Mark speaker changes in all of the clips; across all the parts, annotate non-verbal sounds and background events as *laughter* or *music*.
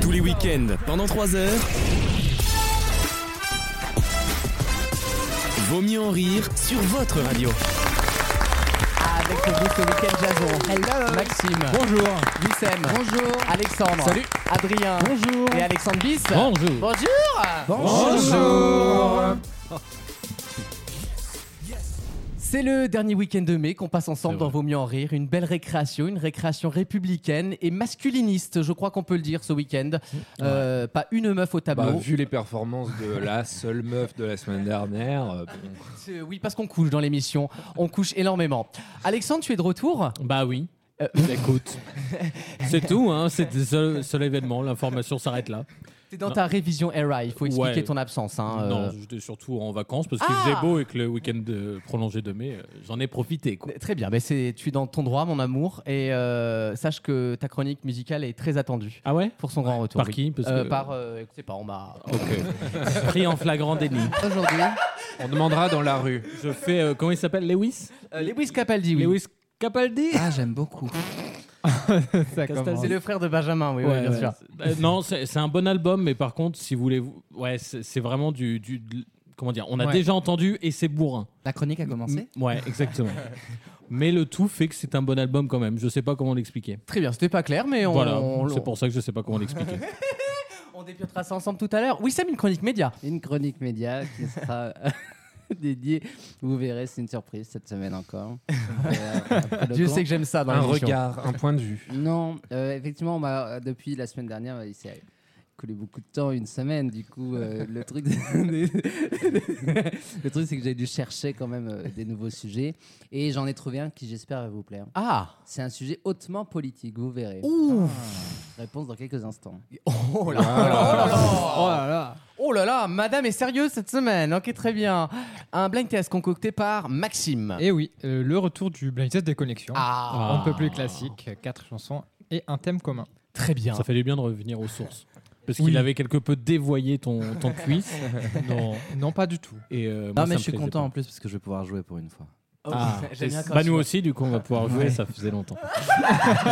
Speaker 1: Tous les week-ends, pendant 3 heures. Vaut mieux en rire sur votre radio.
Speaker 2: Avec vous ce week-end Jason.
Speaker 3: Hello.
Speaker 2: Maxime.
Speaker 3: Bonjour.
Speaker 2: Lucem.
Speaker 3: Bonjour.
Speaker 2: Alexandre.
Speaker 3: Salut.
Speaker 2: Adrien.
Speaker 3: Bonjour.
Speaker 2: Et Alexandre Bis.
Speaker 3: Bonjour.
Speaker 2: Bonjour.
Speaker 3: Bonjour.
Speaker 2: C'est le dernier week-end de mai qu'on passe ensemble
Speaker 3: C'est
Speaker 2: dans
Speaker 3: vrai.
Speaker 2: Vaut mieux en rire. Une belle récréation, une récréation républicaine et masculiniste, je crois qu'on peut le dire ce week-end. Euh, pas une meuf au
Speaker 4: Bah,
Speaker 2: tableau.
Speaker 3: *laughs*
Speaker 4: vu les performances de la seule meuf de la semaine dernière, euh, bon.
Speaker 2: C'est- oui, parce qu'on couche dans l'émission. On couche énormément. Alexandre, tu es de retour
Speaker 3: Bah oui.
Speaker 2: Euh.
Speaker 3: Écoute, c'est tout, hein, c'est le seul, seul événement, l'information s'arrête là.
Speaker 2: T'es dans
Speaker 3: Non.
Speaker 2: ta révision RI, il faut expliquer
Speaker 3: Ouais.
Speaker 2: ton absence. hein, euh.
Speaker 3: Non, j'étais surtout en vacances parce qu'il
Speaker 2: Ah
Speaker 3: faisait beau et que le week-end euh, prolongé de mai, euh, j'en ai profité. Quoi.
Speaker 2: Très bien, mais c'est, tu es dans ton droit, mon amour, et euh, sache que ta chronique musicale est très attendue
Speaker 3: Ah ouais
Speaker 2: pour son grand retour.
Speaker 3: Par
Speaker 2: oui.
Speaker 3: qui Parce
Speaker 2: Euh,
Speaker 3: que-
Speaker 2: Par, euh, écoutez pas, on m'a *laughs*
Speaker 3: Ok. euh, Pris en flagrant déni.
Speaker 2: aujourd'hui.
Speaker 4: on demandera dans la rue.
Speaker 3: Je fais, euh, comment il s'appelle Lewis
Speaker 2: Euh, Lewis Capaldi, oui.
Speaker 3: Lewis Capaldi
Speaker 2: Ah, j'aime beaucoup.
Speaker 3: commence.
Speaker 2: c'est le frère de Benjamin, oui, oui,
Speaker 3: Ouais,
Speaker 2: bien
Speaker 3: ouais.
Speaker 2: sûr.
Speaker 3: Euh, non, c'est c'est un bon album, mais par contre, si vous voulez, vous- ouais, c'est c'est vraiment du, du- de- comment dire, on a
Speaker 5: Ouais.
Speaker 3: déjà *laughs* entendu et c'est bourrin.
Speaker 5: La chronique a commencé.
Speaker 3: Ouais,
Speaker 6: *laughs*
Speaker 7: *laughs*
Speaker 3: exactement. mais le tout fait que c'est un bon album quand même. Je sais pas comment l'expliquer.
Speaker 2: Très bien, c'était pas clair, mais on,
Speaker 3: Voilà,
Speaker 2: on,
Speaker 3: c'est pour ça que je sais pas comment
Speaker 2: *laughs*
Speaker 3: l'expliquer.
Speaker 2: on dépiotera ça ensemble tout à l'heure. Oui, Sam, une chronique média.
Speaker 5: Une chronique média qui sera euh, *laughs* dédiée. Vous verrez, c'est une surprise cette semaine encore. Euh, après le
Speaker 2: Dieu
Speaker 5: camp.
Speaker 2: sait que j'aime ça dans
Speaker 4: Un
Speaker 2: l'émission.
Speaker 4: regard, un point de vue.
Speaker 5: Non, euh, effectivement, on m'a- depuis la semaine dernière, bah, il s'est coulé beaucoup de temps, une semaine. Du coup, euh, le truc, *laughs* le truc, c'est que j'ai dû chercher quand même euh, des nouveaux sujets, et j'en ai trouvé un qui j'espère va vous plaire.
Speaker 2: Ah
Speaker 5: C'est un sujet hautement politique, vous verrez. Ah.
Speaker 2: Ouf
Speaker 5: Réponse dans quelques instants.
Speaker 2: Oh là là
Speaker 3: Ah.
Speaker 2: Oh là là Oh là là, madame est sérieuse cette semaine, ok très bien. Un blind test concocté par Maxime.
Speaker 8: Et oui, euh, le retour du blind test des connexions.
Speaker 2: Ah,
Speaker 8: On ne peut plus classique, quatre chansons et un thème commun.
Speaker 2: très bien.
Speaker 3: ça fait du bien de revenir aux sources. Parce
Speaker 8: Oui.
Speaker 3: qu'il avait quelque peu dévoyé ton, ton
Speaker 7: *laughs*
Speaker 3: cuisse. Non.
Speaker 8: Non, pas du tout.
Speaker 3: Et euh, moi,
Speaker 6: Non, mais
Speaker 3: ça me
Speaker 6: je suis
Speaker 3: plaisait
Speaker 6: content
Speaker 3: pas.
Speaker 6: en plus parce que je vais pouvoir jouer pour une fois.
Speaker 2: Oh,
Speaker 3: Ah,
Speaker 2: *laughs* j'aime bien quand
Speaker 3: bah
Speaker 2: tu-
Speaker 3: nous aussi, du coup, on
Speaker 6: *laughs*
Speaker 3: va pouvoir jouer. Ça faisait longtemps.
Speaker 2: *laughs*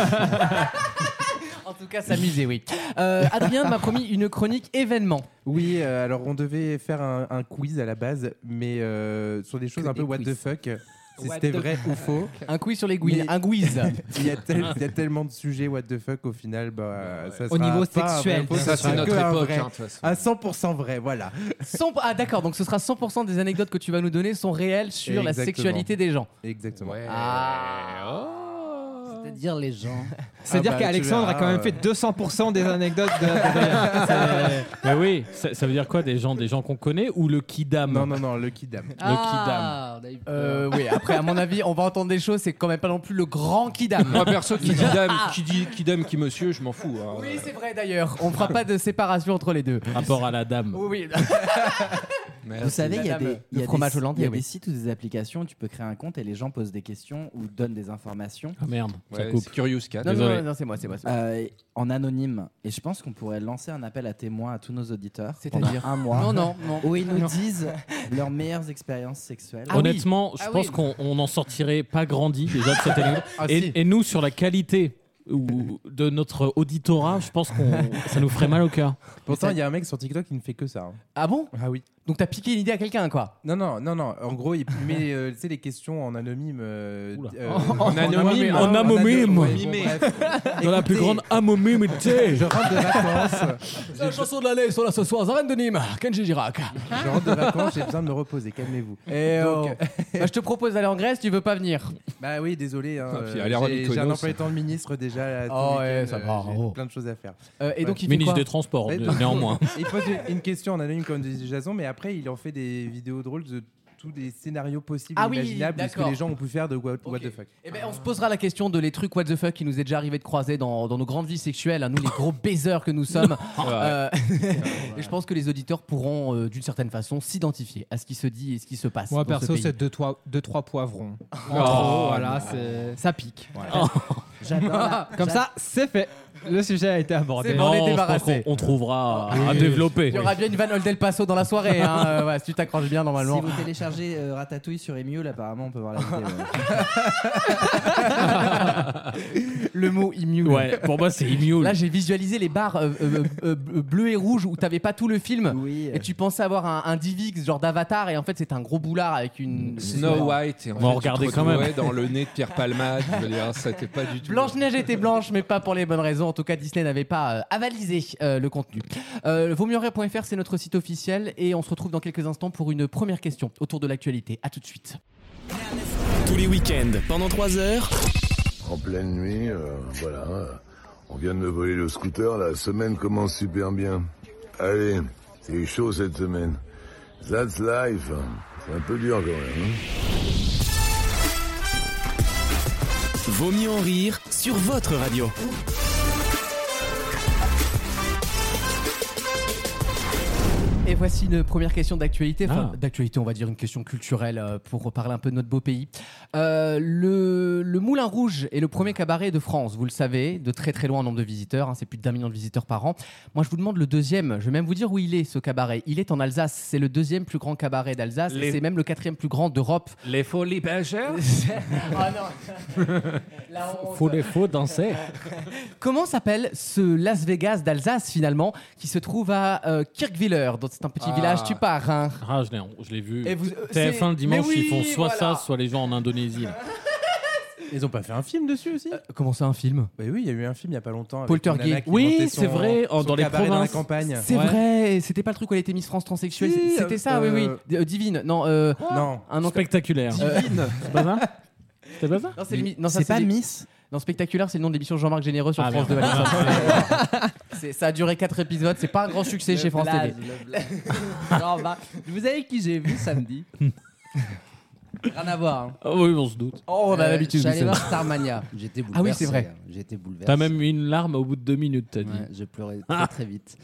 Speaker 2: En tout cas, s'amuser, oui. Euh, Adrien m'a promis une chronique événement.
Speaker 9: Oui, euh, alors on devait faire un, un quiz à la base, mais euh, sur des choses
Speaker 5: Que
Speaker 9: un
Speaker 5: des
Speaker 9: peu what
Speaker 5: quiz.
Speaker 9: the fuck. Si
Speaker 5: What
Speaker 9: c'était
Speaker 5: the
Speaker 9: vrai ou faux.
Speaker 2: Un quiz sur les gouines.
Speaker 9: Mais-
Speaker 2: Un quiz.
Speaker 9: *laughs* Il y, a tel- il y a tellement de sujets what the fuck au final, bah, ça
Speaker 8: Au
Speaker 9: sera
Speaker 8: niveau
Speaker 9: pas un vrai
Speaker 8: sexuel,
Speaker 9: faux,
Speaker 8: bien
Speaker 9: ça
Speaker 8: sûr.
Speaker 9: sera
Speaker 8: C'est
Speaker 9: que un vrai.
Speaker 4: hein, de toute façon.
Speaker 9: À 100% vrai, voilà.
Speaker 2: Cent- Ah, d'accord. Donc, ce sera 100% des anecdotes que tu vas nous donner sont réelles sur la
Speaker 9: Exactement.
Speaker 2: sexualité des gens. Ah.
Speaker 9: Exactement.
Speaker 4: Oh.
Speaker 5: C'est-à-dire les gens.
Speaker 8: C'est-à-dire
Speaker 9: bah, tu
Speaker 8: qu'Alexandre a
Speaker 9: verras,
Speaker 8: quand même
Speaker 9: euh.
Speaker 8: fait 200% des anecdotes. De... de-
Speaker 3: *laughs* Mais oui, ça, ça veut dire quoi Des gens, des gens qu'on connaît ou le kidam
Speaker 9: Non, non, non, le kidam.
Speaker 5: ah, on a eu peur.
Speaker 2: Euh, oui, après, à mon avis, on va entendre des choses. C'est quand même pas non plus le grand kidam. *laughs*
Speaker 4: Moi perso qui dit dame, qui dit qui dame, qui monsieur, je m'en fous. hein.
Speaker 2: Ah, Oui, c'est vrai d'ailleurs. On fera pas de séparation entre les deux.
Speaker 9: Ah.
Speaker 3: Rapport à la dame.
Speaker 2: Oui, oui.
Speaker 9: *laughs*
Speaker 4: Mais
Speaker 9: Euh,
Speaker 6: Vous savez, il y a
Speaker 2: madame,
Speaker 6: des, il y a
Speaker 2: le fromage
Speaker 6: des, sites-
Speaker 2: hollandais,
Speaker 6: il y a
Speaker 2: oui.
Speaker 6: des sites ou des applications où tu peux créer un compte et les gens posent des questions ou donnent des informations
Speaker 3: Ah merde, ça
Speaker 4: ouais,
Speaker 3: coupe.
Speaker 4: c'est Curious Cat.
Speaker 2: Non, non,
Speaker 3: Désolé.
Speaker 2: non, non, c'est moi, c'est moi. c'est moi.
Speaker 6: euh, en anonyme. Et je pense qu'on pourrait lancer un appel à témoins à tous nos auditeurs pendant
Speaker 2: C'est-à-dire
Speaker 6: un mois
Speaker 2: Non, non, non.
Speaker 6: où ils nous *laughs* disent leurs meilleures expériences sexuelles.
Speaker 2: Ah oui.
Speaker 3: Honnêtement, je
Speaker 2: Ah
Speaker 3: pense
Speaker 2: oui.
Speaker 3: qu'on on en sortirait pas grandi déjà de
Speaker 2: *laughs*
Speaker 3: cette énigme.
Speaker 2: Ah,
Speaker 3: et,
Speaker 2: si.
Speaker 3: et nous, sur la qualité ou- de notre auditorat, je pense qu'on Euh, ça nous ferait mal au cœur.
Speaker 9: Pourtant, il y a un mec sur TikTok qui ne fait que ça. hein.
Speaker 2: Ah bon
Speaker 9: Ah oui.
Speaker 2: Donc, t'as piqué une idée à quelqu'un, quoi.
Speaker 9: Non, non, non, non. En gros, il met euh, tu sais, les questions en anonyme. euh,
Speaker 3: Oula.
Speaker 9: euh,
Speaker 4: En anonyme,
Speaker 3: en anonyme.
Speaker 9: ouais, bon, bref.
Speaker 3: Dans la
Speaker 9: Écoutez,
Speaker 3: plus grande
Speaker 9: *laughs*
Speaker 3: amomimité.
Speaker 9: Je rentre de vacances.
Speaker 2: La chanson de l'année sur la ce soir, Zarène de Nîmes, Kenji Girac.
Speaker 9: Je rentre de vacances, j'ai besoin de me reposer, calmez-vous.
Speaker 2: *laughs*
Speaker 9: Donc,
Speaker 2: Bah, je te propose d'aller en Grèce, tu veux pas venir.
Speaker 9: Eh oh. Bah oui, désolé. hein,
Speaker 4: Ah, puis
Speaker 9: euh,
Speaker 4: aller à Rome
Speaker 9: j'ai- J'ai
Speaker 4: Mykonos.
Speaker 9: un emploi du temps de ministre déjà. là, tous
Speaker 2: Oh,
Speaker 9: les
Speaker 2: ouais,
Speaker 9: week-ends,
Speaker 2: ça
Speaker 9: euh,
Speaker 2: va,
Speaker 9: j'ai
Speaker 2: oh.
Speaker 9: plein de choses à faire.
Speaker 2: Euh, et donc, il fait
Speaker 3: Ministre
Speaker 2: quoi
Speaker 3: des Transports,
Speaker 9: Mais-
Speaker 3: néanmoins.
Speaker 9: *laughs* Il pose une- une question en anonyme, comme disait Jason, mais après, il en fait des vidéos drôles de tous les scénarios possibles
Speaker 2: Ah
Speaker 9: et
Speaker 2: oui,
Speaker 9: imaginables de ce que
Speaker 2: d'accord.
Speaker 9: les gens ont pu faire de What, what
Speaker 2: Ok.
Speaker 9: the fuck.
Speaker 2: Eh ben, on se posera la question de les trucs what the fuck qui nous est déjà arrivé de croiser dans, dans nos grandes vies sexuelles, hein, nous les gros baiseurs que nous
Speaker 4: *laughs*
Speaker 2: sommes. Euh, *laughs* et je pense que les auditeurs pourront euh, d'une certaine façon s'identifier à ce qui se dit et ce qui se passe.
Speaker 8: Moi,
Speaker 2: dans ce
Speaker 8: perso,
Speaker 2: pays.
Speaker 8: c'est 2-3 poivrons.
Speaker 3: Oh,
Speaker 8: En
Speaker 2: Oh.
Speaker 8: *laughs* trop, voilà, c'est- ça pique. Comme ça, c'est fait. Le sujet a été abordé.
Speaker 2: C'est bon. on est
Speaker 3: je pense
Speaker 2: débarrassé.
Speaker 3: qu'on- On trouvera à- à
Speaker 8: Oui.
Speaker 3: développer.
Speaker 2: Il y aura bien une vanne Old El Paso dans la soirée. hein,
Speaker 6: Ah
Speaker 2: euh, ouais, si tu t'accroches bien
Speaker 5: Si
Speaker 2: normalement.
Speaker 5: vous téléchargez euh, Ratatouille sur Emule, apparemment, on peut voir la vidéo.
Speaker 8: *laughs*
Speaker 9: *laughs*
Speaker 6: *laughs*
Speaker 2: Le mot immune.
Speaker 3: Ouais, pour moi, c'est Imule.
Speaker 2: Là, j'ai visualisé les barres euh, euh, euh, euh, bleues et rouges où t'avais pas tout le film.
Speaker 5: oui.
Speaker 2: Et tu pensais avoir un, un DivX genre d'avatar et en fait c'est un gros boulard avec une
Speaker 4: Snow White et en
Speaker 3: On
Speaker 4: fait, tu te
Speaker 3: regardait quand même.
Speaker 4: retrouvais dans le nez de Pierre Palmade. Je veux dire, c'était pas du tout.
Speaker 2: Blanche Neige était blanche, mais pas pour les bonnes raisons. En tout cas, Disney n'avait pas euh, avalisé euh, le contenu. Euh, vaut mieux en rire.fr, c'est notre site officiel et on se retrouve dans quelques instants pour une première question autour de l'actualité. À tout de suite.
Speaker 1: Tous les week-ends, pendant 3 heures,
Speaker 10: En pleine nuit, euh, voilà. On vient de me voler le scooter, la semaine commence super bien. Allez, c'est chaud cette semaine. That's life. C'est un peu dur quand même. hein.
Speaker 1: Vaut mieux en rire sur votre radio.
Speaker 2: Et voici une première question d'actualité, enfin
Speaker 3: Ah.
Speaker 2: d'actualité, on va dire une question culturelle euh, pour parler un peu de notre beau pays. Euh, le, le Moulin Rouge est le premier cabaret de France, vous le savez, de très très loin en nombre de visiteurs, hein, c'est plus d'un million de visiteurs par an. Moi je vous demande le deuxième, je vais même vous dire où il est ce cabaret. Il est en Alsace, c'est le deuxième plus grand cabaret d'Alsace,
Speaker 3: Les-
Speaker 2: et c'est même le quatrième plus grand d'Europe.
Speaker 4: Les folies *laughs* bergères
Speaker 3: Faut les faux danser.
Speaker 2: *laughs* Comment s'appelle ce Las Vegas d'Alsace finalement, qui se trouve à euh, Kirkwiller, dans c'est un petit
Speaker 4: Ah.
Speaker 2: village tu pars. hein.
Speaker 3: Ah, je l'ai, je l'ai vu.
Speaker 2: Et vous- euh, c'est-
Speaker 3: TF1 le dimanche,
Speaker 2: Mais
Speaker 3: ils
Speaker 2: oui,
Speaker 3: font soit
Speaker 2: voilà.
Speaker 3: ça, soit les gens en Indonésie. là.
Speaker 9: Ils ont pas fait un film dessus aussi
Speaker 2: Euh, Comment c'est un film
Speaker 9: Bah oui, il y a eu un film il y a pas longtemps. avec
Speaker 2: Poltergeist.
Speaker 9: une nana qui
Speaker 3: Oui,
Speaker 9: montait
Speaker 3: c'est
Speaker 9: son-
Speaker 3: vrai,
Speaker 2: Oh,
Speaker 3: en-
Speaker 9: son
Speaker 3: dans les
Speaker 9: cabaret dans la
Speaker 3: provinces.
Speaker 9: campagne.
Speaker 2: C'est
Speaker 3: Ouais.
Speaker 2: vrai, c'était pas le truc où elle était Miss France transsexuelle,
Speaker 9: Si,
Speaker 2: c'est- c'était ça,
Speaker 9: euh,
Speaker 2: oui, oui. D- euh, Divine, non, euh,
Speaker 9: Non.
Speaker 2: un nom-
Speaker 3: Spectaculaire.
Speaker 2: *laughs*
Speaker 9: Divine.
Speaker 3: C'est pas ça C'était pas ça
Speaker 2: non, c'est le mi- non, ça,
Speaker 5: C'est pas
Speaker 2: des-
Speaker 5: Miss
Speaker 2: Non, Spectaculaire, c'est le nom de l'émission de Jean-Marc Généreux sur
Speaker 3: Ah,
Speaker 2: France 2.
Speaker 3: merde. Ah,
Speaker 2: *laughs* C'est- Ça a duré 4 épisodes, c'est pas un grand succès chez France TV. *laughs*
Speaker 7: *laughs* je bah, vous avais qui j'ai vu samedi. Rien à voir. hein.
Speaker 3: Ah Oui, on se doute.
Speaker 2: Oh, on a
Speaker 7: Euh, Je
Speaker 2: l'habitude.
Speaker 7: suis allé
Speaker 2: Michel.
Speaker 7: voir Starmania.
Speaker 5: J'étais bouleversé.
Speaker 2: Ah oui, c'est vrai.
Speaker 5: hein. J'étais bouleversé.
Speaker 3: T'as même eu une larme au bout de deux minutes, t'as dit.
Speaker 5: Ouais,
Speaker 3: *laughs*
Speaker 5: je pleurais très très vite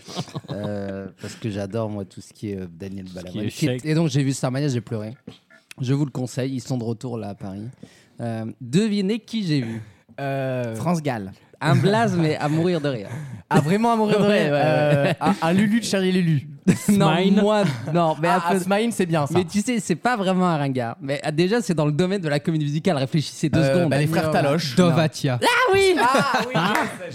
Speaker 5: Euh, parce que j'adore moi tout ce qui est euh, Daniel Balavoine.
Speaker 3: est
Speaker 5: Qui est-
Speaker 3: chèque.
Speaker 5: Et donc j'ai vu Starmania, j'ai pleuré. Je vous le conseille, ils sont de retour là à Paris. Euh, devinez qui j'ai vu
Speaker 2: Euh,
Speaker 5: France Gall. Un blaze mais à mourir de rire.
Speaker 2: Ah, vraiment à mourir de
Speaker 5: Ouais,
Speaker 2: rire.
Speaker 5: ouais,
Speaker 2: euh,
Speaker 5: ouais.
Speaker 2: un- Un Lulu de Charlie Lulu.
Speaker 3: Smile.
Speaker 5: *laughs* non moi non mais
Speaker 2: Mais ah,
Speaker 5: après-
Speaker 2: ah, Smile, c'est bien ça.
Speaker 5: mais tu sais c'est pas vraiment un ringard. Mais ah, déjà c'est dans le domaine de la comédie musicale. Réfléchissez deux
Speaker 2: Euh,
Speaker 5: secondes.
Speaker 2: bah, les frères Taloche.
Speaker 8: Dovatia.
Speaker 5: Ah oui.
Speaker 2: Ah oui,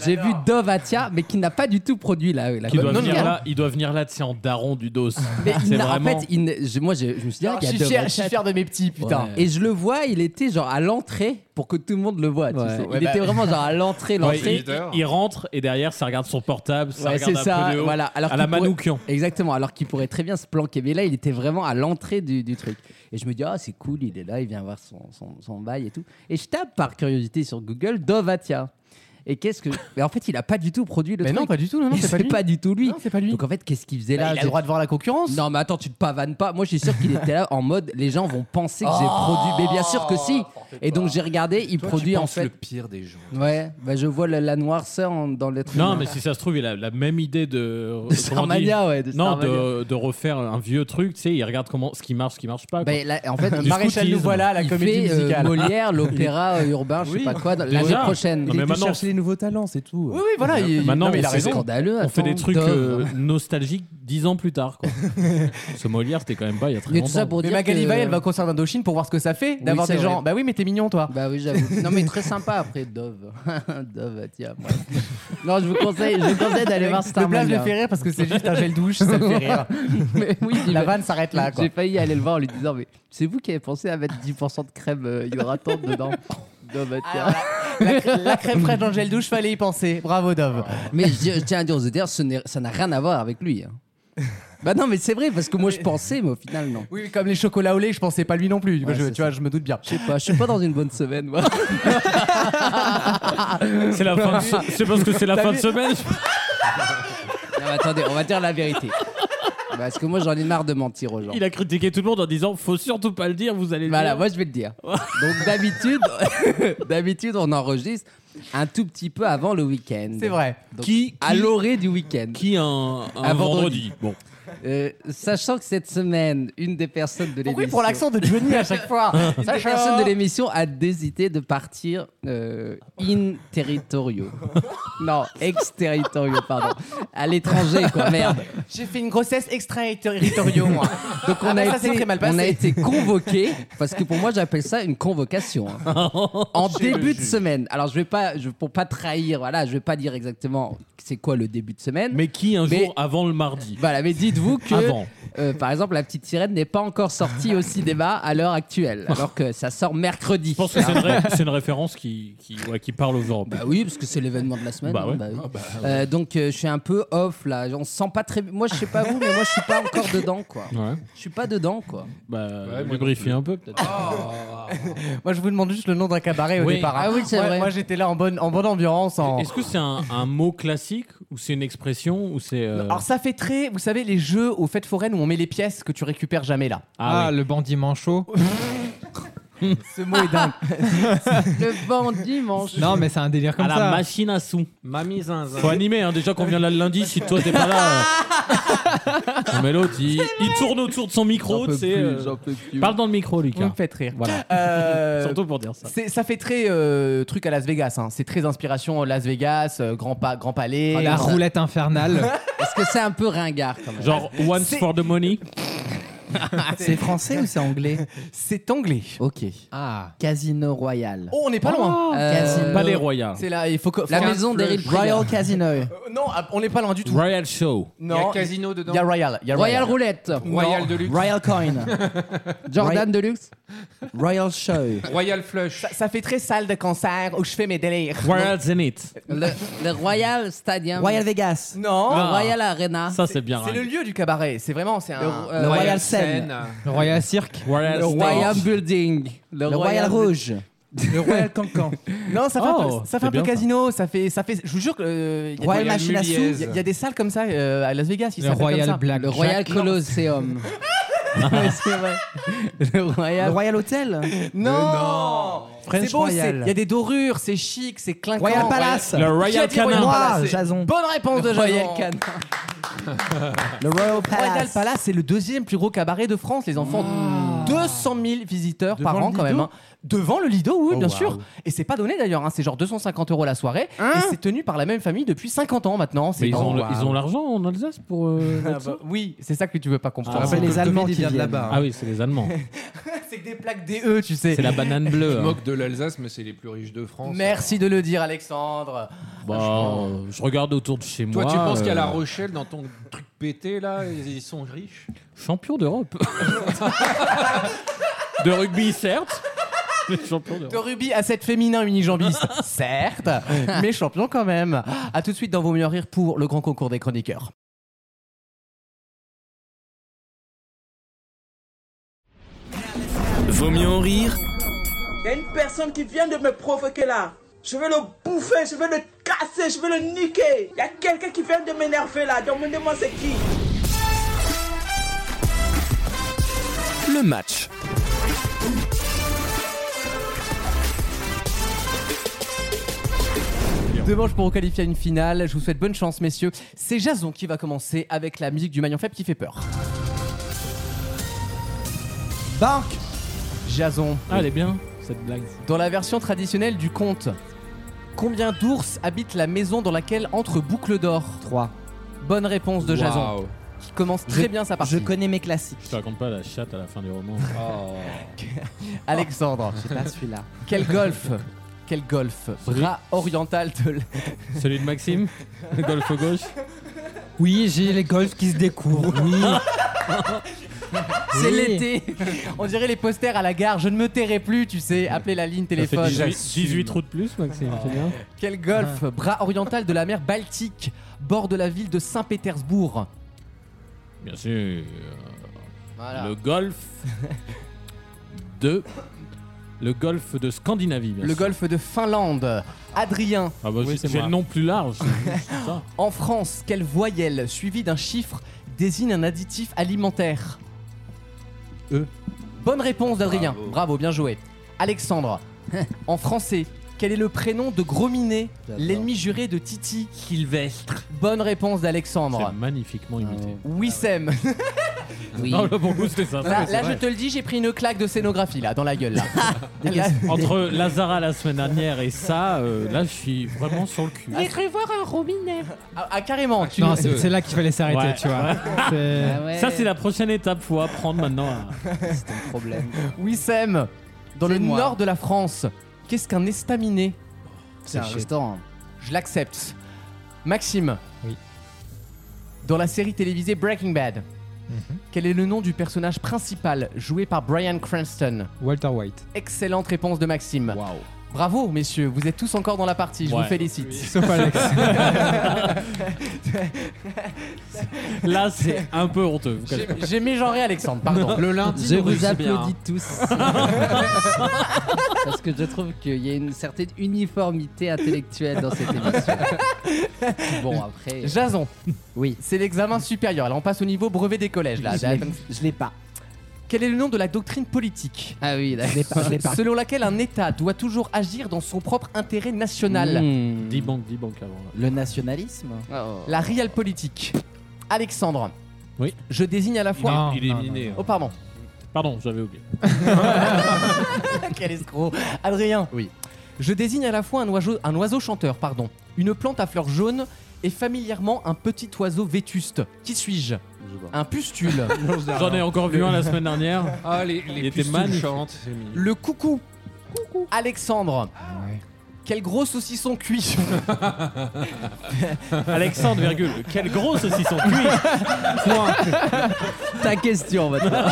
Speaker 5: j'ai vu Dovatia mais qui n'a pas du tout produit la, la
Speaker 3: Qui doit
Speaker 5: comédie
Speaker 3: venir
Speaker 5: musicale.
Speaker 3: là, il doit venir là, c'est en daron du dos.
Speaker 5: Mais il
Speaker 3: c'est
Speaker 5: n'a-
Speaker 3: vraiment.
Speaker 5: en fait il ne- je- moi je, je me suis dit ah,
Speaker 2: Je
Speaker 5: il y
Speaker 2: suis
Speaker 5: a
Speaker 2: fier- je
Speaker 5: Dovatia,
Speaker 2: suis fier de mes petits, putain.
Speaker 5: Et je le vois, il était genre à l'entrée pour que tout le monde le voit. tu sais.
Speaker 2: Ouais,
Speaker 5: il
Speaker 2: bah-
Speaker 5: était vraiment genre à l'entrée,
Speaker 3: Ouais,
Speaker 5: l'entrée.
Speaker 3: il, il- il rentre et derrière, ça regarde son portable, ça
Speaker 5: Ouais,
Speaker 3: regarde
Speaker 5: c'est
Speaker 3: un
Speaker 5: ça.
Speaker 3: peu de haut.
Speaker 5: Voilà. Alors
Speaker 3: à la
Speaker 5: qu'il pourrait-
Speaker 3: Manoukian.
Speaker 5: Exactement. Alors qu'il pourrait très bien se planquer, mais là, il était vraiment à l'entrée du, du truc. Et je me dis, ah, c'est cool, il est là, il vient voir son, son, son bail et tout. Et je tape par curiosité sur Google Dovatia. Et qu'est-ce que Mais en fait, il a pas du tout produit le
Speaker 2: Mais
Speaker 5: truc.
Speaker 2: non, pas du tout, non, non,
Speaker 5: Et
Speaker 2: c'est pas lui.
Speaker 5: du tout lui.
Speaker 2: Non, c'est pas lui.
Speaker 5: Donc en fait, qu'est-ce qu'il faisait
Speaker 2: Bah,
Speaker 5: là
Speaker 2: Il a
Speaker 5: J'ai-
Speaker 2: le droit de voir la concurrence.
Speaker 5: Non, mais attends, tu te pavanes pas. Moi, je suis sûr qu'il était là en mode les gens vont penser que j'ai
Speaker 2: Oh
Speaker 5: produit. Mais bien sûr que si. Et donc, j'ai regardé, il
Speaker 4: Toi, tu
Speaker 5: produit en
Speaker 4: penses
Speaker 5: fait.
Speaker 4: le pire des gens.
Speaker 5: Ouais, bah, je vois la, la noirceur en- dans l'être
Speaker 3: Non,
Speaker 5: humain.
Speaker 3: mais si ça se trouve, il a la même idée de. comment on dit
Speaker 5: Starmania, ouais. de
Speaker 3: Non,
Speaker 5: Starmania.
Speaker 3: de, de refaire un vieux truc, tu sais, il regarde comment, ce qui marche, ce qui marche pas. quoi.
Speaker 5: Bah, la- en fait,
Speaker 3: Du
Speaker 2: Maréchal, nous
Speaker 3: scoutisme.
Speaker 2: voilà, la
Speaker 5: il
Speaker 2: comédie
Speaker 5: fait, euh,
Speaker 2: musicale.
Speaker 5: Molière, l'opéra euh, urbain, je sais
Speaker 9: *laughs* Oui.
Speaker 5: pas quoi, dans-
Speaker 3: Déjà.
Speaker 5: l'année prochaine.
Speaker 3: Non, mais
Speaker 9: Il
Speaker 3: maintenant,
Speaker 9: cherche les nouveaux talents, c'est tout.
Speaker 2: Oui, oui, voilà. il-
Speaker 3: Maintenant,
Speaker 2: non, mais il a
Speaker 3: on
Speaker 5: c'est
Speaker 3: raison.
Speaker 5: scandaleux.
Speaker 3: on fait
Speaker 5: attends,
Speaker 3: des trucs
Speaker 5: Dove.
Speaker 3: euh, nostalgiques dix ans plus
Speaker 5: *laughs*
Speaker 3: tard. Quoi. Ce Molière, c'était quand même pas il y a très
Speaker 5: Mais tout
Speaker 3: longtemps.
Speaker 5: ça pour
Speaker 2: Mais
Speaker 5: dire
Speaker 2: Magali
Speaker 5: que-
Speaker 2: Vaille, elle va au concert d'Indochine pour voir ce que ça fait d'avoir
Speaker 5: c'est
Speaker 2: des gens.
Speaker 5: vrai.
Speaker 2: Bah oui, mais t'es mignon, toi.
Speaker 5: Bah
Speaker 2: *laughs*
Speaker 5: oui, j'avoue. Non, mais très sympa après, Dove. *laughs* Dove, tiens. bref. Non, je vous conseille, je vous conseille d'aller voir
Speaker 2: le blague le
Speaker 5: Starmania.
Speaker 2: fait rire parce que c'est juste un gel douche, ça le fait rire.
Speaker 5: *laughs* Mais oui, j'y
Speaker 2: La
Speaker 5: vais.
Speaker 2: vanne s'arrête là, quoi.
Speaker 5: J'ai failli aller le voir en lui disant Mais c'est vous qui avez pensé à mettre 10% de crème euh, hydratante dedans Non, bah, tiens.
Speaker 2: La, crème- la crème fraîche dans le gel douche, fallait y penser. Bravo, Dove.
Speaker 5: Mais je, je tiens à dire aux auditeurs ce n'est- ça n'a rien à voir avec lui. hein. Bah non, mais c'est vrai, parce que moi je pensais, mais au final, non.
Speaker 2: Oui, comme les chocolats au lait, je pensais pas lui non plus.
Speaker 5: Ouais,
Speaker 2: Je-
Speaker 5: c'est
Speaker 2: tu vois, je me doute bien.
Speaker 5: Je sais pas, je suis pas dans une bonne semaine, moi.
Speaker 3: *laughs* C'est la fin de se- c'est parce que c'est
Speaker 2: *laughs*
Speaker 3: la
Speaker 2: Ah. T'as
Speaker 3: fin de
Speaker 2: vu
Speaker 3: semaine.
Speaker 5: Non, mais attendez, on va dire la vérité. Parce que moi j'en ai marre de mentir aux gens.
Speaker 3: Il a critiqué tout le monde en disant faut surtout
Speaker 5: Bah,
Speaker 3: pas le dire, vous allez le
Speaker 5: Voilà,
Speaker 3: dire.
Speaker 5: moi je vais le dire. Donc *laughs* d'habitude, d'habitude on enregistre. un tout petit peu avant le week-end.
Speaker 2: C'est vrai.
Speaker 5: Donc,
Speaker 3: Qui-
Speaker 5: À
Speaker 3: qui-
Speaker 5: l'orée du week-end.
Speaker 3: Qui un, un
Speaker 5: Un
Speaker 3: vendredi.
Speaker 5: vendredi.
Speaker 3: Bon.
Speaker 5: Euh, sachant que cette semaine, une des personnes de
Speaker 2: Pourquoi
Speaker 5: l'émission.
Speaker 2: il prend l'accent de Johnny à chaque fois
Speaker 5: *laughs* Une des personnes de l'émission a décidé de partir euh, in territorio. Non, ex-territorio, pardon. À l'étranger, quoi, merde.
Speaker 2: J'ai fait une grossesse extra-territoriale, *laughs* moi.
Speaker 5: Donc on,
Speaker 2: Ah
Speaker 5: a
Speaker 2: ben ça, c'est
Speaker 5: été,
Speaker 2: très mal
Speaker 5: on a
Speaker 2: passé.
Speaker 5: été convoqué parce que pour moi j'appelle ça une convocation hein. en début de semaine. Alors je vais pas je, pour pas trahir voilà je vais pas dire exactement c'est quoi le début de semaine.
Speaker 3: Mais qui un
Speaker 5: Mais-
Speaker 3: jour avant le mardi
Speaker 5: voilà mais dites-vous que
Speaker 3: Avant.
Speaker 5: euh, par exemple la petite sirène n'est pas encore sortie au cinéma à l'heure actuelle alors que ça sort mercredi.
Speaker 3: Je pense que c'est une, ré- c'est une référence qui, qui, ouais, qui parle aux Européens.
Speaker 5: Bah oui, parce que c'est l'événement de la semaine.
Speaker 3: Bah
Speaker 5: hein,
Speaker 3: ouais.
Speaker 5: bah oui. Euh, donc euh, je suis un peu off là. On se sent pas très. Moi je sais pas vous, mais moi je suis pas encore dedans quoi.
Speaker 3: Ouais.
Speaker 5: Je suis pas dedans quoi.
Speaker 3: Bah,
Speaker 4: Ouais, moi
Speaker 3: lubrifier un peu peut-être.
Speaker 8: Ah,
Speaker 2: Moi, je vous demande juste le nom d'un cabaret au
Speaker 3: Oui.
Speaker 2: départ. hein.
Speaker 5: Ah oui, c'est
Speaker 2: Moi-
Speaker 5: vrai.
Speaker 2: Moi, j'étais là en bonne, en bonne ambiance. En...
Speaker 3: Est-ce que c'est un, un mot classique ou c'est une expression ou c'est euh,
Speaker 2: Alors, ça fait très, vous savez, les jeux aux fêtes foraines où on met les pièces que tu récupères jamais là.
Speaker 8: Ah,
Speaker 3: ah, oui.
Speaker 8: le bandit manchot.
Speaker 2: *laughs* Ce mot
Speaker 6: *laughs*
Speaker 2: est dingue.
Speaker 5: Le bandit mange.
Speaker 8: non, mais c'est un délire
Speaker 3: à
Speaker 8: comme
Speaker 3: la
Speaker 8: ça.
Speaker 3: machine à sous.
Speaker 4: Mamie
Speaker 3: *laughs*
Speaker 4: zinzin.
Speaker 3: Faut animer hein, déjà qu'on vient là le lundi si toi t'es pas là.
Speaker 5: *laughs*
Speaker 3: euh. Non, mais l'autre il, il tourne autour de son micro, tu sais, euh, Parle dans le micro
Speaker 2: Vous me
Speaker 3: Lucas.
Speaker 2: faites rire.
Speaker 3: Voilà.
Speaker 2: *laughs*
Speaker 3: *laughs*
Speaker 2: Euh,
Speaker 3: Surtout pour dire ça.
Speaker 2: c'est- ça fait très euh, truc à Las Vegas. hein. C'est très inspiration Las Vegas, euh, grand, pa- grand Palais. euh,
Speaker 8: la roulette
Speaker 2: *laughs*
Speaker 8: infernale.
Speaker 5: Est-ce que c'est un peu ringard quand même
Speaker 3: Genre once
Speaker 2: C'est-
Speaker 3: for the
Speaker 2: *laughs*
Speaker 3: money.
Speaker 7: C'est français ou c'est anglais
Speaker 2: C'est anglais.
Speaker 5: Ok.
Speaker 8: ah.
Speaker 7: Casino Royal.
Speaker 2: Oh, on n'est pas loin.
Speaker 5: Euh,
Speaker 7: Casino.
Speaker 3: Palais Royal.
Speaker 2: C'est là, il faut que.
Speaker 5: La
Speaker 2: faut-
Speaker 5: maison d'Eric
Speaker 7: Royal
Speaker 5: Royal.
Speaker 7: Casino.
Speaker 2: Euh, Non, ah, on n'est pas loin du tout.
Speaker 3: Royal Show.
Speaker 2: Non, il y a
Speaker 4: casino dedans.
Speaker 2: Royal. il y a
Speaker 5: Royal Roulette.
Speaker 4: Royal de luxe.
Speaker 7: Royal
Speaker 2: *laughs*
Speaker 7: Coin.
Speaker 5: Jordan
Speaker 7: Roy-
Speaker 5: Deluxe.
Speaker 7: *laughs* Royal Show.
Speaker 4: Royal Flush.
Speaker 2: Ça, ça fait très salle de concert où je fais mes délires.
Speaker 3: Royal Zenith.
Speaker 5: Le, le Royal Stadium.
Speaker 7: Royal Vegas.
Speaker 2: Non.
Speaker 5: Le Royal Arena.
Speaker 3: Ça c'est bien. hein.
Speaker 2: C'est le
Speaker 3: ringard.
Speaker 2: lieu du cabaret, c'est vraiment c'est un
Speaker 5: euh,
Speaker 7: Le Royal Seine.
Speaker 4: Seine.
Speaker 8: Le Royal Cirque.
Speaker 3: Royal
Speaker 5: le
Speaker 3: Stage.
Speaker 5: Royal Building.
Speaker 7: Le Royal Rouge. Le Royal Cancan.
Speaker 2: *laughs* Non, ça fait
Speaker 3: Oh,
Speaker 2: un peu, ça fait
Speaker 3: c'est
Speaker 2: un peu
Speaker 3: bien, ça.
Speaker 2: casino, ça fait ça fait je vous jure que euh, il y a
Speaker 7: Royal
Speaker 2: des-
Speaker 7: Machine à sous.
Speaker 2: il y a- il y, a des salles comme ça euh, à Las Vegas, ils
Speaker 8: Le Royal Black.
Speaker 5: Le Royal Colosseum. le
Speaker 7: Le
Speaker 5: Royal.
Speaker 7: Royal Hotel.
Speaker 2: Non,
Speaker 7: French
Speaker 2: C'est beau, c'est-
Speaker 7: Royal.
Speaker 2: il y a des dorures, c'est chic, c'est clinquant.
Speaker 7: Royal Palace.
Speaker 3: Le
Speaker 2: Qui a
Speaker 3: Royal
Speaker 2: dit Royal
Speaker 3: Canin.
Speaker 2: Palace
Speaker 7: Moi, Jason.
Speaker 2: Bonne réponse de Royal Canin.
Speaker 7: Le Royal
Speaker 2: Royal
Speaker 7: Palace.
Speaker 2: Palace, c'est le deuxième plus gros cabaret de France, les enfants. 200 000 visiteurs
Speaker 11: Ah. Devant
Speaker 2: par
Speaker 11: le
Speaker 2: an, quand
Speaker 11: Lido
Speaker 2: même. hein. Devant le Lido, oui,
Speaker 11: Oh,
Speaker 2: bien
Speaker 11: waouh. Hein
Speaker 2: sûr. Et c'est pas donné d'ailleurs, hein. c'est genre 250 euros la soirée. et c'est tenu par la même famille depuis 50 ans maintenant. C'est
Speaker 3: Mais ils ont
Speaker 2: Oh,
Speaker 3: le-
Speaker 2: waouh.
Speaker 3: ils ont l'argent en Alsace pour. euh,
Speaker 2: Ah,
Speaker 3: mettre ça
Speaker 2: bah, oui, c'est ça que tu veux pas comprendre.
Speaker 3: Ah,
Speaker 7: C'est les Allemands qui
Speaker 11: viennent
Speaker 7: viennent.
Speaker 11: de
Speaker 2: hein.
Speaker 11: là-bas. hein.
Speaker 3: Ah oui, c'est les
Speaker 2: *laughs*
Speaker 3: Allemands.
Speaker 2: c'est que des plaques DE, tu sais.
Speaker 3: C'est la banane bleue.
Speaker 4: Je
Speaker 3: hein.
Speaker 4: moque de l'Alsace, mais c'est les plus riches de France.
Speaker 2: Merci de le dire, Alexandre.
Speaker 3: Bah, euh, je regarde autour de chez
Speaker 4: Toi,
Speaker 3: moi.
Speaker 4: tu penses qu'à La
Speaker 3: euh,
Speaker 4: Rochelle, dans ton truc pété, là, ils ils sont riches
Speaker 3: Champion d'Europe. de rugby, certes. *laughs* mais Champion
Speaker 2: De
Speaker 3: d'Europe.
Speaker 2: rubis à cette féminin unijambiste, *laughs* certes, mais champion quand même. À tout de suite dans Vos Mieux Rires pour le grand concours des chroniqueurs.
Speaker 3: *laughs*
Speaker 12: Vaut mieux en rire
Speaker 13: Il y a une personne qui vient de me provoquer là. Je vais le bouffer, je vais le casser, je vais le niquer. Il y a quelqu'un qui vient de m'énerver là. Demandez-moi c'est qui.
Speaker 12: le match.
Speaker 2: Demanche pour qualifier à une finale. Je vous souhaite bonne chance, messieurs. C'est Jason qui va commencer avec la musique du Magnon Faible qui fait peur.
Speaker 7: Banque.
Speaker 2: Jason,
Speaker 3: Ah, elle est bien, cette blague.
Speaker 2: dans la version traditionnelle du conte, combien d'ours habitent la maison dans laquelle entre Boucle d'Or
Speaker 7: 3.
Speaker 2: Bonne réponse de Jason,
Speaker 4: Waouh.
Speaker 2: qui commence *laughs* très bien sa
Speaker 7: Je
Speaker 2: partie.
Speaker 7: connais mes classiques.
Speaker 3: Je te raconte pas la chatte à la fin du
Speaker 2: *laughs*
Speaker 3: roman. *laughs*
Speaker 4: Oh.
Speaker 2: Alexandre,
Speaker 7: J'ai pas celui-là.
Speaker 2: quel golf Quel golf Bras oriental de l-
Speaker 3: *laughs* Celui de Maxime, le golf au gauche.
Speaker 8: Oui, j'ai les golfs qui se
Speaker 2: *laughs*
Speaker 8: découvrent. *laughs* Oui.
Speaker 2: C'est
Speaker 8: Oui.
Speaker 2: l'été On dirait les posters à la gare, je ne me tairai plus, tu sais, appelez la ligne téléphone. Ah.
Speaker 3: 18, 18 trous de plus, Maxime. c'est bien.
Speaker 2: Quel
Speaker 3: Ah.
Speaker 8: Ah.
Speaker 2: golf Bras oriental de la mer Baltique, bord de la ville de Saint-Pétersbourg.
Speaker 3: Bien sûr.
Speaker 2: Voilà.
Speaker 3: Le golf
Speaker 2: *laughs*
Speaker 3: de. Le golf de Scandinavie, bien
Speaker 2: Le
Speaker 3: sûr.
Speaker 2: golf de Finlande. Adrien,
Speaker 3: Ah bah,
Speaker 4: Oui,
Speaker 3: j'ai-
Speaker 4: c'est
Speaker 3: j'ai
Speaker 4: moi.
Speaker 3: le nom plus large.
Speaker 2: *laughs*
Speaker 3: c'est ça.
Speaker 2: en France, quelle voyelle suivie d'un chiffre désigne un additif alimentaire E. Bonne réponse d'Adrien. Bravo. *laughs*
Speaker 4: Bravo.
Speaker 2: bien joué. Alexandre, en français, Quel est le prénom de Grominé, l'ennemi juré de Titi
Speaker 3: Sylvestre.
Speaker 2: Bonne réponse
Speaker 3: C'est
Speaker 2: d'Alexandre.
Speaker 3: magnifiquement imité.
Speaker 2: Wissem.
Speaker 6: Oui.
Speaker 3: Non, là, pour le coup, c'était ça.
Speaker 2: Là, là, je te le dis, j'ai pris une claque de scénographie là dans la gueule. *laughs* Là. Là-
Speaker 3: Entre Lazara la semaine dernière et ça, euh, là, je suis vraiment sur le cul.
Speaker 2: Ah, ah, carrément. Tu...
Speaker 8: Non, c'est c'est là qu'il fallait s'arrêter,
Speaker 3: Ouais.
Speaker 8: tu vois. C'est-
Speaker 6: euh, Ah ouais,
Speaker 3: Ça, c'est la prochaine étape. Faut apprendre maintenant à.
Speaker 6: c'est un problème.
Speaker 2: *laughs* Wissem, dans
Speaker 6: C'est
Speaker 2: le
Speaker 6: moi.
Speaker 2: nord de la France, qu'est-ce qu'un estaminet
Speaker 6: C'est un restaurant.
Speaker 2: Je l'accepte. Maxime.
Speaker 8: Oui.
Speaker 2: Dans la série télévisée Breaking Bad, quel est le nom du personnage principal joué par Brian Cranston
Speaker 8: Walter White.
Speaker 2: Excellente réponse de Maxime. Bravo, messieurs, vous êtes tous encore dans la partie, je
Speaker 3: Ouais.
Speaker 2: vous félicite.
Speaker 8: Sauf
Speaker 6: *laughs*
Speaker 2: *laughs*
Speaker 8: Alex.
Speaker 3: Là, c'est un peu honteux. vous connaissez.
Speaker 2: J'ai- J'ai mégenré Alexandre, pardon.
Speaker 4: Le hein. lundi,
Speaker 6: Je
Speaker 4: nous
Speaker 6: vous
Speaker 4: réussit
Speaker 6: applaudis
Speaker 4: bien.
Speaker 6: tous. Parce que je trouve qu'il y a une certaine uniformité
Speaker 2: *laughs*
Speaker 6: intellectuelle dans cette émission. Bon, après.
Speaker 2: Jason,
Speaker 6: Oui.
Speaker 2: c'est l'examen supérieur. Là, on passe au niveau brevet des collèges. Là.
Speaker 6: Je l'ai- je l'ai pas.
Speaker 2: Quel est le nom de la doctrine politique
Speaker 6: Ah oui, là, je l'ai pas.
Speaker 2: Selon laquelle un État doit toujours agir dans son propre intérêt national.
Speaker 6: Hmm.
Speaker 3: Dix banques, dix banques avant. là.
Speaker 5: Le nationalisme
Speaker 6: Oh.
Speaker 2: La realpolitik. Alexandre.
Speaker 3: Oui.
Speaker 2: Je désigne à la fois.
Speaker 8: Non,
Speaker 4: Il est
Speaker 8: non, non.
Speaker 4: miné.
Speaker 2: Oh, pardon.
Speaker 3: Pardon, j'avais oublié.
Speaker 2: *laughs* Quel escroc. Adrien. Oui. Je désigne à la fois un oiseau, un oiseau chanteur, pardon, une plante à fleurs jaunes et familièrement un petit oiseau vétuste. Qui suis-je Un pustule.
Speaker 3: J'en ai encore vu un la semaine dernière.
Speaker 4: Ah, les,
Speaker 3: Il
Speaker 4: les
Speaker 3: était
Speaker 4: puces
Speaker 3: magnifique.
Speaker 4: touchantes, c'est mignon.
Speaker 2: Le coucou. Alexandre. Quel gros saucisson cuit *laughs*
Speaker 3: *laughs* Alexandre, virgule. Quel gros saucisson cuit
Speaker 6: Ta *laughs* question maintenant.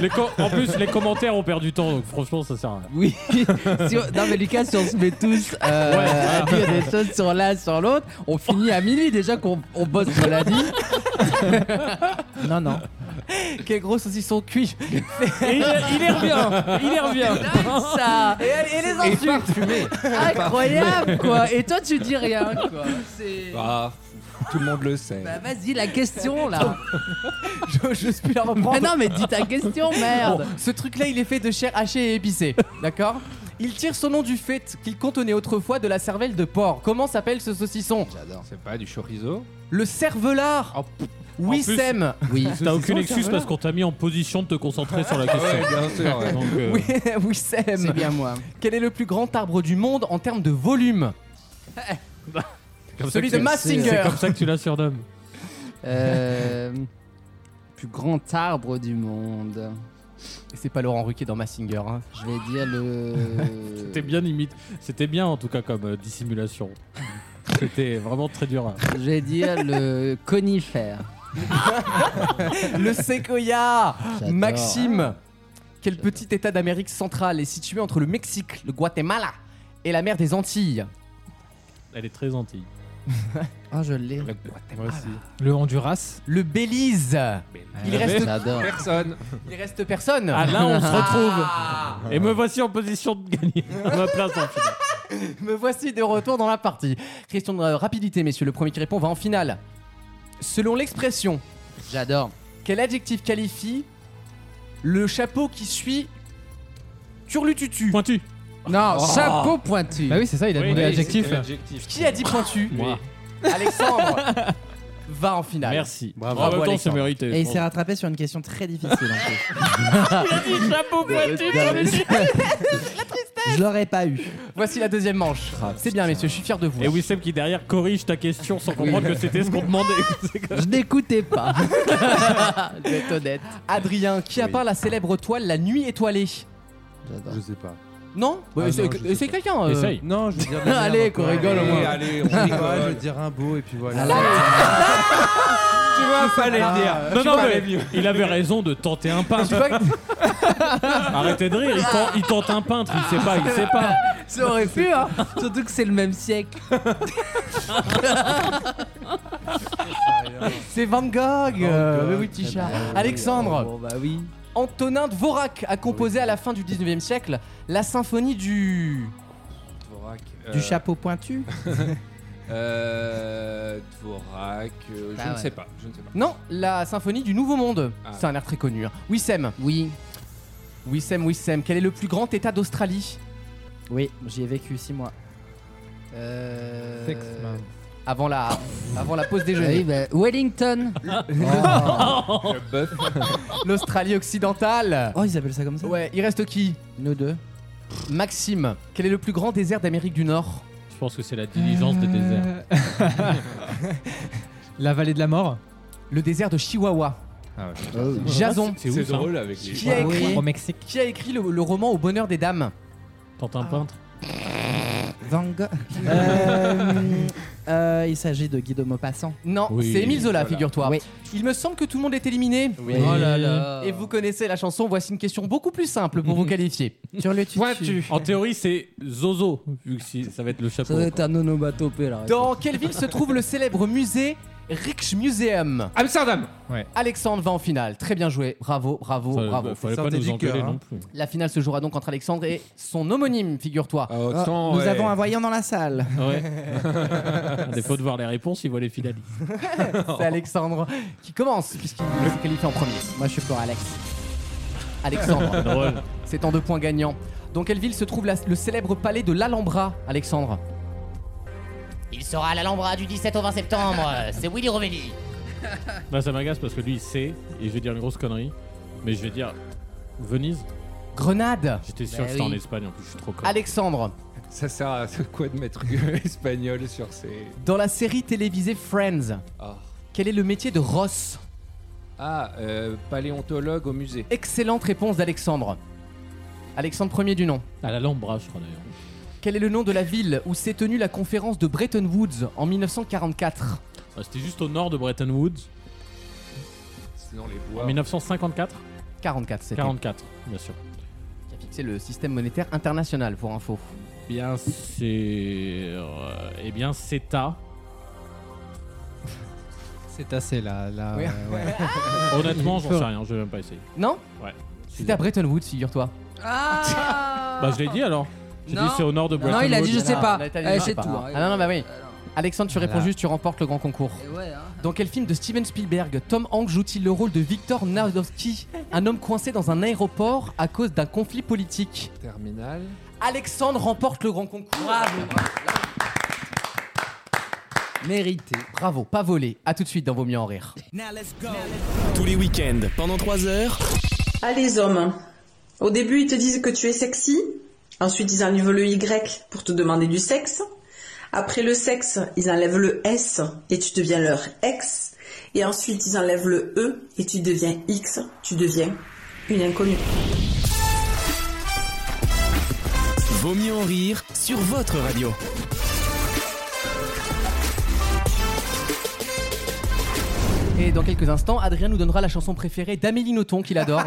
Speaker 3: Les co- En plus, les commentaires ont perdu du temps, donc franchement, ça sert à rien.
Speaker 6: Oui. *laughs* Si on- Non, mais Lucas, si on se met tous euh, à dire des choses sur l'un, sur l'autre, on finit à minuit déjà qu'on on bosse pour la
Speaker 3: *laughs*
Speaker 6: nuit.
Speaker 8: Non, non.
Speaker 2: Quel gros saucisson cuit
Speaker 3: Et il, il y revient Il y revient
Speaker 2: *laughs*
Speaker 6: Ça Et, les Ah,
Speaker 4: Et parfumé.
Speaker 6: Incroyable quoi Et toi tu dis rien quoi C'est-
Speaker 4: Ah, tout le monde le sait.
Speaker 6: Bah vas-y la question là
Speaker 2: *laughs* Je, je suis la
Speaker 6: Mais
Speaker 2: reprendre.
Speaker 6: non mais dis ta question
Speaker 2: Bon,
Speaker 6: merde
Speaker 2: ce truc-là, il est fait de chair hachée et épicée, d'accord Il tire son nom du fait qu'il contenait autrefois de la cervelle de porc. Comment s'appelle ce saucisson
Speaker 4: C'est pas du chorizo
Speaker 2: Le cervelard
Speaker 3: Oh,
Speaker 2: Wissem
Speaker 6: Oui
Speaker 3: T'as aucune excuse parce qu'on t'a mis en position de te concentrer sur la
Speaker 6: Ah
Speaker 3: question.
Speaker 4: bien sûr. Ah ouais.
Speaker 3: Donc, euh,
Speaker 2: Oui, *laughs* Wissem
Speaker 6: C'est bien moi
Speaker 2: Quel est le plus grand arbre du monde en termes de volume
Speaker 3: Bah, comme ça
Speaker 2: Celui
Speaker 3: que
Speaker 2: de
Speaker 3: tu-
Speaker 2: Massinger
Speaker 3: C'est comme ça que tu la surnommes.
Speaker 6: Euh, Plus grand arbre du monde
Speaker 2: C'est pas Laurent Ruquier dans Massinger. hein.
Speaker 6: Je vais dire Eh le...
Speaker 3: *laughs* C'était bien limite. C'était bien en tout cas comme euh, dissimulation. C'était vraiment très dur. hein. à-
Speaker 6: Je vais dire le conifère
Speaker 2: Le séquoia
Speaker 6: J'adore.
Speaker 2: Maxime Quel petit état d'Amérique centrale est situé entre le Mexique, le Guatemala et la mer des Antilles
Speaker 3: Elle est très gentille.
Speaker 6: Ah je l'ai
Speaker 8: Le Honduras.
Speaker 2: Le Belize Il reste,
Speaker 6: Ah, J'adore
Speaker 4: Personne.
Speaker 2: il reste personne
Speaker 3: Ah là on se retrouve.
Speaker 2: Ah.
Speaker 3: Et me voici en position de gagner
Speaker 2: *laughs*
Speaker 3: ma place en finale.
Speaker 2: Me voici de retour dans la partie. Question de euh, rapidité, messieurs. Le premier qui répond va en finale. Selon l'expression,
Speaker 6: J'adore
Speaker 2: quel adjectif qualifie le chapeau qui suit Turlututu
Speaker 3: Pointu.
Speaker 6: Non chapeau pointu
Speaker 8: Bah oui, c'est ça, il a
Speaker 3: Oui,
Speaker 8: demandé
Speaker 3: oui,
Speaker 8: l'adjectif.
Speaker 2: Qui a dit pointu
Speaker 3: Moi.
Speaker 2: Alexandre va en finale.
Speaker 3: Merci.
Speaker 5: Bravo.
Speaker 3: En même temps c'est
Speaker 2: Alexandre.
Speaker 3: mérité.
Speaker 5: Et il
Speaker 3: je
Speaker 5: s'est rattrapé sur une question très difficile en
Speaker 2: *laughs*
Speaker 5: fait. *laughs* Je l'aurais pas eu.
Speaker 2: Voici la deuxième manche. C'est bien, messieurs. Je suis fier de vous.
Speaker 3: pense. Ah, Et Wissem qui derrière corrige ta question sans comprendre que c'était ce qu'on
Speaker 2: *laughs*
Speaker 3: demandait. C'est comme-
Speaker 5: Je n'écoutais
Speaker 3: *laughs*
Speaker 5: pas. je vais être honnête.
Speaker 2: Adrien, qui a peint la célèbre toile La Nuit étoilée
Speaker 6: J'adore.
Speaker 9: Je sais pas.
Speaker 2: Non
Speaker 9: Ah
Speaker 2: C'est
Speaker 9: non, je sais
Speaker 2: c'est
Speaker 9: pas.
Speaker 2: quelqu'un. euh,
Speaker 3: Essaye.
Speaker 9: Non, je veux
Speaker 2: *laughs*
Speaker 5: *laughs*
Speaker 9: dire.
Speaker 2: Allez, qu'on rigole au moins.
Speaker 4: Allez,
Speaker 9: Je
Speaker 4: on
Speaker 2: *laughs*
Speaker 9: rigole, je veux
Speaker 4: rigole.
Speaker 9: dire un beau et puis
Speaker 6: Ah
Speaker 9: voilà.
Speaker 4: *laughs* Tu vois, fallait le dire.
Speaker 3: Non, non, mais il avait raison de tenter un peintre. *laughs* Arrêtez de rire, il, ten- il tente un peintre, il sait pas, il sait
Speaker 2: *laughs*
Speaker 3: pas.
Speaker 6: Ça aurait pu hein Surtout que c'est le même siècle
Speaker 2: C'est Van Gogh.
Speaker 5: Oh,
Speaker 2: euh, mais oui, petit chat. Alexandre.
Speaker 5: Bon bah oui.
Speaker 2: Antonin Dvorak a composé à la fin du 19e siècle la symphonie du.
Speaker 4: Dvorak.
Speaker 5: Du
Speaker 4: euh,
Speaker 2: *laughs*
Speaker 5: chapeau pointu
Speaker 4: Euh. Dvorak. euh, je
Speaker 6: Ah
Speaker 4: ne
Speaker 6: ouais.
Speaker 4: sais pas. Je ne sais pas.
Speaker 2: Bah Non, la symphonie du Nouveau Monde.
Speaker 4: Ah.
Speaker 2: C'est un air très connu. hein. Wissem,
Speaker 6: Oui
Speaker 2: Wissem, Wissem, quel est le plus grand état d'Australie
Speaker 7: Oui, j'y ai vécu 6 mois. Euh...
Speaker 2: Sex, man. Avant la, avant la pause déjeuner.
Speaker 6: Oui, bah,
Speaker 2: *laughs*
Speaker 6: Wellington.
Speaker 2: Oh. *laughs* L'Australie occidentale.
Speaker 7: Oh, ils appellent ça comme ça
Speaker 2: Ouais, il reste qui
Speaker 7: Nous deux.
Speaker 2: Maxime, quel est le plus grand désert d'Amérique du Nord Euh.
Speaker 3: Je pense que c'est la diligence des déserts.
Speaker 7: la vallée de la mort
Speaker 2: Le désert de Chihuahua.
Speaker 4: Ah ouais.
Speaker 2: Jason.
Speaker 4: C'est
Speaker 3: hein.
Speaker 4: drôle avec
Speaker 2: Qui
Speaker 4: les Ah
Speaker 2: a écrit,
Speaker 7: au Mexique. Ah.
Speaker 2: Qui a écrit le, le roman Au bonheur des dames
Speaker 3: Tente un peintre.
Speaker 7: Van Gogh. Euh, euh, il s'agit de Guido Maupassant.
Speaker 2: Non,
Speaker 3: Oui,
Speaker 2: c'est Émile Zola,
Speaker 4: voilà.
Speaker 2: figure-toi.
Speaker 7: Oui.
Speaker 2: Il me semble que tout le monde est éliminé.
Speaker 7: Oui.
Speaker 3: Oh là là.
Speaker 2: Et vous connaissez la chanson, voici une question beaucoup plus simple
Speaker 7: *laughs*
Speaker 2: pour vous qualifier.
Speaker 7: Sur le tutu.
Speaker 3: En théorie, c'est Zozo, vu que si- ça va être le chapeau.
Speaker 6: Ça doit être un onomatopée là.
Speaker 2: Dans quelle ville se trouve le célèbre musée Rijksmuseum
Speaker 4: Amsterdam
Speaker 2: Alexandre va en finale. Très bien joué. Bravo, bravo,
Speaker 3: Ça,
Speaker 2: bravo.
Speaker 3: bah, fallait
Speaker 9: faut
Speaker 3: pas nous
Speaker 9: sortir du
Speaker 3: engueuler
Speaker 9: cœur, hein.
Speaker 3: non plus.
Speaker 2: La finale se jouera donc entre Alexandre et son homonyme, figure-toi.
Speaker 4: Ah,
Speaker 7: Ah,
Speaker 4: autant,
Speaker 7: nous
Speaker 4: ouais.
Speaker 7: avons un voyant dans la salle.
Speaker 2: *laughs*
Speaker 3: Ouais. à défaut de voir les réponses, il voit les finalistes.
Speaker 2: C'est Alexandre qui commence puisqu'il se qualifie en premier.
Speaker 7: Moi, je suis pour Alex.
Speaker 2: Alexandre,
Speaker 3: *laughs* Drôle.
Speaker 2: c'est en deux points gagnants. Dans quelle ville se trouve la- le célèbre palais de l'Alhambra, Alexandre
Speaker 5: Il sera à Ah, l'Alhambra du 17 au 20 septembre. C'est Willy Rovelli.
Speaker 3: Là, Bah, ça m'agace parce que lui, il sait, et je vais dire une grosse connerie, mais je vais dire Venise.
Speaker 2: Grenade
Speaker 3: J'étais sûr
Speaker 5: Bah
Speaker 3: que c'était en
Speaker 5: oui.
Speaker 3: Espagne, en plus, je suis trop con.
Speaker 2: Alexandre,
Speaker 4: Ça sert à *laughs* quoi de mettre *laughs* espagnol sur ces.
Speaker 2: dans la série télévisée Friends,
Speaker 4: Ah.
Speaker 2: quel est le métier de Ross
Speaker 4: Ah, euh, paléontologue au musée.
Speaker 2: Excellente réponse d'Alexandre. Alexandre premier du nom.
Speaker 3: À la Lambra, je crois d'ailleurs.
Speaker 2: Quel est le nom de la ville où s'est tenue la conférence de Bretton Woods en 1944
Speaker 3: Ah, C'était juste au nord de Bretton Woods,
Speaker 4: Sinon, les
Speaker 3: en
Speaker 4: bois.
Speaker 3: 1954
Speaker 2: 44, c'était.
Speaker 3: 44, bien sûr.
Speaker 2: Qui a fixé le système monétaire international, pour info.
Speaker 3: Eh Bien sûr. Eh bien, CETA.
Speaker 8: C'est assez là. là
Speaker 2: Oui.
Speaker 8: euh,
Speaker 3: *laughs*
Speaker 8: ouais.
Speaker 3: Honnêtement, j'en
Speaker 8: faut-
Speaker 3: sais rien, je vais même pas essayer.
Speaker 2: Non
Speaker 3: Ouais.
Speaker 2: C'était à Bretton Woods, figure-toi.
Speaker 3: Bah, je l'ai dit alors. J'ai dit
Speaker 6: Non.
Speaker 3: c'est au nord de Bretton
Speaker 6: Non, il a dit je
Speaker 3: Woods.
Speaker 5: Ah,
Speaker 6: sais pas.
Speaker 5: bah,
Speaker 2: Non,
Speaker 6: Eh, C'est
Speaker 2: pas.
Speaker 6: tout. hein.
Speaker 2: Ah non, non, bah oui. Alexandre, tu réponds
Speaker 8: Voilà.
Speaker 2: juste, tu remportes le grand concours.
Speaker 6: Eh ouais, hein.
Speaker 2: Dans quel film de Steven Spielberg, Tom Hanks joue-t-il le rôle de Victor Nardowski, un homme coincé dans un aéroport à cause d'un conflit politique
Speaker 4: Terminal.
Speaker 2: Alexandre remporte le grand concours. Bravo,
Speaker 6: Mérité.
Speaker 2: bravo, pas volé. À tout de suite dans Vaut mieux en rire.
Speaker 1: Tous les week-ends, pendant 3 heures.
Speaker 14: Ah, les hommes. Au début, ils te disent que tu es sexy. Ensuite, ils enlèvent le Y pour te demander du sexe. Après le sexe, ils enlèvent le S et tu deviens leur ex. Et ensuite, ils enlèvent le E et tu deviens X. Tu deviens
Speaker 15: *laughs*
Speaker 14: une inconnue.
Speaker 1: Vaut mieux en rire sur votre radio.
Speaker 2: Et dans quelques instants, Adrien nous donnera la chanson préférée d'Amélie Nothomb
Speaker 7: *laughs*
Speaker 2: qu'il adore.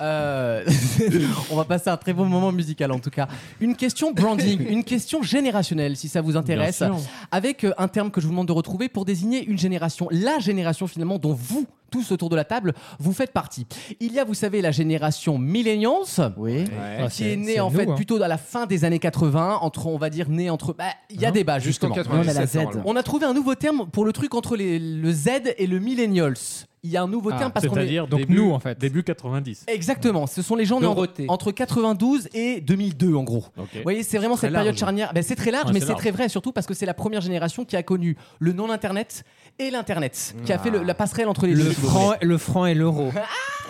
Speaker 2: Euh, *laughs* on va passer un très bon moment musical en tout cas. Une question branding, une question générationnelle si ça vous intéresse,
Speaker 3: Bien sûr.
Speaker 2: avec euh, un terme que je vous demande de retrouver pour désigner une génération, la génération finalement dont vous tous autour de la table, vous faites partie. Il y a, vous savez, la génération millennials.
Speaker 7: Oui.
Speaker 4: Ouais.
Speaker 7: Ah,
Speaker 2: Qui
Speaker 7: c'est-
Speaker 2: est née
Speaker 7: c'est
Speaker 2: en
Speaker 7: nous,
Speaker 2: fait
Speaker 7: hein.
Speaker 2: plutôt à la fin des années 80, entre on va dire née entre, bah, il y a
Speaker 3: Ah,
Speaker 7: Hein
Speaker 2: débat
Speaker 4: Jusqu'en
Speaker 2: justement.
Speaker 4: 97.
Speaker 7: Non, mais la
Speaker 4: normalement.
Speaker 2: On a trouvé un nouveau terme pour le truc entre les- le Z et le millennials. Il y a un nouveau
Speaker 7: Ah,
Speaker 2: terme parce qu'on est...
Speaker 3: C'est-à-dire
Speaker 7: Donc
Speaker 3: début-
Speaker 7: nous, en fait.
Speaker 3: Début 90.
Speaker 2: Exactement, ce sont les gens nés en-
Speaker 7: Dorothée.
Speaker 2: entre 92 et 2002 en gros.
Speaker 3: Ok.
Speaker 2: Vous voyez, c'est vraiment
Speaker 3: Très
Speaker 2: cette période
Speaker 3: large.
Speaker 2: charnière. Ben, c'est très large,
Speaker 3: Ouais,
Speaker 2: mais
Speaker 3: c'est
Speaker 2: c'est
Speaker 3: large.
Speaker 2: très vrai surtout parce que c'est la première génération qui a connu le non-internet et l'internet, qui
Speaker 3: Ah.
Speaker 2: a fait le- la passerelle entre les
Speaker 8: Le
Speaker 2: deux. Ah
Speaker 8: franc, le franc et l'euro.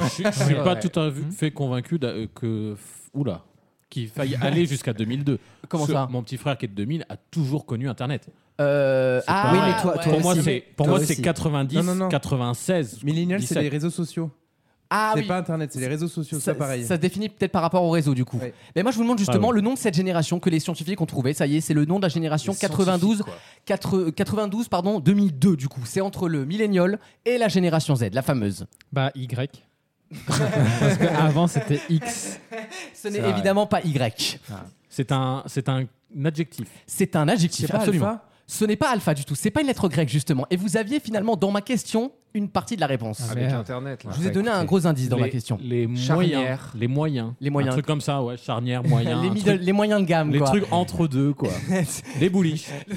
Speaker 3: Je suis- je suis
Speaker 4: Ouais,
Speaker 3: pas
Speaker 4: ouais.
Speaker 3: tout à fait convaincu d'a- euh, que. f- Oula qu'il faille aller jusqu'à 2002.
Speaker 2: Comment
Speaker 3: Ce-
Speaker 2: ça
Speaker 3: Mon petit frère qui est de 2000 a toujours connu Internet.
Speaker 2: Euh,
Speaker 3: C'est pas
Speaker 2: ah,
Speaker 3: vrai.
Speaker 7: Oui, mais toi- toi
Speaker 3: pour moi,
Speaker 7: aussi.
Speaker 3: c'est pour
Speaker 7: Toi
Speaker 3: moi c'est
Speaker 7: aussi.
Speaker 3: 90,
Speaker 9: Non, non, non.
Speaker 3: 96.
Speaker 9: Millennial, c'est
Speaker 3: 17.
Speaker 9: les réseaux sociaux.
Speaker 2: Ah
Speaker 9: c'est
Speaker 2: oui.
Speaker 9: pas Internet, c'est les réseaux sociaux,
Speaker 2: Ça,
Speaker 9: c'est pareil.
Speaker 2: ça se définit peut-être par rapport au réseau du coup.
Speaker 9: Ouais.
Speaker 2: Mais moi je vous demande justement
Speaker 3: Ah oui.
Speaker 2: le nom de cette génération que les scientifiques ont trouvé. Ça y est, c'est le nom de la génération 92, quatre- 92 pardon, 2002 du coup. C'est entre le millénial et la génération Z, la fameuse.
Speaker 8: Bah, Y. *laughs* Parce qu'avant, c'était X.
Speaker 2: Ce n'est
Speaker 8: *laughs*
Speaker 2: évidemment pas Y.
Speaker 3: Ah. C'est un c'est un adjectif.
Speaker 2: C'est un adjectif
Speaker 9: C'est pas
Speaker 2: absolument.
Speaker 9: alpha
Speaker 2: Ce n'est pas alpha du tout, c'est pas une lettre grecque justement. Et vous aviez finalement dans ma question une partie de la réponse.
Speaker 8: Ah,
Speaker 4: Avec
Speaker 8: Merde.
Speaker 4: Internet, là.
Speaker 2: Je vous ai donné un gros indice dans
Speaker 3: Bah, les,
Speaker 2: ma question.
Speaker 3: Les moyens,
Speaker 4: Charnière.
Speaker 3: les moyens.
Speaker 2: Les moyens.
Speaker 3: Un truc comme ça, ouais, charnière,
Speaker 2: *laughs* Les,
Speaker 3: moyen. un
Speaker 2: middle-
Speaker 3: truc-
Speaker 2: les moyens de gamme *laughs*
Speaker 3: les
Speaker 2: quoi.
Speaker 3: trucs entre deux quoi. les bouliches. *laughs*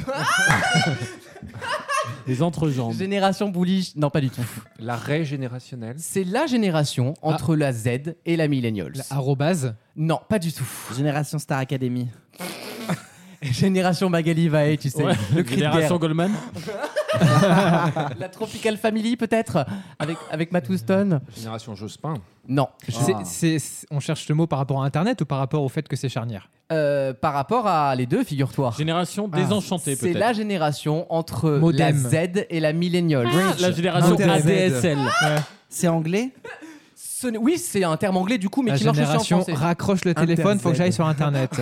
Speaker 3: Les entrejambes.
Speaker 2: Génération bullish, non pas du tout.
Speaker 4: La régénérationnelle.
Speaker 2: C'est la génération
Speaker 3: Ah.
Speaker 2: entre la Z et la millennials. La
Speaker 7: arrobase
Speaker 2: Non, pas du tout.
Speaker 7: Génération Star Academy.
Speaker 2: *laughs* Génération Magali Vae, tu sais.
Speaker 3: Ouais.
Speaker 2: Le cri de
Speaker 3: Génération
Speaker 2: guerre.
Speaker 3: Goldman.
Speaker 2: *laughs* la Tropical Family peut-être avec avec Matt Houston.
Speaker 4: Génération Jospin.
Speaker 2: Non. Ah.
Speaker 8: C'est- c'est- c'est- on cherche le mot par rapport à Internet ou par rapport au fait que c'est charnière
Speaker 2: Euh, par rapport à les deux, figure-toi.
Speaker 3: Génération désenchantée,
Speaker 2: C'est
Speaker 3: peut-être.
Speaker 2: la génération entre
Speaker 8: Ah. Modem.
Speaker 2: la Z et la millennial.
Speaker 3: Ah, la génération
Speaker 2: Internet.
Speaker 3: ADSL.
Speaker 7: C'est anglais
Speaker 2: Ce n'est- oui, c'est un terme anglais du coup, mais
Speaker 8: La
Speaker 2: qui marche aussi en
Speaker 8: génération
Speaker 2: français.
Speaker 8: raccroche le téléphone, faut que j'aille sur
Speaker 2: *laughs*
Speaker 8: Internet.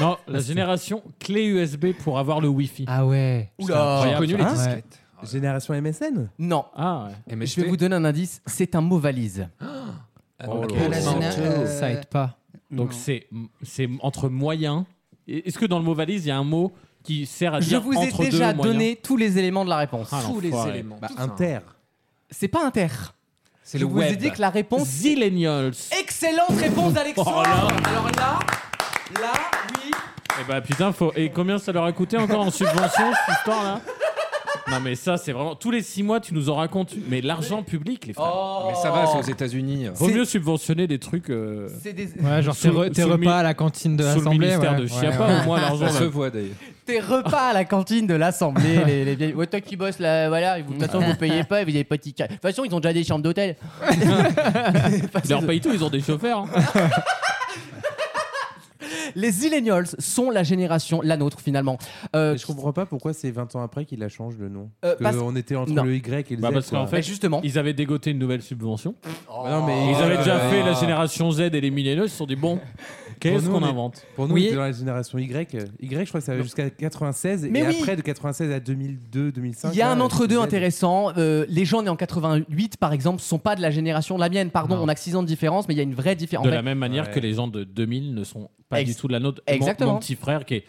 Speaker 3: Non, la génération clé USB pour avoir le Wi-Fi.
Speaker 8: ah ouais.
Speaker 2: Oula.
Speaker 3: J'ai connu les
Speaker 8: Ah,
Speaker 9: Hein
Speaker 3: disquettes.
Speaker 9: Génération MSN
Speaker 2: Non.
Speaker 3: Ah ouais.
Speaker 4: MST.
Speaker 2: Je vais vous donner un indice. C'est un mot valise.
Speaker 4: Oh
Speaker 3: Ok.
Speaker 4: là là.
Speaker 3: Non.
Speaker 8: Ça aide pas.
Speaker 3: Donc c'est c'est entre moyens. Et Est-ce que dans le mot valise, il y a un mot qui sert à
Speaker 2: Je
Speaker 3: dire
Speaker 2: vous ai
Speaker 3: entre deux
Speaker 2: déjà
Speaker 3: moyens
Speaker 2: donné tous les éléments de la réponse.
Speaker 3: Ah,
Speaker 2: tous les
Speaker 3: l'enfoiré.
Speaker 2: éléments.
Speaker 4: Bah,
Speaker 2: Tout ça.
Speaker 9: Inter.
Speaker 2: C'est pas inter.
Speaker 3: C'est
Speaker 2: Je
Speaker 3: le
Speaker 2: vous
Speaker 3: web.
Speaker 2: ai dit que la réponse.
Speaker 3: Zillennials.
Speaker 2: Excellente réponse
Speaker 3: Oh là.
Speaker 2: d'Alexandre. Alors là, là, oui.
Speaker 3: Eh
Speaker 2: ben,
Speaker 3: bah putain, faut... et combien ça leur a coûté encore en subvention cette histoire là Non mais ça c'est vraiment tous les six mois tu nous en racontes. une. Mais l'argent public les frères.
Speaker 2: Oh.
Speaker 4: Mais ça va, c'est
Speaker 3: Oh.
Speaker 4: aux États-Unis.
Speaker 3: Vaut mieux subventionner des trucs euh,
Speaker 2: C'est des-
Speaker 8: Ouais, genre
Speaker 3: Sous
Speaker 8: tes,
Speaker 3: le-
Speaker 8: re- tes
Speaker 3: sous le mi-
Speaker 8: repas à la cantine de
Speaker 3: sous le
Speaker 8: l'Assemblée.
Speaker 3: ministère
Speaker 8: ouais.
Speaker 3: de
Speaker 8: Ouais,
Speaker 3: Chiapa.
Speaker 8: ouais.
Speaker 3: Au
Speaker 4: *laughs*
Speaker 3: moins l'argent.
Speaker 4: Ça se
Speaker 3: va-
Speaker 4: voit d'ailleurs.
Speaker 2: tes repas à la cantine de
Speaker 4: *laughs*
Speaker 2: l'Assemblée, les, les vieilles- Ouais, toi qui bosses là, voilà, et vous, de toute façon, vous payez pas, et vous avez pas de ticket. De toute façon, ils ont déjà des
Speaker 3: *laughs*
Speaker 2: chambres d'hôtel.
Speaker 3: Ils leur payent tout, ils ont des chauffeurs. hein.
Speaker 2: *laughs* Les millennials sont la génération, la nôtre finalement. Euh,
Speaker 9: Mais je comprends pas pourquoi c'est 20 ans après qu'il la change le nom.
Speaker 2: *laughs* Euh,
Speaker 9: Parce
Speaker 2: parce-
Speaker 9: qu'on était entre
Speaker 2: Non.
Speaker 9: le Y et le
Speaker 3: Bah,
Speaker 9: Z.
Speaker 3: parce qu'en
Speaker 9: quoi.
Speaker 3: fait-
Speaker 2: mais justement,
Speaker 3: Ils avaient dégoté une nouvelle subvention.
Speaker 9: Bah, non, mais
Speaker 3: Ils avaient déjà
Speaker 9: euh,
Speaker 3: fait la génération Z et les milléniaux. Ils se sont
Speaker 9: *laughs*
Speaker 3: dit bon, qu'est-ce
Speaker 9: nous,
Speaker 3: qu'on
Speaker 9: on est-
Speaker 3: invente
Speaker 9: Pour nous,
Speaker 8: Oui.
Speaker 9: on était dans la génération Y. Euh, Y, je crois que ça va jusqu'à 96.
Speaker 2: Mais
Speaker 9: et
Speaker 2: oui.
Speaker 9: après, de 96 à 2002, 2005.
Speaker 2: il y a
Speaker 9: là,
Speaker 2: un entre-deux
Speaker 9: Z.
Speaker 2: intéressant. Euh, les gens nés en 88, par exemple, sont pas de la génération de la mienne. Pardon,
Speaker 8: Non.
Speaker 2: on a 6 ans de différence, mais il y a une vraie différence.
Speaker 3: De
Speaker 2: En fait,
Speaker 3: la même manière
Speaker 9: Ouais.
Speaker 3: que les gens de 2000 ne sont pas
Speaker 2: Ex-
Speaker 3: du tout de la nôtre. Mon-
Speaker 2: Exactement.
Speaker 3: Mon, petit frère qui est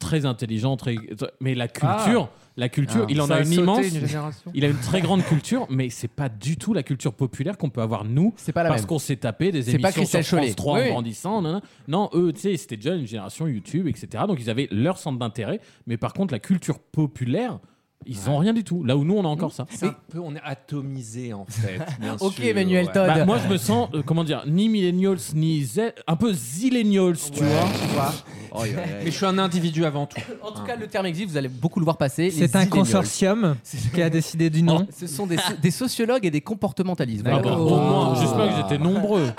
Speaker 3: très intelligent, très... mais la culture, la culture, il en Ah. a une immense. *laughs* Il a une très grande culture, mais c'est pas du tout la culture populaire qu'on peut avoir nous.
Speaker 2: c'est pas la
Speaker 3: Parce
Speaker 2: même.
Speaker 3: qu'on s'est tapé des
Speaker 2: C'est pas
Speaker 3: émissions sur
Speaker 2: Christelle Chollet.
Speaker 3: France 3
Speaker 2: Oui.
Speaker 3: en grandissant. nan, nan. Non, eux, tu sais, c'était déjà une génération YouTube, etc. Donc ils avaient leur centre d'intérêt. Mais par contre, la culture populaire, ils ont rien du tout. Là où nous, on a encore ça.
Speaker 4: C'est un peu, on est atomisé en fait. bien
Speaker 2: Ok,
Speaker 4: sûr,
Speaker 2: Emmanuel
Speaker 4: ouais.
Speaker 2: Todd.
Speaker 3: Bah, moi, je me sens, euh, comment dire, ni millennials, ni Z, un peu zillennials, tu vois.
Speaker 4: Mais je suis un individu avant tout. Hein.
Speaker 2: En tout cas, le terme existe, vous allez beaucoup le voir passer.
Speaker 8: C'est
Speaker 2: les
Speaker 8: un
Speaker 2: millennials.
Speaker 8: consortium qui a décidé du nom.
Speaker 2: Oh, Ce sont des, des sociologues et des comportementalistes.
Speaker 3: Ah
Speaker 2: Voilà. Oh. Ah.
Speaker 3: bah, au moins, j'espère que j'étais nombreux.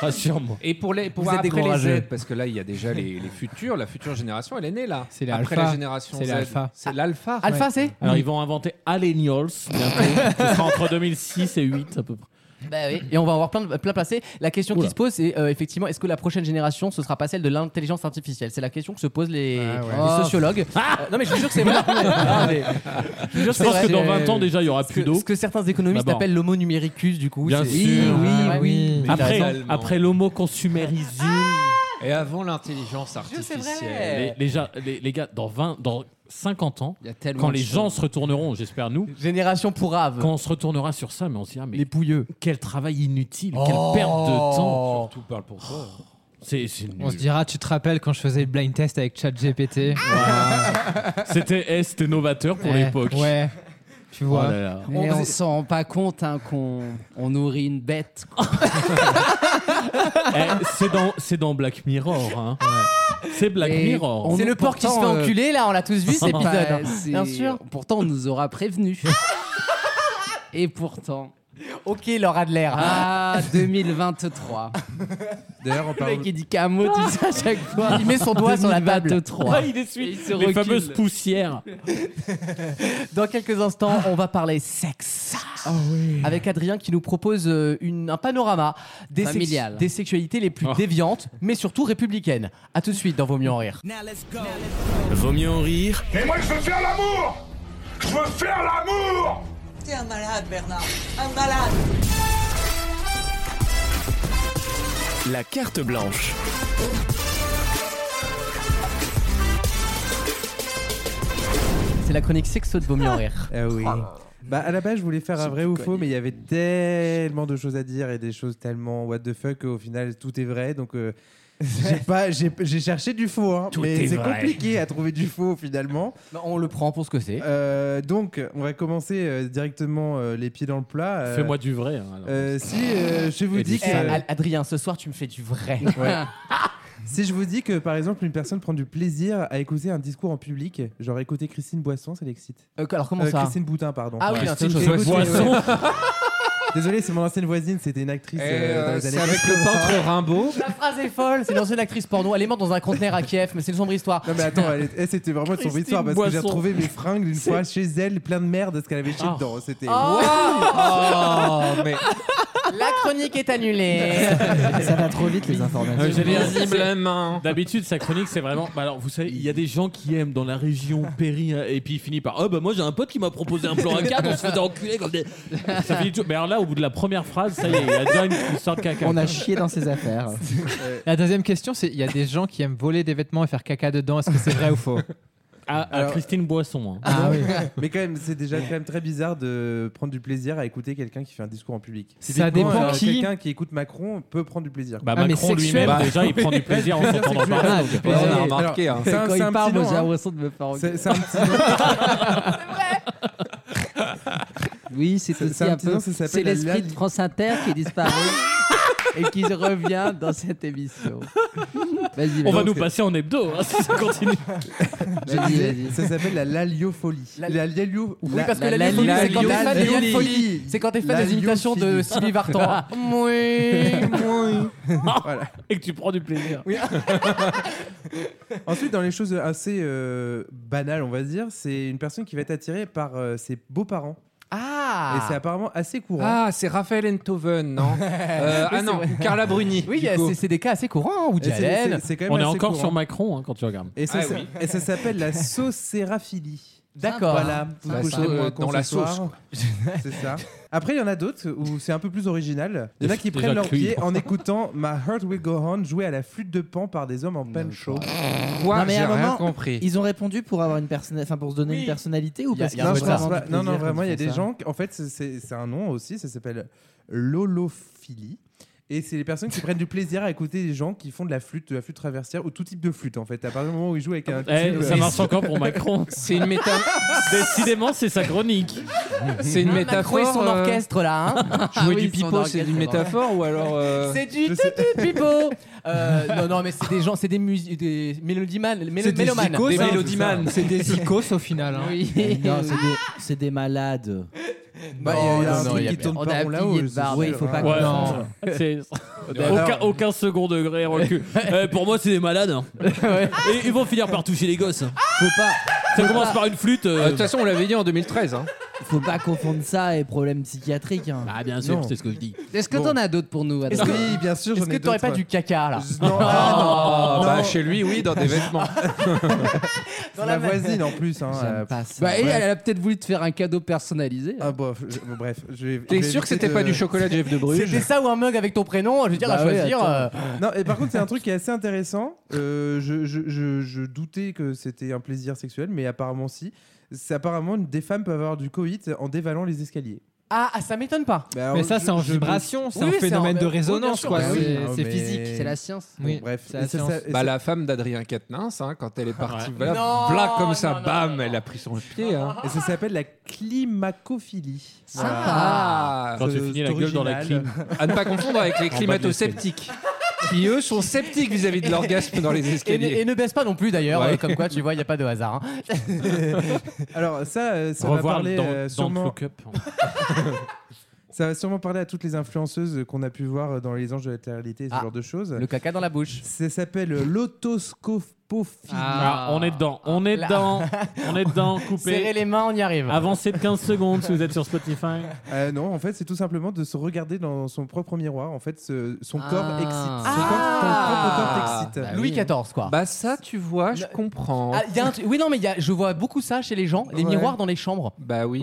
Speaker 3: Rassure-moi.
Speaker 4: Et pour les pour
Speaker 2: Vous êtes des
Speaker 4: après
Speaker 2: grands
Speaker 4: les
Speaker 2: rageux.
Speaker 4: Z, parce que là il y a déjà les, les futurs, la future génération, elle est née là.
Speaker 8: C'est les
Speaker 4: après
Speaker 8: alpha.
Speaker 4: la génération
Speaker 8: C'est les
Speaker 4: Z.
Speaker 8: alpha.
Speaker 4: C'est l'alpha.
Speaker 2: Alpha, c'est
Speaker 3: Alors, ils vont inventer Alenials bientôt.
Speaker 2: *laughs*
Speaker 3: Ce sera entre 2006 et 2008 à peu près.
Speaker 2: Bah oui. Et on va avoir plein, de- plein placé. La question
Speaker 3: Oula.
Speaker 2: qui se pose, c'est euh, effectivement, est-ce que la prochaine génération, ce sera pas celle de l'intelligence artificielle C'est la question que se posent les,
Speaker 8: Ah ouais.
Speaker 2: les
Speaker 8: Oh.
Speaker 2: sociologues. Euh, non mais je vous jure que
Speaker 8: *laughs*
Speaker 2: c'est vrai. Non, mais je vous jure que
Speaker 3: Je
Speaker 2: c'est
Speaker 3: pense
Speaker 2: vrai.
Speaker 3: que dans
Speaker 2: C'est-
Speaker 3: 20 ans, déjà, il y aura
Speaker 2: ce que,
Speaker 3: plus d'eau.
Speaker 2: ce que certains économistes
Speaker 3: D'abord.
Speaker 2: appellent l'homo numericus du coup.
Speaker 3: Bien
Speaker 2: c'est-
Speaker 3: sûr. Oui,
Speaker 8: oui,
Speaker 2: Ah ouais.
Speaker 8: oui.
Speaker 2: Mais t'as raison.
Speaker 3: Après,
Speaker 4: Totalement.
Speaker 3: après l'homo consumerisme,
Speaker 2: Ah.
Speaker 4: Et avant l'intelligence
Speaker 2: Je sais,
Speaker 4: artificielle.
Speaker 2: vrai.
Speaker 3: les, les gens- les- les gars, dans, 20, dans 50 ans,
Speaker 5: Il y a tellement
Speaker 3: quand
Speaker 5: de
Speaker 3: les
Speaker 5: choses.
Speaker 3: gens se retourneront, j'espère nous,
Speaker 2: Génération pour
Speaker 3: quand on se retournera sur ça, mais on se dira, mais
Speaker 2: Les pouilleux.
Speaker 3: quel travail inutile, quelle perte
Speaker 2: Oh.
Speaker 3: de temps.
Speaker 4: Tout parle pour toi.
Speaker 3: C'est c'est nul.
Speaker 8: On se dira, tu te rappelles quand je faisais le blind test avec ChatGPT
Speaker 3: C'était eh, c'était novateur pour
Speaker 8: Ouais,
Speaker 3: l'époque.
Speaker 8: Ouais. Tu
Speaker 3: Oh
Speaker 8: vois.
Speaker 3: là là.
Speaker 5: Mais on s'en rend pas compte hein, qu'on on nourrit une bête. quoi.
Speaker 3: *laughs* Eh, c'est dans, c'est dans Black Mirror. hein.
Speaker 8: Ah.
Speaker 3: C'est Black
Speaker 5: Et
Speaker 3: Mirror.
Speaker 5: on-
Speaker 2: C'est le porc qui se fait
Speaker 5: Pourtant, euh,
Speaker 2: enculer là, on l'a tous vu cet
Speaker 5: *laughs* Bah,
Speaker 2: épisode. hein.
Speaker 5: c'est-
Speaker 2: Bien sûr.
Speaker 5: Pourtant, on nous aura prévenus. Et pourtant,
Speaker 2: Ok, Laura Adler.
Speaker 5: ah 2023.
Speaker 9: D'ailleurs, en
Speaker 5: Le
Speaker 9: parlant-
Speaker 5: mec il dit qu'un mot, dit ça à chaque fois.
Speaker 2: Il met son doigt sur la table.
Speaker 5: 2023.
Speaker 3: Ah, il est suite.
Speaker 5: Il se
Speaker 3: Les
Speaker 5: recule.
Speaker 3: fameuses
Speaker 5: *laughs*
Speaker 3: poussières.
Speaker 2: Dans quelques instants, on va parler sexe.
Speaker 5: Ah
Speaker 2: Avec Adrien qui nous propose euh, une- un panorama des, sex-
Speaker 5: Familial.
Speaker 2: des sexualités les plus
Speaker 3: Oh.
Speaker 2: déviantes, mais surtout républicaines. A tout de suite dans Vaut mieux en rire.
Speaker 1: Vaut mieux en rire
Speaker 12: Et moi, je veux faire l'amour Je veux faire l'amour
Speaker 13: T'es un malade, Bernard. Un malade.
Speaker 1: la carte blanche.
Speaker 2: C'est la chronique sexo de Vaut mieux en rire.
Speaker 9: Ah oui. Bah, à la base, je voulais faire un vrai ou faux, mais il y avait
Speaker 2: *laughs*
Speaker 9: tellement de choses à dire et des choses tellement what the fuck qu'au final, tout est vrai. Donc, euh, J'ai pas, j'ai, j'ai cherché du faux, hein,
Speaker 2: Tout
Speaker 9: mais
Speaker 2: est
Speaker 9: c'est
Speaker 2: vrai.
Speaker 9: compliqué à trouver du faux finalement. Euh,
Speaker 2: on le prend pour ce que c'est.
Speaker 9: donc, on va commencer euh, directement euh, les pieds dans le plat. euh,
Speaker 3: Fais-moi du vrai, hein, alors.
Speaker 9: euh, si euh, je vous
Speaker 3: Et
Speaker 9: dis
Speaker 3: du
Speaker 9: que,
Speaker 3: sale.
Speaker 2: Al- Adrien, ce soir, tu me fais du vrai. *laughs*
Speaker 9: Ouais. si je vous dis que par exemple une personne prend du plaisir à écouter un discours en public, genre écouter Christine Boisson, ça l'excite.
Speaker 2: Euh, alors, comment ça
Speaker 9: Christine Boutin, pardon.
Speaker 2: Ah oui, non, c'est autre
Speaker 9: Christine
Speaker 2: chose.
Speaker 9: Boutin,
Speaker 2: Boisson.
Speaker 9: ouais. *laughs* Désolé, c'est mon ancienne voisine, c'était une actrice.
Speaker 2: Eh,
Speaker 4: Et,
Speaker 9: euh, dans
Speaker 4: euh,
Speaker 9: les
Speaker 4: c'est
Speaker 9: années
Speaker 4: avec le
Speaker 9: 80. *laughs*
Speaker 4: peintre Rimbaud.
Speaker 2: La phrase est folle, c'est une ancienne actrice porno. Elle est morte dans un conteneur à Kiev, mais c'est une sombre histoire.
Speaker 9: Non mais attends, elle est- eh, c'était vraiment une sombre
Speaker 2: Christine
Speaker 9: histoire parce que j'ai
Speaker 2: Boisson.
Speaker 9: retrouvé mes fringues d'une
Speaker 2: C'est-
Speaker 9: fois chez elle, plein de merde, ce qu'elle avait jeté
Speaker 2: Ah.
Speaker 9: dedans. C'était.
Speaker 2: Ah.
Speaker 4: mais
Speaker 2: *laughs* La chronique est annulée.
Speaker 7: Ça va trop vite les
Speaker 3: Euh,
Speaker 7: informations.
Speaker 8: hein.
Speaker 3: D'habitude, sa chronique, c'est vraiment. Bah alors, vous savez, il y a des gens qui aiment dans la région Péri, et puis il finit par. Oh, bah moi, j'ai un pote qui m'a proposé un plan à 4, on se faisait enculer comme *laughs* des. Ça finit toujours. Mais alors là, au bout de la première phrase, ça y est, il y a déjà une une sorte de caca.
Speaker 8: On a chié dans ses affaires. *laughs* La deuxième question, c'est il y a des gens qui aiment voler des vêtements et faire caca dedans. Est-ce que c'est vrai ou faux
Speaker 3: À, Ah, à
Speaker 9: Alors-
Speaker 3: Christine Boisson. hein.
Speaker 9: Ah
Speaker 3: *laughs*
Speaker 9: oui. Mais quand même, c'est déjà quand même très bizarre de prendre du plaisir à écouter quelqu'un qui fait un discours en public.
Speaker 8: Ça
Speaker 9: Typiquement, euh,
Speaker 8: dépend qui.
Speaker 9: Quelqu'un qui écoute Macron peut prendre du plaisir. Bah,
Speaker 3: Bah, Ah, mais Macron sexuel. lui-même, déjà, il prend du plaisir en s'entendant
Speaker 9: Sexuel.
Speaker 3: parler, donc,
Speaker 9: Ouais,
Speaker 3: on a
Speaker 9: ouais.
Speaker 3: remarqué,
Speaker 9: Alors,
Speaker 3: hein.
Speaker 9: c'est un-
Speaker 3: Quand
Speaker 9: c'est
Speaker 3: il
Speaker 9: un
Speaker 3: parle,
Speaker 9: petit
Speaker 3: moi,
Speaker 9: nom,
Speaker 3: j'ai
Speaker 9: hein.
Speaker 3: l'impression de me faire engueuler.
Speaker 9: C'est c'est un petit nom.
Speaker 3: *laughs*
Speaker 6: Oui, c'est
Speaker 9: C'est-
Speaker 6: aussi
Speaker 9: c'est un
Speaker 6: un
Speaker 9: petit
Speaker 6: peu.
Speaker 9: nom, ça s'appelle
Speaker 6: C'est
Speaker 9: la
Speaker 6: l'esprit
Speaker 9: lali.
Speaker 6: de France Inter qui disparaît
Speaker 5: *laughs*
Speaker 6: et qui revient dans cette émission. Vas-y,
Speaker 3: On va
Speaker 6: vas-y.
Speaker 3: nous passer en hebdo, hein, si ça continue.
Speaker 8: *laughs*
Speaker 9: Ça
Speaker 6: Vas-y,
Speaker 9: s'appelle-
Speaker 6: vas-y.
Speaker 9: Ça s'appelle la laliopholie. La, laliopholie.
Speaker 2: Oui, parce que la, laliopholie, c'est quand t'es fan de Yann Folly. C'est quand t'es fan des imitations de
Speaker 9: *laughs*
Speaker 2: Sylvie Vartan. Oui, oui. *laughs*
Speaker 9: Voilà.
Speaker 3: Et que tu prends du plaisir.
Speaker 9: *laughs* Ensuite, dans les choses assez euh, banales, on va dire, c'est une personne qui va être attirée par euh, ses beaux-parents.
Speaker 2: Ah
Speaker 9: Et c'est apparemment assez courant.
Speaker 4: Ah, c'est Raphaël Enthoven, non Euh,
Speaker 9: Oui,
Speaker 4: Ah
Speaker 9: c'est
Speaker 4: non,
Speaker 9: vrai. *laughs*
Speaker 4: Carla Bruni.
Speaker 2: Oui,
Speaker 4: du
Speaker 2: c'est-
Speaker 4: coup.
Speaker 2: c'est des cas assez courants, hein, Woody
Speaker 9: Et c'est-
Speaker 2: Allen.
Speaker 9: c'est- c'est quand même
Speaker 3: On est
Speaker 9: assez
Speaker 3: encore
Speaker 9: courant.
Speaker 3: sur Macron hein, quand tu regardes.
Speaker 9: Et ça,
Speaker 4: Ah
Speaker 9: ça-
Speaker 4: oui.
Speaker 9: et ça s'appelle
Speaker 3: *laughs*
Speaker 9: la saucéraphilie.
Speaker 2: D'accord.
Speaker 9: Voilà, vous
Speaker 4: La
Speaker 9: couchez
Speaker 4: sauce,
Speaker 9: moins
Speaker 4: euh,
Speaker 9: con
Speaker 4: dans
Speaker 9: ce
Speaker 4: la
Speaker 9: soir.
Speaker 4: sauce,
Speaker 9: C'est ça. Après, il y en a d'autres où c'est un peu plus original. Il y en a
Speaker 4: Des-
Speaker 9: qui
Speaker 4: des
Speaker 9: prennent leur
Speaker 4: inclus.
Speaker 9: pied en écoutant My Heart Will Go On jouée à la flûte de pan par des hommes en pancho.
Speaker 4: Quoi
Speaker 7: Non, mais à
Speaker 4: J'ai
Speaker 7: un
Speaker 4: rien
Speaker 7: moment,
Speaker 4: compris.
Speaker 7: Ils ont répondu pour avoir une personnalité, enfin pour se donner une personnalité ou
Speaker 2: Il y a-
Speaker 7: parce
Speaker 2: il y
Speaker 7: qu'ils
Speaker 2: a
Speaker 7: ont
Speaker 2: un
Speaker 9: Non, je pense
Speaker 7: vraiment
Speaker 9: pas.
Speaker 7: du
Speaker 9: Non, non,
Speaker 7: plaisir
Speaker 9: vraiment,
Speaker 7: quand
Speaker 9: il y a
Speaker 7: ils
Speaker 9: des
Speaker 7: font ça.
Speaker 9: gens. qui- En fait, c'est- c'est c'est un nom aussi. Ça s'appelle l'olophilie. Et c'est les personnes qui prennent du plaisir à écouter des gens qui font de la flûte, de la flûte traversière ou tout type de flûte en fait. À partir du moment où ils jouent avec un.
Speaker 3: Eh,
Speaker 9: type,
Speaker 3: ça
Speaker 9: euh,
Speaker 3: marche encore
Speaker 9: *laughs*
Speaker 3: pour Macron.
Speaker 4: C'est une *laughs* méta-
Speaker 3: *laughs* Décidément, c'est sa chronique.
Speaker 4: C'est une
Speaker 2: Macron
Speaker 4: métaphore.
Speaker 2: et son
Speaker 4: euh,
Speaker 2: orchestre là.
Speaker 4: *laughs*
Speaker 2: hein.
Speaker 4: Jouer
Speaker 2: Oui,
Speaker 4: du
Speaker 2: son
Speaker 4: pipeau, c'est
Speaker 2: orchestre,
Speaker 4: une métaphore ou alors. euh,
Speaker 2: *laughs* C'est du tutu pipeau. Euh, Non, non, mais c'est des gens, c'est des musi- des mélodimanes, mélo-
Speaker 8: C'est des
Speaker 2: mélomanes.
Speaker 8: zikos,
Speaker 4: Des
Speaker 8: hein,
Speaker 4: mélodimanes.
Speaker 8: C'est
Speaker 4: *laughs*
Speaker 8: des zikos au final. hein.
Speaker 7: Non, c'est des- c'est des malades.
Speaker 9: Bah, il y a- il y a
Speaker 2: Non,
Speaker 9: un
Speaker 2: non,
Speaker 9: truc
Speaker 2: il y a
Speaker 9: qui
Speaker 2: bien.
Speaker 9: tourne
Speaker 6: On
Speaker 9: pas
Speaker 6: a
Speaker 9: rond
Speaker 6: plié
Speaker 9: là-haut.
Speaker 6: de
Speaker 9: c'est
Speaker 6: barbe,
Speaker 9: sûr,
Speaker 6: il faut
Speaker 9: hein.
Speaker 6: pas
Speaker 3: Ouais,
Speaker 7: Non.
Speaker 3: non. C'est-
Speaker 9: ben
Speaker 3: Aucun, aucun second
Speaker 4: *laughs*
Speaker 3: degré recul. Euh, pour moi, c'est des malades. hein. Et ils vont finir par toucher les gosses.
Speaker 6: Faut pas,
Speaker 3: Ça commence par une flûte.
Speaker 4: euh, De
Speaker 3: euh,
Speaker 4: toute façon, on l'avait dit en 2013. hein.
Speaker 7: Faut pas confondre ça et problèmes psychiatriques. hein.
Speaker 3: Ah, bien sûr,
Speaker 9: Non.
Speaker 3: c'est ce que je dis.
Speaker 6: Est-ce que t'en as d'autres pour nous Adrien
Speaker 9: Oui, bien sûr,
Speaker 2: Est-ce
Speaker 9: j'en
Speaker 2: que
Speaker 9: ai
Speaker 2: t'aurais pas
Speaker 9: d'autres.
Speaker 2: du caca là
Speaker 9: Non, ah,
Speaker 4: Ah,
Speaker 9: non,
Speaker 4: bah,
Speaker 9: non.
Speaker 4: chez lui, oui, dans des *laughs* vêtements.
Speaker 9: C'est la voisine en plus. Hein, euh,
Speaker 7: J'aime pas ça.
Speaker 6: Bah, et elle a peut-être voulu te faire un cadeau personnalisé. hein.
Speaker 9: Ah, bon, je- bon, bref, je vais. je
Speaker 4: *laughs* T'es
Speaker 9: vais
Speaker 4: sûr que
Speaker 9: éviter
Speaker 4: c'était
Speaker 9: de-
Speaker 4: pas du chocolat Jeff de
Speaker 2: C'était
Speaker 4: Bruges
Speaker 2: ça ou un mug avec ton prénom Je veux dire,
Speaker 6: Bah
Speaker 2: à
Speaker 6: ouais,
Speaker 2: choisir.
Speaker 6: attends.
Speaker 2: euh,
Speaker 9: Non, et par contre, c'est un truc qui est assez intéressant. Euh, je, je- je- je doutais que c'était un plaisir sexuel, mais apparemment, si. C'est apparemment une- des femmes peuvent avoir du coït en dévalant les escaliers.
Speaker 2: Ah, ah, ça m'étonne pas.
Speaker 9: Bah, alors,
Speaker 8: Mais ça,
Speaker 9: je-
Speaker 8: c'est en
Speaker 9: je-
Speaker 8: vibration, c'est
Speaker 2: Oui,
Speaker 8: un
Speaker 2: c'est
Speaker 8: phénomène
Speaker 2: en-
Speaker 8: de
Speaker 2: oui, bien
Speaker 8: résonance,
Speaker 2: sûr,
Speaker 8: quoi.
Speaker 4: Ah
Speaker 9: bah oui,
Speaker 8: C'est
Speaker 9: hein,
Speaker 8: c'est
Speaker 9: mais-
Speaker 8: physique.
Speaker 6: C'est la science.
Speaker 9: Bon,
Speaker 8: Oui,
Speaker 9: bref,
Speaker 8: c'est la
Speaker 9: Et ça,
Speaker 8: science.
Speaker 9: ça-
Speaker 4: Bah, la femme d'Adrien Quatennens, hein, quand elle est partie,
Speaker 3: Ouais.
Speaker 4: voilà,
Speaker 2: Non,
Speaker 4: v'là, comme ça,
Speaker 2: non, non,
Speaker 4: bam,
Speaker 2: non, non.
Speaker 4: elle a pris son pied. hein.
Speaker 9: Et ça s'appelle la climacophilie.
Speaker 4: Ah,
Speaker 3: Quand tu
Speaker 9: c'est-
Speaker 3: finis
Speaker 9: c'est
Speaker 3: la gueule dans la
Speaker 9: original.
Speaker 3: clim.
Speaker 4: à ne pas confondre avec les
Speaker 3: En bas de l'escalier.
Speaker 4: climato-sceptiques, qui eux sont sceptiques vis-à-vis de l'orgasme dans les
Speaker 2: Et, ne-
Speaker 4: escaliers.
Speaker 2: et ne baisse pas non plus d'ailleurs,
Speaker 4: Ouais.
Speaker 2: euh, comme quoi tu vois, il n'y a pas de hasard. hein.
Speaker 9: *laughs* Alors, ça, euh, ça va
Speaker 3: Revoir
Speaker 9: parler
Speaker 3: dans,
Speaker 9: euh,
Speaker 3: dans le
Speaker 9: sûrement.
Speaker 3: fuck-up.
Speaker 9: *laughs* Ça va sûrement parler à toutes les influenceuses qu'on a pu voir dans les anges de la réalité, ce
Speaker 2: Ah.
Speaker 9: genre de choses.
Speaker 2: Le caca dans la bouche.
Speaker 9: Ça s'appelle l'autoscopophilie.
Speaker 3: Ah, on est dedans, on est
Speaker 2: Là.
Speaker 9: *laughs*
Speaker 3: dedans, on est
Speaker 4: *laughs*
Speaker 3: dedans, coupé.
Speaker 2: Serrer les mains, on y arrive.
Speaker 3: Avancez de 15 secondes si vous êtes sur Spotify.
Speaker 9: *laughs* Euh, non, en fait, c'est tout simplement de se regarder dans son propre miroir. En fait, ce- son
Speaker 6: Ah.
Speaker 9: corps excite. Son
Speaker 2: Ah.
Speaker 9: corps, ton propre corps t'excite.
Speaker 6: Bah
Speaker 2: Louis
Speaker 6: oui.
Speaker 2: XIV, quoi.
Speaker 4: Bah ça, tu vois, je comprends.
Speaker 2: Ah, il y a un truc- Oui, non, mais il y a- je vois beaucoup ça chez les gens, les
Speaker 9: Ouais.
Speaker 2: miroirs dans les chambres.
Speaker 4: Bah oui.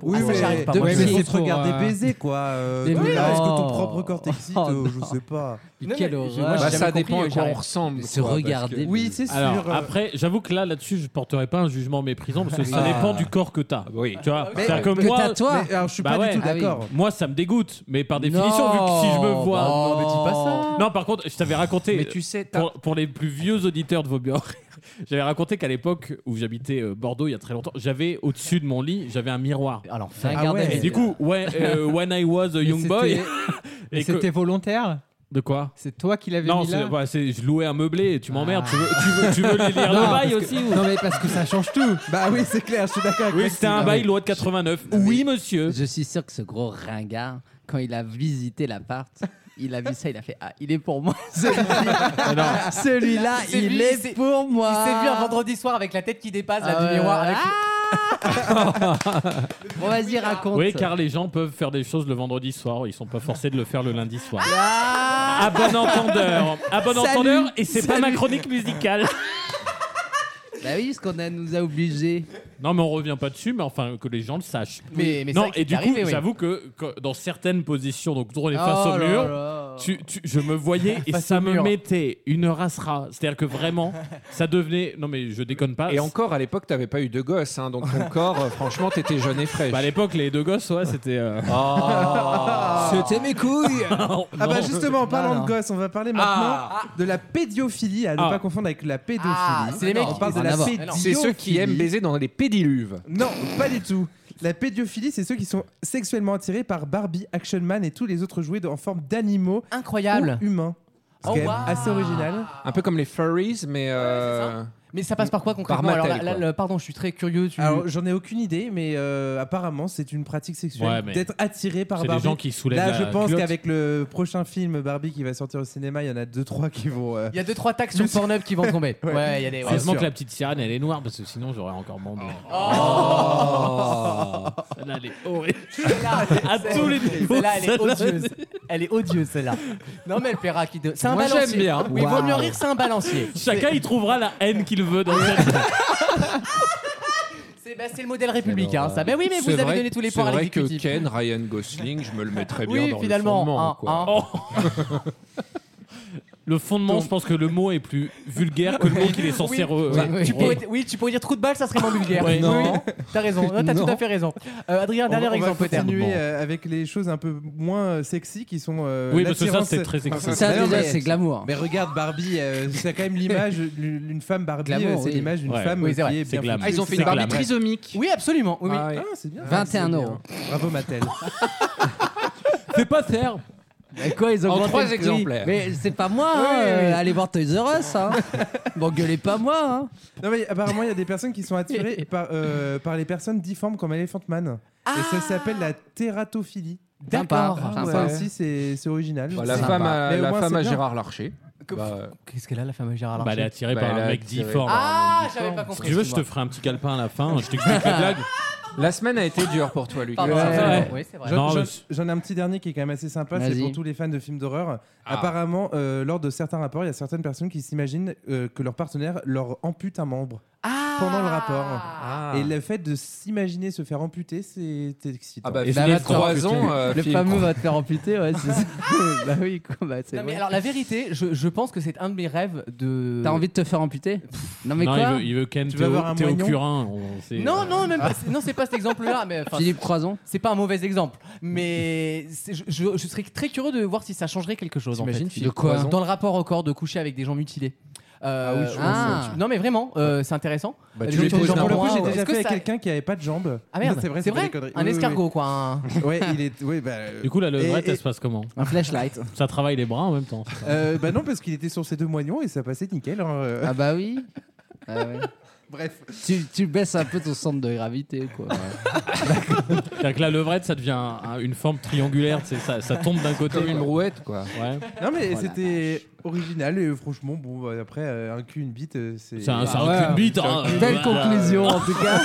Speaker 9: Oui,
Speaker 2: Ah, ça, j'y arrive pas,
Speaker 9: de
Speaker 2: moi,
Speaker 9: mais
Speaker 2: je sais.
Speaker 9: c'est
Speaker 8: C'est
Speaker 9: se
Speaker 8: pour,
Speaker 9: regarder
Speaker 8: euh,
Speaker 9: baiser, quoi. euh,
Speaker 6: Mais
Speaker 9: voilà,
Speaker 6: oui.
Speaker 9: Est-ce que
Speaker 6: Oh.
Speaker 9: ton propre
Speaker 4: *laughs*
Speaker 9: corps t'excite
Speaker 6: Oh,
Speaker 9: euh, Je
Speaker 6: non.
Speaker 9: sais pas.
Speaker 6: Quelle
Speaker 2: mais je-
Speaker 6: horreur.
Speaker 2: moi,
Speaker 4: Bah
Speaker 2: j'ai
Speaker 4: ça
Speaker 2: jamais
Speaker 4: dépend
Speaker 2: compris,
Speaker 4: à quoi on
Speaker 2: j'arrive.
Speaker 4: ressemble.
Speaker 6: Se
Speaker 4: quoi, parce
Speaker 6: regarder.
Speaker 4: que-
Speaker 9: Oui, c'est sur.
Speaker 3: Alors,
Speaker 9: euh,
Speaker 3: après, j'avoue que là, là-dessus, je porterai pas un jugement méprisant parce que ça
Speaker 9: Ah.
Speaker 3: dépend du corps que t'as. Oui. Tu vois,
Speaker 9: Mais-
Speaker 3: C'est-à-dire
Speaker 9: que t'as, toi. Mais alors, je suis pas du tout
Speaker 3: Ah oui.
Speaker 9: d'accord.
Speaker 3: Moi, ça me dégoûte, mais par définition, vu que si je me vois.
Speaker 2: bah, non, mais dis pas ça.
Speaker 3: Non, par contre, je t'avais raconté.
Speaker 2: Mais tu sais, t'as-
Speaker 3: pour, pour les plus vieux auditeurs de vos biens, j'avais raconté qu'à l'époque où j'habitais euh, Bordeaux il y a très longtemps, j'avais au-dessus de mon lit, j'avais un miroir.
Speaker 2: Alors,
Speaker 8: Ah regardez. ouais.
Speaker 3: Et du coup, ouais,
Speaker 8: *laughs*
Speaker 3: euh, when I was a
Speaker 8: Mais
Speaker 3: young boy. *laughs*
Speaker 8: c'était- mais c'était volontaire
Speaker 3: De quoi
Speaker 8: C'est toi qui l'avais
Speaker 3: non,
Speaker 8: mis
Speaker 3: c'est-
Speaker 8: là Ah.
Speaker 3: bah, c'est- je louais un meublé et tu m'emmerdes. Tu, veux, tu, veux, tu veux les lire
Speaker 8: *laughs* Non,
Speaker 3: le bail
Speaker 8: parce que-
Speaker 3: aussi
Speaker 8: Non, mais parce que ça change tout.
Speaker 9: Bah oui, c'est clair, je suis d'accord.
Speaker 3: Oui, c'était un
Speaker 9: Ah,
Speaker 3: bail loi de 89. Oui, monsieur.
Speaker 5: Ah, Je suis sûr que ce gros ringard, quand il a visité l'appart, il a vu ça, il a fait Ah, il est pour moi.
Speaker 2: *laughs*
Speaker 5: *laughs* Celui-là, Celui-là,
Speaker 2: C'est
Speaker 5: il
Speaker 2: lui,
Speaker 5: est
Speaker 2: c'est-
Speaker 5: pour moi.
Speaker 2: Il s'est vu un vendredi soir avec la tête qui dépasse, la
Speaker 5: Ah
Speaker 2: du
Speaker 5: ouais,
Speaker 2: miroir.
Speaker 5: ouais.
Speaker 2: avec le-
Speaker 3: *laughs*
Speaker 5: Bon, vas-y, raconte.
Speaker 3: Oui, car les gens peuvent faire des choses le vendredi soir, ils sont pas forcés de le faire le lundi soir. à bon entendeur, à bon
Speaker 5: Salut.
Speaker 3: entendeur, et c'est pas
Speaker 5: Salut.
Speaker 3: ma chronique musicale.
Speaker 5: Bah oui, parce qu'on a- nous a obligés.
Speaker 3: Non, mais on revient pas dessus, mais enfin que les gens le sachent.
Speaker 5: Mais- mais c'est
Speaker 3: non,
Speaker 5: vrai que
Speaker 3: et du
Speaker 5: c'est
Speaker 3: coup,
Speaker 5: arrivé, oui.
Speaker 3: j'avoue que, que dans certaines positions, donc on est
Speaker 5: Oh
Speaker 3: face au
Speaker 5: là
Speaker 3: mur,
Speaker 5: là.
Speaker 3: tu- tu- je me
Speaker 5: *laughs*
Speaker 3: voyais et
Speaker 5: Face
Speaker 3: ça
Speaker 5: au
Speaker 3: me
Speaker 5: mur.
Speaker 3: mettait une rassera. C'est-à-dire que vraiment, ça devenait. Non, mais je déconne pas.
Speaker 4: Et encore, à l'époque, t'avais pas eu de gosses,
Speaker 3: *laughs*
Speaker 4: hein, donc ton corps, euh, franchement, t'étais jeune et fraîche. Oh.
Speaker 3: Bah, à l'époque, les deux gosses, ouais, c'était. euh,
Speaker 4: C'était mes *laughs* couilles
Speaker 9: Ah bah justement, en parlant
Speaker 4: non.
Speaker 9: de gosses, on va parler maintenant
Speaker 4: Ah.
Speaker 9: de la pédiophilie, à ne
Speaker 4: Ah.
Speaker 9: pas confondre avec la pédophilie.
Speaker 4: Ah, c'est les mecs
Speaker 9: on
Speaker 4: qui-
Speaker 9: parle de
Speaker 4: rien
Speaker 9: la
Speaker 4: à voir.
Speaker 9: pédiophilie.
Speaker 4: C'est ceux qui aiment baiser dans les pédiluves.
Speaker 9: Non, pas du tout. La pédiophilie, c'est ceux qui sont sexuellement attirés par Barbie, Action Man et tous les autres jouets en forme d'animaux
Speaker 2: Incroyable.
Speaker 9: ou humains. C'est
Speaker 2: Oh,
Speaker 9: quand même
Speaker 2: wow.
Speaker 9: assez original.
Speaker 4: Ah, Un peu comme les furries, mais. euh,
Speaker 2: Mais ça passe par quoi concrètement
Speaker 4: Mattel,
Speaker 2: Alors, là- là,
Speaker 4: quoi.
Speaker 2: le- pardon, je suis très curieux. Tu...
Speaker 9: Alors, j'en ai aucune idée, mais euh, apparemment, c'est une pratique sexuelle
Speaker 3: Ouais, mais
Speaker 9: d'être attiré par
Speaker 3: c'est des
Speaker 9: Barbie.
Speaker 3: gens qui soulèvent
Speaker 9: Là,
Speaker 3: la
Speaker 9: je pense
Speaker 3: culotte.
Speaker 9: qu'avec le prochain film Barbie qui va sortir au cinéma, il y en a deux trois qui vont. euh,
Speaker 2: Il y a deux trois taxes sur Pornhub qui vont tomber.
Speaker 9: *laughs* Ouais.
Speaker 2: Ouais, il y a des. ouais.
Speaker 3: Heureusement que la petite sirène, elle est noire, parce que sinon, j'aurais encore bandé.
Speaker 4: Oh.
Speaker 3: Celle-là, elle est horrible.
Speaker 2: Oh. Celle-là,
Speaker 3: À
Speaker 2: celle-
Speaker 3: tous les niveaux,
Speaker 2: Celle-là, elle est
Speaker 3: celle-là,
Speaker 2: odieuse. Elle est odieuse, celle-là. Non, mais elle plaira à qui de. C'est un
Speaker 3: Moi, j'aime
Speaker 2: balancier.
Speaker 3: bien.
Speaker 2: Oui, vaut
Speaker 3: Waouh.
Speaker 2: mieux rire, c'est un balancier.
Speaker 3: Chacun, il trouvera la haine qu'il veut dans cette.
Speaker 2: *laughs* C'est bah, c'est le modèle républicain, ça. Mais oui, mais vous
Speaker 4: euh, c'est
Speaker 2: avez
Speaker 4: vrai-
Speaker 2: donné tous les points à
Speaker 4: C'est vrai que
Speaker 2: l'exécutif.
Speaker 4: Ken, Ryan Gosling, je me le mets très bien
Speaker 2: Oui,
Speaker 4: dans
Speaker 2: finalement,
Speaker 4: le fondement.
Speaker 2: hein,
Speaker 4: quoi.
Speaker 2: hein.
Speaker 3: *laughs* Le fondement, je pense que le mot est plus vulgaire que le mot qu'il est censé.
Speaker 2: Oui,
Speaker 3: re-
Speaker 2: oui,
Speaker 3: re-
Speaker 2: tu
Speaker 3: re-
Speaker 2: pourrais, oui, tu pourrais dire trou de balle, ça serait moins vulgaire.
Speaker 3: Ouais.
Speaker 2: Oui,
Speaker 3: Non.
Speaker 2: oui, T'as raison, Non, t'as
Speaker 9: Non.
Speaker 2: tout à fait raison. Euh,
Speaker 9: on
Speaker 2: Adrien,
Speaker 9: va-
Speaker 2: dernier
Speaker 9: on va
Speaker 2: exemple peut-être.
Speaker 9: continuer
Speaker 2: Bon.
Speaker 9: euh, avec les choses un peu moins euh, sexy qui sont. euh,
Speaker 3: Oui, parce que ça,
Speaker 9: l'attirance-
Speaker 3: c'est très sexy.
Speaker 5: Ça,
Speaker 9: Non,
Speaker 5: déjà,
Speaker 9: mais-
Speaker 5: c'est glamour.
Speaker 9: Mais regarde Barbie, euh, c'est quand même l'image d'une femme Barbie,
Speaker 5: Glamour,
Speaker 9: euh, c'est
Speaker 5: oui.
Speaker 9: l'image d'une
Speaker 3: Ouais.
Speaker 9: femme
Speaker 3: Oui,
Speaker 9: qui
Speaker 3: c'est vrai,
Speaker 9: est
Speaker 3: c'est
Speaker 9: bien
Speaker 3: glam.
Speaker 9: foutue,
Speaker 3: Ah, ils ont fait
Speaker 9: etc.
Speaker 3: une Barbie
Speaker 9: Ouais.
Speaker 4: trisomique.
Speaker 2: Oui, absolument. Oui, oui.
Speaker 4: Ah, ouais.
Speaker 9: Ah, c'est bien.
Speaker 5: 21
Speaker 9: C'est bien.
Speaker 5: euros.
Speaker 9: Bravo *laughs* Mattel.
Speaker 3: Fais pas faire.
Speaker 5: Mais quoi, ils ont
Speaker 4: En
Speaker 5: augmenté
Speaker 4: trois
Speaker 5: le prix
Speaker 4: exemplaires.
Speaker 5: Mais c'est pas moi, hein,
Speaker 9: Oui, oui, oui.
Speaker 5: euh, allez voir Toys R
Speaker 9: *laughs*
Speaker 5: Us. Hein. bon, gueulez pas moi. Hein.
Speaker 9: Non mais apparemment il y a des personnes qui sont
Speaker 5: *laughs*
Speaker 9: attirées par, euh, par les personnes difformes comme Elephant Man. Et ça s'appelle la tératophilie.
Speaker 5: D'accord.
Speaker 9: Ah,
Speaker 5: Ah Sympa.
Speaker 9: ça aussi c'est c'est original.
Speaker 2: Oh.
Speaker 4: Bah, la
Speaker 9: C'est
Speaker 4: femme,
Speaker 9: sympa.
Speaker 4: à,
Speaker 9: Mais au
Speaker 4: la
Speaker 9: moins,
Speaker 4: femme à
Speaker 9: c'est bien.
Speaker 4: Gérard Larcher. Bah, euh,
Speaker 2: Qu'est-ce qu'elle a, la femme Gérard
Speaker 3: Bah, elle est
Speaker 2: Larcher
Speaker 3: attirée
Speaker 4: Bah,
Speaker 3: par
Speaker 4: elle
Speaker 3: un
Speaker 4: est
Speaker 3: mec
Speaker 4: attirée
Speaker 3: difforme.
Speaker 4: par
Speaker 2: Ah, j'avais pas
Speaker 3: Si
Speaker 2: compris.
Speaker 3: tu veux, je te ferai un petit calepin à la fin, je t'explique la
Speaker 4: *laughs*
Speaker 3: blague.
Speaker 4: La semaine a été dure pour toi, Lucas.
Speaker 2: Pardon,
Speaker 9: Ouais.
Speaker 2: absolument. Oui, c'est vrai.
Speaker 9: J'en-
Speaker 3: Non,
Speaker 9: J'en
Speaker 3: mais-
Speaker 9: j'en ai un petit dernier qui est quand même assez sympa, c'est
Speaker 5: Vas-y.
Speaker 9: pour tous les fans de films d'horreur.
Speaker 4: Ah.
Speaker 9: Apparemment, euh, lors de certains rapports, il y a certaines personnes qui s'imaginent euh, que leur partenaire leur ampute un membre pendant le rapport.
Speaker 4: Ah.
Speaker 9: Et le fait de s'imaginer se faire amputer, c'est excitant.
Speaker 4: Ah bah,
Speaker 9: Et
Speaker 4: Philippe,
Speaker 5: maintenant,
Speaker 4: trois
Speaker 5: putain,
Speaker 4: ans, euh,
Speaker 5: le
Speaker 4: Philippe,
Speaker 5: fameux va te faire amputer, ouais,
Speaker 9: *laughs*
Speaker 5: c'est ça. bah *laughs* oui, quoi, bah, c'est
Speaker 2: Non, mais
Speaker 5: vrai.
Speaker 2: alors la vérité, je, je pense que c'est un de mes rêves de.
Speaker 5: T'as envie de te faire amputer Non, mais
Speaker 3: non, il
Speaker 5: quoi
Speaker 3: veut, il veut Ken
Speaker 9: Tu vas voir
Speaker 3: Théo
Speaker 9: un
Speaker 3: Théo
Speaker 9: moignon
Speaker 3: Curin. on sait,
Speaker 2: Non,
Speaker 3: euh,
Speaker 2: non, même pas. Non, c'est pas
Speaker 3: *laughs*
Speaker 2: cet exemple-là, mais enfin,
Speaker 5: Philippe Croison
Speaker 2: c'est pas un mauvais exemple. Mais c'est- je, je- je serais très curieux de voir si ça changerait quelque chose. En fait.
Speaker 4: T'imagines, Philippe
Speaker 5: De quoi
Speaker 4: Croison
Speaker 2: Dans le rapport au corps de coucher avec des gens mutilés. Euh,
Speaker 5: Ah oui, je pense que tu-
Speaker 2: Non, mais vraiment, euh, c'est intéressant.
Speaker 4: Bah,
Speaker 2: Les
Speaker 4: tu
Speaker 2: gens
Speaker 4: les
Speaker 2: qui ont des
Speaker 4: poses
Speaker 2: jambes
Speaker 9: Pour le
Speaker 4: n'importe
Speaker 9: coup,
Speaker 2: droites,
Speaker 9: j'ai déjà
Speaker 2: est-ce que
Speaker 9: fait avec
Speaker 2: ça-
Speaker 9: quelqu'un qui avait pas de jambes.
Speaker 2: Ah merde,
Speaker 9: Non, c'est vrai,
Speaker 2: c'est
Speaker 9: pas
Speaker 2: vrai
Speaker 9: des conneries.
Speaker 2: Un
Speaker 9: Oui, oui, oui.
Speaker 2: escargot, quoi. *laughs* un-
Speaker 9: Ouais, il est. ouais, bah, euh,
Speaker 3: Du coup, la levrette,
Speaker 9: Et-
Speaker 3: elle se passe comment
Speaker 5: Un flashlight.
Speaker 3: Ça travaille les bras en même temps.
Speaker 9: euh, bah non, parce qu'il était sur ses deux moignons et ça passait nickel. hein, euh.
Speaker 5: ah bah oui. Ah ouais.
Speaker 9: *laughs* Bref.
Speaker 5: tu, tu baisses un peu ton centre de gravité, quoi.
Speaker 3: C'est-à-dire que la levrette, ça devient un- une forme triangulaire, tu sais, ça, ça tombe d'un côté.
Speaker 4: Comme une rouette, quoi.
Speaker 3: Ouais.
Speaker 9: Non,
Speaker 5: Oh
Speaker 9: mais c'était original et franchement, bon, bah, après, euh, un cul, une bite, euh, c'est.
Speaker 3: C'est un, c'est un
Speaker 5: ouais.
Speaker 3: cul de bite. hein.
Speaker 5: Belle
Speaker 3: Voilà.
Speaker 5: conclusion, en tout
Speaker 3: *laughs*
Speaker 5: cas.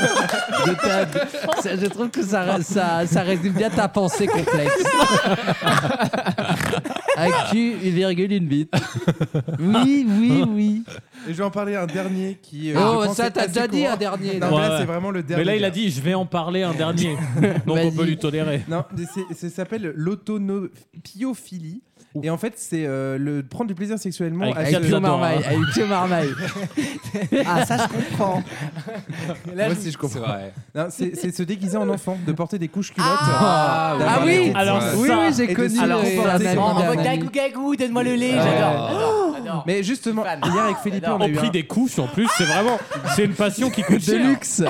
Speaker 5: de ta- ça- je trouve que ça, ça, ça résume bien ta
Speaker 3: *laughs*
Speaker 5: pensée complexe. Un cul, une virgule,
Speaker 3: *laughs*
Speaker 5: une bite. Oui, oui, oui.
Speaker 9: Et je vais en parler un dernier qui. euh,
Speaker 5: Oh,
Speaker 9: je pense
Speaker 5: ça,
Speaker 9: est
Speaker 5: t'as
Speaker 9: assez
Speaker 5: déjà dit
Speaker 9: courant.
Speaker 5: un dernier,
Speaker 9: Non, mais
Speaker 3: là.
Speaker 9: là,
Speaker 3: Ouais,
Speaker 9: c'est
Speaker 3: ouais.
Speaker 9: vraiment le dernier.
Speaker 3: Mais là, il a dit je vais en parler un dernier. Donc on
Speaker 5: Vas-y.
Speaker 3: peut lui tolérer.
Speaker 9: Non, mais c'est- ça s'appelle l'autonopiophilie. Et en fait, c'est euh, le prendre du plaisir sexuellement
Speaker 7: Avec
Speaker 9: à
Speaker 7: Pierre
Speaker 9: se-
Speaker 7: Pio Marmaille, hein. avec Pio Marmaille. Ah, ça, je
Speaker 9: *laughs*
Speaker 7: comprends. Là,
Speaker 9: Moi
Speaker 7: je-
Speaker 9: aussi, je comprends.
Speaker 7: C'est vrai.
Speaker 9: Non, C'est c'est se déguiser en enfant, de porter des couches culottes.
Speaker 7: Ah,
Speaker 9: d'avoir
Speaker 7: ah oui.
Speaker 9: des couches-
Speaker 7: Alors ça, Oui, oui, j'ai
Speaker 9: et de
Speaker 7: connu, euh,
Speaker 9: se
Speaker 7: alors
Speaker 9: comporter
Speaker 7: ça, c'est
Speaker 9: comme-
Speaker 7: vraiment
Speaker 2: En mode gagou gagou, donne-moi le lait,
Speaker 9: Ouais.
Speaker 2: j'adore.
Speaker 9: Mais justement, hier avec Philippe, on a
Speaker 3: On
Speaker 9: eu un-
Speaker 3: pris des couches en plus, c'est vraiment. C'est une passion qui coûte cher.
Speaker 2: C'est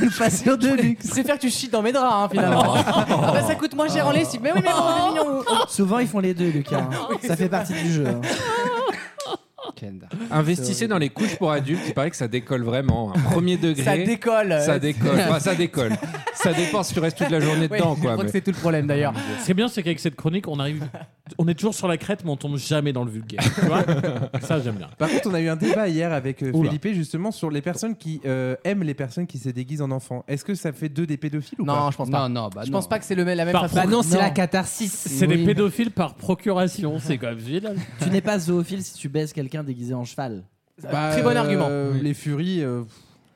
Speaker 2: le patient de luxe. Je préfère que tu chies dans mes draps, hein, finalement. *laughs* Ah bah, ça coûte moins cher en lessive. Mais oui, mais bon, c'est mignon.
Speaker 7: *laughs* Souvent, ils font les deux, Lucas. hein. Ça fait partie du jeu. hein.
Speaker 4: Investissez dans les couches pour adultes, il paraît que ça décolle vraiment. hein. Premier degré.
Speaker 2: Ça décolle.
Speaker 4: Ça décolle. Enfin, ça décolle. Ça dépend si tu restes toute la journée
Speaker 2: Ouais,
Speaker 4: dedans.
Speaker 2: je crois
Speaker 4: Quoi,
Speaker 2: que
Speaker 4: mais- Ah,
Speaker 2: c'est tout le problème d'ailleurs.
Speaker 3: Ce qui est bien, c'est qu'avec cette chronique, on arrive. On est toujours sur la crête, mais on tombe jamais dans le vulgaire. Tu vois *laughs* Ça, j'aime bien.
Speaker 9: Par contre, on a eu un débat hier avec euh,
Speaker 3: Oula.
Speaker 9: Philippe justement sur les personnes qui euh, aiment les personnes qui se déguisent en enfant. Est-ce que ça fait deux des pédophiles ou
Speaker 2: Non,
Speaker 9: pas
Speaker 2: je pense
Speaker 9: Non,
Speaker 2: pas.
Speaker 9: non,
Speaker 2: je pense pas que c'est le la même
Speaker 9: Par
Speaker 2: façon.
Speaker 9: pro- Bah non, c'est la
Speaker 7: catharsis.
Speaker 3: C'est
Speaker 7: Oui.
Speaker 3: des pédophiles par procuration, c'est quand même génial.
Speaker 7: Tu n'es pas zoophile si tu baises quelqu'un déguisé en cheval.
Speaker 9: Bah,
Speaker 2: Très bon argument.
Speaker 9: euh, Les furies. euh,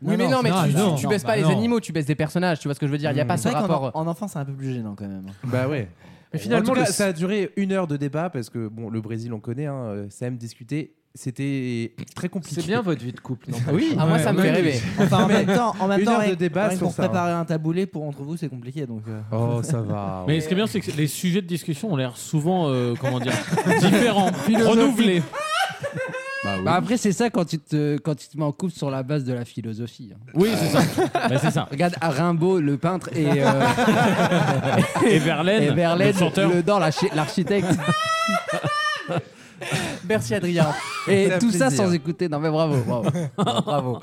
Speaker 2: Oui, mais non, mais tu,
Speaker 9: non,
Speaker 2: tu
Speaker 9: non,
Speaker 2: baisses
Speaker 9: bah
Speaker 2: pas les
Speaker 9: non.
Speaker 2: animaux, tu baisses des personnages, tu vois ce que je veux dire. Il n'y a pas ce
Speaker 7: Hmm. C'est vrai qu'en
Speaker 2: rapport.
Speaker 7: en, en enfant, c'est un peu plus gênant quand même. hein.
Speaker 9: Bah ouais. Mais
Speaker 7: En
Speaker 9: finalement,
Speaker 7: tout cas,
Speaker 9: le- ça a duré une heure de débat parce que bon, le Brésil, on connaît, hein, euh, ça aime discuter. C'était très compliqué.
Speaker 4: C'est bien votre vie de couple, non
Speaker 9: *laughs* Oui.
Speaker 7: Ah, moi, ça me fait rêver. Enfin, en
Speaker 9: Mais
Speaker 7: même temps, en même
Speaker 9: une
Speaker 7: temps,
Speaker 9: heure
Speaker 7: rien-
Speaker 9: de débat
Speaker 7: rien que
Speaker 9: sur
Speaker 7: pour
Speaker 9: ça, hein.
Speaker 7: préparer un taboulé pour entre vous, c'est compliqué. Donc. euh.
Speaker 9: Oh, ça
Speaker 7: *laughs*
Speaker 9: va.
Speaker 3: Mais ce qui est bien, c'est que les sujets de discussion ont l'air souvent, euh, comment dire,
Speaker 6: *laughs*
Speaker 3: différents, renouvelés.
Speaker 6: Bah, après, c'est ça quand tu, te, quand tu te mets en couple sur la base de la philosophie. hein.
Speaker 3: Oui, c'est ça. Bah, c'est ça.
Speaker 6: Regarde à Rimbaud, le peintre, et, euh,
Speaker 3: *laughs*
Speaker 5: *laughs*
Speaker 3: Et
Speaker 2: *laughs*
Speaker 3: Verlaine,
Speaker 6: et Verlaine,
Speaker 3: le chanteur.
Speaker 6: le- dans l'archi- l'architecte.
Speaker 2: Merci Adrien.
Speaker 6: Et
Speaker 2: C'est un
Speaker 6: tout ça
Speaker 2: plaisir.
Speaker 6: sans écouter. Non, mais bravo, bravo.
Speaker 2: Bravo.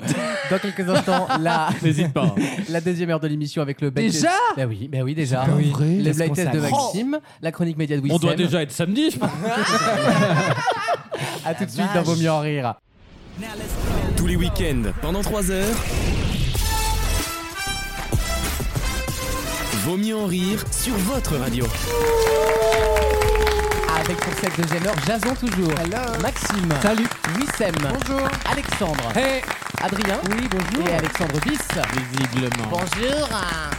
Speaker 2: Dans quelques instants, la...
Speaker 3: N'hésite pas.
Speaker 2: *laughs* la deuxième heure de l'émission avec le blind
Speaker 6: Déjà
Speaker 2: test. Bah oui, bah oui, déjà.
Speaker 6: C'est pas vrai.
Speaker 2: Les
Speaker 6: Qu'est-ce
Speaker 2: blind
Speaker 6: qu'on
Speaker 2: tests de
Speaker 6: s'accroche.
Speaker 2: Maxime, la chronique média de Wissem.
Speaker 3: On doit déjà être samedi, je pense.
Speaker 2: *laughs* À tout de suite dans Vaut mieux en rire.
Speaker 1: Tous les week-ends, pendant 3 heures. Vaut mieux en rire sur votre radio.
Speaker 2: Avec pour cette deuxième heure, Jason toujours. Maxime.
Speaker 1: Salut.
Speaker 2: Wissem. Bonjour. Alexandre.
Speaker 3: Hey.
Speaker 2: Adrien. Oui, bonjour. Et Alexandre Bis.
Speaker 3: Visiblement.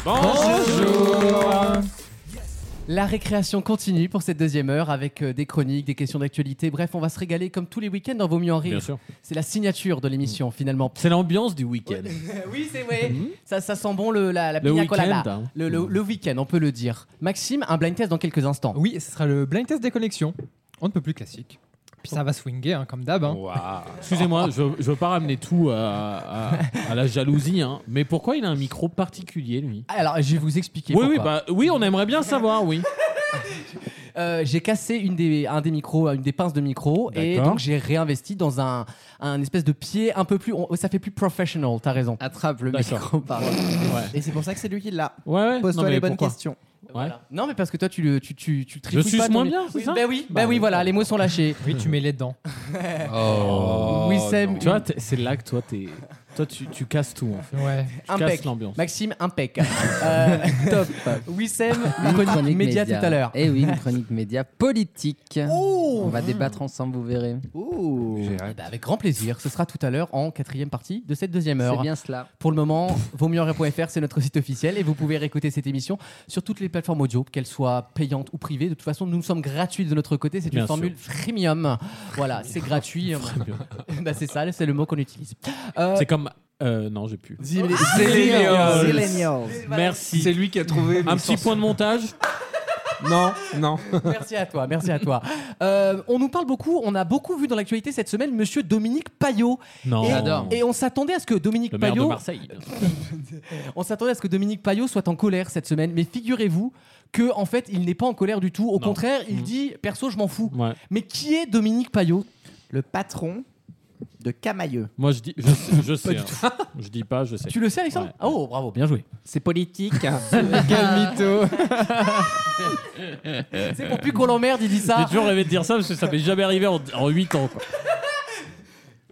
Speaker 2: Bonjour. La récréation continue pour cette deuxième heure avec euh, des chroniques, des questions d'actualité. Bref, on va se régaler comme tous les week-ends dans Vaut mieux en rire.
Speaker 3: Bien sûr.
Speaker 2: C'est la signature de l'émission finalement.
Speaker 3: C'est l'ambiance du week-end.
Speaker 2: *laughs* oui, c'est vrai. Ça, ça sent bon le, la, la
Speaker 3: Le
Speaker 2: pina colada.
Speaker 3: week-end, hein.
Speaker 2: Le, le- le week-end, on peut le dire. Maxime, un blind test dans quelques instants.
Speaker 8: Oui, ce sera le blind test déconnexion. On ne peut plus classique. Puis ça va swinguer, hein, comme d'hab. hein.
Speaker 3: Excusez-moi, je, je veux pas ramener tout à, à- à la jalousie, hein, mais pourquoi il a un micro particulier, lui
Speaker 2: Alors, je vais vous expliquer.
Speaker 3: Oui, oui,
Speaker 2: pourquoi.
Speaker 3: bah, oui, on aimerait bien savoir, oui.
Speaker 2: Euh, j'ai cassé une des, un des micros, euh, une des pinces de micro, et
Speaker 3: D'accord.
Speaker 2: donc j'ai réinvesti dans un, un espèce de pied un peu plus. on- ça fait plus professional, t'as raison.
Speaker 6: Attrape le
Speaker 2: micro par
Speaker 7: Et c'est pour ça que c'est lui qui l'a.
Speaker 3: Ouais, ouais.
Speaker 7: Pose-toi
Speaker 2: Non, mais
Speaker 7: les bonnes
Speaker 2: pourquoi
Speaker 7: questions.
Speaker 2: Voilà. Non, mais parce que toi, tu le, tu, tu, tu
Speaker 3: Je
Speaker 2: tripouilles
Speaker 3: suis
Speaker 2: pas ton
Speaker 3: moins
Speaker 2: mi-
Speaker 3: bien, c'est
Speaker 2: Oui,
Speaker 3: ça
Speaker 2: Bah oui, bah oui, voilà, les mots sont lâchés.
Speaker 8: Oui, tu mets les
Speaker 2: *laughs*
Speaker 8: dents.
Speaker 3: Oh,
Speaker 2: Wissem,
Speaker 3: Tu vois, t'es- c'est là que toi, t'es- toi tu, tu casses tout, en fait.
Speaker 8: Ouais.
Speaker 3: Tu
Speaker 2: impec.
Speaker 3: casses l'ambiance.
Speaker 2: Maxime,
Speaker 3: *laughs*
Speaker 2: impec. Euh, top. Wissem,
Speaker 6: *laughs* Une
Speaker 2: chronique, média, tout à l'heure.
Speaker 6: Eh oui,
Speaker 2: *laughs*
Speaker 6: une chronique média politique. On va débattre ensemble, vous verrez.
Speaker 2: Eh ben, avec grand plaisir. Ce sera tout à l'heure en quatrième partie de cette deuxième heure.
Speaker 6: C'est bien cela.
Speaker 2: Pour le moment, vautmieuxenrire.fr, c'est notre site officiel et vous pouvez réécouter cette émission sur toutes les plateformes audio, qu'elles soient payantes ou privées. De toute façon, nous sommes gratuits de notre côté. C'est une
Speaker 3: Bien
Speaker 2: formule freemium. Voilà, c'est gratuit. *laughs* Bah, c'est ça, c'est le mot qu'on utilise. Euh,
Speaker 3: C'est comme. euh, non, j'ai plus.
Speaker 2: Zilé-
Speaker 3: Zillénials.
Speaker 7: Zillénials.
Speaker 3: Merci.
Speaker 4: C'est lui qui a trouvé.
Speaker 3: Un
Speaker 4: mais
Speaker 3: petit
Speaker 4: sans-
Speaker 3: point de montage
Speaker 4: Non, non.
Speaker 2: *laughs* Merci à toi, merci à toi. Euh, on nous parle beaucoup, on a beaucoup vu dans l'actualité cette semaine Monsieur Dominique Payot.
Speaker 3: Non. J'adore.
Speaker 2: Et, et on s'attendait à ce que Dominique
Speaker 3: Le maire de
Speaker 2: Payot,
Speaker 3: Marseille.
Speaker 2: *laughs* on s'attendait à ce que Dominique Payot soit en colère cette semaine, mais figurez-vous que en fait il n'est pas en colère du tout. Au contraire, il dit perso je m'en fous.
Speaker 3: Mm. Ouais.
Speaker 2: Mais qui est Dominique Payot
Speaker 7: Le patron de Camailleux.
Speaker 3: Moi, je dis. Je sais. *laughs* Je, sais, hein. *laughs* je dis pas, je sais.
Speaker 2: Tu le sais Alexandre
Speaker 3: Ouais.
Speaker 2: Oh bravo, bien joué. *laughs* C'est politique. hein.
Speaker 3: *laughs*
Speaker 2: C'est pour plus qu'on l'emmerde, il dit ça.
Speaker 3: J'ai toujours rêvé de dire ça parce que ça m'est jamais arrivé en, en 8 ans. quoi.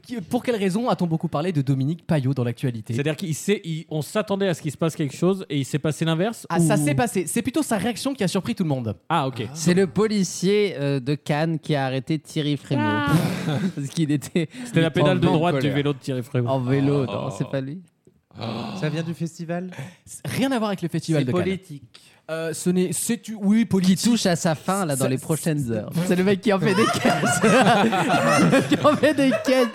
Speaker 2: Qui- Pour quelle raison a-t-on beaucoup parlé de Dominique Payot dans l'actualité
Speaker 3: C'est-à-dire qu'on s'est- il- on s'attendait à ce qu'il se passe quelque chose et il s'est passé l'inverse
Speaker 2: Ah, ça
Speaker 3: ou-
Speaker 2: s'est passé. C'est plutôt sa réaction qui a surpris tout le monde.
Speaker 3: Ah, ok.
Speaker 6: C'est le policier euh, de Cannes qui a arrêté Thierry Frémaux. *laughs* Parce qu'il était.
Speaker 3: C'était la pédale de
Speaker 6: en
Speaker 3: droite du
Speaker 6: colère.
Speaker 3: vélo de Thierry Frémaux. Oh.
Speaker 6: En vélo, non, c'est pas lui.
Speaker 9: Oh. Ça vient du festival
Speaker 2: Rien à voir avec le festival
Speaker 9: C'est
Speaker 2: de Cannes.
Speaker 9: politique.
Speaker 2: Euh, ce n'est, c'est tu, oui, politique.
Speaker 6: Qui touche à sa fin là dans
Speaker 2: Ça-
Speaker 6: les prochaines heures. C'est le mec qui en fait
Speaker 2: *laughs*
Speaker 6: des caisses. *laughs* qui en fait des caisses.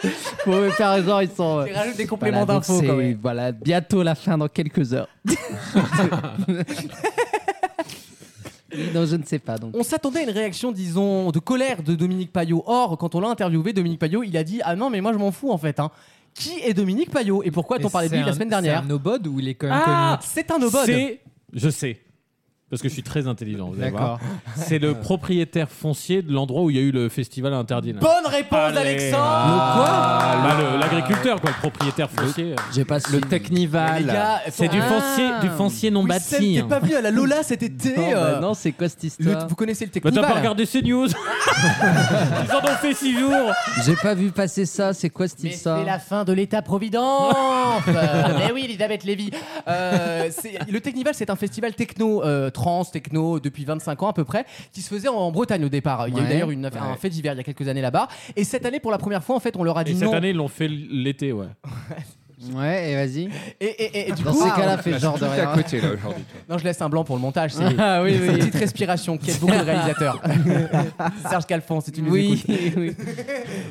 Speaker 6: Pour me faire genre ils sont.
Speaker 2: Il rajoute des compléments
Speaker 6: Voilà, donc
Speaker 2: d'infos,
Speaker 6: c'est-
Speaker 2: quand même.
Speaker 6: Voilà, bientôt la fin dans quelques
Speaker 2: *laughs*
Speaker 6: heures. non, je ne sais pas donc.
Speaker 2: On s'attendait à une réaction, disons, de colère de Dominique Payot. Or, quand on l'a interviewé, Dominique Payot, il a dit Ah non, mais moi je m'en fous en fait. hein. Qui est Dominique Payot Et pourquoi
Speaker 8: Mais
Speaker 2: t'en parlais de
Speaker 8: c'est
Speaker 2: lui la
Speaker 8: un-
Speaker 2: semaine dernière
Speaker 8: C'est un nobod ou il est quand même
Speaker 3: Ah,
Speaker 8: connu
Speaker 2: c'est un nobod.
Speaker 3: C'est, je sais, parce que je suis très intelligent. Vous allez
Speaker 8: D'accord.
Speaker 3: voir. C'est le propriétaire foncier de l'endroit où il y a eu le festival interdit. là.
Speaker 2: Bonne réponse,
Speaker 3: Allez.
Speaker 2: Alexandre
Speaker 3: Bah, le- L'agriculteur, quoi, le propriétaire foncier.
Speaker 6: J'ai pas
Speaker 8: le Technival.
Speaker 2: Les gars,
Speaker 3: C'est
Speaker 2: faut-
Speaker 3: du
Speaker 2: Ah.
Speaker 3: foncier, du foncier non
Speaker 2: Oui, Seb,
Speaker 3: bâti.
Speaker 2: T'es
Speaker 3: hein.
Speaker 2: pas venu à la Lola cet été
Speaker 6: Non,
Speaker 2: euh,
Speaker 6: bah non, c'est quoi cette
Speaker 2: le-
Speaker 6: histoire
Speaker 2: Vous connaissez le
Speaker 3: Bah,
Speaker 2: technique
Speaker 3: t'as pas regardé ces news Ils en ont fait 6 jours.
Speaker 6: J'ai pas vu passer ça. C'est quoi cette
Speaker 2: Mais
Speaker 6: histoire
Speaker 2: c'est la fin
Speaker 6: *laughs*
Speaker 2: de l'État-providence Euh, Mais oui, Elisabeth Lévy Euh, c'est- Le Technival, c'est un festival techno, euh, trans, techno, depuis 25 ans à peu près, qui se faisait en Bretagne au départ. Il y a eu
Speaker 6: Ouais,
Speaker 2: d'ailleurs une- un
Speaker 6: ouais.
Speaker 2: fait divers il y a quelques années là-bas. Et cette année, pour la première fois, en fait, on leur a
Speaker 3: Et
Speaker 2: dit
Speaker 3: cette
Speaker 2: Ah, non.
Speaker 3: année, ils l'ont fait l'été, ouais.
Speaker 6: *laughs* Ouais, et vas-y.
Speaker 2: Et, et- et du
Speaker 6: Dans
Speaker 2: coup,
Speaker 6: ces cas-là, fais genre de
Speaker 4: Tout
Speaker 6: rien.
Speaker 4: à côté, là,
Speaker 3: *laughs*
Speaker 4: aujourd'hui.
Speaker 2: Non, je laisse un blanc pour le montage. C'est
Speaker 6: *laughs* Ah, oui,
Speaker 2: c'est
Speaker 6: oui.
Speaker 2: une petite respiration qui aide beaucoup le
Speaker 6: *laughs*
Speaker 2: réalisateur. *laughs* Serge Calfon, si tu nous
Speaker 6: Oui,
Speaker 2: écoutes.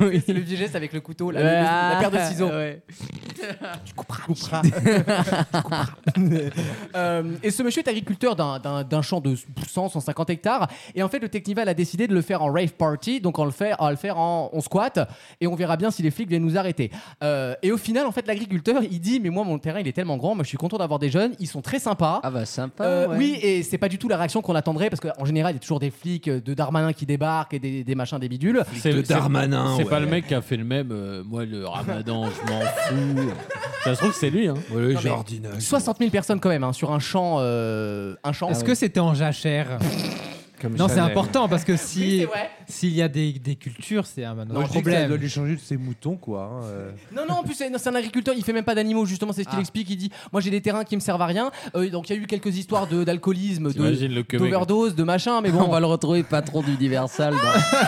Speaker 6: oui.
Speaker 2: *laughs* C'est le vieux geste avec le couteau, la,
Speaker 6: Ouais,
Speaker 2: le-
Speaker 6: ah,
Speaker 2: la paire de ciseaux.
Speaker 6: ouais.
Speaker 2: *laughs* Tu couperas, Michel. *laughs* Tu couperas. *laughs* Euh, et ce monsieur est agriculteur d'un- d'un d'un champ de 100, 150 hectares. Et en fait, le Technival a décidé de le faire en rave party, donc on le fait, on le faire en on squatte et on verra bien si les flics viennent nous arrêter. Euh, et au final, en fait, l'agriculteur il dit Mais moi, mon terrain il est tellement grand, moi je suis content d'avoir des jeunes, ils sont très sympas.
Speaker 6: Ah bah sympa.
Speaker 2: Euh,
Speaker 6: ouais.
Speaker 2: Oui, et c'est pas du tout la réaction qu'on attendrait parce qu'en général, il y a toujours des flics euh, de Darmanin qui débarquent et des, des machins, des bidules.
Speaker 3: C'est
Speaker 4: de Darmanin,
Speaker 3: C'est
Speaker 4: ouais.
Speaker 3: pas le mec qui a fait le même. euh, moi, le ramadan, je m'en fous. Ça se trouve, c'est lui. Hein.
Speaker 4: Oui,
Speaker 2: mais-
Speaker 4: jardinage.
Speaker 2: 60 000 personnes quand même hein, sur un champ. euh, un champ.
Speaker 8: Est-ce que c'était en jachère
Speaker 4: *laughs* Comme
Speaker 8: Non, c'est
Speaker 4: Chanel.
Speaker 8: important parce que
Speaker 2: Oui,
Speaker 8: si
Speaker 2: c'est vrai.
Speaker 8: s'il y a des, des cultures, c'est un autre
Speaker 9: Non, je dis que ça doit
Speaker 8: problème.
Speaker 9: lui changer de ses moutons, quoi. hein, euh.
Speaker 2: Non, non, en plus, c'est non, c'est un agriculteur, il fait même pas d'animaux, justement, c'est ce qu'il
Speaker 8: Ah.
Speaker 2: explique. Il dit Moi, j'ai des terrains qui me servent à rien. Euh, donc, il y a eu quelques histoires de- d'alcoolisme, de-
Speaker 3: T'imagines le que mec.
Speaker 2: d'overdose, de
Speaker 5: *laughs*
Speaker 2: machin, mais
Speaker 6: On
Speaker 2: bon.
Speaker 6: va le retrouver patron d'Universal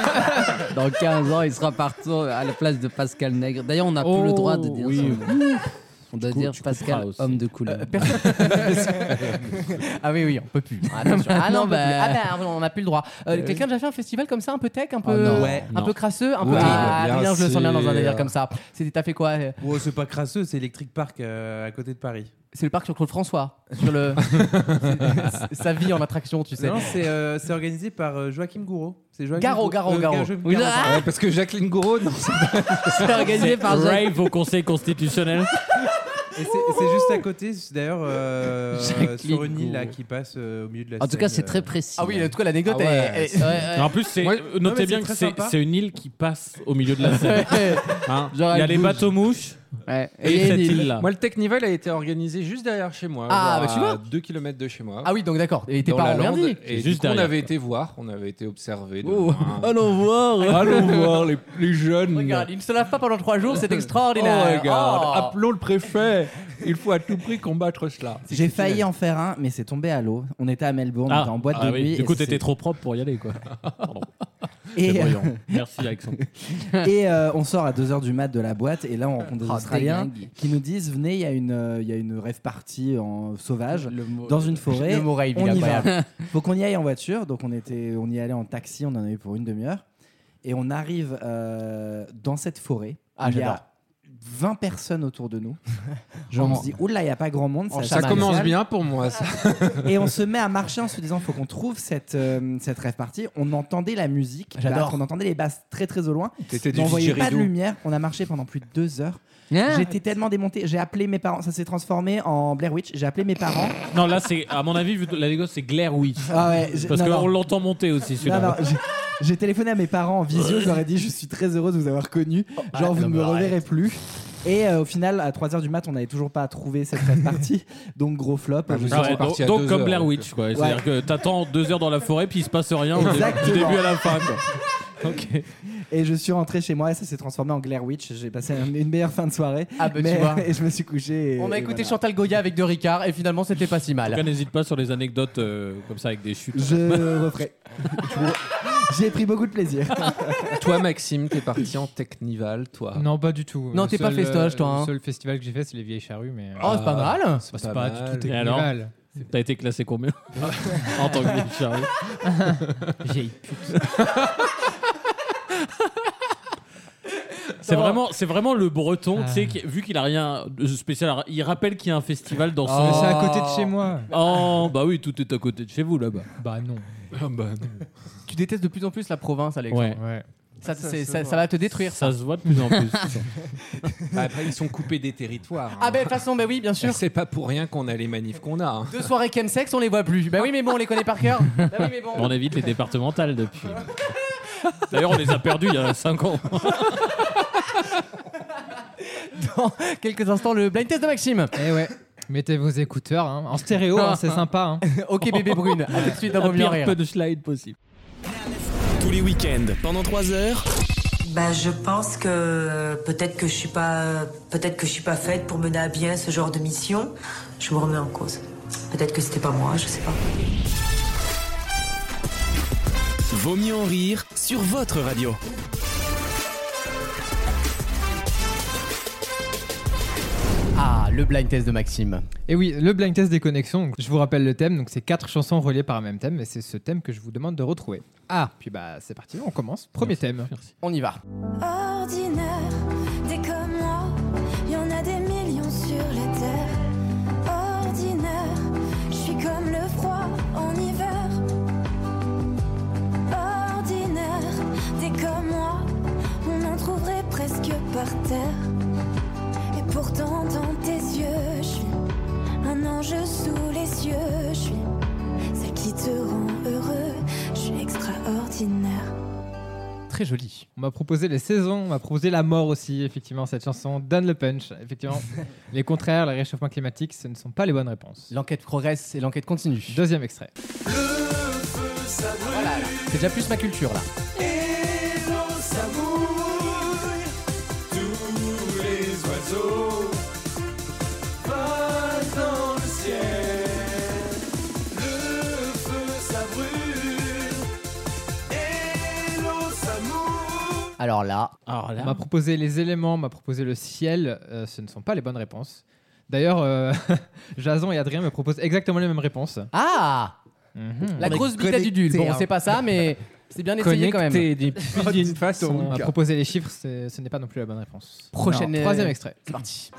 Speaker 2: *laughs*
Speaker 6: dans, dans 15 ans. Il sera partout à la place de Pascal Nègre. D'ailleurs, on n'a plus le droit de
Speaker 2: Oh,
Speaker 6: dire
Speaker 3: oui.
Speaker 6: son nom. On doit dire Pascal,
Speaker 3: aussi.
Speaker 6: homme de couleur.
Speaker 2: Euh,
Speaker 6: *laughs*
Speaker 2: ah, oui, oui, on peut plus. Attention. Ah non,
Speaker 6: Non,
Speaker 2: on peut
Speaker 6: bah.
Speaker 2: plus. Ah, bah, on n'a plus le droit. Euh, Quelqu'un a déjà fait un festival comme ça, un peu tech,
Speaker 8: Oh,
Speaker 2: un peu,
Speaker 6: non.
Speaker 9: Ouais.
Speaker 2: un
Speaker 6: Non.
Speaker 2: peu crasseux, un peu.
Speaker 4: Ouais,
Speaker 2: Ah,
Speaker 4: bien
Speaker 2: rien, je le sens bien dans un
Speaker 4: sûr.
Speaker 2: délire comme ça. C'était, t'as fait quoi euh,
Speaker 9: Oh, c'est pas crasseux, c'est Electric Park euh, à côté de Paris.
Speaker 2: C'est le parc sur Claude François.
Speaker 9: *laughs*
Speaker 2: Sur le... Sa vie en attraction, tu sais.
Speaker 9: Non, c'est euh, c'est organisé par euh, Joachim Gouraud. C'est Joachim Euh,
Speaker 2: Garraud,
Speaker 9: Gou-
Speaker 2: Garraud, Garraud.
Speaker 9: Joachim
Speaker 2: Oui,
Speaker 9: Garraud.
Speaker 4: Ouais, parce
Speaker 9: *laughs*
Speaker 4: que Jacqueline Gouraud, non, c'est
Speaker 6: C'est organisé par Jacques.
Speaker 3: Rave au Conseil
Speaker 4: *laughs*
Speaker 3: constitutionnel.
Speaker 9: Et c'est c'est juste à côté, c'est d'ailleurs, euh,
Speaker 6: Jacqueline
Speaker 9: sur une île là,
Speaker 6: Gouraud.
Speaker 9: qui passe euh, au milieu de la
Speaker 6: En tout cas,
Speaker 9: Seine,
Speaker 6: c'est très
Speaker 9: euh.
Speaker 6: précis.
Speaker 2: Ah oui, en tout cas, l'anecdote
Speaker 4: Ah ouais,
Speaker 2: est- est-
Speaker 3: En plus, c'est
Speaker 4: Moi-
Speaker 3: euh,
Speaker 9: Non, mais
Speaker 3: notez bien
Speaker 9: c'est
Speaker 3: que
Speaker 9: très
Speaker 3: c'est
Speaker 9: sympa.
Speaker 3: c'est une île qui passe au milieu de la Seine. hein. Il y
Speaker 6: Genre,
Speaker 3: a
Speaker 6: elle
Speaker 3: les
Speaker 6: bouge.
Speaker 3: bateaux mouches
Speaker 6: Ouais.
Speaker 3: et,
Speaker 6: Et il y a
Speaker 3: cette
Speaker 6: une île.
Speaker 3: île là.
Speaker 4: Moi, le Technival a été organisé juste derrière chez moi.
Speaker 2: Ah,
Speaker 4: genre
Speaker 2: bah, tu vois.
Speaker 4: à 2 km de chez moi.
Speaker 2: Ah oui, donc d'accord. Et t'es
Speaker 4: dans
Speaker 2: pas
Speaker 4: la
Speaker 2: en
Speaker 4: lande.
Speaker 2: Normandie.
Speaker 4: Et
Speaker 3: C'est
Speaker 4: juste
Speaker 3: juste
Speaker 4: on
Speaker 3: derrière,
Speaker 4: avait
Speaker 3: quoi.
Speaker 4: été voir, on avait été observé. de
Speaker 2: Oh.
Speaker 4: loin.
Speaker 2: Allons voir.
Speaker 4: Allons voir les, les jeunes.
Speaker 2: Regarde, il ne se lave pas pendant trois jours, c'est
Speaker 4: *laughs* Oh,
Speaker 2: extraordinaire.
Speaker 4: regarde,
Speaker 2: Oh.
Speaker 4: appelons le préfet. Il faut à tout prix combattre cela.
Speaker 7: J'ai failli en faire un, mais c'est tombé à l'eau. On était à Melbourne, on était en boîte
Speaker 3: ah
Speaker 7: de
Speaker 3: oui.
Speaker 7: nuit.
Speaker 3: Du
Speaker 7: et
Speaker 3: coup,
Speaker 7: c'est-
Speaker 3: t'étais trop propre pour y aller, quoi. *laughs* Pardon.
Speaker 7: et, *laughs*
Speaker 3: C'est brillant. Merci, Alexandre.
Speaker 4: *laughs*
Speaker 7: et, euh, on sort à 2h du mat de la boîte, et là on rencontre des
Speaker 6: Oh,
Speaker 7: Australiens
Speaker 6: dingue.
Speaker 7: qui nous disent Venez, il y, a une, euh, il y a une rêve partie en sauvage.
Speaker 6: Le mot-
Speaker 7: dans une forêt.
Speaker 2: Le mot rave, il
Speaker 7: on
Speaker 2: est
Speaker 7: y va.
Speaker 2: incroyable.
Speaker 7: *laughs* Faut qu'on y aille en voiture. Donc on était, on y allait en taxi. On en avait pour une demi-heure. Et on arrive euh, dans cette forêt.
Speaker 2: Ah,
Speaker 7: il y
Speaker 2: j'adore.
Speaker 7: a 20 personnes autour de
Speaker 2: *laughs*
Speaker 7: nous. Genre on se dit, oula, il n'y a pas grand monde.
Speaker 2: En
Speaker 7: Ça,
Speaker 4: Ça
Speaker 2: chaman.
Speaker 4: commence bien pour moi, ça.
Speaker 7: Et on se met à marcher en se disant, faut qu'on trouve cette, euh, cette rêve partie. On entendait la musique.
Speaker 2: J'adore.
Speaker 7: battre, On entendait les basses très très au loin.
Speaker 4: T'étais du
Speaker 7: on voyait pas de
Speaker 4: didgeridoo.
Speaker 7: lumière. On a marché pendant plus de deux heures.
Speaker 3: Ah.
Speaker 6: Hein
Speaker 7: J'étais tellement démonté. J'ai appelé mes parents. Ça s'est transformé en Blair Witch. J'ai appelé mes parents.
Speaker 3: Non, là, c'est à mon avis, vu la Lego, c'est Glaire Witch.
Speaker 7: Ah ouais, j'ai-
Speaker 3: Parce
Speaker 7: non, non.
Speaker 3: qu'on l'entend monter aussi,
Speaker 7: Non, non,
Speaker 3: celui-là.
Speaker 7: j'ai-
Speaker 4: Ah,
Speaker 7: j'ai téléphoné à mes parents en visio, je leur ai dit je suis très heureuse de vous avoir connu,
Speaker 3: Oh, bah,
Speaker 7: genre vous ne me reverrez plus. Et euh, au final, à 3h du mat, on n'avait toujours pas trouvé cette rêve partie, donc gros flop.
Speaker 4: Ah, vous
Speaker 3: Ah
Speaker 4: Ils
Speaker 3: ouais,
Speaker 4: sont
Speaker 3: donc,
Speaker 4: partis à
Speaker 3: donc
Speaker 4: deux
Speaker 3: comme
Speaker 4: heures.
Speaker 3: Blair Witch, quoi. C'est-à-dire que t'attends deux heures dans la forêt, puis il se passe rien au dé- du
Speaker 7: Exactement.
Speaker 3: début à la fin, quoi. Ok.
Speaker 7: *laughs* Et je suis rentré chez moi et ça s'est transformé en Glare Witch. J'ai passé un- une meilleure fin de soirée.
Speaker 2: Ah, bah, tu
Speaker 7: mais-
Speaker 2: vois.
Speaker 7: *laughs* Et je me suis couché. et-
Speaker 2: On a
Speaker 7: et
Speaker 2: écouté
Speaker 7: voilà.
Speaker 2: Chantal Goya avec De Ricard et finalement c'était pas si
Speaker 3: En tout
Speaker 2: mal.
Speaker 3: cas, n'hésite pas sur les anecdotes euh, comme ça avec des chutes.
Speaker 7: Je referai. Je vous- *laughs* J'ai pris beaucoup de plaisir.
Speaker 4: *laughs* Toi, Maxime, t'es parti en Technival, toi.
Speaker 8: Non, pas du tout.
Speaker 2: Non,
Speaker 8: Le
Speaker 2: t'es pas
Speaker 8: seul, euh,
Speaker 2: festoche, toi, hein.
Speaker 8: Le seul festival que j'ai fait, c'est les Vieilles Charrues. Mais... euh,
Speaker 2: Oh, c'est pas mal.
Speaker 8: Ah,
Speaker 3: Bah,
Speaker 8: C'est pas, pas du tout
Speaker 3: Et alors
Speaker 8: technival.
Speaker 3: T'as été classé combien En tant que vieille charrue
Speaker 2: Vieille pute.
Speaker 3: C'est vraiment, c'est vraiment le breton, tu sais, qui- vu qu'il a rien de spécial, à ra- il rappelle qu'il y a un festival dans son.
Speaker 8: Oh. C'est à côté de chez moi.
Speaker 3: Oh, bah oui, tout est à côté de chez vous là-bas. Ah,
Speaker 8: Bah non.
Speaker 2: Tu détestes de plus en plus la province, Alex.
Speaker 3: Ouais.
Speaker 2: Ça,
Speaker 3: Ça
Speaker 2: c'est-
Speaker 3: se
Speaker 2: ça-
Speaker 3: voit.
Speaker 2: ça va te détruire.
Speaker 3: Ça se voit de plus en plus.
Speaker 4: Bah, après, ils sont coupés des territoires. hein.
Speaker 2: Ah, ben de toute façon, ben oui, bien sûr.
Speaker 4: C'est pas pour rien qu'on a les manifs qu'on a. hein.
Speaker 2: Deux soirées chemsex, on les voit plus. Bah oui, mais bon, on les connaît par cœur. Bah oui, mais bon.
Speaker 3: On évite les
Speaker 2: *laughs*
Speaker 3: départementales depuis. D'ailleurs, on les a perdus il y a 5 ans.
Speaker 2: Dans *laughs* quelques instants, le blind test de Maxime.
Speaker 8: Eh ouais. Mettez vos écouteurs hein. en stéréo, hein,
Speaker 2: *laughs*
Speaker 8: c'est sympa. hein.
Speaker 2: ok, bébé brune. À tout de suite dans
Speaker 8: La
Speaker 2: Vos Mieux en
Speaker 8: pire
Speaker 2: Rire.
Speaker 3: slide possible.
Speaker 1: Tous les week-ends, pendant 3 heures.
Speaker 15: Bah, je pense que peut-être que je suis pas, peut-être que je suis pas faite pour mener à bien ce genre de mission. Je me remets en cause. Peut-être que c'était pas moi, je sais pas.
Speaker 1: Vaut mieux en rire sur votre radio.
Speaker 2: Ah, le blind test de Maxime.
Speaker 8: Et Eh oui, le blind test des connexions. Je vous rappelle le thème, donc c'est quatre chansons reliées par un même thème, et c'est ce thème que je vous demande de retrouver. Ah, puis bah c'est parti, on commence. Premier thème.
Speaker 2: On y va.
Speaker 16: ordinaire. Des comme moi, il y en a des millions sur la terre. Ordinaire, je suis comme le froid en hiver. Ordinaire, des comme moi, on en trouverait presque par terre. Et pourtant, dans tes yeux, je suis un ange sous les cieux. Je suis celle qui te rend heureux. Je suis extraordinaire.
Speaker 2: Très joli.
Speaker 8: On m'a proposé les saisons, on m'a proposé la mort aussi, effectivement, cette chanson. Donne le punch.
Speaker 2: *laughs*
Speaker 8: Effectivement, les contraires, les réchauffements climatiques, ce ne sont pas les bonnes réponses.
Speaker 2: L'enquête progresse et l'enquête continue.
Speaker 8: Deuxième extrait.
Speaker 2: C'est déjà plus ma culture là.
Speaker 12: Et l'eau, ça bouille. Tous les oiseaux volent dans le ciel. Le feu, ça brûle. Et l'eau, ça mouille.
Speaker 2: Alors là,
Speaker 8: on m'a proposé les éléments, on m'a proposé le ciel, euh, ce ne sont pas les bonnes réponses. D'ailleurs, euh, *laughs* Jason et Adrien me proposent exactement les mêmes réponses.
Speaker 2: Ah La
Speaker 8: On est
Speaker 2: grosse bite à Dudule. Bon,
Speaker 8: connectés,
Speaker 2: c'est pas ça, mais c'est bien essayé quand même. Oh,
Speaker 8: Connectés
Speaker 2: *laughs*
Speaker 8: *laughs* d'une façon. On m'a proposé les chiffres, c'est- ce n'est pas non plus la bonne réponse.
Speaker 2: Prochaine.
Speaker 8: Non,
Speaker 2: euh,
Speaker 8: Troisième extrait. *laughs*
Speaker 2: C'est parti.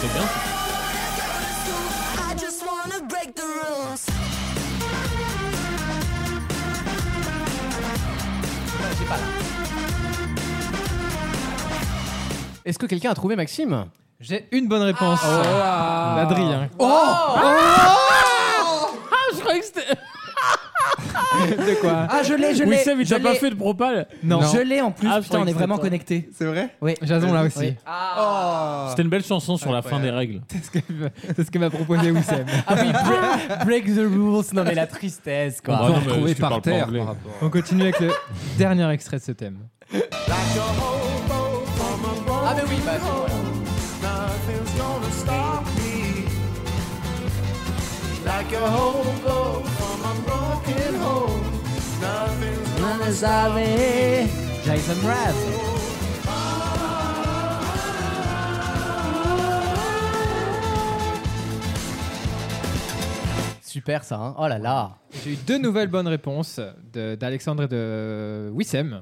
Speaker 3: C'est bien.
Speaker 2: Est-ce que quelqu'un a trouvé Maxime Ah.
Speaker 8: J'ai une bonne réponse. hein. D'Adrien.
Speaker 2: Oh,
Speaker 3: Ah, je croyais que c'était.
Speaker 8: De quoi
Speaker 7: Ah, je l'ai, je l'ai.
Speaker 3: Wissem, il
Speaker 7: je
Speaker 3: t'a pas
Speaker 7: l'ai.
Speaker 3: fait de propal Ah,
Speaker 7: Non. Je l'ai en plus. putain, on est vraiment connectés.
Speaker 9: C'est vrai
Speaker 7: Oui.
Speaker 8: Jason là aussi.
Speaker 7: Oui.
Speaker 3: C'était une belle chanson sur la fin des règles.
Speaker 8: C'est ce que m'a proposé Wissem.
Speaker 2: *laughs* Ah oui, break, break the rules. Non mais la tristesse quoi.
Speaker 8: On peut retrouver par terre, par On continue avec le dernier extrait de ce thème.
Speaker 2: Ah mais oui, bah attends, voilà.
Speaker 12: Nothing's gonna stop me. Like a hobo from a broken home. Nothing's gonna stop me.
Speaker 7: Jason Mraz.
Speaker 2: Super ça, hein. oh là là.
Speaker 8: J'ai eu deux nouvelles bonnes réponses de- d'Alexandre et de Wissem.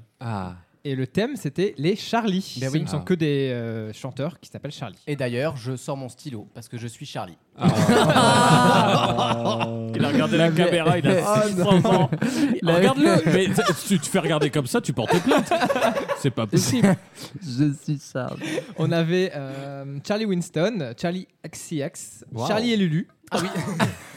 Speaker 8: Et le thème, c'était les Charlie.
Speaker 2: Ben
Speaker 8: Ce
Speaker 2: oui.
Speaker 8: ne sont
Speaker 2: Ah.
Speaker 8: que des euh, chanteurs qui s'appellent Charlie.
Speaker 2: Et d'ailleurs, je sors mon stylo parce que je suis Charlie.
Speaker 3: *laughs* Il a regardé la Ah, caméra, *laughs* il a 600 ans. Regarde-le Mais tu te fais regarder comme ça, tu portes plainte. C'est pas possible.
Speaker 5: Je suis ça.
Speaker 8: On avait euh, Charlie Winston, Charlie Axiax,
Speaker 2: Wow.
Speaker 8: Charlie et Lulu.
Speaker 2: Ah
Speaker 8: *laughs*
Speaker 2: oui.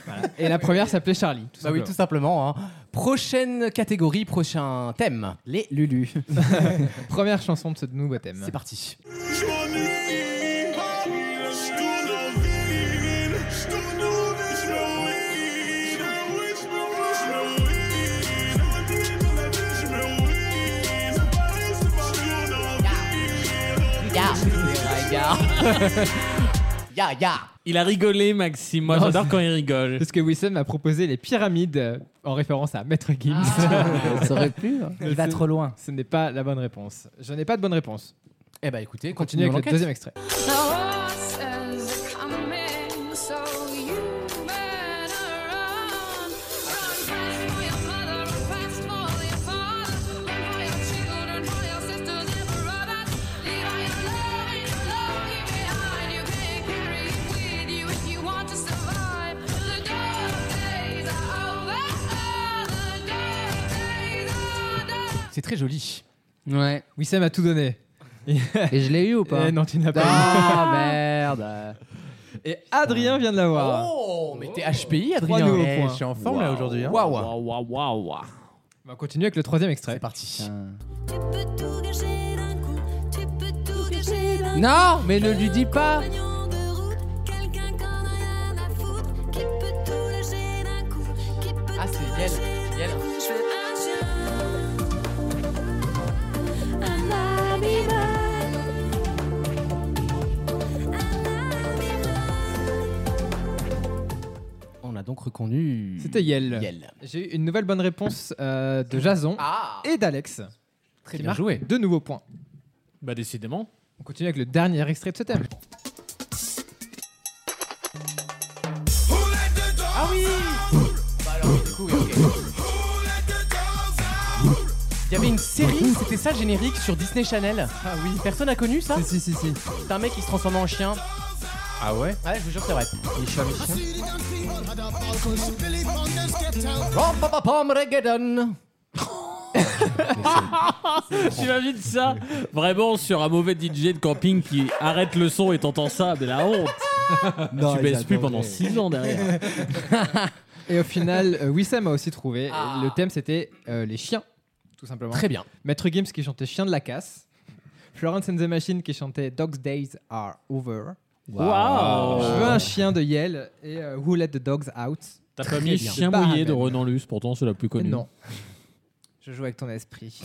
Speaker 8: Voilà. Et la première s'appelait Charlie. Tout
Speaker 2: Bah oui, tout simplement. hein. Prochaine catégorie, prochain thème. Les Lulu.
Speaker 8: *laughs* Première chanson de ce nouveau thème. C'est
Speaker 2: parti.
Speaker 7: *laughs*
Speaker 2: Ya, ya
Speaker 3: Il a rigolé, Maxime. Moi,
Speaker 8: Non,
Speaker 3: j'adore
Speaker 8: c'est-
Speaker 3: quand il rigole.
Speaker 8: Parce que Wissem a proposé les pyramides euh, en référence à Maître Gims.
Speaker 2: Ah, ça aurait pu,
Speaker 8: *laughs*
Speaker 2: hein.
Speaker 8: Mais
Speaker 2: Il va
Speaker 8: ce-
Speaker 2: trop loin.
Speaker 8: Ce n'est pas la bonne réponse. Je n'ai pas de bonne réponse.
Speaker 2: Eh ben écoutez,
Speaker 8: continuez avec le deuxième extrait.
Speaker 2: C'est très joli.
Speaker 8: Ouais. Wissem a tout donné. Et
Speaker 6: je l'ai eu ou pas
Speaker 8: *laughs* Eh non, tu n'as pas
Speaker 2: *laughs*
Speaker 6: Ah,
Speaker 8: eu.
Speaker 6: merde.
Speaker 8: Et Adrien vient de l'avoir.
Speaker 2: Oh, mais t'es HPI,
Speaker 8: Trois
Speaker 2: Adrien.
Speaker 8: nouveaux
Speaker 2: Eh,
Speaker 8: points.
Speaker 2: je suis en forme, là, aujourd'hui, hein. Waouh.
Speaker 3: Waouh, waouh, waouh.
Speaker 8: On va continuer avec le troisième extrait. C'est
Speaker 2: parti.
Speaker 6: Non, mais ne lui dis pas.
Speaker 2: Ah, c'est Yel. Yel. On a donc reconnu.
Speaker 8: C'était Yel.
Speaker 2: Yel.
Speaker 8: J'ai eu une nouvelle bonne réponse euh, de Jason
Speaker 2: Ah.
Speaker 8: et d'Alex. Très
Speaker 3: bien joué.
Speaker 8: Deux nouveaux points.
Speaker 3: Bah, décidément.
Speaker 8: On continue avec le dernier extrait de ce thème.
Speaker 2: Ah oui Bah alors, du coup, oui, ok. Il y avait une série, c'était ça le générique sur Disney Channel. Ah oui. Personne a connu ça Si, si, si. C'est un mec qui se transformait en chien. Ah ouais Ouais, je vous jure, c'est vrai. Il est chien, il est chien. Pom, pom, pom, pom, reggaeton.
Speaker 3: Ah, *laughs* J'imagine ça vraiment sur un mauvais DJ de camping qui arrête le son et t'entends ça, mais la honte.
Speaker 8: Non,
Speaker 3: Ah, tu
Speaker 8: ils
Speaker 3: baisses plus
Speaker 8: adoraient.
Speaker 3: pendant 6 ans derrière.
Speaker 8: *laughs* Et au final, euh, Wissem a aussi trouvé.
Speaker 3: Ah.
Speaker 8: Le thème, c'était euh, les chiens, tout simplement.
Speaker 2: Très bien.
Speaker 8: Maître Gims qui chantait Chien de la casse. Florence and the Machine qui chantait Dog's Days Are Over.
Speaker 3: Waouh.
Speaker 8: Je veux un chien de Yale et euh, Who Let the Dogs Out.
Speaker 3: T'as
Speaker 8: Très
Speaker 3: pas mis
Speaker 8: bien.
Speaker 3: Chien
Speaker 8: Pas
Speaker 3: mouillé de
Speaker 8: Raven.
Speaker 3: Renan Luce, pourtant c'est la plus connue.
Speaker 8: Non. Je joue avec ton esprit.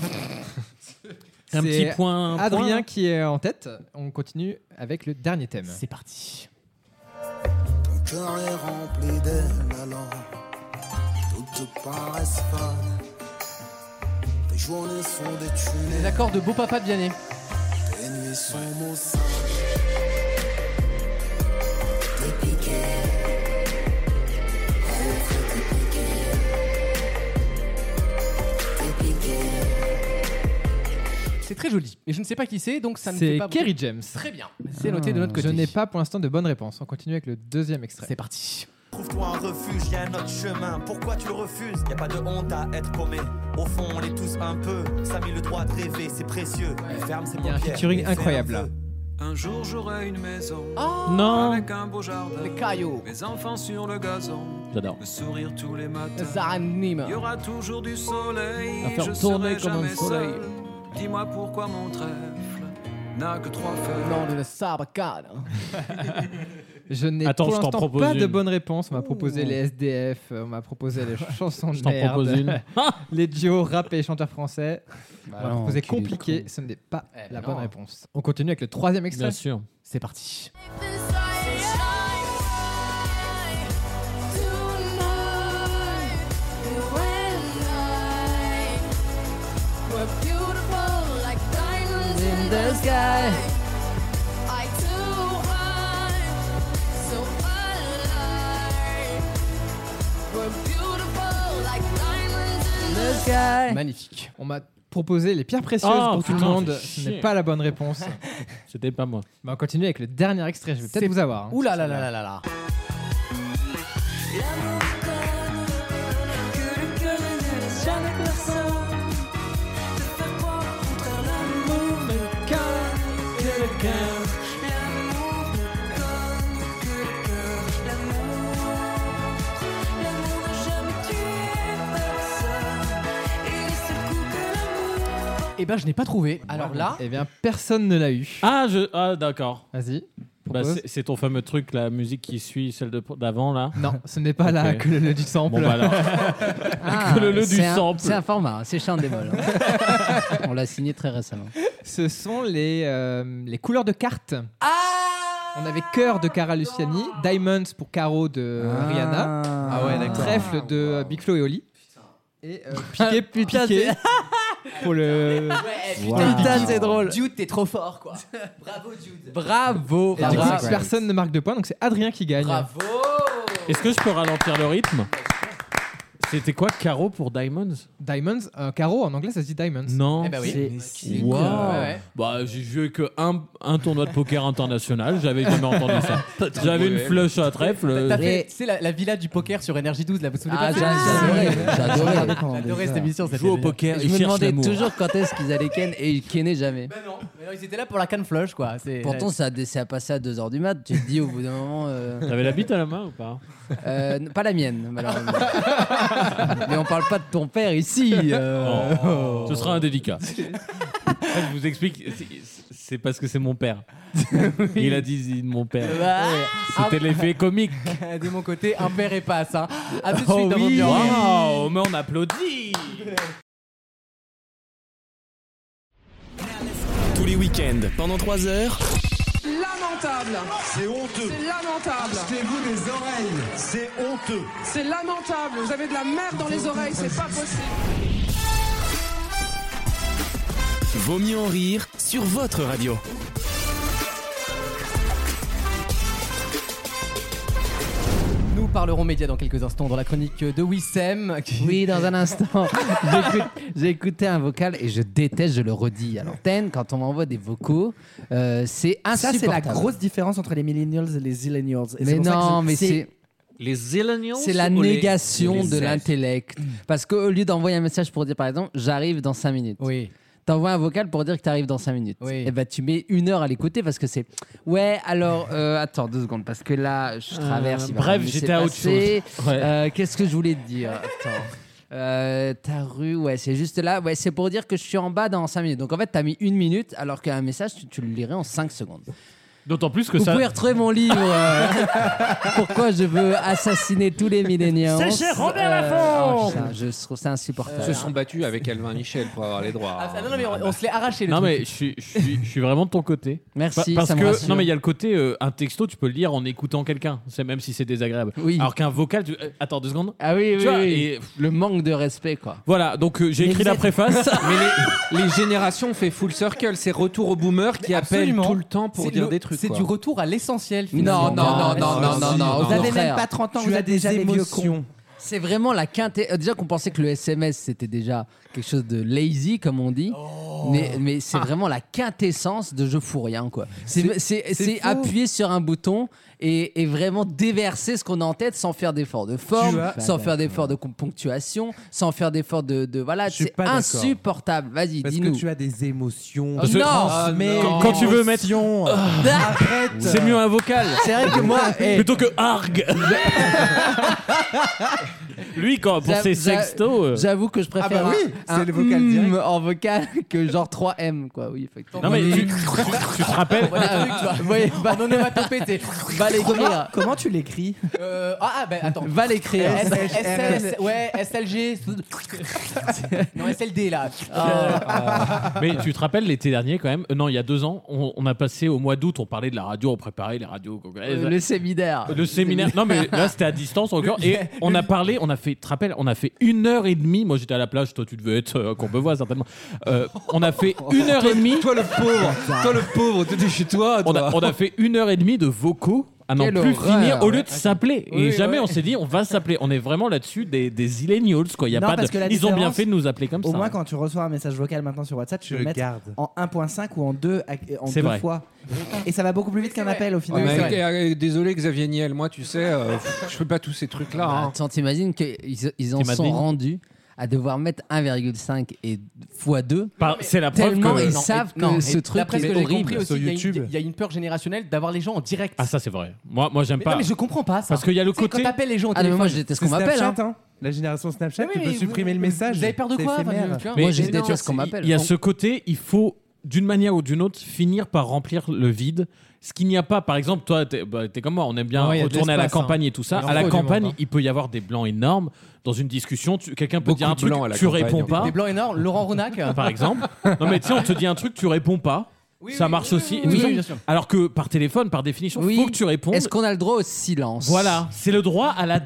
Speaker 3: Un
Speaker 8: C'est
Speaker 3: petit point- un
Speaker 8: Adrien
Speaker 3: point.
Speaker 8: qui est en tête. On continue avec le dernier thème. C'est
Speaker 2: parti.
Speaker 12: Mon cœur est rempli d'ailes alors toutes te paraissent fades. Tes journées sont des
Speaker 2: Les
Speaker 12: tunnels,
Speaker 2: accords de Beau Papa de Vianney.
Speaker 12: tes nuits sont maussades. Tes piquets, ouvre tes piquets, tes piquets.
Speaker 2: C'est très joli. Mais je ne sais pas qui c'est, Ah, donc ça ne fait
Speaker 8: C'est
Speaker 2: pas.
Speaker 8: Kerry
Speaker 2: beaucoup.
Speaker 8: James.
Speaker 2: Très bien. C'est noté de notre côté.
Speaker 8: Je n'ai pas pour l'instant de bonne réponse. On continue avec le deuxième extrait. C'est
Speaker 2: parti.
Speaker 17: Trouve-toi un refuge, y a notre chemin. Pourquoi tu le refuses Y a pas de honte à être paumé. Au fond, on l'est tous un peu. Ça a mis le droit de rêver, c'est précieux. Mais Ferme ses
Speaker 8: Il y a un
Speaker 17: paupières,
Speaker 8: featuring
Speaker 17: mais fais un
Speaker 8: incroyable
Speaker 17: vœu.
Speaker 8: là.
Speaker 18: Un jour j'aurai une maison.
Speaker 3: Non.
Speaker 18: Avec un beau jardin.
Speaker 2: Oh Les cailloux.
Speaker 18: Mes enfants sur le gazon.
Speaker 3: J'adore.
Speaker 18: Me sourire tous les matins.
Speaker 2: Ça anime.
Speaker 18: Il y aura toujours du soleil.
Speaker 2: À faire
Speaker 18: je
Speaker 2: tourner
Speaker 18: serai
Speaker 2: comme un
Speaker 18: jamais
Speaker 2: soleil.
Speaker 18: seul. Dis-moi pourquoi mon trèfle n'a que trois feuilles.
Speaker 2: Non, de la sabacane.
Speaker 8: Je n'ai
Speaker 3: Attends,
Speaker 8: pour
Speaker 3: je t'en
Speaker 8: l'instant
Speaker 3: propose
Speaker 8: pas de
Speaker 3: une.
Speaker 8: bonne réponse. On m'a proposé les SDF, on m'a proposé
Speaker 2: *laughs*
Speaker 8: les chansons de
Speaker 3: Je t'en
Speaker 8: merde,
Speaker 3: propose une.
Speaker 8: *laughs* les duos rap et chanteurs français.
Speaker 2: Bah,
Speaker 8: on m'a
Speaker 3: non,
Speaker 8: proposé
Speaker 3: enculé de
Speaker 8: compliqué,
Speaker 3: con.
Speaker 8: ce n'est pas
Speaker 3: Eh
Speaker 8: la
Speaker 3: ben
Speaker 8: bonne
Speaker 3: non.
Speaker 8: réponse. On continue avec le troisième extrait.
Speaker 3: Bien sûr.
Speaker 2: C'est parti.
Speaker 12: In the sky.
Speaker 2: Magnifique.
Speaker 8: On m'a proposé les pierres précieuses
Speaker 3: Ah,
Speaker 8: pour tout le
Speaker 3: putain,
Speaker 8: monde.
Speaker 3: fais
Speaker 8: Ce
Speaker 3: chier.
Speaker 8: n'est pas la bonne réponse.
Speaker 3: C'était pas moi.
Speaker 8: Bah, on continue avec le dernier extrait. Je vais
Speaker 2: C'est-
Speaker 8: peut-être vous avoir. hein.
Speaker 2: Ouh là là là là là là. Eh ben, je n'ai pas trouvé. Alors là.
Speaker 8: Eh
Speaker 2: *laughs*
Speaker 8: bien, personne ne l'a eu.
Speaker 3: Ah, je... ah d'accord.
Speaker 8: Vas-y.
Speaker 3: Bah,
Speaker 8: propose.
Speaker 3: c'est- c'est ton fameux truc, la musique qui suit celle de- d'avant là
Speaker 8: Non, ce n'est pas la
Speaker 3: Ok.
Speaker 8: que le le du sample.
Speaker 3: Bon, bah,
Speaker 8: *laughs*
Speaker 3: alors.
Speaker 6: Ah,
Speaker 3: que le le du
Speaker 6: c'est un-
Speaker 3: sample.
Speaker 6: C'est un
Speaker 5: hein,
Speaker 6: format, c'est chant des molles.
Speaker 3: *laughs*
Speaker 6: On l'a signé très récemment.
Speaker 8: Ce sont les, euh, les couleurs de cartes.
Speaker 2: Ah Oh.
Speaker 8: On avait Cœur de Cara Luciani, Diamonds pour Caro de
Speaker 7: Ah.
Speaker 8: Rihanna,
Speaker 7: Ah ouais, d'accord.
Speaker 8: Trèfle de euh, Big Flo et Oli,
Speaker 7: Et
Speaker 5: euh,
Speaker 8: Piqué, Piqué pour le.
Speaker 2: Wow.
Speaker 8: Piqué.
Speaker 2: Dude, t'es trop fort, quoi. Bravo, Dude.
Speaker 8: Bravo, Et du
Speaker 2: bravo.
Speaker 8: coup, personne ne marque de points, donc c'est Adrien qui gagne.
Speaker 2: Bravo.
Speaker 3: Oh Est-ce que je peux ralentir le rythme C'était quoi Caro pour Diamonds
Speaker 8: Diamonds, euh, Caro en anglais ça se dit Diamonds.
Speaker 3: Non.
Speaker 8: Eh ben oui. C'est- c'est
Speaker 3: Wow.
Speaker 8: cool. Ouais, ouais.
Speaker 3: Bah, j'ai joué que un, un tournoi de poker international. J'avais jamais entendu ça.
Speaker 2: Pas trop
Speaker 3: J'avais une
Speaker 2: mauvais.
Speaker 3: flush à trèfle.
Speaker 2: T'as fait, c'est la, la villa du poker sur NRJ12, là, vous vous souvenez
Speaker 5: Ah,
Speaker 2: pas de
Speaker 5: j'ai-
Speaker 2: ça *laughs*
Speaker 5: j'adorais, j'adorais.
Speaker 2: J'adorais cette émission. ça
Speaker 5: Jouer au
Speaker 2: fait bien.
Speaker 5: poker, Je me demandais toujours quand est-ce qu'ils allaient ken et ils kennaient jamais.
Speaker 2: Mais non, ils étaient là pour la canne flush, quoi. C'est-
Speaker 5: Pourtant, ça a, dé- ça a passé à 2h du mat. Tu te dis au bout d'un moment. euh,
Speaker 3: T'avais la bite à la main ou pas
Speaker 5: euh, n- Pas la mienne, malheureusement. Mais on parle pas de ton père
Speaker 2: *laughs*
Speaker 5: ici. euh.
Speaker 3: Oh. Ce sera un *laughs* délicat. je vous explique, c'est- c'est parce que c'est mon *laughs* père. Il a dit Zine, mon père.
Speaker 2: Bah,
Speaker 3: C'était
Speaker 2: ah,
Speaker 3: l'effet comique.
Speaker 2: *laughs* de mon côté, un père et passe. Hein. À tout de
Speaker 3: Oh
Speaker 2: suite, dans
Speaker 3: oui.
Speaker 2: Vaut mieux en rire.
Speaker 3: Waouh, mais on applaudit
Speaker 1: Tous les week-ends, pendant 3 heures.
Speaker 13: Lamentable. C'est honteux. C'est lamentable. Achetez-vous des oreilles. C'est honteux. C'est lamentable. Vous avez de la merde dans les oreilles. C'est pas possible.
Speaker 1: Vaut mieux en rire sur votre radio.
Speaker 2: Nous parlerons médias dans quelques instants dans la chronique de Wissem. qui-
Speaker 5: Oui, dans un instant. *laughs* J'écoute- J'ai écouté un vocal et je déteste, je le redis à l'antenne, quand on m'envoie des vocaux, euh, c'est
Speaker 7: *laughs* Ça,
Speaker 5: insupportable.
Speaker 7: c'est la grosse différence entre les millennials et les zillennials. Et c'est
Speaker 5: Mais
Speaker 7: pour ça que
Speaker 5: non,
Speaker 7: je-
Speaker 5: mais c'est-
Speaker 3: Les Zillennials
Speaker 5: C'est la
Speaker 7: ou les-
Speaker 5: négation
Speaker 7: les
Speaker 5: de
Speaker 7: elfes
Speaker 5: l'intellect. *clears throat* Parce qu'au lieu d'envoyer un message pour dire, par exemple, j'arrive dans 5 minutes.
Speaker 2: Oui.
Speaker 5: T'envoies un vocal pour dire que t'arrives dans 5 minutes. Et bah tu mets une heure à l'écouter parce que c'est. Ouais, alors euh, attends deux secondes parce que là je
Speaker 3: Euh,
Speaker 5: traverse. il va
Speaker 3: bref,
Speaker 5: rien me
Speaker 3: j'étais à autre
Speaker 5: passer.
Speaker 3: chose. Ouais.
Speaker 5: Euh, Qu'est-ce que je voulais te dire Attends. Euh, ta rue, ouais, c'est juste là. Ouais, c'est pour dire que je suis en bas dans 5 minutes. Donc en fait, t'as mis une minute alors qu'un message, tu, tu le lirais en 5 secondes.
Speaker 3: D'autant plus que
Speaker 5: Vous
Speaker 3: ça.
Speaker 5: pouvez retrouver mon livre. euh, *laughs* Pourquoi je veux assassiner tous les milléniaux oh,
Speaker 4: C'est chez Robert Laffont.
Speaker 5: Laffont Euh, Je trouve ça insupportable.
Speaker 4: Ils se sont battus avec Alvin Michel pour avoir les droits.
Speaker 2: Ah, non, non, mais on,
Speaker 5: bah.
Speaker 2: on se l'est arraché le
Speaker 3: Non
Speaker 2: truc.
Speaker 3: mais je suis, je suis- je suis vraiment de ton côté.
Speaker 5: Merci,
Speaker 3: parce
Speaker 5: ça me
Speaker 3: que
Speaker 5: rassure.
Speaker 3: non mais il y a le côté euh, un texto, tu peux le lire en écoutant quelqu'un, c'est même si c'est désagréable. Alors qu'un vocal, tu- euh, attends deux secondes.
Speaker 5: Ah oui,
Speaker 3: Tu
Speaker 5: oui,
Speaker 3: vois,
Speaker 5: oui.
Speaker 3: et-
Speaker 5: Le manque de respect, quoi.
Speaker 3: Voilà, donc euh, j'ai écrit la
Speaker 5: *laughs*
Speaker 4: *laughs*
Speaker 3: préface.
Speaker 4: mais les, les générations ont fait full circle, c'est retour aux boomers qui appellent
Speaker 2: Absolument.
Speaker 4: tout le temps pour
Speaker 2: C'est
Speaker 4: dire
Speaker 2: le-
Speaker 4: des trucs.
Speaker 2: C'est
Speaker 4: quoi.
Speaker 2: du retour à l'essentiel.
Speaker 4: Non,
Speaker 2: finalement.
Speaker 4: non, non, non, non, non, non, au
Speaker 2: Vous avez
Speaker 4: contraire.
Speaker 2: même
Speaker 7: Ah,
Speaker 2: pas 30 ans,
Speaker 5: Tu
Speaker 2: vous
Speaker 5: as
Speaker 2: êtes
Speaker 5: des
Speaker 2: déjà des vieux
Speaker 5: émotions.
Speaker 2: cons.
Speaker 5: C'est vraiment la quinte. Euh, Déjà qu'on pensait que le SMS c'était déjà quelque chose de lazy, comme on dit.
Speaker 7: Oh.
Speaker 5: Mais, mais
Speaker 7: Ah.
Speaker 5: c'est vraiment la quintessence de je fous rien, quoi. C'est- C'est c'est
Speaker 7: faux.
Speaker 5: appuyer sur un bouton et, et vraiment déverser ce qu'on a en tête sans faire d'effort de forme,
Speaker 7: as-
Speaker 5: sans faire d'effort de com- ponctuation, sans faire d'effort de, de- Voilà,
Speaker 7: Je suis
Speaker 5: c'est
Speaker 7: pas d'accord.
Speaker 5: insupportable. Vas-y,
Speaker 7: Parce
Speaker 5: dis-nous. Ah,
Speaker 7: que tu as des émotions.
Speaker 5: Parce
Speaker 7: tu
Speaker 5: que-
Speaker 7: transmets
Speaker 3: Ah, non.
Speaker 7: des
Speaker 3: Quand tu veux mettre-
Speaker 7: émotions.
Speaker 3: Ah.
Speaker 7: *laughs* Arrête.
Speaker 3: *laughs* C'est mieux un vocal.
Speaker 7: C'est vrai que
Speaker 5: *laughs*
Speaker 7: moi,
Speaker 3: *laughs*
Speaker 7: eh,
Speaker 3: plutôt que
Speaker 7: *laughs*
Speaker 3: arg. Lui quand Ah, pour
Speaker 5: J'a-
Speaker 3: ses
Speaker 5: j'a-
Speaker 3: sextos. euh,
Speaker 5: J'avoue que je préfère
Speaker 3: Ah bah oui,
Speaker 5: un,
Speaker 3: c'est
Speaker 5: un
Speaker 3: le vocal
Speaker 5: hum
Speaker 3: direct.
Speaker 5: en vocal que genre 3M quoi. Oui, effectivement.
Speaker 3: Non mais
Speaker 5: *laughs*
Speaker 3: tu, tu- tu te rappelles *laughs* Bah,
Speaker 5: Ouais, bah,
Speaker 2: *laughs*
Speaker 5: on Va
Speaker 7: Comment,
Speaker 3: Ah.
Speaker 5: l'écrire.
Speaker 7: comment tu l'écris
Speaker 2: Euh, ah, ah, ben attends.
Speaker 5: Va l'écrire.
Speaker 2: S-
Speaker 3: *laughs*
Speaker 7: SHRL.
Speaker 2: SL, ouais, SLG. non, SLD là.
Speaker 3: Ah.
Speaker 2: Euh,
Speaker 3: Mais tu te rappelles l'été dernier quand même Euh, Non, il y a deux ans, on, on a passé au mois d'août, on parlait de la radio, on préparait les radios
Speaker 7: Euh,
Speaker 3: congrès.
Speaker 5: le séminaire.
Speaker 3: euh,
Speaker 2: Ah,
Speaker 3: Le séminaire. Non, mais là, c'était à distance encore.
Speaker 5: Le-
Speaker 3: Et on a parlé, on a fait, tu te rappelles, on a fait une heure et demie. Moi, j'étais à la plage, toi, tu devais être, euh, qu'on me voit certainement. Euh, on a fait une heure et demie. Toi, le pauvre,
Speaker 4: toi, le pauvre, t'étais chez toi.
Speaker 3: On, a, on a fait une heure et demie de vocaux à n'en
Speaker 4: Quelle
Speaker 3: plus
Speaker 4: horreur.
Speaker 3: finir au lieu de
Speaker 4: Ouais.
Speaker 3: s'appeler.
Speaker 4: Oui,
Speaker 3: et
Speaker 4: ouais.
Speaker 3: jamais on s'est dit, on va s'appeler. On est vraiment là-dessus des, des millennials, quoi. Il Y a
Speaker 7: Non,
Speaker 3: pas
Speaker 7: parce
Speaker 3: de-
Speaker 7: que la
Speaker 3: ils ont bien
Speaker 7: différence,
Speaker 3: fait de nous appeler comme
Speaker 7: Au
Speaker 3: ça.
Speaker 7: moins, quand tu reçois un message vocal maintenant sur WhatsApp, tu
Speaker 3: Je
Speaker 7: peux
Speaker 3: le
Speaker 7: le mettre
Speaker 3: garde.
Speaker 7: en 1.5 ou en 2, en
Speaker 3: C'est
Speaker 7: deux
Speaker 3: vrai. *laughs*
Speaker 7: fois. Et ça va beaucoup plus vite qu'un appel au
Speaker 4: Ah,
Speaker 7: final.
Speaker 4: mais, euh, désolé Xavier Niel, moi tu sais, euh, pff, je fais pas tous ces trucs-là.
Speaker 5: Bah,
Speaker 4: hein.
Speaker 5: Attends, t'imagines qu'ils ils en
Speaker 4: T'imagines
Speaker 5: sont rendus à devoir mettre 1,5 et x 2
Speaker 3: C'est la
Speaker 5: preuve Tellement que- ils
Speaker 2: Non,
Speaker 5: savent
Speaker 2: et- non,
Speaker 5: que
Speaker 2: et
Speaker 5: ce truc
Speaker 2: d'après ce
Speaker 5: est
Speaker 2: que j'ai
Speaker 5: horrible.
Speaker 2: compris aussi,
Speaker 5: Sur
Speaker 2: il y a une-
Speaker 5: YouTube.
Speaker 2: Il y a une peur générationnelle d'avoir les gens en direct.
Speaker 3: Ah, ça, c'est vrai. Moi, moi j'aime
Speaker 2: Mais
Speaker 3: pas.
Speaker 2: non, mais je comprends pas ça.
Speaker 3: Parce qu'il y a le
Speaker 2: Tu sais,
Speaker 3: côté.
Speaker 2: Quand t'appelles les gens au
Speaker 3: Ah, mais
Speaker 2: téléphone.
Speaker 3: moi, j'étais ce qu'on
Speaker 7: C'est
Speaker 3: m'appelle,
Speaker 7: Snapchat,
Speaker 3: hein.
Speaker 7: hein. La génération Snapchat,
Speaker 2: Mais
Speaker 7: tu
Speaker 2: oui,
Speaker 7: peux
Speaker 2: mais
Speaker 7: supprimer le message.
Speaker 2: vous avez peur de
Speaker 7: C'est
Speaker 2: quoi,
Speaker 7: éphémère.
Speaker 2: Fabien, tu vois
Speaker 3: Mais
Speaker 5: Moi,
Speaker 3: c'est-
Speaker 5: j'étais
Speaker 3: non,
Speaker 5: sûr qu'on
Speaker 3: c'est-
Speaker 5: m'appelle. hein.
Speaker 3: Il y a
Speaker 5: On-
Speaker 3: ce côté, il faut d'une manière ou d'une autre finir par remplir le vide. Ce qu'il n'y a pas, par exemple, toi, t'es bah, t'es comme moi, on aime bien
Speaker 4: Ah ouais, il y a de
Speaker 3: retourner à la
Speaker 4: l'espace,
Speaker 3: campagne
Speaker 4: hein.
Speaker 3: et tout ça.
Speaker 4: Il en
Speaker 3: À la
Speaker 4: faut du
Speaker 3: campagne,
Speaker 4: monde, hein.
Speaker 3: il peut y avoir des blancs énormes. Dans une discussion, tu- quelqu'un peut
Speaker 4: Beaucoup
Speaker 3: dire un
Speaker 4: de
Speaker 3: truc,
Speaker 4: blancs à la
Speaker 3: tu
Speaker 4: campagne. hein.
Speaker 3: réponds
Speaker 4: Des-
Speaker 3: pas.
Speaker 2: *laughs* Des blancs énormes, Laurent Ronac.
Speaker 3: *laughs* Par exemple. Non mais tiens, on te dit un truc, tu réponds pas. Oui, ça marche aussi.
Speaker 5: oui,
Speaker 3: Tout ça.
Speaker 5: bien sûr.
Speaker 3: Alors que par téléphone, par définition,
Speaker 5: Oui.
Speaker 3: faut que tu répondes.
Speaker 5: Est-ce qu'on a le droit au silence
Speaker 3: Voilà, c'est le droit à la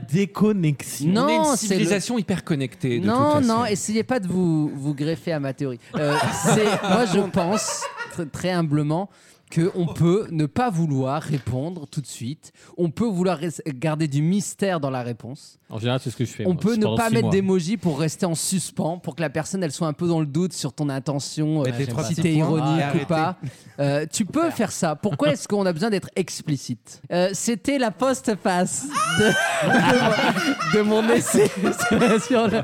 Speaker 3: déconnexion.
Speaker 5: Non,
Speaker 4: On est une
Speaker 5: c'est le-
Speaker 4: civilisation hyper connectée. de
Speaker 5: Non,
Speaker 4: toute façon.
Speaker 5: non, essayez pas de vous, vous greffer à ma théorie. Euh,
Speaker 3: *laughs*
Speaker 5: c'est- moi, je pense tr- très humblement qu'on peut ne pas vouloir répondre tout de suite. On peut vouloir res- garder du mystère dans la réponse.
Speaker 3: En général, c'est ce que je fais.
Speaker 5: On
Speaker 3: moi,
Speaker 5: peut ne
Speaker 3: pendant
Speaker 5: pas
Speaker 3: six
Speaker 5: mettre
Speaker 3: mois.
Speaker 5: d'émoji pour rester en suspens, pour que la personne elle soit un peu dans le doute sur ton intention,
Speaker 4: Mettre les
Speaker 5: euh,
Speaker 4: trois
Speaker 5: si
Speaker 4: petits
Speaker 5: t'es
Speaker 4: points.
Speaker 5: ironique
Speaker 4: Ah,
Speaker 5: ou pas. Euh, tu peux faire ça. Pourquoi est-ce qu'on a besoin d'être explicite Euh, C'était la post-face de,
Speaker 4: *laughs*
Speaker 5: *laughs* de mon de mon essai sur le,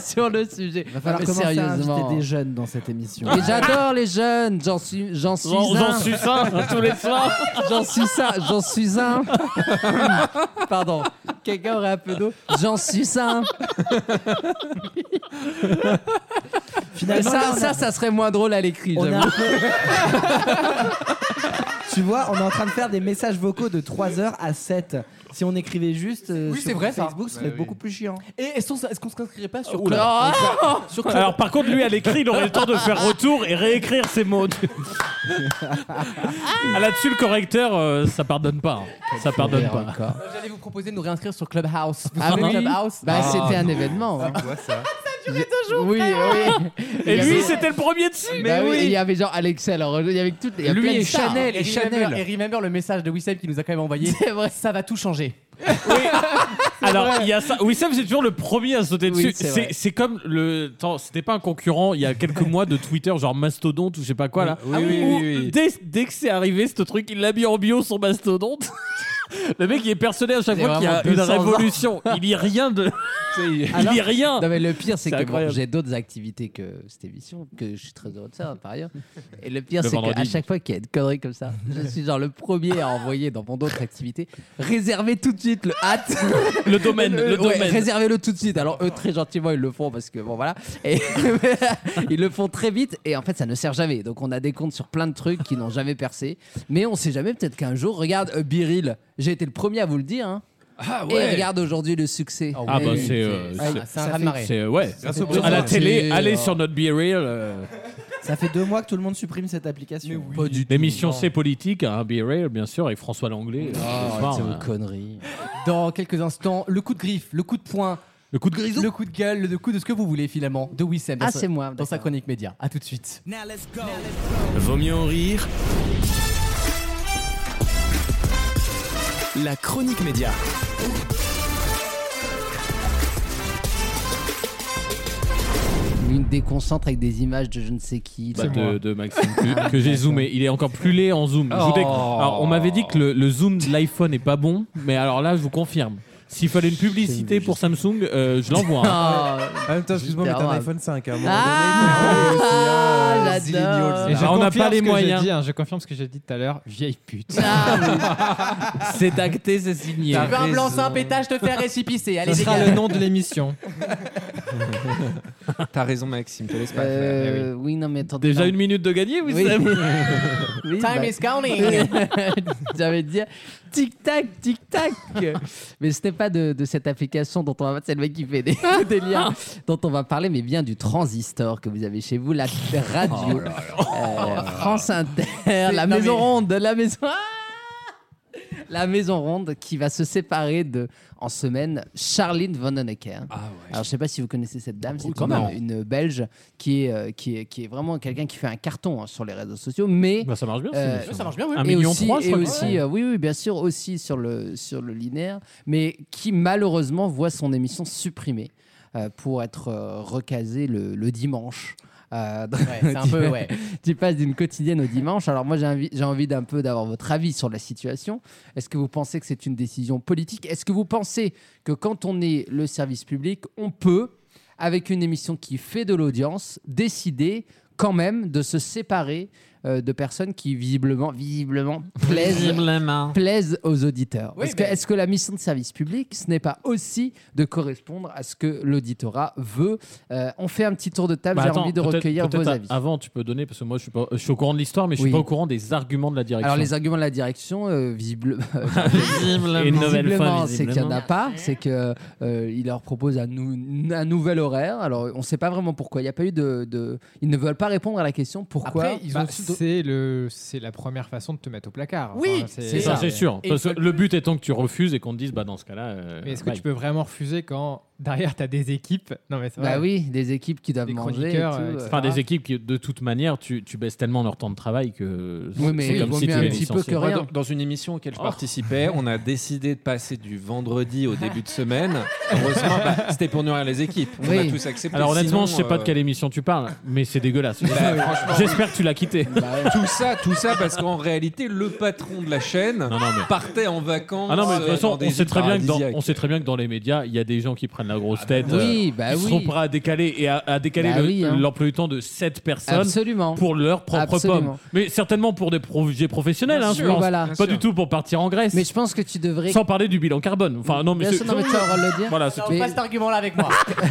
Speaker 5: sur- sur le sujet.
Speaker 7: Il va falloir
Speaker 5: Mais
Speaker 7: commencer à
Speaker 5: sérieusement.
Speaker 7: inviter des jeunes dans cette émission.
Speaker 5: Et j'adore les jeunes, j'en suis, j'en suis
Speaker 7: J'en-
Speaker 5: un.
Speaker 7: j'en suis un, tous les soirs.
Speaker 5: *laughs* J'en suis ça, j'en suis
Speaker 7: *laughs*
Speaker 5: un. Pardon, quelqu'un aurait un peu d'eau. J'en suis ça.
Speaker 7: Finalement, là,
Speaker 5: ça,
Speaker 7: on a- Bah
Speaker 5: ça, ça serait moins drôle à l'écrit.
Speaker 7: On est
Speaker 5: j'avoue.
Speaker 7: un peu- tu vois, on est en train de faire des messages vocaux de 3h à 7. Si on écrivait juste euh,
Speaker 2: Oui,
Speaker 7: sur
Speaker 2: c'est vrai, ça.
Speaker 7: Facebook, ce serait
Speaker 2: Ouais, oui.
Speaker 5: *laughs*
Speaker 7: beaucoup plus chiant.
Speaker 2: Et est-ce qu'on est-ce qu'on s'inscrirait pas sur
Speaker 3: Oula.
Speaker 2: Claude
Speaker 3: Ah
Speaker 2: Sur Claude.
Speaker 3: Alors par contre, lui à l'écrit, il aurait le temps de faire retour et réécrire ses *laughs* mots. Ah, Là-dessus, le correcteur, euh, ça pardonne pas. hein. Ça pardonne pas.
Speaker 2: J'allais vous proposer de nous réinscrire sur Clubhouse. Vous
Speaker 5: Ah
Speaker 2: savez,
Speaker 5: oui
Speaker 2: Clubhouse
Speaker 5: Bah, c'était un événement. hein.
Speaker 2: *laughs*
Speaker 5: Oui, oui.
Speaker 2: Et
Speaker 5: Il y
Speaker 2: lui,
Speaker 5: avait-
Speaker 2: c'était
Speaker 3: le premier dessus.
Speaker 2: Mais
Speaker 5: Bah oui,
Speaker 2: oui.
Speaker 5: Il y avait genre Alexa, alors il y avait toutes. il y a
Speaker 2: Lui
Speaker 5: plein de
Speaker 2: et
Speaker 5: stars.
Speaker 2: Chanel, et, Remember, et remember le message de Wissem qui nous a quand même
Speaker 5: *laughs*
Speaker 2: envoyé. Ça va tout changer.
Speaker 3: *laughs* Alors, il y a ça. Wissem, c'est toujours le premier à sauter
Speaker 2: Oui,
Speaker 3: dessus.
Speaker 2: c'est
Speaker 3: C'est-
Speaker 2: vrai.
Speaker 3: C'est comme le. Attends, c'était pas un concurrent il y a quelques mois de Twitter, genre Mastodonte ou je sais pas quoi là.
Speaker 4: Oui, oui,
Speaker 3: Où
Speaker 4: oui, oui.
Speaker 3: Dès, dès que c'est arrivé, ce truc, il l'a mis en bio sur Mastodonte. *laughs* le mec, il est persuadé à chaque
Speaker 5: C'est
Speaker 3: fois qu'il y a
Speaker 5: vraiment
Speaker 3: une
Speaker 5: 200 ans.
Speaker 3: révolution. Il y a rien de. *laughs* il
Speaker 5: Alors-
Speaker 3: y a rien.
Speaker 5: Non mais le pire
Speaker 3: C'est
Speaker 5: c'est que bon,
Speaker 3: incroyable.
Speaker 5: j'ai d'autres activités que cette émission que je suis très heureux de ça par ailleurs. Et le pire
Speaker 6: Le
Speaker 5: c'est qu'à
Speaker 6: vendredi.
Speaker 5: chaque fois qu'il y a une connerie comme ça, je suis genre le premier à envoyer dans mon autre activité. Réservez tout de suite le hâte,
Speaker 3: le domaine,
Speaker 5: *laughs*
Speaker 3: le domaine.
Speaker 5: Réservez-le tout de suite. Alors eux très gentiment ils le font parce que bon voilà, et *laughs* ils le font très vite et en fait ça ne sert jamais. Donc on a des comptes sur plein de trucs qui n'ont jamais percé. Mais on sait jamais peut-être qu'un jour regarde euh, Biril, j'ai été le premier à vous le dire. hein.
Speaker 3: Ah ouais.
Speaker 5: Et regarde aujourd'hui le succès.
Speaker 3: Ah
Speaker 5: Et
Speaker 3: bah
Speaker 5: oui,
Speaker 3: c'est euh,
Speaker 5: Ah, c'est un raz-de-marée.
Speaker 3: C'est euh, ouais.
Speaker 5: Ça fait
Speaker 3: à la
Speaker 5: plaisir.
Speaker 3: télé,
Speaker 5: C'est,
Speaker 3: allez
Speaker 5: euh,
Speaker 3: sur notre Be Real. euh,
Speaker 7: Ça fait deux mois que tout le monde supprime cette application.
Speaker 3: L'émission C'est politique, hein, Be Real bien sûr, avec François Langlais.
Speaker 5: Ah,
Speaker 3: ce soir,
Speaker 5: c'est
Speaker 3: hein.
Speaker 5: vos conneries.
Speaker 2: *laughs* Dans quelques instants, le coup de griffe, le coup de poing,
Speaker 3: le coup de grison,
Speaker 2: le coup de gueule, le coup de ce que vous voulez finalement de Wissem. dans
Speaker 5: Ah,
Speaker 2: sa-
Speaker 5: c'est moi,
Speaker 2: Dans sa chronique média. À tout de suite.
Speaker 1: Vaut mieux en rire. La chronique média.
Speaker 5: Lui il me déconcentre avec des images de je ne sais qui.
Speaker 3: Bah, de, de Maxime que, que j'ai zoomé. Il est encore plus laid en zoom. Je vous dé-
Speaker 5: Ah, Oh.
Speaker 3: Alors, on m'avait dit que le, le zoom de l'iPhone est pas bon, mais alors là, je vous confirme. S'il fallait une publicité pour Samsung, euh, je
Speaker 5: *laughs*
Speaker 3: l'envoie.
Speaker 5: Ah,
Speaker 3: hein.
Speaker 9: *laughs* En même temps, excuse-moi, mais t'as un iPhone 5 à un moment
Speaker 8: Ah,
Speaker 9: donné.
Speaker 5: Ah,
Speaker 9: c'est, euh,
Speaker 5: j'adore.
Speaker 8: Et je
Speaker 3: Ah, on n'a
Speaker 8: confirme
Speaker 3: pas les
Speaker 8: ce que
Speaker 3: moyens.
Speaker 8: j'ai dit, hein, je confirme ce que j'ai dit tout à l'heure, vieille pute. *laughs*
Speaker 3: C'est acté, c'est signé.
Speaker 2: Tu veux un blanc-seing, un pétage, te faire récipicer. Allez,
Speaker 8: Ce sera
Speaker 2: dégage.
Speaker 8: le nom de l'émission.
Speaker 4: *laughs* T'as raison, Maxime, te laisse pas faire. eh
Speaker 5: Euh,
Speaker 4: oui.
Speaker 5: oui, non, mais attendez.
Speaker 3: Déjà
Speaker 5: non.
Speaker 3: une minute de gagner, oui, Sam
Speaker 5: Oui,
Speaker 2: Time is counting.
Speaker 5: *laughs* J'avais dit tic tac, tic tac. mais ce n'est pas de, de cette application dont on va c'est le mec qui fait des, *laughs* des liens dont on va parler, mais bien du transistor que vous avez chez vous, la
Speaker 2: Oh
Speaker 5: radio, euh, France Inter, la
Speaker 2: non,
Speaker 5: maison
Speaker 2: mais-
Speaker 5: ronde, la maison. Ah la maison ronde qui va se séparer de, en semaine, Charline Vanhoenacker.
Speaker 2: Ah
Speaker 5: Alors, je sais pas si vous connaissez cette dame, c'est
Speaker 2: quand
Speaker 5: une,
Speaker 2: même.
Speaker 5: une Belge qui est, euh, qui est, qui est vraiment quelqu'un qui fait un carton hein, sur les réseaux sociaux, mais.
Speaker 3: Bah, ça marche bien.
Speaker 5: Euh,
Speaker 3: c'est-
Speaker 2: ça marche bien, oui.
Speaker 3: Un
Speaker 5: et
Speaker 3: million
Speaker 5: aussi,
Speaker 3: trois, je
Speaker 5: et
Speaker 3: crois.
Speaker 5: aussi, euh, oui, oui, bien sûr, aussi sur le, sur le linéaire, mais qui malheureusement voit son émission supprimée euh, pour être euh, recasée le, le dimanche. Euh, *laughs*
Speaker 2: c'est un
Speaker 5: tu-
Speaker 2: peu, ouais.
Speaker 5: Tu passes d'une quotidienne au dimanche. Alors moi, j'ai envie, j'ai envie d'un peu d'avoir votre avis sur la situation. Est-ce que vous pensez que c'est une décision politique Est-ce que vous pensez que quand on est le service public, on peut, avec une émission qui fait de l'audience, décider quand même de se séparer euh, de personnes qui visiblement, visiblement plaisent plaise aux auditeurs.
Speaker 2: Oui,
Speaker 5: est-ce, que,
Speaker 2: mais-
Speaker 5: est-ce que la mission de service public, ce n'est pas aussi de correspondre à ce que l'auditorat veut Euh, On fait un petit tour de table,
Speaker 3: Bah,
Speaker 5: j'ai
Speaker 3: attends,
Speaker 5: envie de
Speaker 3: peut-être-
Speaker 5: recueillir
Speaker 3: peut-être
Speaker 5: vos
Speaker 3: a-
Speaker 5: avis.
Speaker 3: Avant, tu peux donner, parce que moi, je suis, pas, je suis au courant de l'histoire, mais je suis
Speaker 5: Oui.
Speaker 3: pas au courant des arguments de la direction.
Speaker 5: Alors les arguments de la direction, euh, visible- *laughs*
Speaker 3: Et une nouvelle fin,
Speaker 5: visiblement, c'est qu'il n'y en a pas, c'est que euh, il leur propose un, nou- un nouvel horaire. Alors on ne sait pas vraiment pourquoi. Il n'y a pas eu de, de- ils ne veulent pas répondre à la question pourquoi.
Speaker 2: Après, ils ont
Speaker 5: Bah,
Speaker 2: aussi
Speaker 8: c'est le c'est la première façon de te mettre au placard.
Speaker 3: Oui,
Speaker 8: Enfin,
Speaker 3: c'est ça, c'est sûr. Parce que le but étant que tu refuses et qu'on te dise, bah dans ce cas-là. euh,
Speaker 8: Mais est-ce que
Speaker 3: bye.
Speaker 8: tu peux vraiment refuser quand derrière t'as des équipes Non mais c'est
Speaker 3: Bah
Speaker 8: vrai.
Speaker 3: oui,
Speaker 5: des équipes qui doivent
Speaker 8: Des
Speaker 5: manger et
Speaker 8: chroniqueurs,
Speaker 5: tout,
Speaker 8: euh,
Speaker 5: euh,
Speaker 8: etc.
Speaker 3: Enfin,
Speaker 2: Ah,
Speaker 3: des équipes qui, de toute manière, tu, tu baisses tellement leur temps de travail que *laughs*
Speaker 5: Oui, mais il vaut mieux un
Speaker 3: les
Speaker 5: petit peu
Speaker 3: licenciais.
Speaker 5: que rien.
Speaker 4: Dans, dans une émission auquel
Speaker 3: Oh.
Speaker 4: je participais,
Speaker 5: *laughs*
Speaker 4: on a décidé de passer du vendredi au début de semaine. Heureusement, bah, c'était pour nourrir les équipes. On a tous accepté.
Speaker 3: Alors honnêtement,
Speaker 4: Sinon,
Speaker 3: je sais pas
Speaker 4: euh,
Speaker 3: de quelle émission tu parles, mais c'est dégueulasse.
Speaker 4: Bah, franchement,
Speaker 3: J'espère que tu l'as quitté.
Speaker 5: Bah
Speaker 4: tout ça, tout ça parce qu'en réalité, le patron de la chaîne partait en vacances.
Speaker 3: Ah non, mais de toute
Speaker 4: euh,
Speaker 3: façon,
Speaker 4: dans des
Speaker 3: on sait,
Speaker 4: îles
Speaker 3: très bien que dans,
Speaker 4: paradisiaques.
Speaker 3: on sait très bien que dans les médias, il y a des gens qui prennent la grosse tête. euh,
Speaker 4: oui, bah
Speaker 3: ils
Speaker 4: oui.
Speaker 3: seront prêts à décaler et à, à décaler
Speaker 4: Bah
Speaker 3: le-
Speaker 4: oui, hein.
Speaker 3: l'emploi du temps de 7 personnes
Speaker 4: Absolument.
Speaker 3: pour leur propre
Speaker 5: Absolument.
Speaker 3: pomme. Mais certainement pour des projets professionnels,
Speaker 5: Bien
Speaker 3: hein,
Speaker 5: sûr,
Speaker 3: je pense.
Speaker 5: voilà.
Speaker 3: Pas
Speaker 5: Bien
Speaker 3: du tout pour partir en Grèce.
Speaker 5: Mais je pense que tu devrais.
Speaker 3: Sans parler du bilan carbone. Enfin, non, mais
Speaker 5: Bien
Speaker 3: c'est-
Speaker 5: sûr, non, mais tu as le droit de le dire.
Speaker 3: Voilà, c'est
Speaker 5: Mais-
Speaker 3: tout.
Speaker 2: Pas cet argument-là avec
Speaker 5: *laughs*
Speaker 2: moi.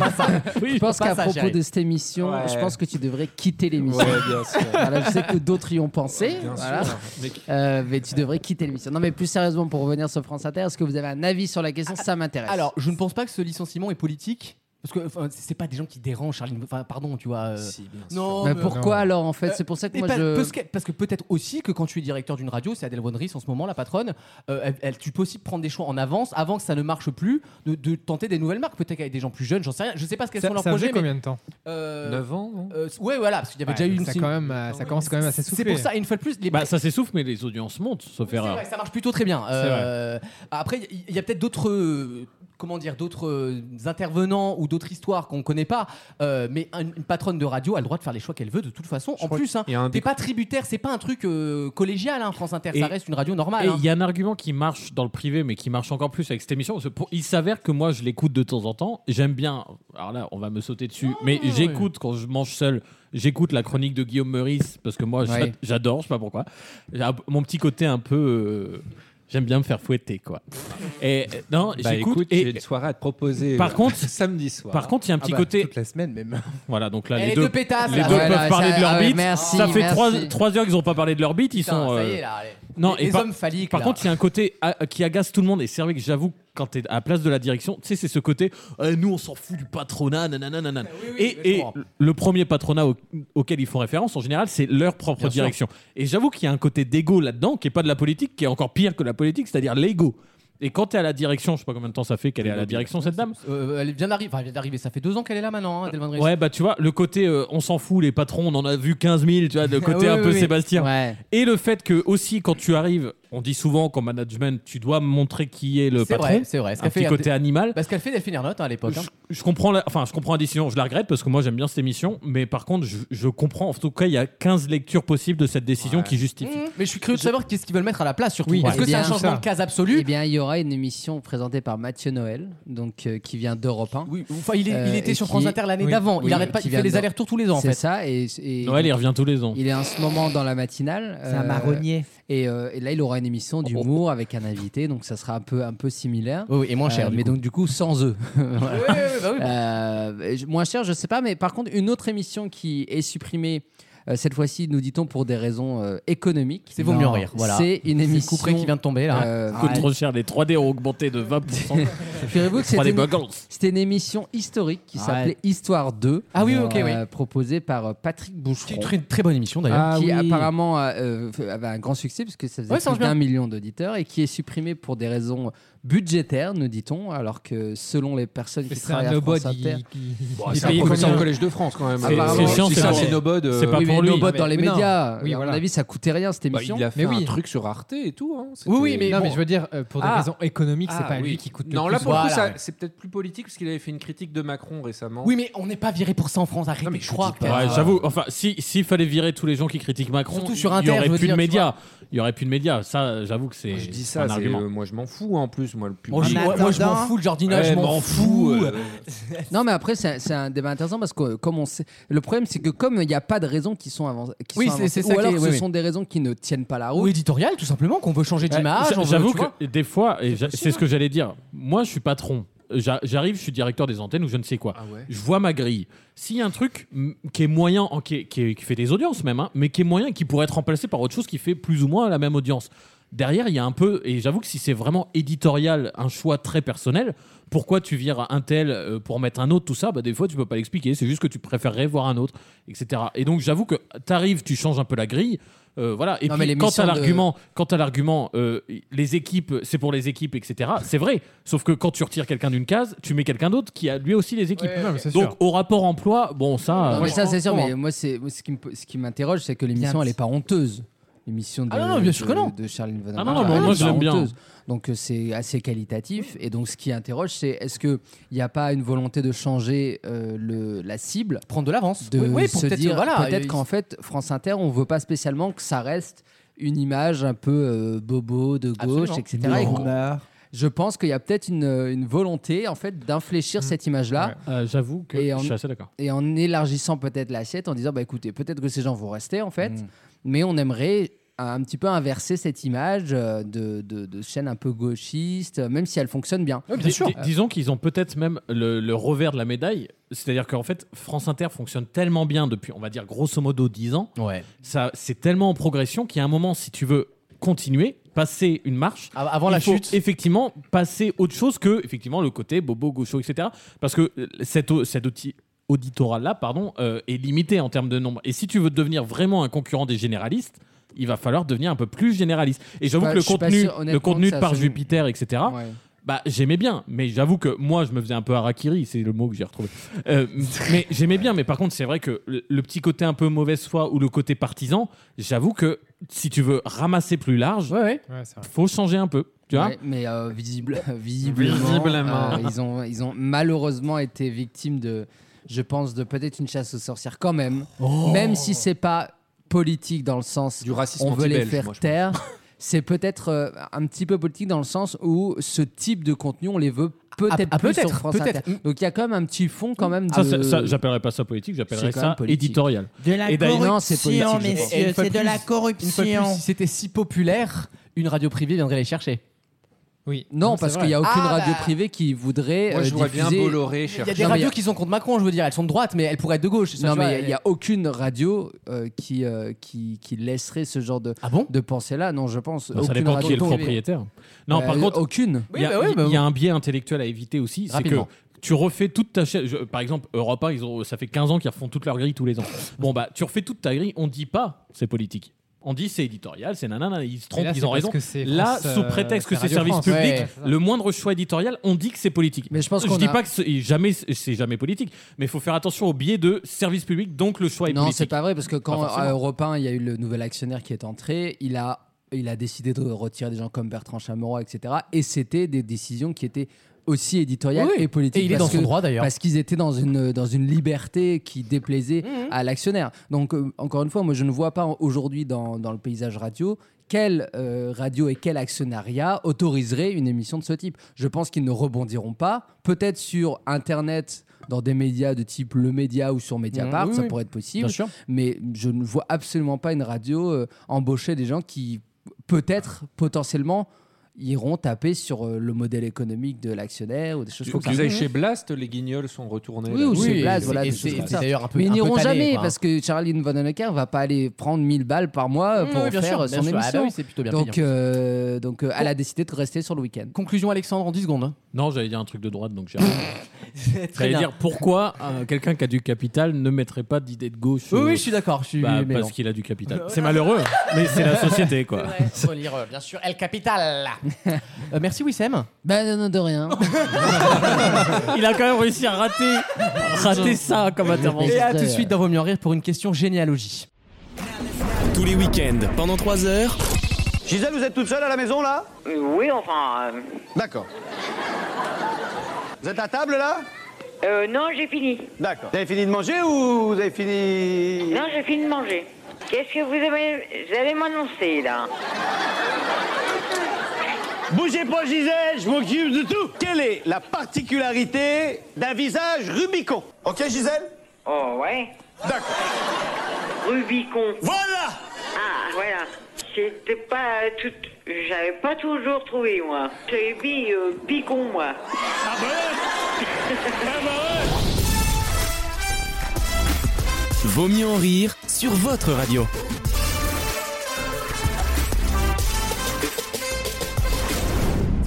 Speaker 5: je pense
Speaker 2: pas
Speaker 5: qu'à
Speaker 2: ça,
Speaker 5: propos
Speaker 2: chérie.
Speaker 5: de cette émission,
Speaker 2: Ouais.
Speaker 5: je pense que tu devrais quitter l'émission.
Speaker 2: Ouais, bien sûr.
Speaker 5: *laughs* Voilà, je sais que d'autres y ont pensé.
Speaker 2: Bien
Speaker 5: voilà.
Speaker 2: sûr.
Speaker 5: Mais... Euh, mais tu devrais quitter l'émission. Non, mais plus sérieusement, pour revenir sur France Inter, est-ce que vous avez un avis sur la question Ça m'intéresse.
Speaker 2: Alors, je ne pense pas que ce licenciement est politique. Parce que enfin, c'est pas des gens qui dérangent, Charline. Enfin, pardon, tu vois. euh, Non.
Speaker 5: Mais
Speaker 2: mais-
Speaker 5: pourquoi
Speaker 2: non. Euh,
Speaker 5: alors en fait C'est pour ça que
Speaker 2: mais
Speaker 5: moi
Speaker 2: pas-
Speaker 5: je.
Speaker 2: parce que, parce que peut-être aussi que quand tu es directeur d'une radio, c'est Adèle Wonris en ce moment, la patronne, euh, elle, elle- tu peux aussi prendre des choix en avance, avant que ça ne marche plus, de, de tenter des nouvelles marques, peut-être avec des gens plus jeunes, j'en sais rien. Je sais pas ce qu'elles
Speaker 8: Ça-
Speaker 2: sont leurs
Speaker 8: ça faisait
Speaker 2: projets. mais-
Speaker 8: combien de temps
Speaker 2: Euh,
Speaker 8: 9 ans, non
Speaker 2: euh, Ouais, voilà, parce qu'il y avait
Speaker 8: Ouais,
Speaker 2: déjà eu
Speaker 8: mais
Speaker 2: une.
Speaker 8: ça quand même, euh, ça commence quand même à s'essouffler.
Speaker 2: C'est pour ça, une fois de plus, les.
Speaker 3: Bah, ça s'essouffle, mais les audiences montent, sauf
Speaker 2: C'est
Speaker 3: erreur.
Speaker 2: vrai, ça marche plutôt très bien. Euh, après, il y- il y a peut-être d'autres, euh, comment dire, d'autres euh, intervenants ou d'autres histoires qu'on connaît pas. euh, mais un- une patronne de radio a le droit de faire les choix qu'elle veut de toute façon. en plus, hein, t'es pas tributaire, c'est pas un truc euh, collégial, hein, France Inter,
Speaker 3: Et-
Speaker 2: ça reste une radio normale.
Speaker 3: Et
Speaker 2: hein.
Speaker 3: il y a un argument qui marche dans le privé, mais qui marche encore plus avec cette émission. Parce que pour- il s'avère que moi, je l'écoute de temps en temps. J'aime bien. Alors là, on va me sauter dessus. mais j'écoute quand je mange seul. J'écoute la chronique de Guillaume Meurice parce que moi, j'a-
Speaker 5: Ouais.
Speaker 3: j'adore. Je sais pas pourquoi. J'ai un- Mon petit côté un peu. euh, J'aime bien me faire fouetter, quoi. Et euh, non,
Speaker 4: Bah,
Speaker 3: j'écoute.
Speaker 4: écoute, j'ai une soirée à te proposer.
Speaker 3: Par
Speaker 4: euh,
Speaker 3: contre,
Speaker 4: *laughs* samedi soir.
Speaker 3: Par contre, il y a un
Speaker 4: Ah
Speaker 3: petit
Speaker 4: bah,
Speaker 3: côté.
Speaker 4: Toute la semaine même.
Speaker 3: Voilà, donc là,
Speaker 4: Et
Speaker 3: les,
Speaker 4: les
Speaker 3: deux,
Speaker 4: deux pétasses,
Speaker 3: les
Speaker 4: là.
Speaker 3: deux
Speaker 4: Ouais,
Speaker 3: peuvent
Speaker 4: là,
Speaker 3: parler
Speaker 4: ça-
Speaker 3: de leur
Speaker 4: ah ouais,
Speaker 3: bite.
Speaker 4: merci,
Speaker 3: ça fait
Speaker 4: merci.
Speaker 3: 3, heures qu'ils ont pas parlé de leur bite. Ils
Speaker 4: Putain,
Speaker 3: sont.
Speaker 4: ça y
Speaker 3: euh,
Speaker 4: est, là, allez.
Speaker 3: Non,
Speaker 2: Les-
Speaker 3: et
Speaker 2: les
Speaker 3: par,
Speaker 2: hommes phalliques,
Speaker 3: Par
Speaker 2: là.
Speaker 3: contre, il y a un côté à- qui agace tout le monde. Et c'est vrai que j'avoue, quand t'es à la place de la direction, tu sais, c'est ce côté. euh, nous, on s'en fout du patronat, nanana, nanana. et et le premier patronat au- auquel ils font référence, en général, c'est leur propre
Speaker 5: Bien sûr.
Speaker 3: direction. Et j'avoue qu'il y a un côté d'ego là-dedans qui est pas de la politique, qui est encore pire que la politique, c'est-à-dire l'ego. Et quand t'es à la direction, je sais pas combien de temps ça fait qu'elle est à la direction, cette dame.
Speaker 2: Euh, elle vient d'arriver, enfin, elle vient d'arriver, ça fait deux ans qu'elle est là maintenant, hein, Adèle Wendrich.
Speaker 3: Ouais, bah tu vois, le côté euh, on s'en fout, les patrons, on en a vu 15 000, tu vois,
Speaker 2: *laughs*
Speaker 3: le côté
Speaker 2: Oui,
Speaker 3: un
Speaker 2: oui,
Speaker 3: peu
Speaker 2: oui.
Speaker 3: Sébastien.
Speaker 2: Ouais.
Speaker 3: Et le fait que aussi, quand tu arrives, on dit souvent qu'en management, tu dois montrer qui est le
Speaker 2: C'est
Speaker 3: patron.
Speaker 2: vrai, c'est vrai. Ce
Speaker 3: Un
Speaker 2: qu'a fait
Speaker 3: petit
Speaker 2: Hervé-
Speaker 3: côté animal.
Speaker 2: Parce qu'elle fait Delphine Ernotte hein, à l'époque. hein.
Speaker 3: Je comprends, la, enfin, je comprends la décision, je la regrette parce que moi j'aime bien cette émission, mais par contre, je, je comprends, en tout cas, il y a 15 lectures possibles de cette décision qui justifie.
Speaker 2: Mais je suis curieux de savoir qu'est-ce qu'ils veulent mettre à la place surtout.
Speaker 3: Oui,
Speaker 2: Est-ce
Speaker 3: eh
Speaker 2: que c'est
Speaker 3: bien,
Speaker 2: un changement
Speaker 3: ça.
Speaker 2: de case absolu
Speaker 5: Eh bien, il y aura une émission présentée par Mathieu Noël, donc euh, qui vient d'Europe 1.
Speaker 2: Oui, enfin, il est- il était
Speaker 5: et
Speaker 2: sur
Speaker 5: qui
Speaker 2: France
Speaker 5: est-
Speaker 2: Inter l'année d'avant. Il arrête pas-
Speaker 5: qui
Speaker 2: il fait
Speaker 5: vient
Speaker 2: les
Speaker 5: d'Europe.
Speaker 2: allers-retours tous les ans, en
Speaker 5: C'est
Speaker 2: fait.
Speaker 5: ça. Et, et-
Speaker 3: Noël, il revient tous les ans.
Speaker 5: Il est en ce moment dans la matinale. euh,
Speaker 7: C'est un marronnier.
Speaker 5: Et, euh, et là, il aura une émission d'humour avec un invité, donc ça sera un peu un peu similaire.
Speaker 2: Oh.
Speaker 5: Euh,
Speaker 2: Oui, oui, et
Speaker 3: Ah,
Speaker 2: moins cher, du
Speaker 5: mais
Speaker 2: coup.
Speaker 5: donc du coup sans
Speaker 2: *laughs*
Speaker 5: eux. Voilà.
Speaker 2: Oui, oui, oui, bah oui.
Speaker 5: Euh, je- moins cher, je sais pas, mais par contre une autre émission qui est supprimée. euh, Cette fois-ci, nous dit-on pour des raisons euh, économiques.
Speaker 2: C'est vaut mieux en rire, voilà.
Speaker 5: C'est une
Speaker 2: C'est le
Speaker 5: émission. euh,
Speaker 2: couperet qui vient de tomber, là.
Speaker 3: Ça coûte trop cher, les 3D ont augmenté de 20%.
Speaker 5: *laughs* Figurez-vous que
Speaker 3: Les 3D
Speaker 5: c'était une-
Speaker 3: goggles.
Speaker 5: c'était une, émission historique qui
Speaker 3: Ouais.
Speaker 5: s'appelait Histoire 2.
Speaker 2: Ah oui, ok, oui.
Speaker 5: Proposée par euh, Patrick Boucheron.
Speaker 2: Très, très bonne émission d'ailleurs.
Speaker 5: qui apparemment a, euh, f- avait un grand succès puisque ça faisait
Speaker 2: Ouais, ça
Speaker 5: plus
Speaker 2: marche
Speaker 5: d'un
Speaker 2: bien.
Speaker 5: million d'auditeurs et qui est supprimé pour des raisons budgétaires, nous dit-on, alors que selon les personnes qui
Speaker 8: C'est un
Speaker 5: travaillent à France
Speaker 8: nobody.
Speaker 5: Inter...
Speaker 8: qui-
Speaker 2: *laughs*
Speaker 4: Bon, c'est un professeur au Collège de France quand même.
Speaker 5: Apparemment,
Speaker 4: Si ça, c'est Nobod. euh,
Speaker 5: Oui, mais Nobod dans les médias. à mon avis, ça coûtait rien cette
Speaker 4: Bah,
Speaker 5: émission.
Speaker 4: il a fait un truc sur Arte et tout. hein. C'était-
Speaker 5: Oui, oui, mais
Speaker 8: Non, mais
Speaker 5: bon.
Speaker 8: je veux dire, euh, pour des
Speaker 4: Ah.
Speaker 8: raisons économiques, c'est
Speaker 4: Ah,
Speaker 8: pas lui
Speaker 4: oui.
Speaker 8: qui coûte
Speaker 4: Non,
Speaker 8: le
Speaker 4: là
Speaker 8: plus.
Speaker 4: pour le coup,
Speaker 8: Voilà.
Speaker 4: ça- c'est peut-être plus politique parce qu'il avait fait une critique de Macron récemment.
Speaker 2: Oui, mais on n'est pas viré pour ça en France, arrête, mais je crois.
Speaker 3: Ouais, j'avoue, enfin, si- s'il fallait virer tous les gens qui critiquent Macron,
Speaker 2: euh, Surtout sur
Speaker 3: il n'y
Speaker 2: Inter,
Speaker 3: aurait
Speaker 2: je veux
Speaker 3: plus
Speaker 2: dire,
Speaker 3: de
Speaker 2: tu
Speaker 3: médias. Il n'y aurait plus de médias. Ça, j'avoue que c'est
Speaker 4: Je dis ça,
Speaker 3: un
Speaker 4: c'est-
Speaker 3: argument.
Speaker 4: euh, moi je m'en fous en plus, moi le
Speaker 3: Moi,
Speaker 4: public.
Speaker 3: je- moi, moi, je m'en fous, le jardinage, je
Speaker 4: Ouais,
Speaker 3: m'en fous.
Speaker 4: fous. euh, *laughs*
Speaker 5: Non, mais après, c'est un- c'est un débat intéressant parce que euh, comme on sait, le problème, c'est que comme il n'y a pas de raisons qui sont avancées, qui
Speaker 2: Oui,
Speaker 5: sont
Speaker 2: c'est-
Speaker 5: avancées,
Speaker 2: c'est ça
Speaker 5: ou
Speaker 2: qui
Speaker 5: alors
Speaker 2: est-
Speaker 5: que
Speaker 2: oui,
Speaker 5: ce
Speaker 2: oui.
Speaker 5: sont des raisons qui ne tiennent pas la route.
Speaker 2: Ou éditorial, tout simplement, qu'on veut changer
Speaker 3: Ouais,
Speaker 2: d'image.
Speaker 3: j'a-
Speaker 2: on veut-
Speaker 3: J'avoue
Speaker 2: tu
Speaker 3: que
Speaker 2: vois.
Speaker 3: des fois, et j'a- c'est ce que j'allais dire, moi je suis patron. J'a- J'arrive, je suis directeur des antennes ou je ne sais
Speaker 2: Ah
Speaker 3: quoi. Je vois ma grille. S'il y a un truc mm, qui est moyen, en- qui, est- qui est- qui fait des audiences même, hein, mais qui est moyen et qui pourrait être remplacé par autre chose qui fait plus ou moins la même audience, derrière, il y a un peu, et j'avoue que si c'est vraiment éditorial, un choix très personnel, pourquoi tu vires un tel euh, pour mettre un autre, tout ça, bah, des fois, tu peux pas l'expliquer. C'est juste que tu préférerais voir un autre, etc. Et donc, j'avoue que tu arrives, tu changes un peu la grille. euh, voilà. Et
Speaker 2: Non, mais
Speaker 3: puis, quant
Speaker 2: l'émission
Speaker 3: à
Speaker 2: de-
Speaker 3: l'argument, quant à l'argument, euh, les équipes, c'est pour les équipes, etc. C'est vrai. Sauf que quand tu retires quelqu'un d'une case, tu mets quelqu'un d'autre qui a lui aussi les équipes.
Speaker 5: Ouais, ouais, ouais.
Speaker 3: Donc,
Speaker 5: sûr.
Speaker 3: au rapport emploi, bon, ça.
Speaker 5: Non,
Speaker 3: euh,
Speaker 5: mais ça, c'est sûr,
Speaker 3: bon,
Speaker 5: mais moi, c'est moi, ce qui me- ce qui m'interroge, c'est que l'émission,
Speaker 2: Bien.
Speaker 5: elle est pas honteuse. L'émission de,
Speaker 2: Ah non, non, bien sûr
Speaker 5: de-
Speaker 2: que non.
Speaker 5: de Charline Van
Speaker 2: Ah
Speaker 5: Hamme,
Speaker 2: non, non,
Speaker 5: elle
Speaker 2: moi,
Speaker 5: est
Speaker 2: moi,
Speaker 5: pas
Speaker 2: je l'aime bien.
Speaker 5: honteuse. Donc euh, c'est assez qualitatif. Et donc ce qui interroge, c'est est-ce qu'il n'y a pas une volonté de changer euh, le, la cible
Speaker 2: Prendre de l'avance.
Speaker 5: De
Speaker 2: Oui, oui, pour
Speaker 5: se
Speaker 2: peut-être-
Speaker 5: dire
Speaker 2: voilà,
Speaker 5: peut-être
Speaker 2: il-
Speaker 5: qu'en fait, France Inter, on veut pas spécialement que ça reste une image un peu euh, bobo, de gauche,
Speaker 2: Absolument.
Speaker 5: etc.
Speaker 2: Non.
Speaker 5: Et qu'on- je pense qu'il y a peut-être une, euh, une volonté en fait
Speaker 2: Mm.
Speaker 5: d'infléchir cette image-là.
Speaker 3: euh, J'avoue que
Speaker 5: et en,
Speaker 3: je suis assez d'accord.
Speaker 5: Et en élargissant peut-être l'assiette, en disant bah écoutez, peut-être que ces gens vont rester en fait,
Speaker 3: Hmm.
Speaker 5: mais on aimerait un petit peu inverser cette image euh, de, de, de chaîne un peu gauchiste, euh, même si elle fonctionne bien.
Speaker 3: Dis- dis- disons qu'ils ont peut-être même le, le revers de la médaille. C'est-à-dire qu'en fait, France Inter fonctionne tellement bien depuis, on va dire, grosso modo 10 ans. Ça, c'est tellement en progression qu'à un moment, si tu veux continuer, passer une marche.
Speaker 2: Avant
Speaker 3: il
Speaker 2: la
Speaker 3: faut
Speaker 2: chute.
Speaker 3: Effectivement, passer autre chose que, effectivement, le côté bobo, gaucho, etc. Parce que euh, cet, au- cet outil auditorat-là, pardon, euh, est limité en termes de nombre. Et si tu veux devenir vraiment un concurrent des généralistes, il va falloir devenir un peu plus généraliste. Et j'avoue
Speaker 5: pas-
Speaker 3: que le
Speaker 5: je suis pas
Speaker 3: contenu,
Speaker 5: sûr,
Speaker 3: le
Speaker 5: honnêtement,
Speaker 3: contenu
Speaker 5: que
Speaker 3: de
Speaker 5: ça
Speaker 3: Par
Speaker 5: se-
Speaker 3: Jupiter, etc., bah, j'aimais bien, mais j'avoue que moi, je me faisais un peu harakiri, c'est le mot que j'ai retrouvé.
Speaker 5: *laughs*
Speaker 3: Euh, mais j'aimais bien, mais par contre, c'est vrai que le, le petit côté un peu mauvaise foi ou le côté partisan, j'avoue que si tu veux ramasser plus large, faut changer un peu. Tu vois
Speaker 5: Ouais, mais euh, visible, *laughs* visiblement,
Speaker 3: Visiblement.
Speaker 5: euh, ils, ont, ils ont malheureusement été victimes de, je pense, de peut-être une chasse aux sorcières quand même.
Speaker 2: Oh.
Speaker 5: Même si c'est pas politique dans le sens du
Speaker 2: racisme
Speaker 5: on veut les
Speaker 2: anti-belge,
Speaker 5: faire
Speaker 2: moi, je pense.
Speaker 5: taire. *laughs* C'est peut-être euh, un petit peu politique dans le sens où ce type de contenu, on les veut peut-être
Speaker 2: Ah,
Speaker 5: plus
Speaker 2: peut-être,
Speaker 5: sur France
Speaker 2: peut-être. Mm.
Speaker 5: Inter. Donc il y a quand même un petit fond quand même.
Speaker 3: Ça, ça-
Speaker 5: de-
Speaker 3: ça, j'appellerais pas ça politique, j'appellerais
Speaker 5: Euh, C'est quand
Speaker 3: ça
Speaker 5: même politique.
Speaker 3: éditorial.
Speaker 5: De la
Speaker 3: Et d'ailleurs-
Speaker 5: corruption, Non, c'est politique, je
Speaker 2: messieurs,
Speaker 5: pense. Et une fois
Speaker 2: c'est
Speaker 5: de
Speaker 2: de
Speaker 5: la
Speaker 2: la corruption. si c'était si populaire, une radio privée viendrait les chercher.
Speaker 8: Oui.
Speaker 5: Non, parce qu'il n'y a aucune radio
Speaker 2: privée.
Speaker 5: privée qui voudrait.
Speaker 2: Moi, je
Speaker 5: euh,
Speaker 2: vois bien
Speaker 5: diffuser-
Speaker 2: Bolloré Ah, bah. Il y a des radios qui sont contre Macron, je veux dire, elles sont de droite, mais elles pourraient être de gauche.
Speaker 5: Non, mais il
Speaker 2: euh.
Speaker 5: n'y a,
Speaker 3: euh,
Speaker 5: aucune radio euh, qui, euh, qui, qui laisserait ce genre de, de pensée-là. Non, je pense.
Speaker 3: Ah Bah, ça
Speaker 5: aucune
Speaker 3: dépend
Speaker 5: radio
Speaker 3: qui est le
Speaker 5: privée.
Speaker 3: propriétaire. Non,
Speaker 5: Euh,
Speaker 3: par contre,
Speaker 5: Aucune.
Speaker 3: Il y, a- il y a un biais intellectuel à éviter aussi, c'est que
Speaker 5: Rapidement.
Speaker 3: tu refais toute ta chaîne. je- par exemple, Europe 1, ils ont, ça fait 15 ans qu'ils refont toute leur grille tous
Speaker 5: *laughs*
Speaker 3: les ans. Bon, bah, tu refais toute ta grille, on dit pas c'est politique. On dit c'est éditorial, c'est nanana, ils se trompent,
Speaker 8: là, c'est
Speaker 3: ils ont
Speaker 8: parce
Speaker 3: raison.
Speaker 8: que c'est
Speaker 3: Là,
Speaker 8: France, euh,
Speaker 3: sous prétexte que
Speaker 8: c'est
Speaker 3: c'est service
Speaker 8: Radio France.
Speaker 3: public,
Speaker 8: Ouais, c'est ça.
Speaker 3: le moindre choix éditorial, on dit que c'est politique. Mais je
Speaker 5: pense qu'on
Speaker 3: dis
Speaker 5: a-
Speaker 3: pas que c'est jamais, c'est jamais politique, mais il faut faire attention au biais de service public, donc le choix est
Speaker 5: Non,
Speaker 3: politique.
Speaker 5: c'est pas vrai, parce que quand euh,
Speaker 3: Pas forcément.
Speaker 5: à Europe 1, il y a eu le nouvel actionnaire qui est entré, il a, il a décidé de retirer des gens comme Bertrand Chameroy, etc. Et c'était des décisions qui étaient aussi éditoriales
Speaker 2: Oui, oui.
Speaker 5: et politiques.
Speaker 2: Et il est
Speaker 5: parce
Speaker 2: dans son
Speaker 5: que-
Speaker 2: droit, d'ailleurs.
Speaker 5: Parce qu'ils étaient dans une, dans une liberté qui déplaisait
Speaker 2: Mhm.
Speaker 5: à l'actionnaire. Donc, euh, encore une fois, moi, je ne vois pas aujourd'hui dans, dans le paysage radio. Quelle euh, radio et quel actionnariat autoriserait une émission de ce type Je pense qu'ils ne rebondiront pas. Peut-être sur Internet, dans des médias de type Le Média ou sur Mediapart,
Speaker 2: Mhm, oui,
Speaker 5: ça
Speaker 2: oui.
Speaker 5: pourrait être possible.
Speaker 2: Bien sûr.
Speaker 5: Mais je ne vois absolument pas une radio euh, embaucher des gens qui, peut-être, potentiellement, iront taper sur euh, le modèle économique de l'actionnaire ou des choses
Speaker 4: Il
Speaker 5: comme
Speaker 4: faut
Speaker 5: ça. Mhm.
Speaker 4: qu'ils aillent chez Blast, les guignols sont retournés.
Speaker 5: Oui,
Speaker 4: là.
Speaker 5: ou chez Blaze, voilà. des choses comme ça. Mais ils n'iront jamais parce que Charline Von Honecker va pas aller prendre 1000 balles par mois
Speaker 2: Mmh,
Speaker 5: pour
Speaker 2: oui, bien
Speaker 5: faire
Speaker 2: sûr,
Speaker 5: euh,
Speaker 2: bien
Speaker 5: son
Speaker 2: sûr. Ah bah
Speaker 5: émission.
Speaker 2: oui, c'est plutôt bien
Speaker 5: donc,
Speaker 2: payant.
Speaker 5: euh, donc euh, elle a décidé de rester sur le week-end.
Speaker 2: Conclusion, Alexandre, en 10 secondes. hein.
Speaker 3: Non, j'allais dire un truc de droite, donc
Speaker 2: *laughs*
Speaker 3: j'ai. rien.
Speaker 2: Très
Speaker 3: J'allais
Speaker 2: bien.
Speaker 3: dire pourquoi euh, quelqu'un qui a du capital ne mettrait pas d'idée de gauche.
Speaker 2: Oui,
Speaker 3: euh,
Speaker 2: oui, je suis d'accord, je suis-
Speaker 3: bah,
Speaker 2: mais
Speaker 3: parce
Speaker 2: non.
Speaker 3: qu'il a du capital. C'est malheureux, hein, mais c'est la société,
Speaker 2: *laughs*
Speaker 3: quoi.
Speaker 2: Faut lire, euh, bien sûr, El
Speaker 5: *laughs*
Speaker 2: Capital. Euh, merci, Wissem.
Speaker 5: Ben non, non,
Speaker 2: *laughs*
Speaker 5: de rien.
Speaker 3: *laughs* Il a quand même réussi à rater, rater ça
Speaker 5: *laughs*
Speaker 3: comme intervention.
Speaker 2: Et à
Speaker 5: euh,
Speaker 2: tout de suite dans Vaut mieux en rire pour une question généalogie.
Speaker 1: Tous les week-ends, pendant 3 heures.
Speaker 19: Gisèle, vous êtes toute seule à la maison là
Speaker 20: Euh,
Speaker 19: Oui, enfin. D'accord. Vous êtes à table là Euh, non, j'ai fini. D'accord. Vous avez fini de manger ou vous avez fini.
Speaker 20: Non, j'ai fini de manger. Qu'est-ce que vous avez- vous allez m'annoncer là
Speaker 19: Bougez pas, Gisèle, je m'occupe de tout. Quelle est la particularité d'un visage Rubicon Ok, Gisèle
Speaker 20: Oh ouais D'accord. Rubicon. Voilà Ah voilà. C'était pas euh, tout. J'avais pas toujours trouvé moi. J'avais mis euh, Bicon moi. Ah bah
Speaker 1: Vaut mieux en rire sur votre radio.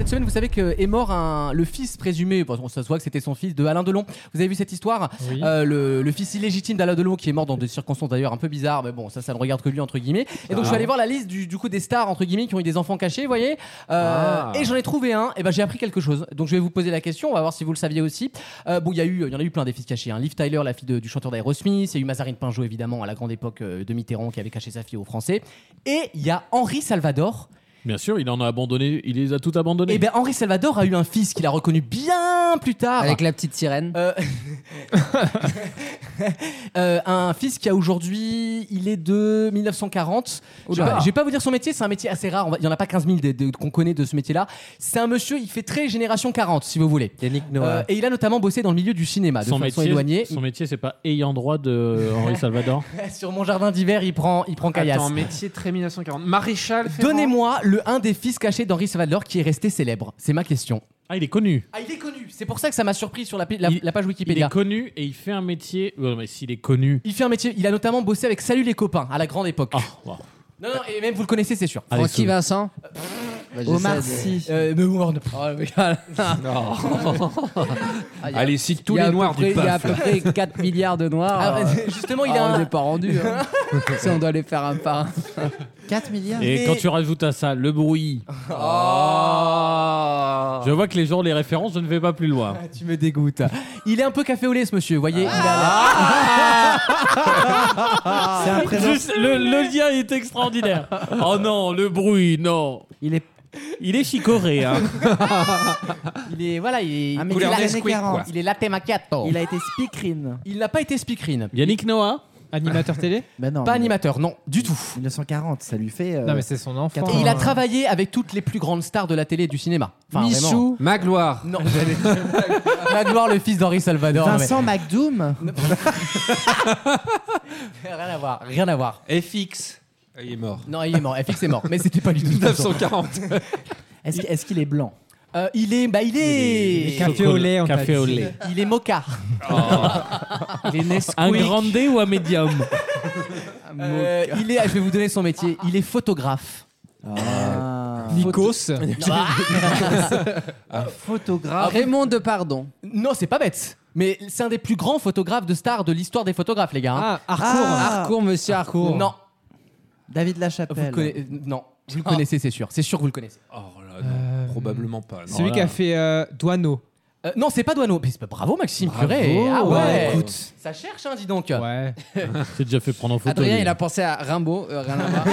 Speaker 2: semaine, vous savez que est mort un, le fils présumé, bon, on se voit que c'était son fils de Alain Delon. Vous avez vu cette histoire
Speaker 5: Oui.
Speaker 2: Euh, le, le fils illégitime d'Alain Delon qui est mort dans des circonstances d'ailleurs un peu bizarres, mais bon, ça, ça ne regarde que lui, entre guillemets. Et donc,
Speaker 5: Ah.
Speaker 2: je suis allé voir la liste du, du coup des stars, entre guillemets, qui ont eu des enfants cachés, vous voyez. Euh,
Speaker 5: Ah.
Speaker 2: Et j'en ai trouvé un, et ben j'ai appris quelque chose. Donc, je vais vous poser la question, on va voir si vous le saviez aussi. Euh, bon, il y, a eu- il y en a eu plein des fils cachés. Hein. Liv Tyler, la fille de- du chanteur d'Aerosmith, il y a eu Mazarine Pinjot, évidemment, à la grande époque euh, de Mitterrand qui avait caché sa fille aux Français. Et il y a Henri Salvador.
Speaker 3: Bien sûr, il en a abandonné, il les a tout abandonnés.
Speaker 2: Et bien Henri Salvador a eu un fils qu'il a reconnu bien plus tard. Euh, Avec
Speaker 6: la petite sirène.
Speaker 2: *laughs* Euh, un fils qui a aujourd'hui, il est de 1940. Je vais,
Speaker 5: Oula.
Speaker 2: pas, je vais pas vous dire son métier, c'est un métier assez rare. on va- Il y en a pas 15 000 de- de- qu'on connaît de ce métier-là. C'est un monsieur, il fait très génération 40, si vous voulez. Euh, et il a notamment bossé dans le milieu du cinéma, de
Speaker 3: son,
Speaker 2: façon
Speaker 3: métier,
Speaker 2: éloignée.
Speaker 3: son métier, c'est pas ayant droit de
Speaker 2: *laughs*
Speaker 3: Henri Salvador.
Speaker 2: Sur mon jardin d'hiver, il prend, il prend caillasse.
Speaker 4: Attends, métier très 1940. Maréchal Ferrand.
Speaker 2: Donnez-moi le un des fils cachés d'Henri Salvador qui est resté célèbre. C'est ma question.
Speaker 3: Ah, il est connu.
Speaker 2: Ah, il est connu. C'est pour ça que ça m'a surpris sur la, pi- la- la page
Speaker 3: Il
Speaker 2: Wikipédia.
Speaker 3: est connu et il fait un métier. Ouais, mais s'il est connu.
Speaker 2: Il fait un métier. Il a notamment bossé avec Salut les copains à la grande
Speaker 3: Ah,
Speaker 2: époque. Non, non, et même vous le connaissez, c'est sûr.
Speaker 6: Allez, Francky Soul. Vincent
Speaker 2: Omar Sy. Euh, mais Omar ne-
Speaker 3: Oh,
Speaker 6: Ah, il y a-
Speaker 4: Allez, cite tous
Speaker 6: il y a
Speaker 4: les
Speaker 6: à peu
Speaker 4: noirs du
Speaker 6: près- Il y a à
Speaker 4: PAF,
Speaker 6: peu
Speaker 4: là.
Speaker 6: près
Speaker 5: *laughs*
Speaker 6: 4 milliards de noirs.
Speaker 2: Ah,
Speaker 6: euh,
Speaker 2: bah, *laughs* justement, il
Speaker 6: ah,
Speaker 2: a
Speaker 6: On
Speaker 2: un-
Speaker 6: les pas rendu.
Speaker 5: hein.
Speaker 2: *laughs*
Speaker 6: si on doit les faire un par un. 4 milliards
Speaker 3: Et quand tu rajoutes à ça le bruit. Je vois que les gens, les références, je ne vais pas plus loin.
Speaker 2: tu me dégoûtes. Il est un peu café au lait, ce monsieur. Vous voyez, il a
Speaker 3: C'est un présent- Juste, le- le lien est extraordinaire. Oh non, le bruit, non.
Speaker 2: Il est,
Speaker 3: il est chicoré. Hein.
Speaker 2: Il est voilà, il est
Speaker 7: Ah,
Speaker 3: Un mec Couleur des années Nesquik, 40. quoi.
Speaker 2: Il est latte macchiato.
Speaker 7: Il a été speakerine.
Speaker 2: Il n'a pas été speakerine.
Speaker 3: Yannick Noah,
Speaker 8: animateur
Speaker 7: *laughs*
Speaker 8: télé
Speaker 7: Ben non.
Speaker 2: Pas animateur, non, du tout.
Speaker 7: 1940, ça lui fait. euh,
Speaker 8: Non, mais c'est son enfant.
Speaker 2: Et il a travaillé avec toutes les plus grandes stars de la télé et du cinéma.
Speaker 7: Michou.
Speaker 4: Magloire.
Speaker 2: Non. *laughs* Magloire, le fils d'Henri Salvador.
Speaker 7: Vincent McDoom.
Speaker 2: mais- *laughs* Rien à voir, rien à voir.
Speaker 4: FX. Ah, Il est mort.
Speaker 2: Non, il est mort. FX est mort, mais c'était pas lui.
Speaker 4: 1940.
Speaker 7: *laughs* Est-ce est-ce qu'il est blanc
Speaker 2: Euh, il est, bah il est.
Speaker 7: Il est café au lait, on t'a
Speaker 3: Café au
Speaker 7: dit.
Speaker 3: lait.
Speaker 2: Il est mocha.
Speaker 4: Oh.
Speaker 2: Il est Nesquik.
Speaker 3: Un grande ou un médium
Speaker 2: Euh, il est, je vais vous donner son métier. Il est photographe. *laughs*
Speaker 8: Nikos.
Speaker 2: Un photographe.
Speaker 6: Raymond Depardon.
Speaker 2: Non, c'est pas bête. Mais c'est un des plus grands photographes de stars de l'histoire des photographes, les gars. hein.
Speaker 6: Ah, Harcourt. Ah. Harcourt, monsieur Harcourt.
Speaker 2: Non.
Speaker 7: David
Speaker 2: Vous le
Speaker 7: Lachapelle.
Speaker 2: conna- euh, Non. Vous le connaissez, c'est sûr. C'est sûr que vous le connaissez.
Speaker 4: Oh Probablement pas. Ah, non.
Speaker 8: Euh, Celui qui a fait euh, Douaneau.
Speaker 2: Euh, non, c'est pas Douaneau. Mais c'est pas- Bravo, Maxime. Purée. Ah ouais.
Speaker 3: Bah,
Speaker 2: Ça cherche, hein, dis donc. *laughs*
Speaker 8: Ouais.
Speaker 3: C'est déjà fait prendre en photo.
Speaker 6: Adrien,
Speaker 3: lui.
Speaker 6: il a pensé à Rimbaud. euh, rien à
Speaker 3: *laughs*
Speaker 6: voir.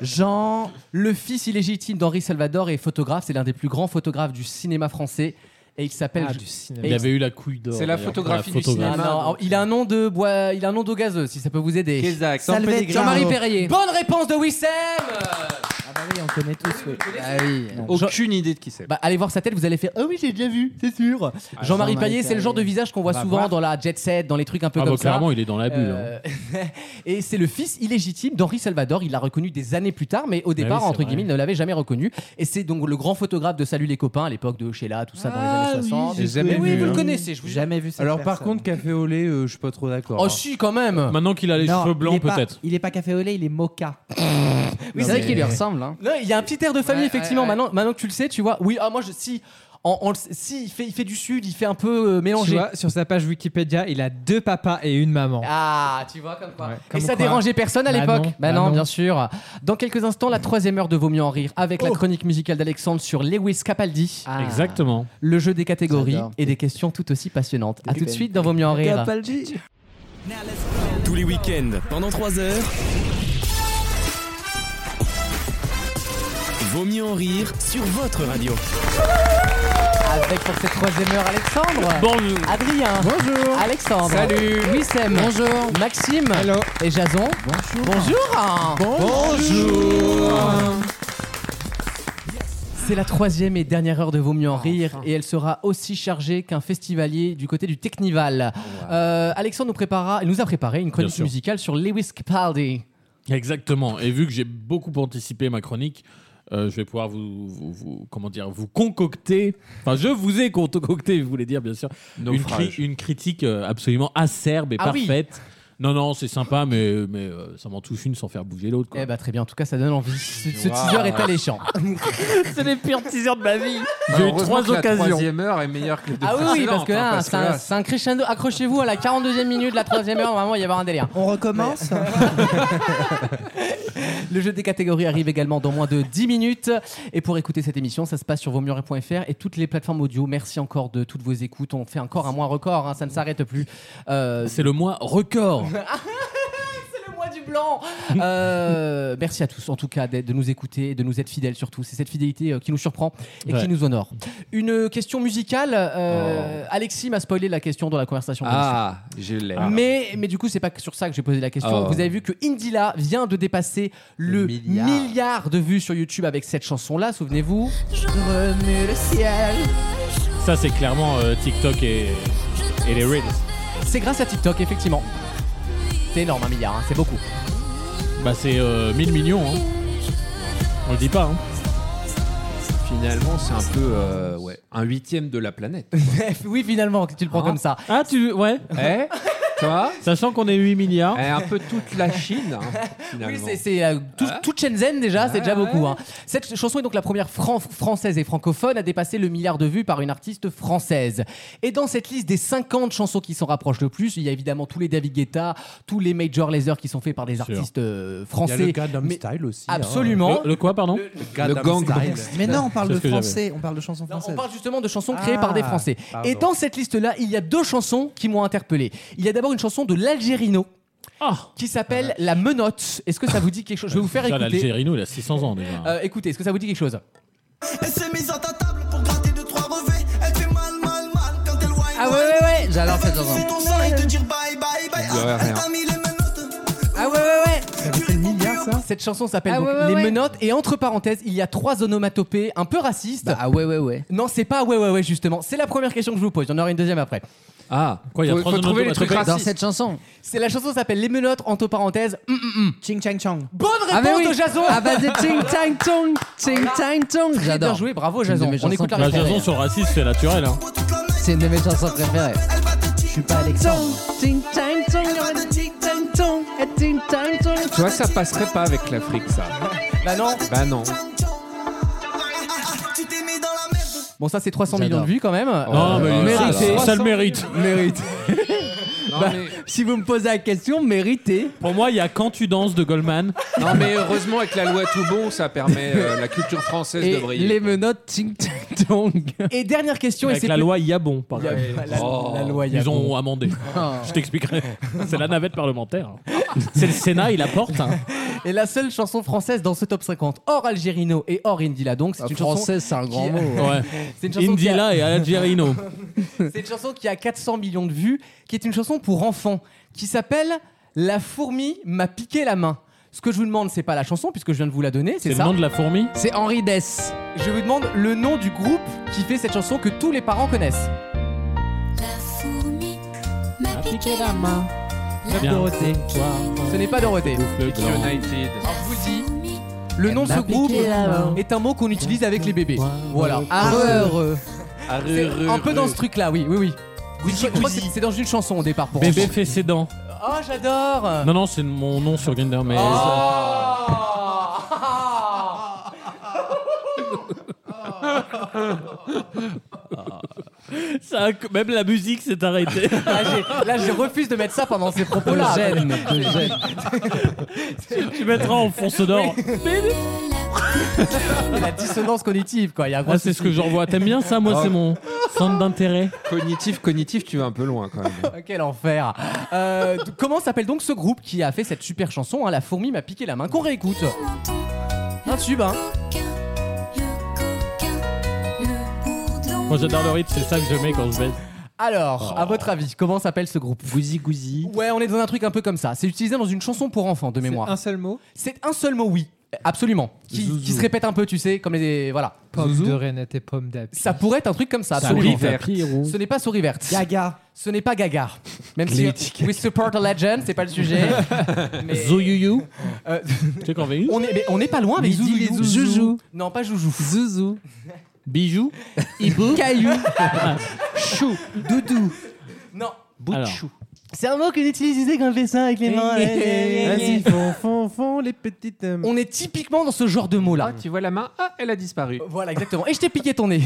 Speaker 2: Jean, le fils illégitime d'Henri Salvador est photographe. C'est l'un des plus grands photographes du cinéma français. Et il s'appelle.
Speaker 8: Ah, du cinéma.
Speaker 2: Et
Speaker 3: Il avait eu la couille d'or.
Speaker 4: C'est la
Speaker 3: d'ailleurs, pour
Speaker 4: photographie du
Speaker 3: photographie.
Speaker 2: Ah non, il a un nom de bois, il a un nom d'eau gazeuse si ça peut vous aider.
Speaker 4: Kézak.
Speaker 2: Salvette. Jean-Marie Perrier. Bonne réponse de Wissem.
Speaker 7: Ah bah oui, on connaît tous. oui.
Speaker 5: Ah
Speaker 4: Aucune idée de qui c'est.
Speaker 2: Bah, allez voir sa tête, vous allez faire Ah oui, j'ai déjà vu, c'est sûr. Jean-Marie
Speaker 7: Ah, Jean-Marie Bah,
Speaker 2: Perrier, c'est le genre de
Speaker 7: Perrier.
Speaker 2: visage qu'on voit
Speaker 7: Va
Speaker 2: souvent
Speaker 7: voir.
Speaker 2: dans la jet set, dans les trucs un peu
Speaker 3: Ah
Speaker 2: comme
Speaker 3: bah, clairement,
Speaker 2: ça. Euh,
Speaker 3: il est dans la bulle, hein.
Speaker 2: *laughs* et c'est le fils illégitime d'Henri Salvador. Il l'a reconnu des années plus tard, mais au départ,
Speaker 3: oui, c'est
Speaker 2: entre
Speaker 3: vrai.
Speaker 2: guillemets, il ne l'avait jamais reconnu. Et c'est donc le grand photographe de Salut les copains à l'époque de Sheila, tout ça dans
Speaker 7: Ah
Speaker 2: les années
Speaker 7: oui,
Speaker 2: 60.
Speaker 7: j'ai jamais
Speaker 2: Mais oui,
Speaker 7: vu,
Speaker 2: vous le
Speaker 7: hein.
Speaker 2: connaissez, je vous
Speaker 7: Jamais vu ça.
Speaker 9: Alors par contre, café au lait, euh, je suis pas trop d'accord.
Speaker 2: Oh si, quand même.
Speaker 3: Maintenant qu'il a les cheveux
Speaker 7: il
Speaker 3: blancs,
Speaker 7: est pas-
Speaker 3: peut-être.
Speaker 7: Il est pas café au lait, il est *laughs* mocha.
Speaker 2: Oui,
Speaker 6: C'est vrai qu'il lui ressemble. hein.
Speaker 2: Non, il y a un petit air de famille,
Speaker 6: Ouais,
Speaker 2: effectivement.
Speaker 6: ouais, ouais.
Speaker 2: Maintenant, maintenant que tu le sais, tu vois. Oui, ah, moi, je, si, en- en le- si il, fait, il fait du sud, il fait un peu euh,
Speaker 8: Tu
Speaker 2: mélangé.
Speaker 8: vois, sur sa page Wikipédia, il a deux papas et une maman.
Speaker 2: Ah, tu vois, comme quoi.
Speaker 8: Ouais,
Speaker 2: Et
Speaker 8: comme
Speaker 2: ça
Speaker 8: quoi.
Speaker 2: dérangeait personne à
Speaker 8: Bah
Speaker 2: l'époque
Speaker 8: non,
Speaker 2: Bah
Speaker 8: bah
Speaker 2: non,
Speaker 8: non.
Speaker 2: bien sûr. Dans quelques instants, la troisième heure de Vaut mieux en rire avec la
Speaker 8: Oh.
Speaker 2: chronique musicale d'Alexandre sur Lewis Capaldi.
Speaker 8: Ah.
Speaker 3: Exactement.
Speaker 2: Le jeu des catégories
Speaker 3: J'adore.
Speaker 2: et des questions tout aussi passionnantes. A tout de suite dans Vaut mieux en rire.
Speaker 1: Tous les week-ends, pendant 3 heures. Vaut mieux en rire sur votre radio.
Speaker 2: Avec pour cette troisième heure Alexandre.
Speaker 3: Bonjour.
Speaker 2: Adrien. Bonjour. Alexandre.
Speaker 4: Salut.
Speaker 2: Wissem.
Speaker 6: Bonjour.
Speaker 2: Maxime. Et Jason. Bonjour. Bonjour. C'est la troisième et dernière heure de Vaut mieux en rire et elle sera aussi chargée qu'un festivalier du côté du Technival. Euh, Alexandre nous, prépara, nous a préparé une chronique
Speaker 3: sûr.
Speaker 2: musicale sur Lewis Capaldi.
Speaker 3: Exactement. Et vu que j'ai beaucoup anticipé ma chronique, euh, je vais pouvoir vous, vous- vous- comment dire, vous concocter. Enfin, je vous ai concocté, je voulais dire, bien sûr, une,
Speaker 4: Naufrage.
Speaker 3: cri- une critique euh, absolument acerbe et
Speaker 2: Ah oui.
Speaker 3: parfaite Non, non, c'est sympa, mais, mais euh, ça m'en touche une sans faire bouger l'autre. Eh
Speaker 2: bah très bien, en tout cas ça donne envie. Ce, ce
Speaker 3: Waouh.
Speaker 2: teaser est alléchant.
Speaker 6: *laughs* C'est les pires teasers de ma vie.
Speaker 2: J'ai eu trois occasions.
Speaker 4: La troisième heure est meilleure que les deux
Speaker 2: Ah oui, oui, parce
Speaker 4: précédentes,
Speaker 2: que
Speaker 4: hein,
Speaker 2: là,
Speaker 4: parce
Speaker 2: c'est
Speaker 4: que
Speaker 2: un,
Speaker 4: là,
Speaker 2: c'est un crescendo. Accrochez-vous à la 42e minute, la 3 heure, vraiment, il va y avoir un délire.
Speaker 7: On recommence
Speaker 2: *laughs* Le jeu des catégories arrive également dans moins de 10 minutes. Et pour écouter cette émission, ça se passe sur vosmurets.fr et toutes les plateformes audio. Merci encore de toutes vos écoutes. On fait encore un mois record, hein, ça ne s'arrête plus. Euh,
Speaker 3: C'est le mois
Speaker 12: *laughs*
Speaker 3: record.
Speaker 2: C'est le mois du blanc. *laughs* Euh, merci à tous, en tout cas, d'être- de nous écouter, et de nous être fidèles surtout. C'est cette fidélité euh, qui nous surprend et
Speaker 3: Ouais.
Speaker 2: qui nous honore. Une question musicale. euh, Alexis m'a spoilé la question dans la conversation. de
Speaker 4: Ah, je l'ai.
Speaker 2: Mais, mais du coup, c'est pas que sur ça que j'ai posé la question.
Speaker 4: Oh.
Speaker 2: Vous avez vu que Indila vient de dépasser le milliard, de vues sur YouTube avec cette chanson-là, souvenez-vous.
Speaker 16: Remue le ciel.
Speaker 3: *laughs* Ça, c'est clairement euh, TikTok et, et les Reels.
Speaker 2: C'est grâce à TikTok, effectivement. C'est énorme, un milliard, hein, c'est beaucoup.
Speaker 3: Bah, c'est euh, 1000 millions. hein. On le dit pas. Hein.
Speaker 4: Finalement, c'est un peu euh, ouais, un huitième de la planète.
Speaker 2: oui, finalement, tu le prends comme ça.
Speaker 3: Ah, tu. Ouais.
Speaker 4: Eh Toi
Speaker 3: *laughs* Sachant qu'on est 8 milliards.
Speaker 4: Eh, un peu toute la Chine. hein,
Speaker 2: *laughs* Oui,
Speaker 4: finalement.
Speaker 2: c'est- c'est euh, tout, toute Shenzhen déjà, c'est déjà beaucoup. hein. Cette ch- chanson est donc la première fran- française et francophone à dépasser le milliard de vues par une artiste française. Et dans cette liste des 50 chansons qui s'en rapprochent le plus, il y a évidemment tous les David Guetta, tous les Major Lazer qui sont faits par des artistes euh, français.
Speaker 9: Il y a le Gangnam
Speaker 2: mais-
Speaker 9: Style aussi. hein.
Speaker 2: Absolument.
Speaker 3: Le, le quoi, pardon
Speaker 9: Gangnam Le Gangnam Style. Style.
Speaker 7: Mais non, on parle
Speaker 3: C'est
Speaker 7: de
Speaker 3: ce que j'avais.
Speaker 7: français, on parle de chansons françaises.
Speaker 2: On parle justement de chansons créées
Speaker 7: Ah,
Speaker 2: par des Français.
Speaker 7: pardon.
Speaker 2: Et dans cette liste-là, il y a deux chansons qui m'ont interpellé. Il y a d'abord une chanson de l'Algérino.
Speaker 3: Ah.
Speaker 2: qui
Speaker 7: Ah.
Speaker 2: s'appelle La Menotte. Est-ce que ça vous dit quelque chose Je vais vous faire
Speaker 3: Ça,
Speaker 2: écouter.
Speaker 3: l'Algérino, il a 600 ans déjà.
Speaker 2: Euh, écoutez, est-ce que ça vous dit quelque chose
Speaker 12: Elle s'est mise à ta table pour gratter deux trois revêts. Elle fait mal, mal, mal quand elle voit.
Speaker 6: Ah ouais, ouais, ouais, j'adore cette chanson.
Speaker 12: Fais ton sein et te dire bye, bye, bye.
Speaker 2: Je dirais
Speaker 12: Ah, elle
Speaker 2: rien.
Speaker 12: t'a mis les mains.
Speaker 2: Ah ouais, ouais, ouais Cette chanson s'appelle
Speaker 6: Ah
Speaker 2: donc
Speaker 6: ouais, ouais,
Speaker 2: Les
Speaker 6: ouais.
Speaker 2: Menottes. Et entre parenthèses, il y a trois onomatopées un peu racistes. ah
Speaker 6: Bah, ouais, ouais, ouais.
Speaker 2: Non, c'est pas ouais, ouais, ouais, justement. C'est la première question que je vous pose. Il y en aura une deuxième après.
Speaker 4: Ah,
Speaker 3: quoi, il y a trois
Speaker 6: dans cette chanson.
Speaker 2: C'est la chanson s'appelle Les Menottes, entre parenthèses. mm, mm, mm.
Speaker 7: Ching Chang Chang.
Speaker 2: Bonne réponse
Speaker 6: Ah bah oui.
Speaker 2: de Jason
Speaker 6: Ah bah c'est
Speaker 2: *laughs*
Speaker 6: Ching Chang Chong, Ching Chang Chong.
Speaker 2: Très
Speaker 6: J'adore.
Speaker 2: bien joué, bravo
Speaker 6: C'est une de
Speaker 2: Jason.
Speaker 6: mes
Speaker 2: On
Speaker 6: chansons
Speaker 2: écoute la
Speaker 3: La
Speaker 2: réponse.
Speaker 3: Jason sur raciste, c'est naturel. Hein. Ah,
Speaker 6: C'est une de mes chansons préférées.
Speaker 7: Je suis pas Alexandre.
Speaker 6: Ching Chang Chong, elle va de Ching Chang Chong, et Ching Chang Chong.
Speaker 4: Tu vois, ça passerait pas avec l'Afrique, ça.
Speaker 2: Bah non.
Speaker 4: Bah non.
Speaker 2: Bon, ça, c'est 300
Speaker 4: J'adore.
Speaker 2: millions de vues quand même.
Speaker 4: Non, mais il-
Speaker 2: mérité.
Speaker 4: ça le
Speaker 3: mérite.
Speaker 2: Mérite.
Speaker 4: Bah,
Speaker 6: Si vous me posez la question, méritez.
Speaker 3: Pour moi, il y a Quand tu danses de Goldman.
Speaker 4: Non, mais heureusement, avec la loi tout bon, ça permet euh, la culture française de briller.
Speaker 6: menottes Ching Chang Chong.
Speaker 2: Et dernière question. et
Speaker 3: Avec
Speaker 2: c'est
Speaker 3: la
Speaker 2: plus-
Speaker 3: loi Yabon, par
Speaker 2: Yabon.
Speaker 3: exemple. Oh,
Speaker 2: La- la loi
Speaker 3: Ils
Speaker 2: Yabon. Oh.
Speaker 3: ont
Speaker 2: *laughs*
Speaker 3: amendé. Je t'expliquerai. C'est la navette parlementaire. hein. C'est le Sénat, il apporte.
Speaker 2: *laughs*
Speaker 3: hein.
Speaker 2: Et la seule chanson française dans ce top 50, hors Algérino et hors Indila, donc c'est
Speaker 6: Ah,
Speaker 2: une
Speaker 6: française, c'est un
Speaker 2: chanson.
Speaker 6: grand
Speaker 2: qui-
Speaker 6: mot, hein.
Speaker 3: Ouais.
Speaker 2: *laughs* C'est une chanson qui a-
Speaker 3: Indila et Algerino.
Speaker 2: *laughs* C'est une chanson qui a 400 millions de vues, qui est une chanson pour enfants, qui s'appelle La fourmi m'a piqué la main. Ce que je vous demande, c'est pas la chanson, puisque je viens de vous la donner,
Speaker 3: C'est
Speaker 2: c'est
Speaker 3: le
Speaker 2: ça.
Speaker 3: nom de la fourmi
Speaker 6: C'est Henri Dess.
Speaker 2: Je vous demande le nom du groupe qui fait cette chanson que tous les parents connaissent.
Speaker 16: La fourmi m'a piqué la
Speaker 6: main.
Speaker 3: Bien.
Speaker 2: Dorothée. Ce n'est pas Dorothée.
Speaker 4: United.
Speaker 2: Je vous le dis. Le nom de ce
Speaker 6: m'a
Speaker 2: groupe
Speaker 6: piqué la main.
Speaker 2: est un mot qu'on utilise avec les bébés. Voilà. Ah,
Speaker 6: Arreux, heureux.
Speaker 2: C'est un peu dans ce truc-là, oui, oui, oui. Je crois que c'est- c'est dans une chanson au départ pour
Speaker 3: Bébé
Speaker 2: enfants.
Speaker 3: fait ses dents.
Speaker 2: Oh, j'adore
Speaker 3: Non, non, c'est mon nom sur Grinder, mais.
Speaker 2: Ah.
Speaker 13: Ah,
Speaker 18: Ah.
Speaker 3: *laughs* Ça a- Même la musique s'est arrêtée.
Speaker 2: *laughs* Là, j'ai- là, je refuse de mettre ça pendant ces propos-là.
Speaker 6: gêne,
Speaker 2: *laughs*
Speaker 3: tu mettras en fond
Speaker 2: *laughs*
Speaker 3: sonore.
Speaker 2: La dissonance cognitive, quoi. Il y a un gros
Speaker 3: Ah, c'est ce
Speaker 2: souci. Ah.
Speaker 3: que j'envoie. T'aimes bien ça Moi, c'est mon centre d'intérêt.
Speaker 4: Oh. Cognitif, cognitif, tu vas un peu loin quand même.
Speaker 2: *laughs* Ah, Quel enfer Euh, d- Comment s'appelle donc ce groupe qui a fait cette super chanson hein, La fourmi m'a piqué la main. Qu'on réécoute. Un tube, hein.
Speaker 3: Moi, j'adore le rythme, c'est ça que je mets quand je baisse.
Speaker 2: Alors, à votre avis, comment s'appelle ce groupe
Speaker 4: Gouzi Gouzi.
Speaker 2: Ouais, on est dans un truc un peu comme ça. C'est utilisé dans une chanson pour enfants, de mémoire.
Speaker 8: Un seul mot
Speaker 2: C'est un seul mot, oui. Absolument. Qui, qui se répète un peu, tu sais, comme les. Voilà.
Speaker 8: Pomme de Renette et pomme d'api.
Speaker 2: Ça pourrait être un truc comme ça,
Speaker 8: Ça
Speaker 2: absolument.
Speaker 8: pourrait faire pire, ou-
Speaker 2: Ce n'est pas souris verte.
Speaker 7: Gaga.
Speaker 2: Ce n'est pas Gaga. Même si
Speaker 8: Lady
Speaker 2: We Support a Legend, c'est pas le sujet. *laughs* Mais-
Speaker 3: Zoyouyou.
Speaker 2: Euh,
Speaker 3: Tu sais qu'on fait
Speaker 2: on, est, mais on est pas loin, mais
Speaker 3: Bisous,
Speaker 2: dis-
Speaker 3: bisous.
Speaker 2: Joujou. Non, pas Joujou.
Speaker 6: Zouzou.
Speaker 3: Bijoux.
Speaker 2: *laughs*
Speaker 3: Hibou.
Speaker 6: Caillou.
Speaker 2: Chou. Doudou. Non.
Speaker 3: Alors,
Speaker 6: C'est un mot que j'utilisais quand je fais ça avec les mains.
Speaker 4: Eh,
Speaker 6: Ouais, ouais, ouais, ouais.
Speaker 9: Vas-y, fond, fond, fond, les petites. euh,
Speaker 2: On est typiquement dans ce genre de mots-là.
Speaker 4: tu vois la main, ah, elle a disparu.
Speaker 2: Voilà, exactement. Et je t'ai piqué ton nez.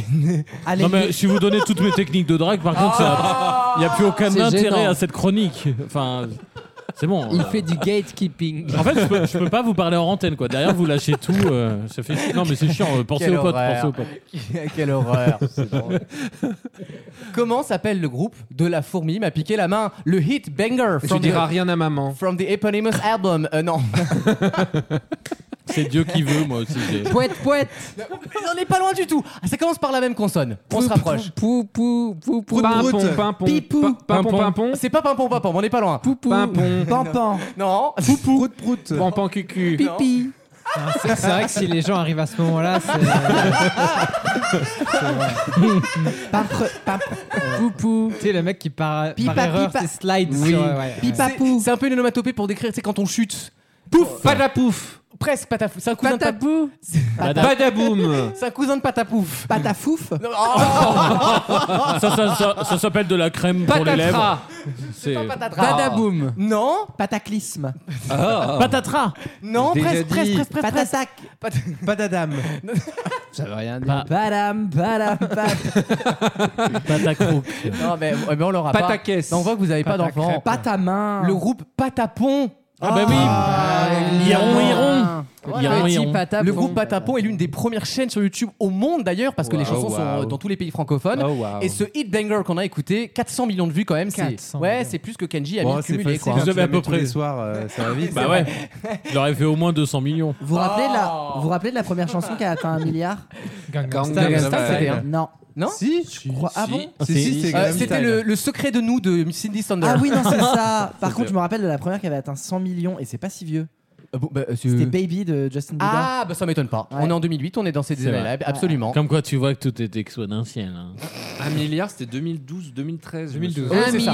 Speaker 2: Allez.
Speaker 3: Non, mais si vous donnez toutes mes techniques de drague, par contre,
Speaker 2: Ah.
Speaker 3: ça- il n'y a plus aucun
Speaker 2: C'est
Speaker 3: intérêt
Speaker 2: gênant.
Speaker 3: à cette chronique. Enfin, c'est bon.
Speaker 6: Il
Speaker 3: euh.
Speaker 6: fait du gatekeeping.
Speaker 3: En fait, je peux, je peux pas vous parler en antenne, quoi. Derrière, vous lâchez tout. euh, ça fait... *laughs* Non, mais c'est chiant. euh, Pensez
Speaker 2: Quelle
Speaker 3: aux potes.
Speaker 2: horreur.
Speaker 3: Pensez aux potes.
Speaker 2: *laughs* Quelle horreur.
Speaker 3: *laughs*
Speaker 2: C'est drôle. Comment s'appelle le groupe de la fourmi m'a piqué la main Le hit banger.
Speaker 4: Tu
Speaker 2: from
Speaker 4: diras
Speaker 2: the-
Speaker 4: rien à maman.
Speaker 2: From the eponymous album. Euh, non.
Speaker 3: C'est Dieu qui veut, moi aussi. j'ai-
Speaker 2: *laughs* Poète, poète. On n'est pas loin du tout. Ah, Ça commence par la même consonne. On se rapproche.
Speaker 6: Pou, pou, pou, pou,
Speaker 4: Pimpon, pimpon,
Speaker 2: Pipou.
Speaker 4: pimpon, pimpon.
Speaker 2: C'est pas pimpon, pimpon. On n'est pas loin. Poupou.
Speaker 4: Pimpon.
Speaker 2: Pampan. Non. Poupou. Prout, prout.
Speaker 4: Pampan, cucu.
Speaker 2: Pipi.
Speaker 8: Hein,
Speaker 3: Ah,
Speaker 8: C'est c'est vrai que si les gens arrivent à ce moment-là, c'est. euh,
Speaker 6: Poupou.
Speaker 8: Tu sais, le mec qui par,
Speaker 2: Pipa,
Speaker 8: par erreur,
Speaker 2: pipa.
Speaker 8: c'est slide
Speaker 2: Oui.
Speaker 8: sur. ouais, ouais.
Speaker 2: C'est- C'est un peu une onomatopée pour décrire, c'est quand on chute. Pouf Patapouf Presque patapouf. C'est un cousin
Speaker 6: Patapouf
Speaker 4: *laughs* Badaboum.
Speaker 2: C'est un cousin de patapouf.
Speaker 3: *laughs*
Speaker 7: Patafouf
Speaker 2: Oh.
Speaker 3: ça, ça, ça- ça s'appelle de la crème pour les lèvres. C'est
Speaker 7: Badaboum.
Speaker 2: Non
Speaker 7: Pataclisme.
Speaker 3: Ah. Patatras.
Speaker 2: Non,
Speaker 7: J'ai
Speaker 2: presque,
Speaker 7: déjà
Speaker 2: presque,
Speaker 7: dit.
Speaker 2: presque, presque.
Speaker 7: Patatac. *laughs*
Speaker 9: Patadam.
Speaker 6: Ça veut rien dire.
Speaker 7: Badam, badam, badam.
Speaker 2: *laughs*
Speaker 3: Patacrook.
Speaker 2: Non, mais, mais on l'aura pas.
Speaker 4: Pataquès.
Speaker 2: Non, On voit que vous avez pas d'enfant.
Speaker 7: Patamain.
Speaker 2: Le groupe Patapon.
Speaker 3: Ah, bah oui. Iron, Iron.
Speaker 2: Voilà.
Speaker 3: Iron, Iron.
Speaker 2: Le groupe Patapon est l'une des premières chaînes sur YouTube au monde d'ailleurs parce que les
Speaker 6: Ah,
Speaker 4: Wow,
Speaker 2: chansons sont
Speaker 4: wow.
Speaker 2: euh, dans tous les pays francophones
Speaker 4: Oh, wow.
Speaker 2: et ce hit banger qu'on a écouté 400 millions de vues quand même c'est
Speaker 8: 400
Speaker 2: ouais c'est plus que Kenji a mis
Speaker 9: Bon, c'est
Speaker 2: cumulé
Speaker 9: facile,
Speaker 2: quoi.
Speaker 9: hein,
Speaker 3: Vous
Speaker 9: tu
Speaker 3: avez
Speaker 9: la
Speaker 3: à peu
Speaker 9: mets tous
Speaker 3: près.
Speaker 9: les soirs, euh, ça va vite.
Speaker 3: Bah ouais. Il aurait fait au moins 200 millions.
Speaker 7: Vous vous rappelez, la... vous vous rappelez de la première chanson qui a atteint un milliard
Speaker 8: Gangnam
Speaker 4: Gangnam
Speaker 8: Style.
Speaker 4: Style.
Speaker 2: c'était, hein.
Speaker 7: Non.
Speaker 2: Non
Speaker 9: Si,
Speaker 7: Je crois. Ah bon
Speaker 9: Si, si,
Speaker 3: Si.
Speaker 9: c'est
Speaker 2: Euh,
Speaker 9: Gangnam
Speaker 2: C'était
Speaker 9: Style.
Speaker 2: le, le secret de nous de Cindy Sander.
Speaker 7: Ah oui, non,
Speaker 2: *laughs*
Speaker 7: c'est ça. Par
Speaker 9: C'est
Speaker 7: contre,
Speaker 9: ça.
Speaker 7: je me rappelle de la première qui avait atteint 100 millions et c'est pas si vieux.
Speaker 2: Euh, bon, bah, c'est-
Speaker 7: C'était Baby de Justin Bieber.
Speaker 2: Ah bah ça m'étonne pas. On est en 2008, on est dans ces
Speaker 3: C'est
Speaker 2: années-là, absolument.
Speaker 3: Comme quoi, tu vois que tout est exponentiel. hein.
Speaker 4: Un milliard, c'était 2012, 2013. je me
Speaker 8: 2012.
Speaker 4: souviens.
Speaker 2: Ouais, c'est ça.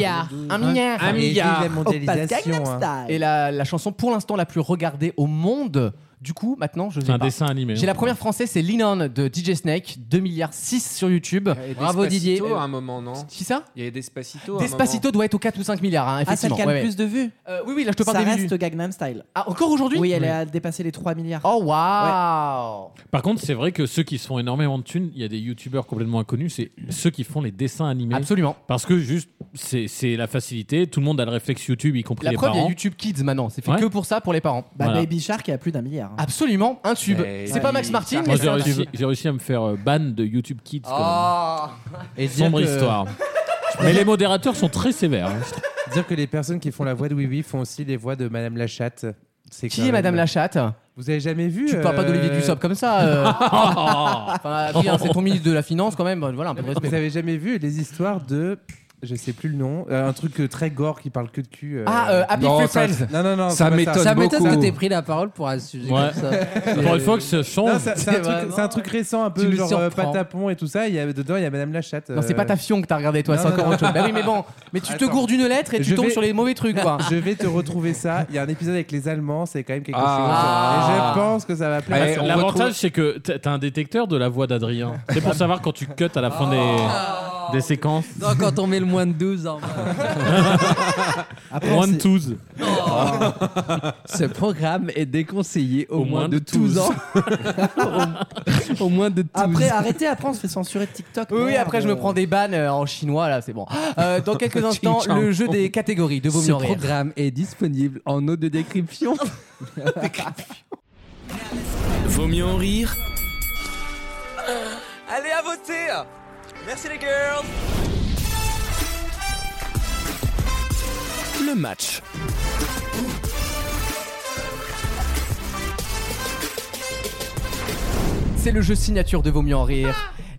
Speaker 2: Un milliard.
Speaker 4: Un milliard.
Speaker 9: Et vive la mondialisation. hein.
Speaker 2: Et la, la chanson pour l'instant la plus regardée au monde. Du coup, maintenant, je sais
Speaker 3: C'est un
Speaker 2: pas.
Speaker 3: dessin animé.
Speaker 2: J'ai la première française, c'est Lean On de DJ Snake, 2 milliards 6 sur YouTube.
Speaker 4: Et
Speaker 2: Bravo Didier.
Speaker 4: Despacito à un moment, non
Speaker 2: Qui ça
Speaker 4: Il y avait Despacito. à un
Speaker 2: Despacito doit être aux 4 ou 5 milliards, hein,
Speaker 7: Ah, celle
Speaker 2: effectivement.
Speaker 7: qui a
Speaker 2: Ouais,
Speaker 7: le
Speaker 2: ouais.
Speaker 7: plus de vues
Speaker 2: Euh, oui, oui, là je te
Speaker 7: Ça
Speaker 2: parle des vues.
Speaker 7: reste Gangnam Style.
Speaker 2: Ah, encore aujourd'hui
Speaker 7: Oui, elle a dépassé les 3 milliards.
Speaker 2: Oh waouh
Speaker 3: Par contre, c'est vrai que ceux qui se font énormément de thunes, il y a des youtubeurs complètement inconnus, c'est ceux qui font les dessins animés.
Speaker 2: Absolument.
Speaker 3: Parce que juste, c'est c'est la facilité. Tout le monde a le réflexe YouTube, y compris
Speaker 2: La
Speaker 3: les
Speaker 2: preuve, il y
Speaker 3: parents.
Speaker 2: a YouTube Kids maintenant. C'est fait
Speaker 3: Ouais.
Speaker 2: que pour ça, pour les parents.
Speaker 7: Bah,
Speaker 3: Voilà.
Speaker 7: Baby Shark, il a plus d'un milliard. hein.
Speaker 2: Absolument, un tube.
Speaker 4: Mais-
Speaker 2: C'est pas Max Martin,
Speaker 3: Moi,
Speaker 2: mais
Speaker 3: j'ai
Speaker 2: c'est un
Speaker 3: réussi,
Speaker 2: tube.
Speaker 3: j'ai réussi à me faire euh, ban de YouTube Kids. quand
Speaker 2: Oh.
Speaker 9: Et
Speaker 3: même. Sombre
Speaker 9: dire que- *laughs*
Speaker 3: histoire. Mais les modérateurs sont très sévères. hein.
Speaker 9: Dire que les personnes qui font la voix de Oui Oui font aussi les voix de Madame la chatte. C'est quand
Speaker 2: Qui est
Speaker 9: même-
Speaker 2: Madame la chatte
Speaker 9: Vous avez jamais vu
Speaker 2: Tu parles pas d'Olivier
Speaker 9: euh,
Speaker 2: Dussopt comme
Speaker 9: *laughs*
Speaker 2: ça. euh. Enfin, Adrien, c'est ton ministre de la Finance quand même. Voilà, un peu de respect.
Speaker 9: Vous avez jamais vu les histoires de. Je sais plus le nom. euh, un truc euh, très gore qui parle que de cul. euh.
Speaker 2: Ah, euh, Happy
Speaker 4: Non,
Speaker 2: Free
Speaker 4: ça-
Speaker 2: Friends.
Speaker 9: Non, non, non.
Speaker 4: Ça
Speaker 9: c'est pas
Speaker 4: m'étonne
Speaker 6: Ça m'étonne
Speaker 4: beaucoup.
Speaker 6: que t'aies pris la parole pour un sujet
Speaker 3: Ouais.
Speaker 6: comme ça.
Speaker 3: Pour une fois que ça
Speaker 9: Non,
Speaker 3: change.
Speaker 9: c'est-
Speaker 6: C'est
Speaker 9: c'est un, truc-
Speaker 6: vraiment-
Speaker 9: c'est un truc récent, un
Speaker 2: Tu
Speaker 9: peu
Speaker 2: nous
Speaker 9: genre euh,
Speaker 2: surprends.
Speaker 9: patapon et tout ça. Il y a, dedans, il y a Madame la chatte.
Speaker 2: Non, c'est
Speaker 9: euh,
Speaker 2: pas ta fion que t'as regardé, toi,
Speaker 9: Non,
Speaker 2: c'est
Speaker 9: non,
Speaker 2: encore
Speaker 9: non.
Speaker 2: autre chose. Bah oui, mais bon, mais tu te
Speaker 9: Attends.
Speaker 2: gourdes une lettre et tu
Speaker 9: Je
Speaker 2: tombes
Speaker 9: vais-
Speaker 2: sur les mauvais trucs, quoi.
Speaker 9: *laughs* Je vais te retrouver ça. Il y a un épisode avec les Allemands, c'est quand même quelque
Speaker 4: Ah.
Speaker 9: chose. Et je pense que ça va plaire.
Speaker 4: Allez,
Speaker 9: à-
Speaker 4: on
Speaker 3: Bah, L'avantage,
Speaker 4: retrouve-
Speaker 3: c'est que t'as t'as un détecteur de la voix d'Adrien. C'est pour savoir quand tu cut à la fin
Speaker 2: Ah.
Speaker 3: des, des séquences.
Speaker 9: *laughs*
Speaker 6: Non, quand on met le moins de 12
Speaker 2: hein.
Speaker 6: *laughs* en
Speaker 7: Après,
Speaker 3: One
Speaker 7: c'est-
Speaker 3: twos.
Speaker 2: Oh.
Speaker 6: Ce programme est déconseillé au,
Speaker 3: Au
Speaker 6: moins,
Speaker 3: moins
Speaker 6: de
Speaker 3: de
Speaker 6: 12 ans. *laughs* au, au moins de 12
Speaker 7: Après, arrêtez, après, on se fait censurer de TikTok.
Speaker 2: *laughs* Oui, oui,
Speaker 7: merde.
Speaker 2: après je me prends des bannes euh, en chinois
Speaker 7: *laughs*
Speaker 2: là, c'est bon. Euh, dans quelques instants, le jeu des catégories de vos
Speaker 6: Ce
Speaker 2: mieux rire.
Speaker 6: programme est disponible en note de
Speaker 2: *laughs*
Speaker 6: description.
Speaker 1: Vaut mieux en rire
Speaker 18: Allez à voter Merci les girls
Speaker 1: le match.
Speaker 2: C'est le jeu signature de Vaut mieux en rire.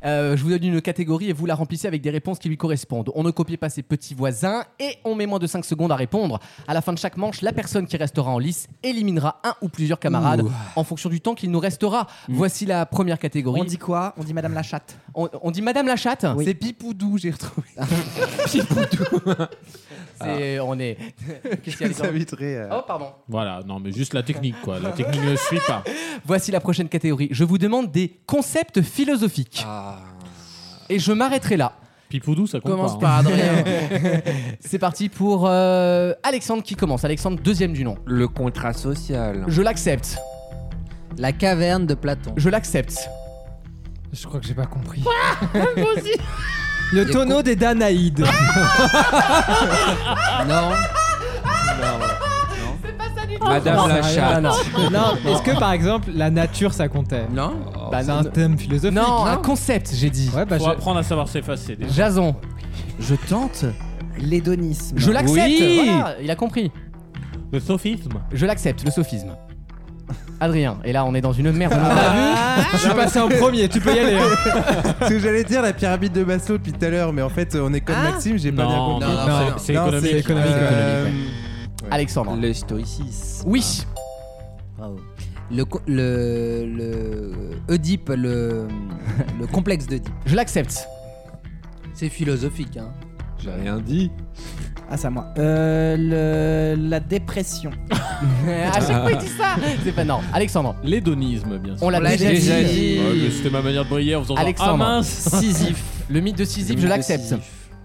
Speaker 2: Euh, je vous donne une catégorie et vous la remplissez avec des réponses qui lui correspondent. On ne copie pas ses petits voisins et on met moins de 5 secondes à répondre. À la fin de chaque manche, la personne qui restera en lice éliminera un ou plusieurs camarades en fonction du temps qu'il nous restera.
Speaker 9: Mm.
Speaker 2: Voici la première catégorie.
Speaker 7: On dit quoi On dit Madame la chatte.
Speaker 2: on, on dit Madame la chatte
Speaker 9: C'est Pipoudou, j'ai
Speaker 2: *laughs*
Speaker 9: retrouvé.
Speaker 2: C'est- On
Speaker 9: *laughs*
Speaker 2: est. Qu'est-ce qu'il y a les
Speaker 9: Vous
Speaker 2: gens
Speaker 9: inviterez, euh,
Speaker 2: Oh, pardon.
Speaker 3: Ah. Voilà, non, mais juste la technique, quoi. La
Speaker 9: *laughs*
Speaker 3: technique ne suit pas.
Speaker 2: *laughs* Voici la prochaine
Speaker 4: Ah.
Speaker 2: catégorie. Je vous demande des concepts philosophiques. Et je m'arrêterai là.
Speaker 3: Pipoudou, ça compte
Speaker 2: Commence
Speaker 3: pas,
Speaker 2: par
Speaker 3: hein.
Speaker 2: Adrien.
Speaker 3: *laughs*
Speaker 2: C'est parti pour euh, Alexandre qui commence. Alexandre, deuxième du nom.
Speaker 4: Le contrat social.
Speaker 2: Je l'accepte.
Speaker 5: La caverne de Platon.
Speaker 2: Je l'accepte.
Speaker 8: Je crois que j'ai pas
Speaker 2: *laughs*
Speaker 8: compris.
Speaker 5: Le
Speaker 8: Le tonneau des Danaïdes.
Speaker 5: Non.
Speaker 4: Madame
Speaker 8: Non,
Speaker 4: la
Speaker 8: sérieux,
Speaker 4: chatte.
Speaker 8: Ah, non, non.
Speaker 4: Non.
Speaker 8: Non, est-ce que par exemple la nature ça comptait Bah,
Speaker 2: Non.
Speaker 8: c'est un thème philosophique. hein.
Speaker 2: Non, un concept, j'ai dit.
Speaker 8: Ouais, bah,
Speaker 3: Faut
Speaker 8: je-
Speaker 3: apprendre à savoir s'effacer. déjà.
Speaker 2: Jason.
Speaker 7: Je tente l'hédonisme.
Speaker 2: Je l'accepte.
Speaker 3: Oui.
Speaker 2: Voilà, il a compris.
Speaker 3: Le sophisme.
Speaker 2: Je l'accepte, le sophisme. Adrien, et là on est dans une merde.
Speaker 8: Je suis passé en premier, tu peux y aller. hein.
Speaker 9: *laughs* Ce que j'allais dire, la pyramide de Maslow depuis tout à l'heure, mais en fait, on est comme
Speaker 2: Ah.
Speaker 9: Maxime, j'ai pas bien
Speaker 3: Non,
Speaker 9: compris.
Speaker 3: non, non, c'est- c'est économique.
Speaker 9: c'est
Speaker 3: Économique,
Speaker 9: euh,
Speaker 2: Alexandre.
Speaker 4: Le stoïcisme.
Speaker 2: Oui.
Speaker 5: Ah. Bravo. Le, co- le, le Oedipe,
Speaker 2: *laughs*
Speaker 5: le, le complexe d'Oedipe.
Speaker 2: Je l'accepte.
Speaker 5: C'est philosophique, hein.
Speaker 4: J'ai rien dit.
Speaker 7: Ah, c'est à moi. Euh, le- la dépression.
Speaker 2: *laughs* à chaque fois il dit ça. C'est pas non. Alexandre.
Speaker 3: L'hédonisme, bien sûr.
Speaker 2: On l'a déjà dit.
Speaker 3: Ouais, mais C'était ma manière de briller en faisant genre,
Speaker 2: Alexandre.
Speaker 3: Ah mince
Speaker 2: Sisyphe. Le mythe de Sisyphe, je l'accepte.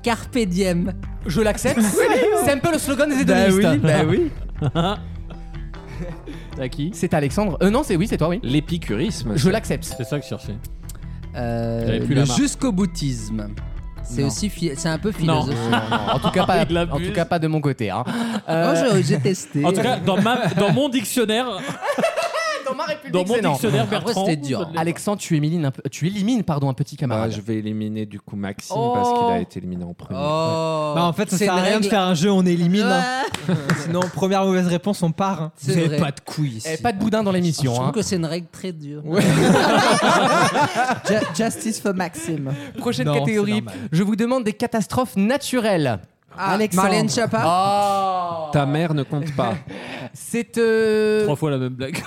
Speaker 5: Carpe diem.
Speaker 2: Je
Speaker 5: *laughs*
Speaker 2: l'accepte. C'est un peu le slogan des hédonistes.
Speaker 4: Bah
Speaker 3: *laughs*
Speaker 4: oui,
Speaker 3: bah
Speaker 4: T'as qui
Speaker 2: C'est Alexandre. Euh non, c'est oui, c'est toi, oui.
Speaker 4: L'épicurisme.
Speaker 2: Je l'accepte.
Speaker 3: C'est ça que je cherchais.
Speaker 5: Euh,
Speaker 4: J'avais plus
Speaker 5: le
Speaker 4: la marque.
Speaker 5: jusqu'au boutisme. C'est
Speaker 2: Non.
Speaker 5: aussi fi- c'est un peu
Speaker 2: Non.
Speaker 5: philosophique.
Speaker 2: En tout cas pas, en tout cas pas de mon côté.
Speaker 5: *laughs*
Speaker 2: Hein. Euh, Ah,
Speaker 5: Moi, Oh, j'ai- j'ai testé.
Speaker 3: ah. En tout cas, dans,
Speaker 2: *laughs*
Speaker 3: ma- dans mon dictionnaire,
Speaker 2: dans ma république,
Speaker 3: dans mon
Speaker 2: c'est non.
Speaker 3: dictionnaire, Bertrand, je l'ai-
Speaker 2: Ah, Alexandre, tu élimines, un peu- tu élimines pardon, un petit
Speaker 4: Bah,
Speaker 2: camarade.
Speaker 4: je vais éliminer du coup Maxime
Speaker 2: Oh.
Speaker 4: parce qu'il a été éliminé en premier.
Speaker 8: Bah, en fait, ça sert à rien de faire un jeu, on élimine. hein. *laughs* Sinon, première mauvaise réponse, on part. hein.
Speaker 5: C'est
Speaker 8: Vous avez
Speaker 5: vrai.
Speaker 8: pas de couilles ici.
Speaker 2: Eh, pas de *laughs* boudin dans
Speaker 5: Je
Speaker 2: l'émission.
Speaker 5: trouve
Speaker 2: hein.
Speaker 5: que c'est une règle très dure.
Speaker 7: Ju- justice for Maxime.
Speaker 2: Prochaine
Speaker 7: Non, c'est
Speaker 2: catégorie,
Speaker 7: normal.
Speaker 2: je vous demande des catastrophes naturelles.
Speaker 5: Ah,
Speaker 2: Alexandre.
Speaker 5: Marlène Schiappa.
Speaker 2: Oh.
Speaker 4: Ta mère ne compte
Speaker 2: *laughs*
Speaker 4: pas.
Speaker 2: C'est euh, Ah.
Speaker 3: trois fois la même blague.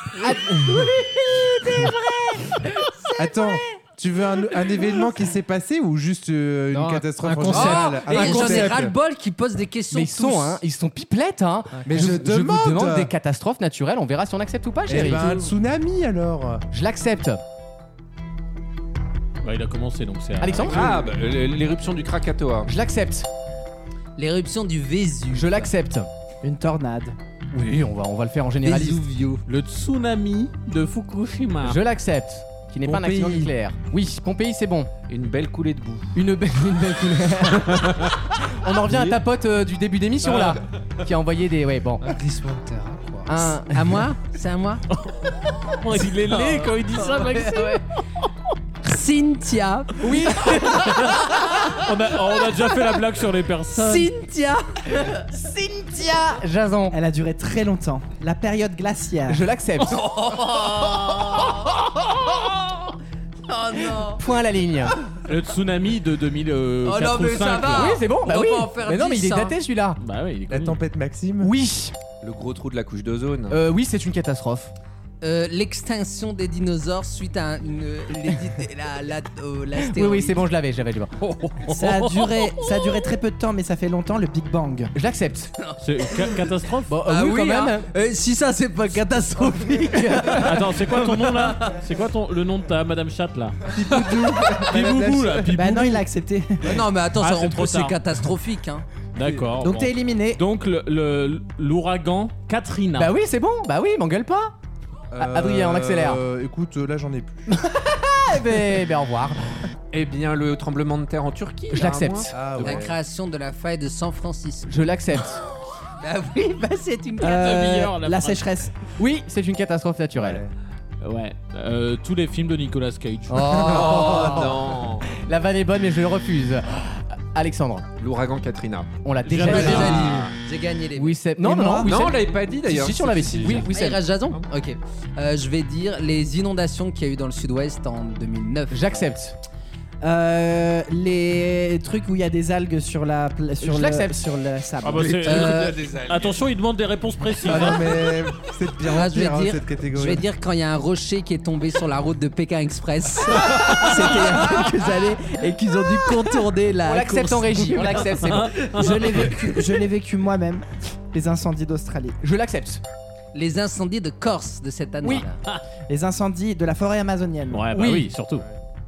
Speaker 9: Attends. Tu veux un, un événement qui s'est passé ou juste euh, une
Speaker 8: Non, un-
Speaker 9: catastrophe
Speaker 8: un concept.
Speaker 9: mondiale
Speaker 5: Et
Speaker 9: Un
Speaker 5: j'en ai
Speaker 9: concept.
Speaker 5: ras-le-bol qui pose des
Speaker 2: *laughs*
Speaker 5: questions.
Speaker 2: Ah, Mais ils sont,
Speaker 5: tous.
Speaker 2: hein, ils sont pipelettes. Hein.
Speaker 9: Mais je
Speaker 2: vous-
Speaker 9: demande.
Speaker 2: vous demande des catastrophes naturelles. On verra si on accepte ou pas,
Speaker 9: Eh
Speaker 2: chérie.
Speaker 9: ben, un tsunami alors
Speaker 2: Je l'accepte.
Speaker 3: Bah, il a commencé donc c'est.
Speaker 2: Alexandre
Speaker 4: Ah, bah, l- l'éruption du Krakatoa.
Speaker 2: Je l'accepte.
Speaker 5: L'éruption du Vésuve.
Speaker 2: Je l'accepte.
Speaker 7: Une tornade.
Speaker 2: Oui, on va, on va le faire en généraliste.
Speaker 5: Vesuvio.
Speaker 3: Le tsunami de Fukushima.
Speaker 2: Je l'accepte. Qui n'est pas un accident
Speaker 3: Pompéi.
Speaker 2: nucléaire. Oui, Pompéi, c'est bon.
Speaker 4: Une belle coulée de boue.
Speaker 2: Une belle, *laughs* une belle couleur. *laughs* on en revient à ta pote euh, du début d'émission là, qui a envoyé des. Ouais, bon.
Speaker 8: Un glissement de terrain, quoi.
Speaker 2: Un.
Speaker 5: À *laughs* moi C'est à moi
Speaker 3: *laughs* Oh, il est laid quand il dit ça, Maxime.
Speaker 5: Cynthia.
Speaker 2: Oui,
Speaker 3: On a, on a déjà fait la blague sur les personnes.
Speaker 5: Cynthia.
Speaker 2: Cynthia Jason.
Speaker 7: Elle a duré très longtemps. La période glaciaire.
Speaker 2: Je l'accepte.
Speaker 7: *laughs*
Speaker 3: *laughs*
Speaker 2: *laughs*
Speaker 5: Oh non
Speaker 2: Point à la ligne.
Speaker 3: Le tsunami de euh, 2004
Speaker 5: Oh non, mais
Speaker 3: ou
Speaker 5: ça
Speaker 3: 5,
Speaker 5: va.
Speaker 3: là.
Speaker 2: Oui, c'est bon.
Speaker 5: On
Speaker 2: Bah
Speaker 5: va
Speaker 2: oui.
Speaker 5: pas en faire
Speaker 2: Mais non, mais
Speaker 5: 10,
Speaker 2: il est
Speaker 5: hein.
Speaker 2: daté celui-là.
Speaker 3: Bah oui, il est
Speaker 9: La
Speaker 3: connu.
Speaker 9: tempête Maxime
Speaker 2: Oui.
Speaker 4: Le gros trou de la couche d'ozone.
Speaker 2: Euh, oui, c'est une catastrophe.
Speaker 5: Euh, L'extinction des dinosaures suite à une, l'édite- la, la, euh,
Speaker 2: Oui,
Speaker 5: l'astéroïde.
Speaker 2: oui,
Speaker 3: *laughs*
Speaker 2: c'est bon, je l'avais, j'avais, je vois.
Speaker 7: Ça a, duré, ça a duré très peu de temps, mais ça fait longtemps le Big Bang.
Speaker 2: Je l'accepte.
Speaker 3: C'est une ca- catastrophe.
Speaker 2: Bon, euh,
Speaker 5: Ah
Speaker 2: oui,
Speaker 5: oui,
Speaker 2: quand même.
Speaker 5: hein. Euh, si ça c'est pas catastrophique.
Speaker 3: Attends, c'est quoi ton nom là C'est quoi ton, le nom de ta Madame Chat là Pipoudou là. Pipoudou.
Speaker 7: Bah non, il a accepté.
Speaker 5: Euh, non mais attends,
Speaker 3: Ah,
Speaker 5: ça,
Speaker 3: c'est
Speaker 5: on
Speaker 3: trop
Speaker 5: peut c'est
Speaker 3: tard.
Speaker 5: catastrophique. Hein.
Speaker 3: D'accord.
Speaker 7: Donc
Speaker 3: bon.
Speaker 7: t'es éliminé.
Speaker 3: Donc le- le- l'ouragan Katrina.
Speaker 2: *laughs* Bah oui, c'est bon. Bah oui, m'engueule pas.
Speaker 9: Euh,
Speaker 2: Adrien, on accélère.
Speaker 9: euh, écoute, euh, là j'en ai plus.
Speaker 2: Eh ben, ben, au revoir.
Speaker 4: Eh bien, le tremblement de terre en Turquie.
Speaker 2: Je
Speaker 4: là,
Speaker 2: l'accepte.
Speaker 4: un mois.
Speaker 9: Ah
Speaker 5: La
Speaker 9: ouais.
Speaker 5: création de la faille de San Francisco.
Speaker 2: Je l'accepte.
Speaker 5: Bah oui, bah *laughs* c'est une
Speaker 7: Euh,
Speaker 3: demi-heure, la
Speaker 7: la,
Speaker 3: phrase.
Speaker 7: sécheresse.
Speaker 2: Oui, c'est une catastrophe naturelle.
Speaker 3: Ouais. Euh, tous les films de Nicolas Cage.
Speaker 2: *laughs* Oh
Speaker 4: Non.
Speaker 2: La vanne est bonne, mais je le refuse. Alexandre,
Speaker 4: L'ouragan Katrina.
Speaker 2: on l'a déjà
Speaker 3: Jamais
Speaker 2: dit.
Speaker 3: déjà dit.
Speaker 5: J'ai gagné les.
Speaker 2: Oui, c'est. Non, non, non,
Speaker 7: moi
Speaker 2: oui,
Speaker 4: non, on
Speaker 2: c'est-
Speaker 4: l'avait pas dit d'ailleurs.
Speaker 2: Si, si, on l'avait
Speaker 4: Si,
Speaker 2: dit.
Speaker 4: si,
Speaker 2: Oui, oui,
Speaker 5: Ah, il
Speaker 2: c'est.
Speaker 5: reste Jason
Speaker 4: Hein
Speaker 5: Ok. Euh, je vais dire les inondations qu'il y a eu dans le sud-ouest en 2009.
Speaker 2: J'accepte.
Speaker 7: Euh, les trucs où il y a des algues sur la pla- sur
Speaker 2: Je
Speaker 7: le
Speaker 2: l'accepte.
Speaker 7: sur le sable.
Speaker 3: Ah bah
Speaker 9: *laughs*
Speaker 3: c'est.
Speaker 5: Euh,
Speaker 3: Attention, il demande des réponses précises. hein.
Speaker 9: Ah non, mais c'est de pire
Speaker 5: Moi,
Speaker 9: en
Speaker 5: Ah, je vais
Speaker 9: pire, hein,
Speaker 5: dire-
Speaker 9: cette
Speaker 5: Je vais
Speaker 9: catégorie.
Speaker 5: dire quand il y a un rocher qui est tombé sur la route de Pékin Express. *laughs* C'était il y a quelques années et qu'ils ont dû contourner la.
Speaker 2: On l'accepte
Speaker 5: course.
Speaker 2: en régie, on l'accepte,
Speaker 5: *laughs*
Speaker 2: c'est bon.
Speaker 7: Je l'ai vécu, je l'ai vécu moi-même. Les incendies d'Australie.
Speaker 2: Je l'accepte.
Speaker 5: Les incendies de Corse de cette année.
Speaker 2: Oui.
Speaker 7: Les incendies de la forêt amazonienne.
Speaker 3: Ouais, bah
Speaker 2: Oui.
Speaker 3: oui, surtout.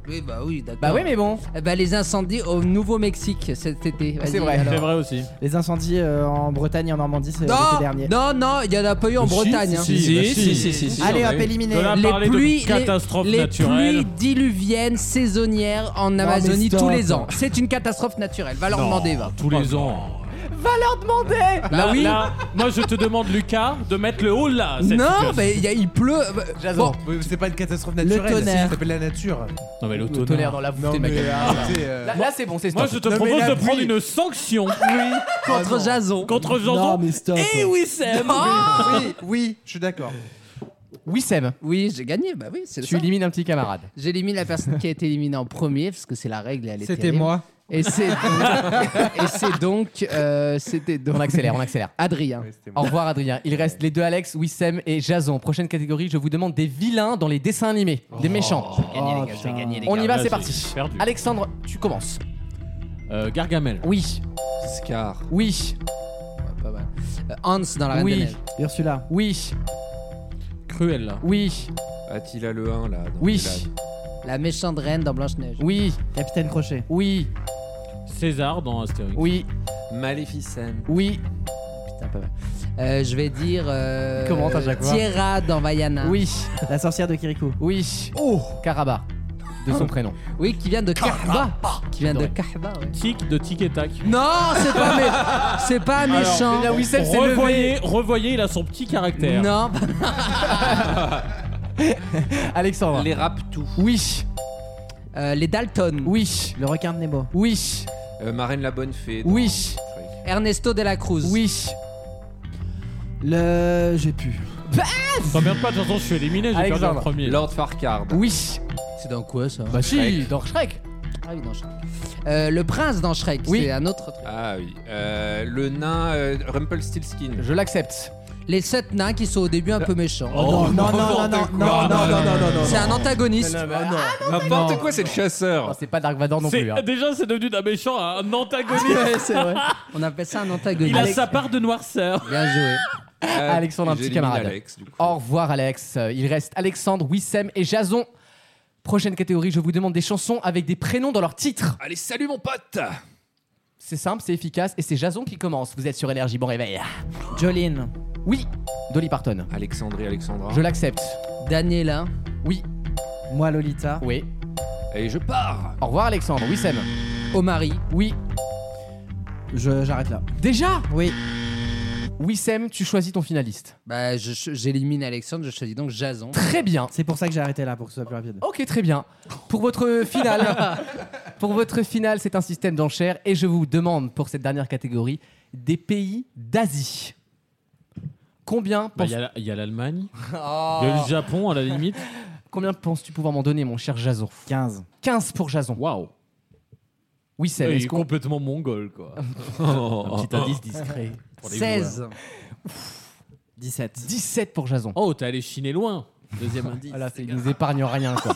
Speaker 5: Oui, bah oui, d'accord.
Speaker 21: Bah oui, mais
Speaker 5: bon. les incendies au Nouveau-Mexique cet été.
Speaker 21: C'est vrai. C'est vrai
Speaker 3: aussi.
Speaker 7: Les incendies euh, en Bretagne et en Normandie, c'est
Speaker 5: Non,
Speaker 7: l'été dernier.
Speaker 5: non, non, il y en a pas eu en
Speaker 7: Si,
Speaker 5: Bretagne.
Speaker 7: si,
Speaker 5: hein.
Speaker 7: si, Si, bah si, si, si, si, si, Allez, on a hop, eu. éliminez. On a parlé
Speaker 5: Les
Speaker 7: de
Speaker 5: pluies, les-
Speaker 7: catastrophes
Speaker 5: les,
Speaker 7: naturelles.
Speaker 5: pluies diluviennes saisonnières en
Speaker 7: mais
Speaker 5: Amazonie
Speaker 7: stop.
Speaker 5: tous les ans. C'est une catastrophe naturelle. Va leur
Speaker 3: Non,
Speaker 5: demander, va.
Speaker 3: Tous les ans.
Speaker 5: Va leur demander. Bah oui.
Speaker 3: là, moi je te demande, Lucas, de mettre le haut
Speaker 2: Ah,
Speaker 3: là. à cette
Speaker 5: non,
Speaker 3: situation.
Speaker 5: mais il y a- il pleut. bah,
Speaker 9: Jason,
Speaker 5: bon.
Speaker 9: oui, c'est pas une catastrophe naturelle, c'est-
Speaker 5: tonnerre.
Speaker 9: ça s'appelle la nature. euh,
Speaker 3: Non, mais le
Speaker 9: tonnerre.
Speaker 2: tonnerre dans la voûte, t'es ma gueule. Là- là, c'est bon, c'est
Speaker 3: Moi,
Speaker 2: stop.
Speaker 3: je te
Speaker 2: Non, mais
Speaker 3: propose
Speaker 2: la
Speaker 3: de
Speaker 2: pluie-
Speaker 3: prendre une
Speaker 7: Ah.
Speaker 3: sanction.
Speaker 5: Contre Jason.
Speaker 3: Contre Jason.
Speaker 7: Non, mais stop.
Speaker 3: Et oui, Sam.
Speaker 9: Oui, oui, je suis d'accord.
Speaker 2: Oui, Seb.
Speaker 5: Oui, j'ai gagné. Bah oui, c'est
Speaker 2: Tu élimines un petit camarade.
Speaker 5: J'élimine la personne qui a été éliminée en premier parce que c'est la règle. et elle est
Speaker 2: C'était
Speaker 5: terrible.
Speaker 2: moi.
Speaker 5: Et *laughs* c'est donc, et c'est donc, euh, c'était donc.
Speaker 2: On accélère, on accélère.
Speaker 5: Adrien.
Speaker 2: Au revoir Adrien. Il reste les deux Alex, Wissem et Jason. Prochaine catégorie, je vous demande des vilains dans les dessins animés, des méchants. Oh, On y va, c'est parti. Alexandre, tu commences.
Speaker 3: Euh, Gargamel.
Speaker 2: Oui.
Speaker 4: Scar.
Speaker 2: Oui.
Speaker 5: Pas mal. Euh, Hans dans la Reine
Speaker 2: Oui.
Speaker 5: des Neiges.
Speaker 7: Ursula.
Speaker 2: Oui.
Speaker 3: Cruel là.
Speaker 2: Oui.
Speaker 4: Attila le 1 Oh là. dans
Speaker 5: Oui.
Speaker 4: Village.
Speaker 5: La méchante reine dans Blanche-Neige.
Speaker 2: Oui.
Speaker 7: Capitaine Crochet.
Speaker 2: Oui.
Speaker 3: César dans Astérix.
Speaker 2: Oui.
Speaker 4: Maléficent.
Speaker 2: Oui.
Speaker 5: Putain, pas mal. Euh, je vais dire. Euh,
Speaker 7: Comment t'as Jacques
Speaker 5: Tierra dans Vaiana.
Speaker 2: Oui.
Speaker 7: La sorcière de Kirikou.
Speaker 2: Oui. Oh Karaba. De son prénom.
Speaker 5: Oh. Oui, qui vient de Kahba. Qui vient de Kahba, ouais.
Speaker 3: Tic de Tic et Tac.
Speaker 5: Non, c'est pas, mé- c'est pas
Speaker 3: Alors,
Speaker 5: méchant.
Speaker 3: revoyez, revoyez, il a son petit caractère.
Speaker 5: Non.
Speaker 2: Alexandre.
Speaker 4: Les Raptous.
Speaker 2: Oui.
Speaker 5: Euh, les Dalton.
Speaker 2: Oui.
Speaker 7: Le requin de Nemo.
Speaker 2: Oui.
Speaker 4: Euh, Marraine la Bonne Fée. dans-
Speaker 2: Oui.
Speaker 5: Ernesto de la Cruz.
Speaker 2: Oui.
Speaker 7: Le. J'ai pu.
Speaker 5: Bah,
Speaker 3: T'emmerdes pas, de toute façon, je suis éliminé, j'ai perdu en
Speaker 4: Ah, Alexandre.
Speaker 3: premier.
Speaker 4: Lord Farquhar.
Speaker 2: Oui.
Speaker 5: C'est dans quoi ça
Speaker 2: Bah si, dans Shrek.
Speaker 5: Ah oui, dans Shrek. Euh, le prince dans Shrek, c'est un autre truc.
Speaker 4: Ah oui. Euh, le nain euh, Rumpelstiltskin.
Speaker 2: Je l'accepte.
Speaker 5: Les sept nains qui sont au début un peu méchants.
Speaker 4: Oh, non, non, non, non, non, non, non, non, non, non, non.
Speaker 5: C'est un antagoniste.
Speaker 4: N'importe quoi, c'est le chasseur.
Speaker 2: C'est pas Dark Vador non
Speaker 3: C'est-
Speaker 2: plus. hein.
Speaker 3: Déjà, c'est devenu d'un méchant à un antagoniste.
Speaker 5: Ouais,
Speaker 6: *laughs*
Speaker 5: c'est vrai. On appelle ça un antagoniste.
Speaker 3: Il a sa part de
Speaker 2: *laughs*
Speaker 3: noirceur. Euh,
Speaker 5: Bien joué.
Speaker 2: Alexandre, un
Speaker 4: j'ai
Speaker 2: petit
Speaker 4: éliminé
Speaker 2: camarade.
Speaker 4: Alex, du coup.
Speaker 2: Au revoir, Alex. Euh, Il reste Alexandre, Wissem et Jason. Prochaine catégorie, je vous demande des chansons avec des prénoms dans leur titre.
Speaker 4: Allez, salut mon pote
Speaker 2: C'est simple, c'est efficace et c'est Jason qui commence. Vous êtes sur Énergie, bon réveil.
Speaker 7: Jolene.
Speaker 2: Oui. Dolly Parton.
Speaker 4: Alexandrie, Alexandra.
Speaker 2: Je l'accepte.
Speaker 5: Daniela.
Speaker 2: Oui.
Speaker 7: Moi, Lolita.
Speaker 2: Oui.
Speaker 4: Et je pars
Speaker 2: Au revoir, Alexandre. Wissem.
Speaker 5: Omari.
Speaker 2: Oui.
Speaker 7: Je- J'arrête là.
Speaker 2: Déjà
Speaker 7: Oui.
Speaker 2: Wissem, tu choisis ton finaliste.
Speaker 5: Bah, je- je- j'élimine Alexandre, je choisis donc Jason.
Speaker 2: Très bien.
Speaker 7: C'est pour ça que j'ai arrêté là, pour que ce soit plus rapide.
Speaker 2: Ok, très bien. Pour votre
Speaker 7: *laughs*
Speaker 2: finale, pour votre finale, c'est un système d'enchères et je vous demande pour cette dernière catégorie des pays d'Asie. Combien
Speaker 3: Bah,
Speaker 2: pense-
Speaker 3: Il y a la- il y a l'Allemagne,
Speaker 2: Oh.
Speaker 3: il y a le Japon à la limite.
Speaker 2: *laughs* Combien penses-tu pouvoir m'en donner, mon cher Jason
Speaker 7: 15.
Speaker 2: 15 pour Jason.
Speaker 3: Waouh.
Speaker 2: Oui, c'est.
Speaker 3: Euh, il est complètement mongol
Speaker 2: *laughs*
Speaker 3: quoi. Oh. Un petit indice discret. pour les
Speaker 5: 16.
Speaker 7: 17.
Speaker 2: 17 pour Jason.
Speaker 3: Oh, t'es allé chiner loin.
Speaker 2: *laughs*
Speaker 3: Deuxième indice.
Speaker 2: Voilà, c'est- il nous épargne rien,
Speaker 3: *laughs*
Speaker 2: quoi.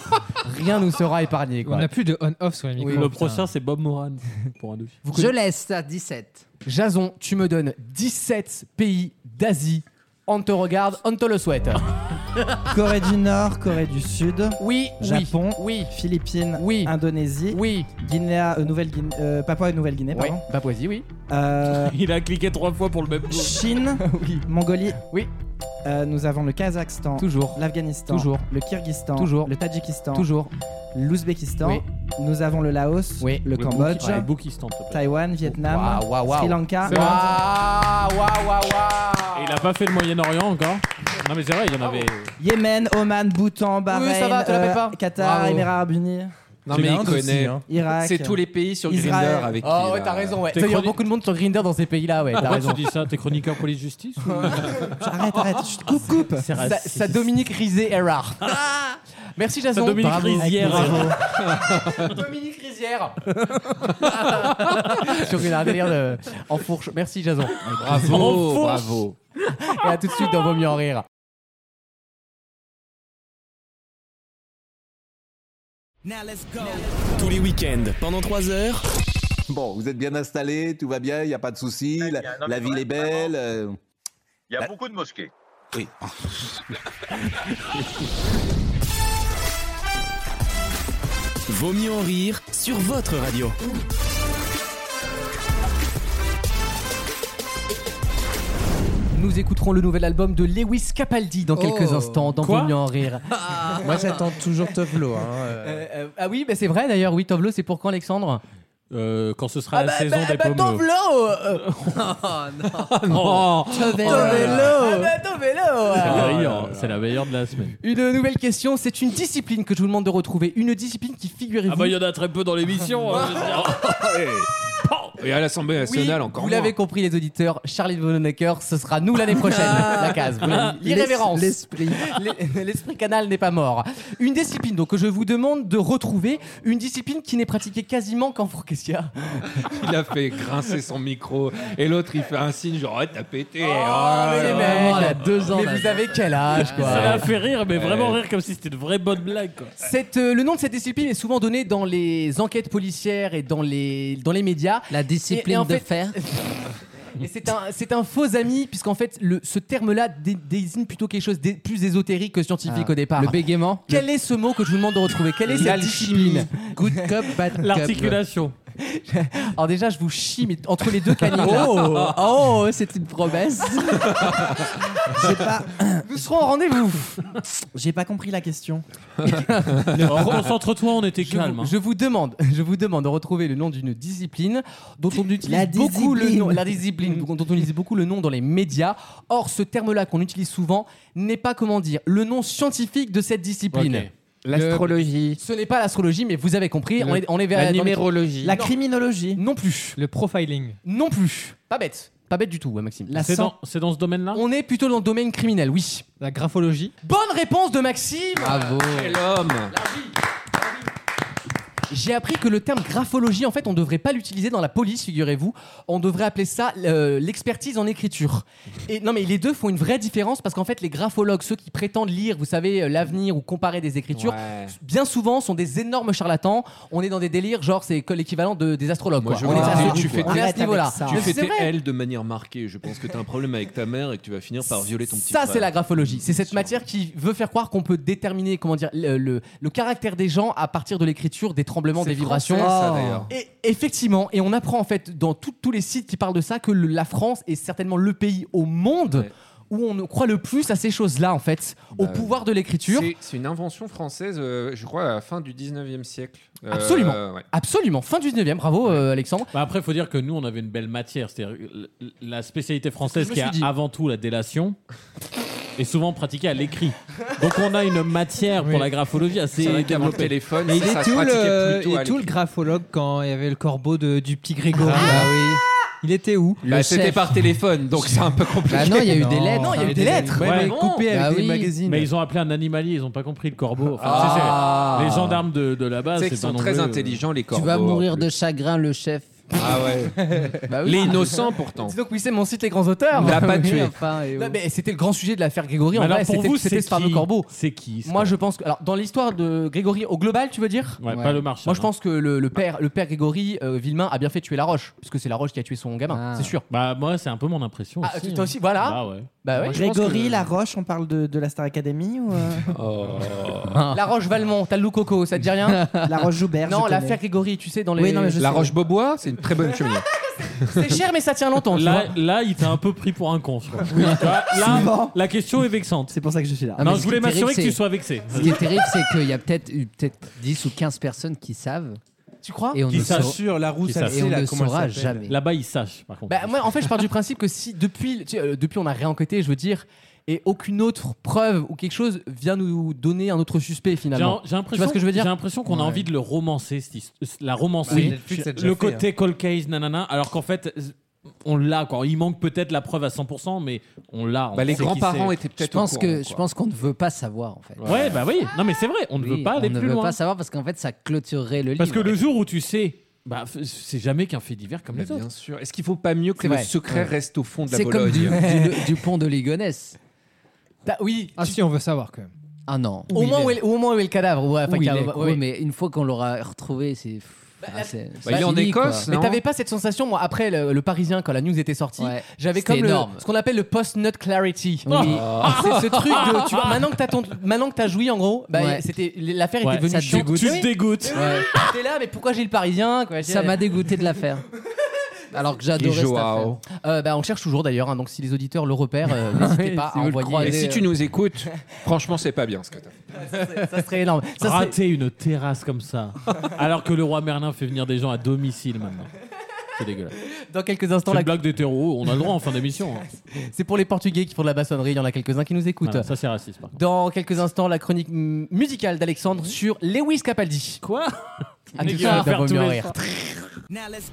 Speaker 2: rien nous sera épargné,
Speaker 8: On
Speaker 2: quoi.
Speaker 8: n'a plus de on-off sur les micros.
Speaker 3: le
Speaker 8: putain.
Speaker 3: prochain, c'est Bob
Speaker 4: *laughs*
Speaker 3: Moran pour un
Speaker 2: Vous
Speaker 5: Je
Speaker 2: connaissez-
Speaker 5: laisse à 17.
Speaker 2: Jason, tu me donnes 17 pays d'Asie. On te regarde, on te le souhaite.
Speaker 7: Corée du Nord, Corée du Sud.
Speaker 2: Oui, oui,
Speaker 7: Japon.
Speaker 2: oui,
Speaker 7: Philippines.
Speaker 2: Oui.
Speaker 7: Indonésie.
Speaker 2: oui.
Speaker 7: Guinée, euh, nouvelle Guinée, euh, Papouasie Nouvelle-Guinée,
Speaker 2: Oui,
Speaker 7: pardon.
Speaker 2: Papouasie, oui.
Speaker 7: Euh,
Speaker 3: *laughs* Il a cliqué trois fois pour le même mot. *laughs*
Speaker 7: Chine,
Speaker 2: Oui.
Speaker 7: Mongolie.
Speaker 2: Oui.
Speaker 7: Euh, nous avons le Kazakhstan,
Speaker 2: Toujours.
Speaker 7: l'Afghanistan,
Speaker 2: Toujours.
Speaker 7: le Kyrgyzstan,
Speaker 2: Toujours.
Speaker 7: le Tadjikistan,
Speaker 2: Toujours.
Speaker 7: l'Ouzbékistan.
Speaker 2: Oui.
Speaker 7: Nous avons le Laos,
Speaker 2: Oui.
Speaker 7: le Cambodge,
Speaker 3: Ouais, Boukistan, s'il te plaît.
Speaker 7: Taïwan, Vietnam,
Speaker 2: Waouh, waouh, waouh.
Speaker 7: Sri Lanka.
Speaker 3: C'est vrai.
Speaker 2: Waouh, Ah, waouh,
Speaker 4: Oh,
Speaker 2: waouh,
Speaker 3: Et
Speaker 2: waouh.
Speaker 3: il a pas fait le Moyen-Orient encore Non, mais c'est vrai, il y
Speaker 4: Ah
Speaker 3: en avait.
Speaker 7: Yémen, Oman, Bhoutan, Bahreïn,
Speaker 2: ça va, te la
Speaker 7: euh,
Speaker 2: fais pas.
Speaker 7: Qatar,
Speaker 2: Bravo.
Speaker 7: Émirats Arabes Unis,
Speaker 4: Non,
Speaker 9: C'est
Speaker 4: mais il
Speaker 9: l'Inde aussi,
Speaker 4: connaît.
Speaker 9: hein.
Speaker 7: Irak.
Speaker 4: C'est tous les pays sur
Speaker 7: Israël.
Speaker 4: Grinder avec qui euh,
Speaker 2: Oh, ouais,
Speaker 4: il
Speaker 2: t'as Ah,
Speaker 4: a-
Speaker 2: raison, ouais.
Speaker 3: T'es
Speaker 2: Ça, Il y a
Speaker 3: chronique-
Speaker 2: beaucoup de monde sur Grinder dans ces pays-là, ouais, t'as
Speaker 3: Pourquoi tu
Speaker 2: raison.
Speaker 3: dis ça T'es chroniqueur police-justice ou-
Speaker 7: Arrête, arrête, chut, coupe, coupe.
Speaker 3: C'est
Speaker 2: Ça,
Speaker 3: raciste.
Speaker 2: ça Dominique Rizé *laughs* Erard. Merci Jason.
Speaker 3: Ça Dominique Rizière.
Speaker 7: Bravo.
Speaker 2: Dominique Rizière. *laughs* Sur une un délire de... en fourche. Merci Jason.
Speaker 4: Bravo, bravo.
Speaker 2: Et à tout de suite dans Vaut mieux en rire.
Speaker 22: Tous les week-ends, pendant 3 heures.
Speaker 13: Bon, vous êtes bien installé, tout va bien, il n'y a pas de souci, la,
Speaker 23: bien, non,
Speaker 13: la
Speaker 23: mais
Speaker 13: ville est belle. euh,
Speaker 23: Il y a
Speaker 13: Bah-
Speaker 23: beaucoup de mosquées.
Speaker 13: oui.
Speaker 1: Vaut mieux en rire sur votre radio.
Speaker 2: Nous écouterons le nouvel album de Lewis Capaldi dans quelques
Speaker 9: Oh.
Speaker 2: instants dans
Speaker 9: Quoi
Speaker 2: Vaut mieux en rire.
Speaker 9: Moi, j'attends toujours Tovlo. Hein, euh.
Speaker 2: Euh, euh, ah oui, bah c'est vrai d'ailleurs, oui, Tovlo, c'est pour quand Alexandre
Speaker 3: Euh, quand ce sera
Speaker 2: Ah
Speaker 3: la
Speaker 2: bah,
Speaker 3: saison
Speaker 2: bah,
Speaker 3: des
Speaker 2: bah,
Speaker 3: pommes.
Speaker 2: Tovlo *laughs* euh,
Speaker 3: non.
Speaker 2: Tovelo.
Speaker 3: Oh là là.
Speaker 2: Ah bah, Tovelo.
Speaker 3: C'est la meilleure, hein. c'est la meilleure de la semaine.
Speaker 2: Une nouvelle question, c'est une discipline que je vous demande de retrouver. Une discipline qui, figurez-vous.
Speaker 3: Ah bah il y en a très peu dans l'émission. hein, je veux dire.
Speaker 4: Ah, Et à l'Assemblée nationale,
Speaker 2: Oui,
Speaker 4: encore
Speaker 2: Vous
Speaker 4: moins. *laughs*
Speaker 2: l'avez compris, les auditeurs, Charlie Bonecker, ce sera nous l'année prochaine. la case, vous l'avez dit. l'irrévérence.
Speaker 5: L'esprit.
Speaker 2: L'es- L'esprit canal n'est pas mort. Une discipline, donc, que je vous demande de retrouver. Une discipline qui n'est pratiquée quasiment qu'en Fourquessia.
Speaker 4: Il a fait grincer son micro et l'autre il fait un signe genre Ouais, t'as pété. Oh,
Speaker 2: mais les mecs,
Speaker 4: il
Speaker 2: il a deux ans, Mais là. vous avez quel âge, quoi
Speaker 3: Ça l'a fait rire, mais
Speaker 4: Ouais.
Speaker 3: vraiment rire comme si c'était une vraie bonne blague. Quoi.
Speaker 2: Cette, euh, le nom de cette discipline est souvent donné dans les enquêtes policières et dans les, dans les médias.
Speaker 6: La discipline de fer.
Speaker 2: *laughs* Et c'est un, c'est un faux ami, puisqu'en fait, le, ce terme-là dé- désigne plutôt quelque chose de plus ésotérique que scientifique
Speaker 6: Ah,
Speaker 2: au départ.
Speaker 6: le
Speaker 2: bégaiement Quel est ce mot que je vous demande de retrouver Quelle est cette
Speaker 6: L'alchimie.
Speaker 2: discipline Good cup, bad cup.
Speaker 3: L'articulation.
Speaker 2: *laughs* Alors déjà, je vous chie, mais entre
Speaker 6: *laughs*
Speaker 2: les deux canines. hein.
Speaker 6: Oh,
Speaker 2: là.
Speaker 6: oh, c'est une
Speaker 2: *laughs*
Speaker 6: promesse.
Speaker 7: J'ai pas-
Speaker 2: Nous serons en rendez-vous.
Speaker 7: *laughs* J'ai pas compris la question.
Speaker 2: *laughs*
Speaker 3: Oh, Concentre-toi, on était calme. hein.
Speaker 2: Je vous demande, *laughs* je vous demande de retrouver le nom d'une discipline dont on utilise
Speaker 7: La
Speaker 2: beaucoup le nom,
Speaker 7: discipline.
Speaker 2: la discipline dont on utilise beaucoup le nom dans les médias. Or, ce terme-là qu'on utilise souvent n'est pas comment dire le nom scientifique de cette discipline.
Speaker 7: Ok.
Speaker 2: L'astrologie. Ce n'est pas l'astrologie, mais vous avez compris. on est, on est vers dans les-
Speaker 7: La
Speaker 2: Non.
Speaker 7: criminologie.
Speaker 2: Non plus.
Speaker 8: Le profiling.
Speaker 2: Non plus. Pas bête. Pas bête du tout, ouais, Maxime.
Speaker 7: La C'est sang- dans-
Speaker 3: ce domaine-là
Speaker 2: On est plutôt dans le domaine criminel, oui.
Speaker 8: La graphologie.
Speaker 2: Bonne réponse de Maxime Ah,
Speaker 4: Bravo. Quel homme.
Speaker 2: J'ai appris que le terme graphologie, en fait, on ne devrait pas l'utiliser dans la police, figurez-vous. On devrait appeler ça euh, l'expertise en écriture. Et non, mais les deux font une vraie différence parce qu'en fait, les graphologues, ceux qui prétendent lire, vous savez, euh, l'avenir ou comparer des écritures,
Speaker 4: Ouais.
Speaker 2: bien souvent sont des énormes charlatans. On est dans des délires, genre c'est que l'équivalent de, des astrologues.
Speaker 4: Moi,
Speaker 2: quoi.
Speaker 4: je
Speaker 2: on est
Speaker 4: crois
Speaker 2: à
Speaker 4: que
Speaker 2: ce-
Speaker 4: tu fais
Speaker 2: on est à ce
Speaker 4: tes-
Speaker 2: niveau-là.
Speaker 4: Tu
Speaker 2: Mais
Speaker 4: fais
Speaker 2: c'est
Speaker 4: tes
Speaker 2: vrai.
Speaker 4: L de manière marquée. Je pense que t'as un problème avec ta mère et que tu vas finir par violer ton petit
Speaker 2: Ça,
Speaker 4: frère.
Speaker 2: c'est la graphologie. C'est cette matière qui veut faire croire qu'on peut déterminer comment dire, le, le- le caractère des gens à partir de l'écriture, des tremblements,
Speaker 4: C'est
Speaker 2: des vibrations.
Speaker 4: français, ça, d'ailleurs.
Speaker 2: et effectivement, et on apprend en fait dans tout- tous les sites qui parlent de ça que le- la France est certainement le pays au monde où on croit le plus à ces choses-là, en fait, au
Speaker 4: Bah,
Speaker 2: pouvoir de l'écriture.
Speaker 4: C'est- C'est une invention française, euh, je crois, à la fin du 19e siècle. Euh,
Speaker 2: Absolument.
Speaker 4: ouais.
Speaker 2: Absolument. Fin du 19e. Bravo, euh, Alexandre.
Speaker 3: Bah après, il faut dire que nous, on avait une belle matière. C'est-à-dire l- l- la spécialité française
Speaker 2: Je me
Speaker 3: qui est
Speaker 2: suis dit.
Speaker 3: avant tout la délation est souvent pratiquée à l'écrit. Donc on a une matière pour
Speaker 8: Oui.
Speaker 3: la graphologie assez
Speaker 4: C'est vrai qu'avant le
Speaker 3: développée.
Speaker 4: téléphone,
Speaker 8: Et il est tout le,
Speaker 4: plutôt
Speaker 8: il est
Speaker 4: à
Speaker 8: tout le graphologue quand il y avait le corbeau de- du petit Grégory. Ah oui. Il était où
Speaker 4: Bah, C'était
Speaker 8: *laughs*
Speaker 4: par téléphone, donc c'est un peu compliqué.
Speaker 2: Ah Non, il y a eu des lettres.
Speaker 3: Ouais,
Speaker 2: Ouais,
Speaker 3: mais
Speaker 2: bon.
Speaker 3: coupées
Speaker 2: Bah
Speaker 3: avec des
Speaker 2: oui.
Speaker 3: magazines. Mais ils ont appelé un animalier, ils ont pas compris le corbeau. Enfin,
Speaker 4: Ah.
Speaker 3: tu sais, c'est- les gendarmes de, de la base,
Speaker 4: Tu
Speaker 3: c'est
Speaker 4: sais qu'ils
Speaker 3: pas
Speaker 4: sont
Speaker 3: non
Speaker 4: très
Speaker 3: plus, euh,
Speaker 4: intelligents, les
Speaker 6: Tu
Speaker 4: corbeaux.
Speaker 6: vas mourir de chagrin, le chef. Bah
Speaker 4: Ah
Speaker 6: *laughs*
Speaker 4: ouais. Les innocents, pourtant.
Speaker 2: Dis donc, oui, c'est mon site Les Grands Auteurs.
Speaker 4: On
Speaker 2: *laughs*
Speaker 4: l'a pas tué.
Speaker 2: Non, mais c'était le grand sujet de l'affaire Grégory.
Speaker 3: Mais
Speaker 2: en
Speaker 3: alors,
Speaker 2: vrai,
Speaker 3: pour
Speaker 2: c'était-
Speaker 3: vous,
Speaker 2: c'était
Speaker 3: c'est
Speaker 2: ce fameux
Speaker 3: qui
Speaker 2: corbeau.
Speaker 3: C'est qui
Speaker 2: Moi, je pense que. Alors, dans l'histoire de Grégory, au global, tu veux dire
Speaker 3: hein. Ouais, pas le marchand, hein.
Speaker 2: Moi, je pense que le, le père, le père Grégory, euh, Villemain, a bien fait de tuer la Roche, puisque c'est la Roche qui a tué son
Speaker 7: Ah.
Speaker 2: gamin, c'est sûr.
Speaker 3: Bah moi, c'est un peu mon impression.
Speaker 2: Ah,
Speaker 3: aussi,
Speaker 2: toi
Speaker 3: hein.
Speaker 2: aussi, voilà.
Speaker 3: Ah ouais.
Speaker 2: Bah ouais.
Speaker 7: Grégory Laroche, on parle de, de la Star Academy ou euh,
Speaker 3: Oh.
Speaker 7: *laughs*
Speaker 2: Oh.
Speaker 7: Ah.
Speaker 2: La Roche Valmont, t'as le loup coco, ça te dit rien
Speaker 7: La Roche Joubert
Speaker 2: Non,
Speaker 7: je
Speaker 2: l'affaire
Speaker 7: connais.
Speaker 2: Grégory, tu sais, dans les.
Speaker 7: Oui, non, mais je
Speaker 4: La
Speaker 7: sais.
Speaker 4: Roche-Beaubois, c'est une très bonne cheminée.
Speaker 2: C'est cher, mais ça tient longtemps. tu
Speaker 3: Là,
Speaker 2: vois.
Speaker 3: là, il t'a un peu pris pour un con, je crois.
Speaker 2: *laughs*
Speaker 3: Là, là, la question est vexante.
Speaker 7: C'est pour ça que je suis là.
Speaker 2: Ah,
Speaker 6: Ah,
Speaker 3: Non, je voulais m'assurer que tu sois vexé.
Speaker 6: Ce qui est terrible, c'est qu'il y a peut-être eu peut-être 10 ou 15 personnes qui savent.
Speaker 2: Tu crois
Speaker 6: Et on
Speaker 3: Qui
Speaker 6: ne
Speaker 3: savent.
Speaker 6: saura-
Speaker 3: Sûr, la roue,
Speaker 6: et
Speaker 3: ça sait,
Speaker 6: on
Speaker 3: là,
Speaker 6: ne
Speaker 3: comment elle
Speaker 6: saura
Speaker 3: s'appelle.
Speaker 6: jamais.
Speaker 3: Là-bas, ils sachent, par contre.
Speaker 2: Bah, moi, en fait, je pars du principe que si depuis, tu sais, euh, depuis on a réenquêté, je veux dire, et aucune autre preuve ou quelque chose vient nous donner un autre suspect
Speaker 3: J'ai
Speaker 2: finalement.
Speaker 3: j'ai
Speaker 2: Tu vois
Speaker 3: l'impression
Speaker 2: ce que je veux dire
Speaker 3: J'ai l'impression qu'on a envie de le romancer, cette his- la romancer.
Speaker 2: Oui, Netflix a déjà
Speaker 3: le
Speaker 2: fait,
Speaker 4: hein.
Speaker 3: côté cold case, nanana, alors qu'en fait, on l'a, quoi. Il manque peut-être la preuve à 100%, mais on l'a. on
Speaker 4: Bah, les
Speaker 3: sait qui
Speaker 4: grands-parents
Speaker 3: c'est.
Speaker 4: étaient
Speaker 6: Je
Speaker 4: peut-être au
Speaker 6: pense,
Speaker 4: courant,
Speaker 6: que,
Speaker 4: quoi.
Speaker 6: je pense qu'on ne veut pas savoir en fait.
Speaker 3: Ouais, bah oui. Non, mais c'est vrai, on ne
Speaker 6: Oui,
Speaker 3: veut pas aller plus
Speaker 6: On ne veut
Speaker 3: loin.
Speaker 6: pas savoir parce qu'en fait ça clôturerait le livre.
Speaker 3: Parce que le jour où tu sais, bah, f- c'est jamais qu'un fait divers comme
Speaker 4: Mais
Speaker 3: les autres.
Speaker 4: bien sûr. Est-ce qu'il faut pas mieux que
Speaker 6: C'est
Speaker 4: le
Speaker 6: vrai.
Speaker 4: secret
Speaker 6: Ouais.
Speaker 4: reste au fond de la
Speaker 6: C'est comme
Speaker 4: Bologne *laughs*
Speaker 6: du, du- du pont de Ligonesse.
Speaker 2: Bah oui.
Speaker 8: Eh. Ah si, on veut savoir quand même.
Speaker 6: Ah non.
Speaker 2: Au moment où est- au moment où est le cadavre, ouais, enfin,
Speaker 6: Où il
Speaker 2: qu'il y a-
Speaker 6: est,
Speaker 2: ouais,
Speaker 6: ouais,
Speaker 2: ouais.
Speaker 6: mais une fois qu'on l'aura retrouvé, c'est.
Speaker 5: Ah, c'est-
Speaker 4: Bah, il est en
Speaker 5: fini, quoi.
Speaker 4: Écosse,
Speaker 2: Mais
Speaker 4: non
Speaker 2: t'avais pas cette sensation, moi, après le, le Parisien, quand la news était sortie,
Speaker 5: Ouais.
Speaker 2: j'avais
Speaker 5: C'était
Speaker 2: comme le,
Speaker 5: énorme.
Speaker 2: ce qu'on appelle le post-nut clarity.
Speaker 5: Oui.
Speaker 2: Ah, C'est ce truc
Speaker 5: *laughs*
Speaker 2: de, tu vois, maintenant que t'as ton- maintenant que t'as joui, en gros, bah,
Speaker 5: Ouais.
Speaker 2: c'était, l'affaire
Speaker 5: Ouais,
Speaker 2: était venue
Speaker 5: ça te
Speaker 2: chiante.
Speaker 5: dégoûte. Tu te
Speaker 2: Oui.
Speaker 5: dégoûtes. Ouais.
Speaker 2: T'es là, mais pourquoi j'ai le Parisien quoi,
Speaker 5: Ça m'a dégoûté
Speaker 2: *laughs*
Speaker 5: de l'affaire. Alors que j'adorais cette affaire.
Speaker 2: Joao. Euh, bah, on cherche toujours d'ailleurs, hein, donc si les auditeurs le repèrent, *laughs*
Speaker 5: *laughs*
Speaker 2: euh, n'hésitez pas à envoyer. euh,
Speaker 4: Et si tu nous écoutes, franchement, c'est pas bien ce que t'as fait.
Speaker 2: Ça serait énorme. Ça serait-
Speaker 3: Rater une terrasse comme
Speaker 2: *laughs*
Speaker 3: ça, alors que le roi Merlin fait venir des gens à domicile maintenant. C'est dégueulasse.
Speaker 2: *laughs* Dans quelques instants,
Speaker 3: C'est
Speaker 2: la-
Speaker 3: une blague d'hétéro, on a le droit en fin d'émission. hein.
Speaker 2: *laughs* C'est pour les Portugais qui font de la maçonnerie, il y en a quelques-uns qui nous écoutent.
Speaker 3: Voilà, ça, c'est raciste, par contre.
Speaker 2: Dans quelques instants, la chronique mm, musicale d'Alexandre sur Lewis Capaldi.
Speaker 3: Quoi
Speaker 2: *laughs* À
Speaker 1: Les
Speaker 2: tout de
Speaker 1: gars,
Speaker 2: suite,
Speaker 1: faire
Speaker 2: dans euh, Vaut
Speaker 1: tous
Speaker 2: mieux
Speaker 1: les
Speaker 2: rire.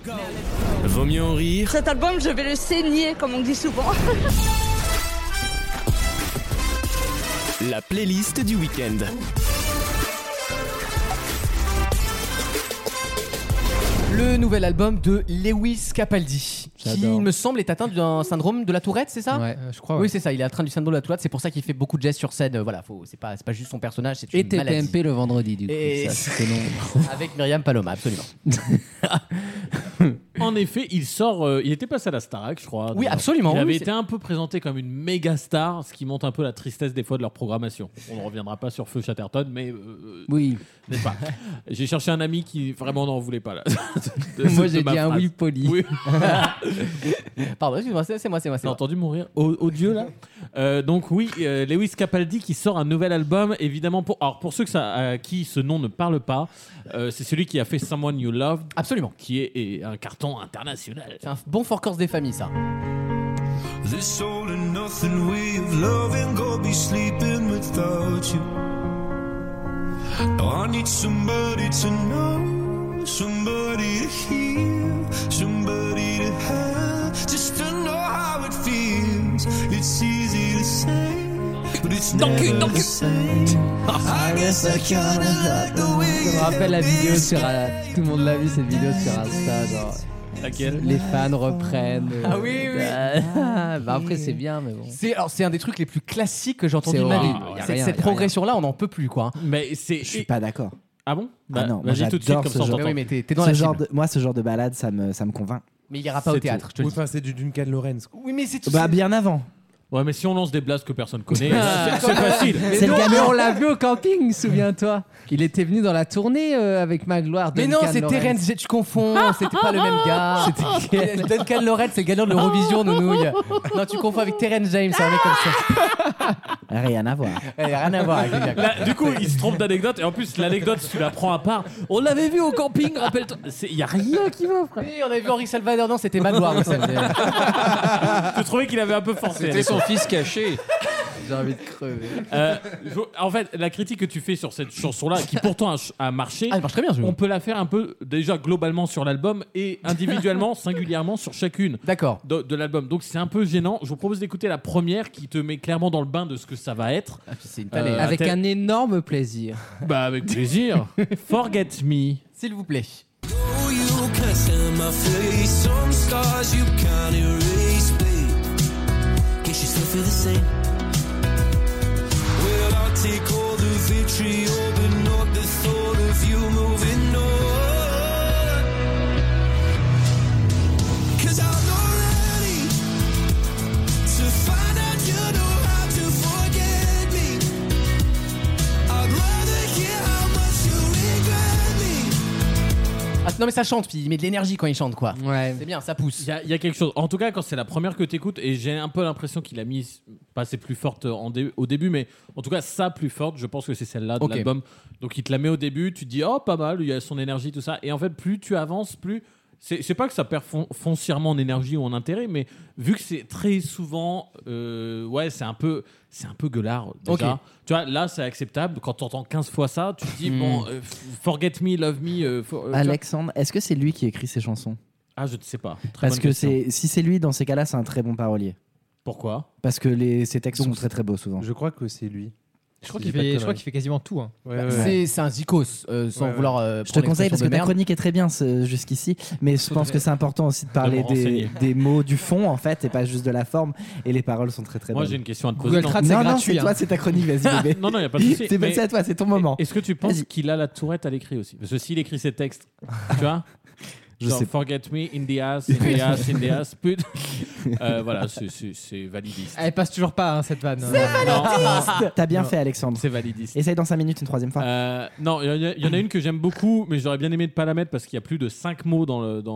Speaker 1: soirs. Vaut mieux en rire.
Speaker 24: Cet album, je vais le saigner, comme on dit
Speaker 3: *laughs*
Speaker 24: souvent.
Speaker 1: La playlist du week-end.
Speaker 2: Le nouvel album de Lewis Capaldi, qui,
Speaker 5: J'adore.
Speaker 2: il me semble, est atteint d'un syndrome de la Tourette, c'est ça
Speaker 5: Ouais, euh, je crois,
Speaker 2: Oui,
Speaker 5: ouais.
Speaker 2: c'est ça, il est atteint du syndrome de la Tourette, c'est pour ça qu'il fait beaucoup de gestes sur scène. euh, Voilà, faut- c'est pas, c'est pas juste son personnage, c'est une
Speaker 5: Et
Speaker 2: maladie.
Speaker 5: TPMP le vendredi, du coup.
Speaker 2: Et- *laughs*
Speaker 5: ça, c'était long.
Speaker 2: Avec Myriam Paloma,
Speaker 5: *laughs*
Speaker 2: absolument.
Speaker 3: En effet, il sort. euh, il était passé à la Starac, je crois.
Speaker 2: Oui,
Speaker 3: d'ailleurs.
Speaker 2: absolument,
Speaker 3: Il
Speaker 2: oui,
Speaker 3: avait
Speaker 2: c'est-
Speaker 3: été un peu présenté comme une méga star, ce qui montre un peu la tristesse des fois de leur programmation. On ne reviendra pas sur Feu Chatterton, mais. euh,
Speaker 5: Oui.
Speaker 3: N'est-ce
Speaker 2: *laughs*
Speaker 3: pas J'ai cherché un ami qui vraiment n'en voulait pas là.
Speaker 5: Moi, j'ai
Speaker 3: ma
Speaker 5: dit un
Speaker 3: phrase.
Speaker 5: oui poli.
Speaker 3: Oui.
Speaker 2: *laughs* Pardon, excuse-moi, c'est c'est moi, c'est moi.
Speaker 3: T'as entendu mourir odieux là Euh, Donc oui, euh, Lewis Capaldi qui sort un nouvel album, évidemment pour alors pour ceux que ça, à qui ce nom ne parle pas, euh, c'est celui qui a fait Someone You Love,
Speaker 2: absolument,
Speaker 3: qui est, est un carton international.
Speaker 2: C'est un bon fort corse des familles, ça.
Speaker 12: This all and nothing way of loving, go be sleeping without you. No, I need somebody to know, somebody to hear, somebody to have, just to know how it feels. It's easy to say, but it's
Speaker 5: Donkey,
Speaker 12: never
Speaker 5: donkey.
Speaker 12: the same. I guess I kinda like the way
Speaker 5: Ça me rappelle la vidéo sur. euh, Tout le monde l'a vu cette vidéo sur Insta. Genre,
Speaker 3: Laquelle
Speaker 5: les fans reprennent. euh,
Speaker 2: Ah oui, Ah oui.
Speaker 5: euh, bah après, c'est bien, mais bon.
Speaker 2: C'est alors, c'est un des trucs les plus classiques que j'ai entendu
Speaker 5: C'est
Speaker 2: de ma vie.
Speaker 5: horrible, y a
Speaker 2: Cette-
Speaker 5: rien, y a
Speaker 2: cette
Speaker 5: rien.
Speaker 2: progression-là, on n'en peut plus, quoi.
Speaker 3: Mais c'est.
Speaker 7: Je suis pas d'accord.
Speaker 3: Ah bon
Speaker 7: ah non, moi,
Speaker 3: vas-y tout de suite
Speaker 7: j'adore
Speaker 3: comme
Speaker 7: ce
Speaker 3: ça. on
Speaker 7: genre.
Speaker 3: t'entend.
Speaker 7: Ce genre de- Moi, ce genre de balade, ça me, ça me convainc.
Speaker 2: Mais il ira pas au
Speaker 3: C'est
Speaker 2: théâtre, je te
Speaker 9: Oui,
Speaker 2: le dis.
Speaker 9: enfin, c'est du Duncan Lorenz.
Speaker 2: Oui, mais c'est tout
Speaker 7: Bah, bien avant.
Speaker 3: Ouais, mais si on lance des blases que personne
Speaker 2: *laughs*
Speaker 3: connaît,
Speaker 5: Ah.
Speaker 3: c'est- c'est facile.
Speaker 5: C'est le gamin, on l'a vu au camping, souviens-toi. Il était venu dans la tournée euh, avec Magloire.
Speaker 2: Mais non,
Speaker 5: Duncan
Speaker 2: c'est
Speaker 5: Lawrence.
Speaker 2: Terence, tu confonds, c'était pas le même gars.
Speaker 5: *laughs*
Speaker 2: *laughs*
Speaker 5: C'était quel
Speaker 2: Duncan Lorette, c'est le gagnant de l'Eurovision, nounouille. Non, tu confonds avec Terence James, un mec comme ça.
Speaker 7: Rien à
Speaker 3: Euh,
Speaker 7: voir.
Speaker 2: Elle a Eh, rien à voir avec les gars.
Speaker 3: Là, du coup, il se trompe d'anecdote et en plus l'anecdote, si tu la prends à part, on l'avait vu au camping, rappelle-toi. Il y a rien Ah, qui va, frère.
Speaker 2: Oui, on avait vu Henri Salvador, non, c'était Magloire. ça, mais-
Speaker 3: Tu trouvais qu'il avait un peu forcé. à
Speaker 4: C'était son
Speaker 3: l'époque.
Speaker 4: fils caché.
Speaker 5: J'ai envie de crever.
Speaker 3: Euh, je- en fait, la critique que tu fais sur cette chanson-là, qui pourtant a, ch- a marché,
Speaker 2: Ah,
Speaker 3: on peut la faire un peu déjà globalement sur l'album et
Speaker 2: *laughs*
Speaker 3: individuellement, singulièrement sur chacune
Speaker 2: D'accord.
Speaker 3: de, de l'album. Donc c'est un peu gênant. Je vous propose d'écouter la première qui te met clairement dans le bain de ce que ça va être.
Speaker 2: Ah,
Speaker 3: Euh,
Speaker 5: avec
Speaker 3: tel-
Speaker 5: un énorme plaisir.
Speaker 3: Bah avec
Speaker 2: *laughs*
Speaker 3: plaisir. Forget Me.
Speaker 2: S'il vous plaît.
Speaker 12: Oh, you can't stand my face. Some scars you can't erase, babe. Guess you still feel the same. Well, I'll take all the vitriol, but not the thought of you moving on. 'Cause I'm not ready to find out you know how to forget me. I'd rather hear how much you regret me.
Speaker 2: Ah, non, mais ça chante, puis il met de l'énergie quand il chante, quoi.
Speaker 5: Ouais.
Speaker 2: C'est bien, ça pousse.
Speaker 3: Il y, a- il y a quelque chose. En tout cas, quand c'est la première que t'écoutes, et j'ai un peu l'impression qu'il a mis, pas ses plus fortes euh, en dé- au début, mais en tout cas sa plus forte, je pense que c'est celle-là de
Speaker 2: Ok.
Speaker 3: l'album. Donc il te la met au début, tu te dis oh pas mal, il y a son énergie tout ça, et en fait plus tu avances, plus c'est c'est pas que ça perd fon- foncièrement en énergie ou en intérêt, mais vu que c'est très souvent, euh, ouais, c'est un peu, c'est un peu gueulard déjà.
Speaker 2: Ok.
Speaker 3: Tu vois, là c'est acceptable. Quand t'entends 15 fois ça, tu te dis
Speaker 7: Hmm.
Speaker 3: bon, euh, f- forget me, love me. euh, for- euh, tu vois.
Speaker 7: Alexandre, est-ce que c'est lui qui écrit ces chansons
Speaker 3: Ah je ne sais pas. Très
Speaker 7: Parce
Speaker 3: bonne
Speaker 7: que
Speaker 3: question.
Speaker 7: c'est, si c'est lui, dans ces cas-là, c'est un très bon parolier.
Speaker 3: Pourquoi
Speaker 7: Parce que les, ses textes sont très très beaux souvent.
Speaker 9: Je crois que c'est lui.
Speaker 8: Je crois qu'il fait, je crois qu'il fait quasiment tout. hein.
Speaker 2: C'est c'est un zikos, euh, sans
Speaker 8: Ouais, ouais.
Speaker 2: vouloir. euh,
Speaker 7: Je te
Speaker 2: prendre
Speaker 7: conseille
Speaker 2: l'expression
Speaker 7: parce
Speaker 2: de
Speaker 7: que ta
Speaker 2: merde.
Speaker 7: chronique est très bien ce- jusqu'ici, mais je pense que c'est important aussi de parler
Speaker 3: me renseigner.
Speaker 7: des, *laughs* des mots du fond en fait et pas juste de la forme. Et les paroles sont très très
Speaker 3: Moi,
Speaker 7: bonnes.
Speaker 3: j'ai une question à te poser.
Speaker 7: Google Trad, c'est
Speaker 3: Non, non,
Speaker 7: gratuit.
Speaker 3: c'est
Speaker 7: toi, c'est ta chronique,
Speaker 3: *laughs*
Speaker 7: vas-y bébé.
Speaker 3: non, non, il n'y a pas de souci.
Speaker 7: C'est
Speaker 3: mais
Speaker 7: passé à toi, c'est ton moment.
Speaker 3: Est-ce que tu penses qu'il a la tourette à l'écrit aussi Parce que s'il écrit ses textes, tu vois
Speaker 7: *laughs* Je
Speaker 3: Genre,
Speaker 7: sais pas.
Speaker 3: Forget me, in the
Speaker 7: *laughs*
Speaker 3: ass, in the ass, in the ass, put. *laughs* Euh, voilà, c'est- c'est c'est validiste.
Speaker 7: Eh.
Speaker 8: Elle passe toujours pas hein, cette vanne.
Speaker 7: T'as bien
Speaker 3: Non.
Speaker 7: fait, Alexandre.
Speaker 3: C'est validiste.
Speaker 7: Essaye dans 5 minutes une troisième fois.
Speaker 3: Euh, non, il y, en a- il y en a une que j'aime beaucoup, mais j'aurais bien aimé ne pas la mettre parce qu'il y a plus de 5 mots dans le, dans,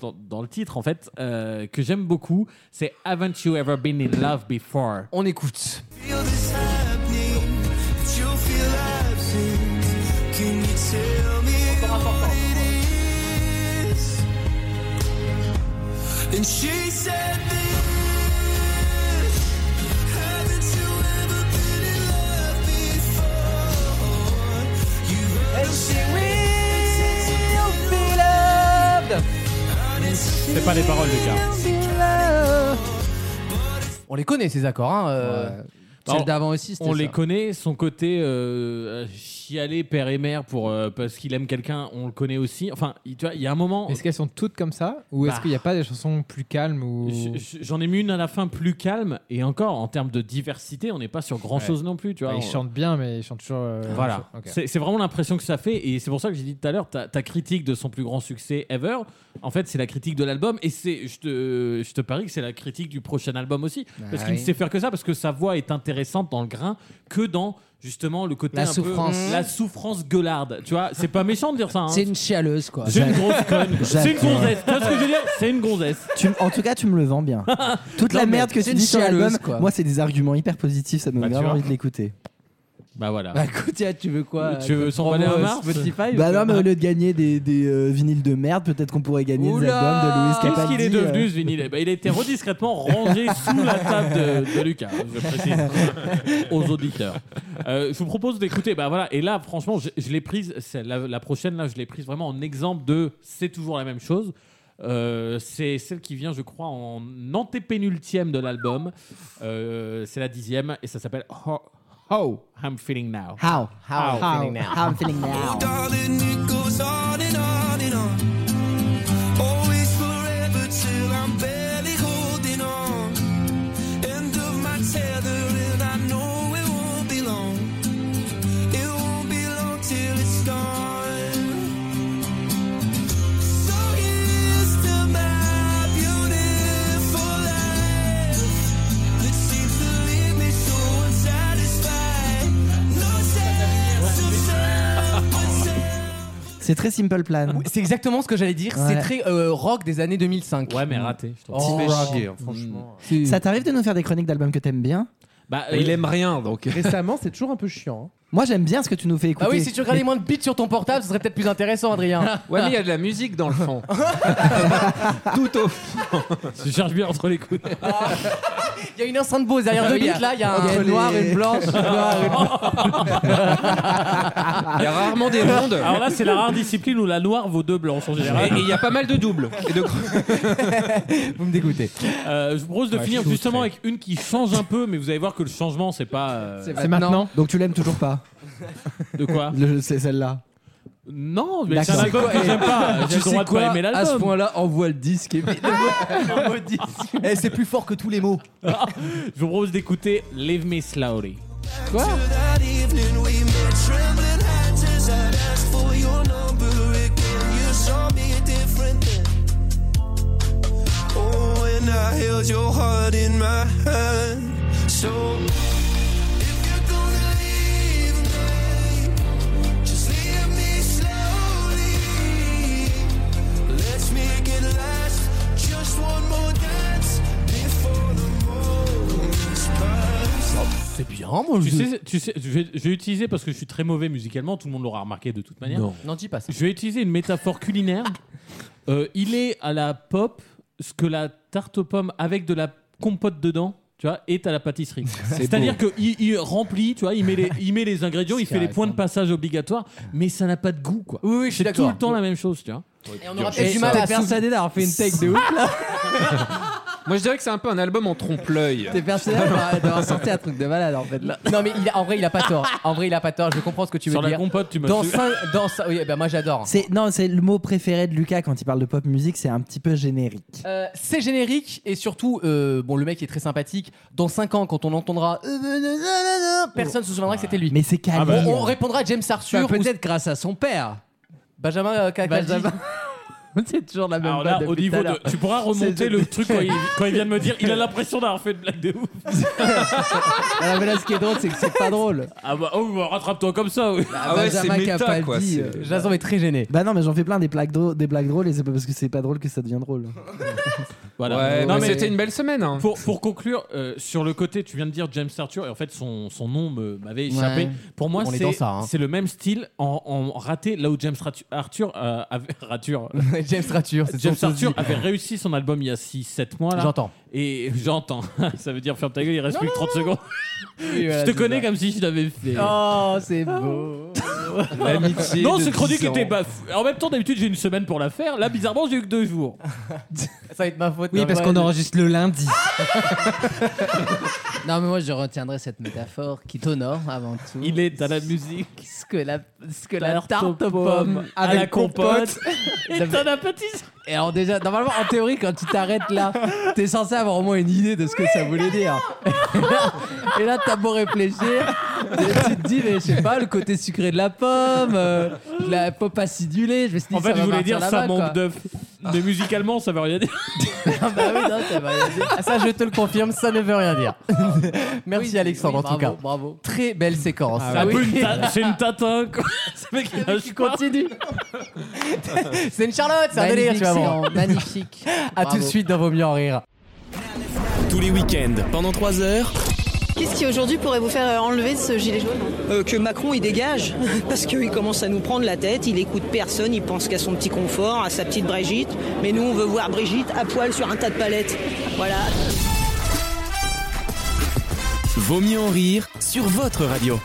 Speaker 3: dans- dans le titre, en fait, euh, que j'aime beaucoup. C'est Haven't You Ever Been in Love Before
Speaker 2: On écoute.
Speaker 12: Feel this happening, that you feel absent. Can you tell me what it is? And she said this, haven't you ever been in love before? You heard him say will be loved.
Speaker 3: C'est pas les paroles de Carl.
Speaker 2: On les connaît ces accords. Hein, euh,
Speaker 3: Bah,
Speaker 2: Celle
Speaker 3: on-
Speaker 2: d'avant aussi, c'était
Speaker 3: On
Speaker 2: ça.
Speaker 3: les connaît, son côté euh, chialer père et mère pour, euh, parce qu'il aime quelqu'un, on le connaît aussi. Enfin, il- tu vois, il y a un moment.
Speaker 8: Est-ce qu'elles sont toutes comme ça Ou est-ce
Speaker 3: Bah.
Speaker 8: qu'il n'y a pas des chansons plus calmes ou...
Speaker 3: Je- je- J'en ai mis une à la fin plus calme et encore en termes de diversité, on n'est pas sur grand chose
Speaker 8: Ouais.
Speaker 3: non plus, tu vois.
Speaker 8: Bah, Ils
Speaker 3: On-
Speaker 8: chantent bien, mais ils chantent toujours. euh,
Speaker 3: Voilà,
Speaker 8: ok.
Speaker 3: c'est c'est vraiment l'impression que ça fait et c'est pour ça que j'ai dit tout à l'heure ta, ta critique de son plus grand succès ever. En fait, c'est la critique de l'album et c'est je te je te parie que c'est la critique du prochain album aussi parce
Speaker 2: Ah
Speaker 3: qu'il ne
Speaker 2: oui.
Speaker 3: sait faire que ça parce que sa voix est intéressante dans le grain que dans justement le côté
Speaker 2: La
Speaker 3: un peu-
Speaker 2: souffrance.
Speaker 3: la souffrance gueularde. Tu vois, c'est pas méchant de dire ça. hein.
Speaker 2: C'est une chialeuse, quoi.
Speaker 3: C'est une grosse
Speaker 2: *laughs*
Speaker 3: conne.
Speaker 7: Jacques.
Speaker 3: C'est une gonzesse. Tu vois ce que je veux dire C'est une gonzesse.
Speaker 7: Tu m- en tout cas, tu me le vends bien. Toute
Speaker 3: Non,
Speaker 7: la
Speaker 3: mais
Speaker 7: merde que
Speaker 3: c'est
Speaker 7: tu
Speaker 3: une
Speaker 7: dis sur
Speaker 3: chialeuse,
Speaker 7: l'album,
Speaker 3: quoi.
Speaker 7: moi, c'est des arguments hyper positifs, ça me
Speaker 3: Bah,
Speaker 7: donne
Speaker 3: tu
Speaker 7: grave
Speaker 3: vois.
Speaker 7: envie de l'écouter.
Speaker 3: Bah voilà.
Speaker 2: Bah écoute, tiens, tu veux quoi
Speaker 3: Tu veux
Speaker 2: euh,
Speaker 3: s'emballer
Speaker 2: promo,
Speaker 3: un
Speaker 2: euh,
Speaker 3: mars
Speaker 2: Spotify ou
Speaker 7: Bah
Speaker 2: quoi
Speaker 7: non, mais au lieu de gagner des, des, euh, vinyles de merde, peut-être qu'on pourrait gagner des albums de Louis
Speaker 3: Qu'est-ce
Speaker 7: Capaldi.
Speaker 3: qu'il est
Speaker 7: euh.
Speaker 3: devenu ce vinyle Eh ben, Il a été rediscrètement
Speaker 7: *laughs*
Speaker 3: rangé sous la table de, de Lucas, je précise,
Speaker 7: *laughs*
Speaker 3: aux auditeurs. Euh, je vous propose d'écouter, bah voilà, et là franchement, je, je l'ai prise, c'est la, la prochaine là, je l'ai prise vraiment en exemple de c'est toujours la même chose. Euh, c'est celle qui vient, je crois, en antépénultième de l'album. Euh, c'est la dixième et ça s'appelle How, How I'm Feeling Now.
Speaker 7: How,
Speaker 3: How,
Speaker 7: I'm feeling now.
Speaker 12: Oh, darling, it goes on and on and on. Always forever till I'm barely holding on. End of my tether, and I know it won't be long. It won't be long till it's gone. So here's to my beautiful life that seems to leave me so unsatisfied. No sense of self-control.
Speaker 7: euh, C'est très simple plan.
Speaker 2: C'est exactement ce que j'allais dire.
Speaker 7: Ouais.
Speaker 2: C'est très euh, rock des années 2005.
Speaker 3: Ouais, mais raté. Je
Speaker 2: Oh.
Speaker 9: franchement.
Speaker 2: Mmh.
Speaker 7: Ça t'arrive de nous faire des chroniques d'albums que t'aimes bien
Speaker 3: Bah,
Speaker 4: Il aime rien,
Speaker 3: *laughs*
Speaker 4: donc.
Speaker 9: Récemment, c'est toujours un peu chiant.
Speaker 7: Moi, j'aime bien ce que tu nous fais écouter.
Speaker 2: Ah oui, si tu regardais moins de beats sur ton portable, ce serait peut-être plus intéressant, Adrien.
Speaker 4: Ouais, mais il y a de la musique dans le fond. Tout au fond.
Speaker 3: Je cherche bien entre les coudes.
Speaker 2: Il y a une enceinte Bose derrière deux beats là, il y a un
Speaker 4: Entre
Speaker 2: une noire,
Speaker 4: les-
Speaker 2: une blanche, une noire,
Speaker 3: *laughs*
Speaker 2: une
Speaker 4: Il y a rarement des rondes.
Speaker 3: Alors là, c'est la rare discipline où la noire vaut deux blancs en général.
Speaker 4: Et il y a pas mal de doubles. Et de-
Speaker 3: *laughs*
Speaker 2: Vous me dégoûtez.
Speaker 3: Euh, je vous propose de
Speaker 4: Ouais,
Speaker 3: finir
Speaker 4: je suis
Speaker 3: justement avec une qui change un peu, mais vous allez voir que le changement, c'est pas. euh,
Speaker 7: C'est maintenant. *laughs* Donc tu l'aimes toujours pas
Speaker 3: De quoi
Speaker 7: Le- C'est celle-là.
Speaker 3: Non, mais c'est
Speaker 7: D'accord.
Speaker 3: un album
Speaker 7: Tu sais
Speaker 3: que j'aime pas. *laughs*
Speaker 7: quoi,
Speaker 3: J'ai
Speaker 7: eh,
Speaker 3: le droit
Speaker 7: tu
Speaker 3: de
Speaker 7: sais
Speaker 3: pas
Speaker 7: quoi,
Speaker 3: aimer l'album.
Speaker 7: à ce
Speaker 2: point-là, envoie le disque.
Speaker 3: *laughs*
Speaker 2: c'est plus fort que tous les mots.
Speaker 3: je vous propose d'écouter Leave Me Slowly.
Speaker 12: Quoi That evening we met trembling hands as I asked for your number again. You saw me different then. Oh, and I held your heart in my hand. So if you're gonna leave me, just leave me slowly. Let's make it last. Just one more dance before the moment's past.
Speaker 2: C'est bien, moi
Speaker 3: Tu sais, tu sais, je vais, je vais utiliser parce que je suis très mauvais musicalement, tout le monde l'aura remarqué de toute manière.
Speaker 2: Non. N'en dis pas ça.
Speaker 3: Je vais utiliser une métaphore
Speaker 2: *laughs*
Speaker 3: culinaire. Euh, il est à la pop ce que la tarte aux pommes avec de la compote dedans. Tu vois, est à la
Speaker 2: *laughs*
Speaker 3: pâtisserie. C'est-à-dire qu'il il remplit, tu vois, il met les, il met les ingrédients, il fait les points de passage obligatoires, mais ça n'a pas de goût, quoi.
Speaker 2: Oui, oui, je suis
Speaker 3: C'est tout
Speaker 2: d'accord.
Speaker 3: le temps la même chose, tu vois.
Speaker 2: Et on aura peut-être du mal à
Speaker 3: persuader
Speaker 2: d'avoir fait une tech de ouf là.
Speaker 4: *laughs* Moi, je dirais que c'est un peu un album en trompe-l'œil.
Speaker 5: T'es personnel
Speaker 3: *laughs*
Speaker 5: d'avoir sorti
Speaker 4: *laughs*
Speaker 5: un truc de malade en fait. là.
Speaker 2: *laughs* Non mais il a- en vrai il a pas tort. En vrai il a pas tort. Je comprends ce que tu veux
Speaker 3: Sur la
Speaker 2: dire.
Speaker 3: compote, tu m'as
Speaker 2: dans
Speaker 3: su-
Speaker 2: cinq- dans cin- oui, bah moi j'adore.
Speaker 7: C'est non, c'est le mot préféré de Lucas quand il parle de pop music, c'est un petit peu générique.
Speaker 2: Euh, c'est générique et surtout, euh, bon, le mec est très sympathique. Dans 5 ans, quand on entendra, euh, personne se souviendra que c'était lui.
Speaker 7: Mais c'est
Speaker 3: Ah
Speaker 7: calme.
Speaker 3: bah,
Speaker 2: on, on répondra à James Arthur.
Speaker 7: Bah,
Speaker 2: peut-être grâce à son père, Benjamin euh, Kakadi. *laughs*
Speaker 5: Benjamin. C'est toujours la même
Speaker 3: Alors là,
Speaker 5: blague
Speaker 3: au
Speaker 5: depuis
Speaker 3: niveau
Speaker 5: tout à
Speaker 3: de.
Speaker 5: l'heure.
Speaker 3: Tu pourras
Speaker 5: *laughs* C'est-
Speaker 3: remonter le truc quand il, quand il vient de me dire. Il
Speaker 2: *laughs*
Speaker 3: a l'impression d'avoir fait une blague de
Speaker 5: *laughs*
Speaker 3: ouf.
Speaker 5: Alors, Ah, mais là, ce qui est drôle, c'est que c'est pas drôle.
Speaker 3: Ah bah, oh, bah, rattrape-toi comme ça. oui.
Speaker 7: Benjamin Capaldi, euh,
Speaker 2: Jason est très gêné.
Speaker 7: Bah non, mais j'en fais plein des plaques drôles, des blagues drôles et c'est pas parce que c'est pas drôle que ça devient drôle.
Speaker 3: Voilà.
Speaker 4: Ouais, mais c'était une belle semaine. hein.
Speaker 3: Pour, pour conclure, euh, sur le côté, tu viens de dire James Arthur, et en fait, son, son nom me- m'avait
Speaker 2: Ouais.
Speaker 3: échappé. Pour moi,
Speaker 2: On est
Speaker 3: c'est
Speaker 2: dans ça, hein.
Speaker 3: c'est le même style en, en raté, là où James Ratu- Arthur, euh, avait, *laughs* Rature,
Speaker 2: James Arthur, c'est
Speaker 3: James
Speaker 2: son sosie.
Speaker 3: Arthur avait réussi son album il y a 6-7 mois. là.
Speaker 2: J'entends.
Speaker 3: Et *laughs* j'entends. ça veut dire ferme ta gueule, il reste
Speaker 2: Non,
Speaker 3: plus que 30 secondes.
Speaker 2: voilà,
Speaker 3: je
Speaker 2: c'est
Speaker 3: te connais
Speaker 2: ça.
Speaker 3: comme si je l'avais fait.
Speaker 2: Oh, c'est beau.
Speaker 4: L'amitié
Speaker 3: Oh. non,
Speaker 4: de
Speaker 3: ce chronique
Speaker 4: 10 ans.
Speaker 3: était baf. En même temps, d'habitude, j'ai une semaine pour la faire. Là, bizarrement, j'ai eu que deux jours.
Speaker 2: *laughs* Ça va être ma faute. hein.
Speaker 8: Oui,
Speaker 2: Non,
Speaker 8: parce
Speaker 2: mais-
Speaker 8: qu'on enregistre
Speaker 3: *laughs*
Speaker 8: le lundi.
Speaker 5: Non, mais moi, je retiendrai cette métaphore qui t'honore avant tout.
Speaker 3: Il est à la musique.
Speaker 5: Ce que la, ce que la tarte aux pommes
Speaker 3: à la compote. *laughs*
Speaker 5: Et
Speaker 3: t'en as petit.
Speaker 5: Et alors, déjà, normalement, en théorie, quand tu t'arrêtes là, t'es censé avoir au moins une idée de ce que ça voulait dire. *laughs* Et là, t'as beau réfléchir, tu te dis, mais je sais pas, le côté sucré de la pomme, euh, la pomme acidulée, je vais se dire
Speaker 3: En fait,
Speaker 5: ça
Speaker 3: je
Speaker 5: va
Speaker 3: voulais
Speaker 5: partir
Speaker 3: dire ça
Speaker 5: là-bas, quoi.
Speaker 3: manque d'œuf. Mais musicalement, ça veut rien dire.
Speaker 5: Ah bah oui, non, ça va rien dire.
Speaker 2: Ah, Ça, je te le confirme, ça ne veut rien
Speaker 5: *laughs*
Speaker 2: dire. *laughs* Merci Alexandre, en tout cas.
Speaker 5: Bravo.
Speaker 2: Très belle
Speaker 5: Ah
Speaker 2: séquence.
Speaker 3: C'est un peu une
Speaker 5: *laughs*
Speaker 3: ta- C'est une tatin, quoi. Ce mec, il lâche pas.
Speaker 2: C'est une Charlotte, c'est un délire, tu vas voir.
Speaker 5: Magnifique.
Speaker 2: A tout de
Speaker 1: Bravo.
Speaker 2: suite dans Vaut mieux en rire.
Speaker 1: Tous les week-ends, pendant 3 heures.
Speaker 10: Qu'est-ce qui aujourd'hui pourrait vous faire euh, enlever ce gilet jaune hein. Euh, Que Macron il dégage, *laughs* parce qu'il commence à nous prendre la tête, il écoute personne, il pense qu'à son petit confort, à sa petite Brigitte, mais nous on veut voir Brigitte à poil sur un tas de palettes. Voilà.
Speaker 1: Vaut mieux en rire sur votre radio.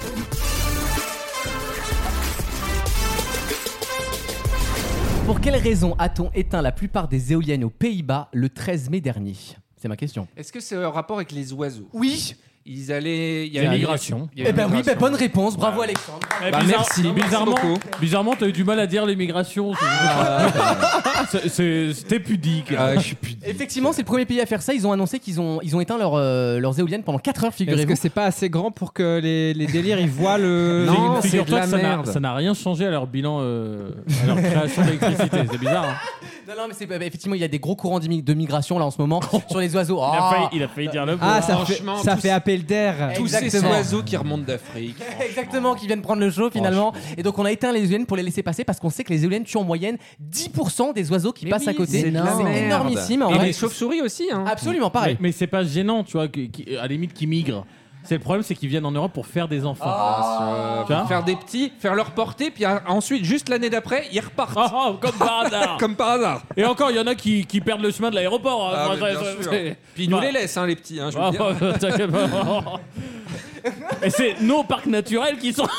Speaker 2: Pour quelle raison a-t-on éteint la plupart des éoliennes aux Pays-Bas le 13 mai dernier C'est ma question.
Speaker 4: Est-ce que c'est en rapport avec les oiseaux
Speaker 2: Oui.
Speaker 4: Ils allaient. Il y
Speaker 3: a
Speaker 4: avait
Speaker 3: une migration.
Speaker 4: il y avait
Speaker 2: Eh ben
Speaker 4: une
Speaker 2: oui, ben
Speaker 4: migration.
Speaker 2: bonne réponse, bravo Alexandre.
Speaker 3: Eh,
Speaker 4: Bah,
Speaker 3: bizarre-
Speaker 4: merci, merci
Speaker 3: Bizarrement,
Speaker 4: beaucoup.
Speaker 3: bizarrement, t'as eu du mal à dire l'immigration. C'est- *laughs* C'est- c'est- C'était pudique.
Speaker 4: Ah, je suis pudique.
Speaker 2: Effectivement, c'est le premier pays à faire ça. Ils ont annoncé qu'ils ont, ils ont éteint leurs, euh, leurs éoliennes pendant 4 heures,
Speaker 8: Est-ce que
Speaker 2: figurez-vous.
Speaker 8: c'est pas assez grand pour que les, les délires ils voient le.
Speaker 3: Non, figure-toi que ça n'a- ça n'a rien changé à leur bilan, euh, à leur création d'électricité. C'est bizarre. hein.
Speaker 2: *laughs*
Speaker 4: *laughs*
Speaker 2: Non, non, mais c'est, bah, effectivement, il y a des gros courants d'immi- de migration là en
Speaker 3: *laughs*
Speaker 2: ce moment sur les oiseaux.
Speaker 3: Il,
Speaker 2: Ah.
Speaker 3: a failli, il a failli dire le mot.
Speaker 8: Ah, ça, fait,
Speaker 4: Franchement,
Speaker 8: ça
Speaker 4: tous-
Speaker 8: fait appel d'air.
Speaker 4: Tous ces
Speaker 2: Exactement.
Speaker 4: oiseaux qui remontent d'Afrique.
Speaker 2: *laughs* Exactement, qui viennent prendre le show finalement. Et donc on a éteint les éoliennes pour les laisser passer parce qu'on sait que les éoliennes tuent en moyenne 10% des oiseaux qui passent à côté.
Speaker 4: c'est de la merde.
Speaker 2: énormissime. en
Speaker 4: Et
Speaker 2: vrai.
Speaker 4: les chauves-souris aussi. Hein.
Speaker 2: Absolument pareil.
Speaker 3: Mais, mais c'est pas gênant, tu vois, qui- qui- à la limite qui migrent. C'est le problème, c'est qu'ils viennent en Europe pour faire des enfants.
Speaker 4: Ah,
Speaker 3: Tu vois
Speaker 4: faire des petits, faire leur portée, puis euh, ensuite, juste l'année d'après, ils repartent.
Speaker 3: Oh, oh, comme par hasard.
Speaker 4: *laughs* Comme par hasard.
Speaker 3: Et encore, il y en a qui, qui perdent le chemin de l'aéroport. hein.
Speaker 4: Ah,
Speaker 3: Moi,
Speaker 4: mais
Speaker 3: ça-
Speaker 4: bien
Speaker 3: ça-
Speaker 4: sûr.
Speaker 3: c'est-
Speaker 4: Puis ils nous
Speaker 3: Bah,
Speaker 4: les laissent, hein, les petits. hein, je veux
Speaker 3: Ah,
Speaker 4: dire.
Speaker 3: bah, t'inquiète pas.
Speaker 4: *laughs*
Speaker 3: Et c'est nos parcs naturels qui sont *laughs*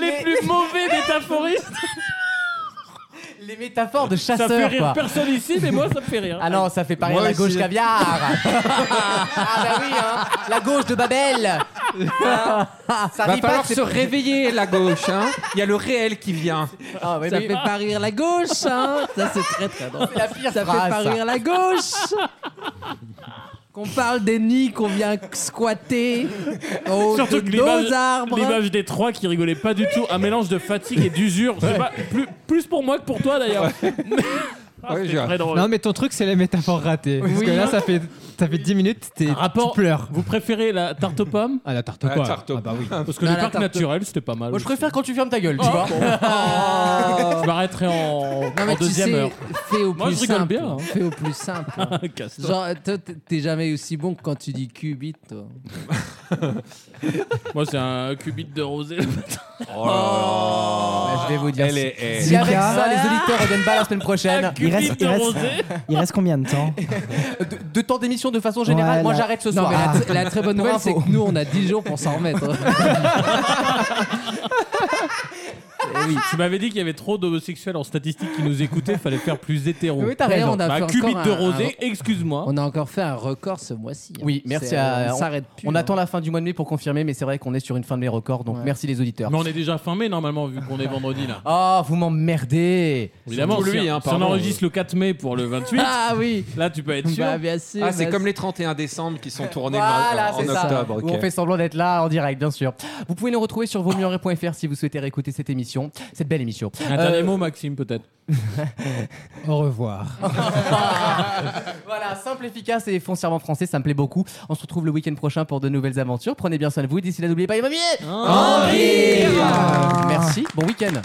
Speaker 3: les plus mauvais métaphoristes.
Speaker 2: *laughs* Les métaphores de
Speaker 3: Ça
Speaker 2: chasseurs.
Speaker 3: fait rire
Speaker 2: quoi.
Speaker 3: personne ici, mais moi ça me fait rire.
Speaker 2: Ah non, ça fait pareil
Speaker 3: Moi
Speaker 2: la
Speaker 3: aussi.
Speaker 2: gauche caviar.
Speaker 4: *laughs*
Speaker 2: ah bah oui, hein. La gauche de
Speaker 4: *laughs*
Speaker 2: Babel. Hein. ça
Speaker 4: Va
Speaker 2: rit pas,
Speaker 4: falloir
Speaker 2: c'est-
Speaker 4: se réveiller, la gauche. hein. Il y a le réel qui vient.
Speaker 2: *laughs* Ah, ouais,
Speaker 5: Ça
Speaker 2: mais-
Speaker 5: fait pas rire la gauche, hein Ça, c'est très très drôle.
Speaker 2: C'est la pire
Speaker 5: Ça
Speaker 2: phrase,
Speaker 3: hein.
Speaker 5: fait pas
Speaker 2: ça.
Speaker 5: rire la gauche *laughs* Qu'on parle des nids qu'on vient squatter
Speaker 3: *laughs*
Speaker 5: au
Speaker 2: Oh,
Speaker 3: Surtout
Speaker 5: de
Speaker 3: que
Speaker 5: nos
Speaker 3: l'image,
Speaker 5: arbres.
Speaker 3: l'image des trois qui rigolaient pas du tout, un mélange de fatigue et d'usure. Je sais pas, plus, plus pour moi que pour toi d'ailleurs. Ah, c'était très drôle.
Speaker 8: Non, mais ton truc, c'est la métaphore ratée. Parce
Speaker 3: Oui.
Speaker 8: que là, ça fait, ça fait 10 minutes, t'es-
Speaker 3: Rapport-
Speaker 8: tu pleures.
Speaker 3: Vous préférez la tarte aux pommes
Speaker 8: Ah, la tarte aux
Speaker 3: Ah,
Speaker 8: pommes.
Speaker 3: tarte
Speaker 8: Ah, bah oui.
Speaker 3: Parce que
Speaker 8: Non,
Speaker 3: les
Speaker 8: la
Speaker 3: parcs
Speaker 8: tarte-
Speaker 3: naturels, c'était pas mal.
Speaker 2: Moi je préfère quand tu fermes ta gueule, tu
Speaker 3: Ah,
Speaker 2: vois.
Speaker 3: bon. Je m'arrêterai en, en
Speaker 5: mais tu
Speaker 3: deuxième
Speaker 5: sais,
Speaker 3: heure.
Speaker 5: fais au
Speaker 3: Moi,
Speaker 5: plus
Speaker 3: je rigole
Speaker 5: simple.
Speaker 3: bien, hein.
Speaker 5: Fais au plus simple. hein.
Speaker 3: *laughs* Casse-toi.
Speaker 5: Genre, euh, toi, t'es- t'es jamais aussi bon que quand tu dis qubit,
Speaker 3: *laughs*
Speaker 5: toi.
Speaker 3: Moi, c'est un cubit de rosé.
Speaker 2: Bah, je vais vous dire.
Speaker 3: Elle
Speaker 2: si-
Speaker 3: est- elle-
Speaker 2: Si avec
Speaker 3: Lucas.
Speaker 2: ça, les
Speaker 5: Ah.
Speaker 2: auditeurs reviennent pas la semaine prochaine.
Speaker 7: Il reste, il, reste, il reste combien de temps
Speaker 2: de temps d'émission de façon générale.
Speaker 7: Ouais,
Speaker 2: Moi
Speaker 7: là.
Speaker 2: j'arrête ce
Speaker 7: Non,
Speaker 2: soir. Ah.
Speaker 7: mais la tr-
Speaker 5: La très bonne nouvelle,
Speaker 3: *laughs*
Speaker 5: c'est que nous, on a 10 jours pour s'en remettre.
Speaker 3: Eh Tu m'avais dit qu'il y avait trop d'homosexuels en statistique qui nous écoutaient, fallait faire plus hétéro.
Speaker 5: Oui, t'as
Speaker 3: D'ailleurs,
Speaker 5: raison. On a
Speaker 3: bah,
Speaker 5: fait encore
Speaker 3: cubit de
Speaker 5: un-
Speaker 3: rosé, excuse-moi.
Speaker 5: On a encore fait un record ce mois-ci. hein.
Speaker 2: Oui, merci
Speaker 5: C'est,
Speaker 2: à.
Speaker 5: euh, On
Speaker 2: on-
Speaker 5: s'arrête plus.
Speaker 2: On attend la fin du mois de mai pour confirmer, mais c'est vrai qu'on est sur une fin de mai record, donc merci les auditeurs.
Speaker 3: Mais on est déjà fin mai normalement, vu qu'on est vendredi là.
Speaker 2: Ah, vous m'emmerdez
Speaker 3: Évidemment, si,
Speaker 4: hein,
Speaker 3: si on
Speaker 4: pardon.
Speaker 3: enregistre le 4 mai pour le 28,
Speaker 4: Ah
Speaker 2: oui
Speaker 3: là tu peux être sûr.
Speaker 4: Bah, bien sûr, Ah, c'est bah, comme c'est- les 31 décembre qui sont tournés
Speaker 2: Voilà,
Speaker 4: en- en
Speaker 2: c'est ça.
Speaker 4: octobre,
Speaker 2: Où
Speaker 4: ok.
Speaker 2: on fait semblant d'être là en direct, bien sûr. Vous pouvez nous retrouver sur vosmurets.fr si vous souhaitez réécouter cette émission, cette belle émission. Euh,
Speaker 3: Un dernier mot, Maxime,
Speaker 2: *laughs*
Speaker 3: peut-être.
Speaker 8: Au
Speaker 3: *laughs*
Speaker 8: revoir.
Speaker 2: voilà, simple, efficace et foncièrement français, ça me plaît beaucoup. On se retrouve le week-end prochain pour de nouvelles aventures. Prenez bien soin de vous. D'ici là, n'oubliez pas les mamies
Speaker 16: En rire
Speaker 2: Merci, bon week-end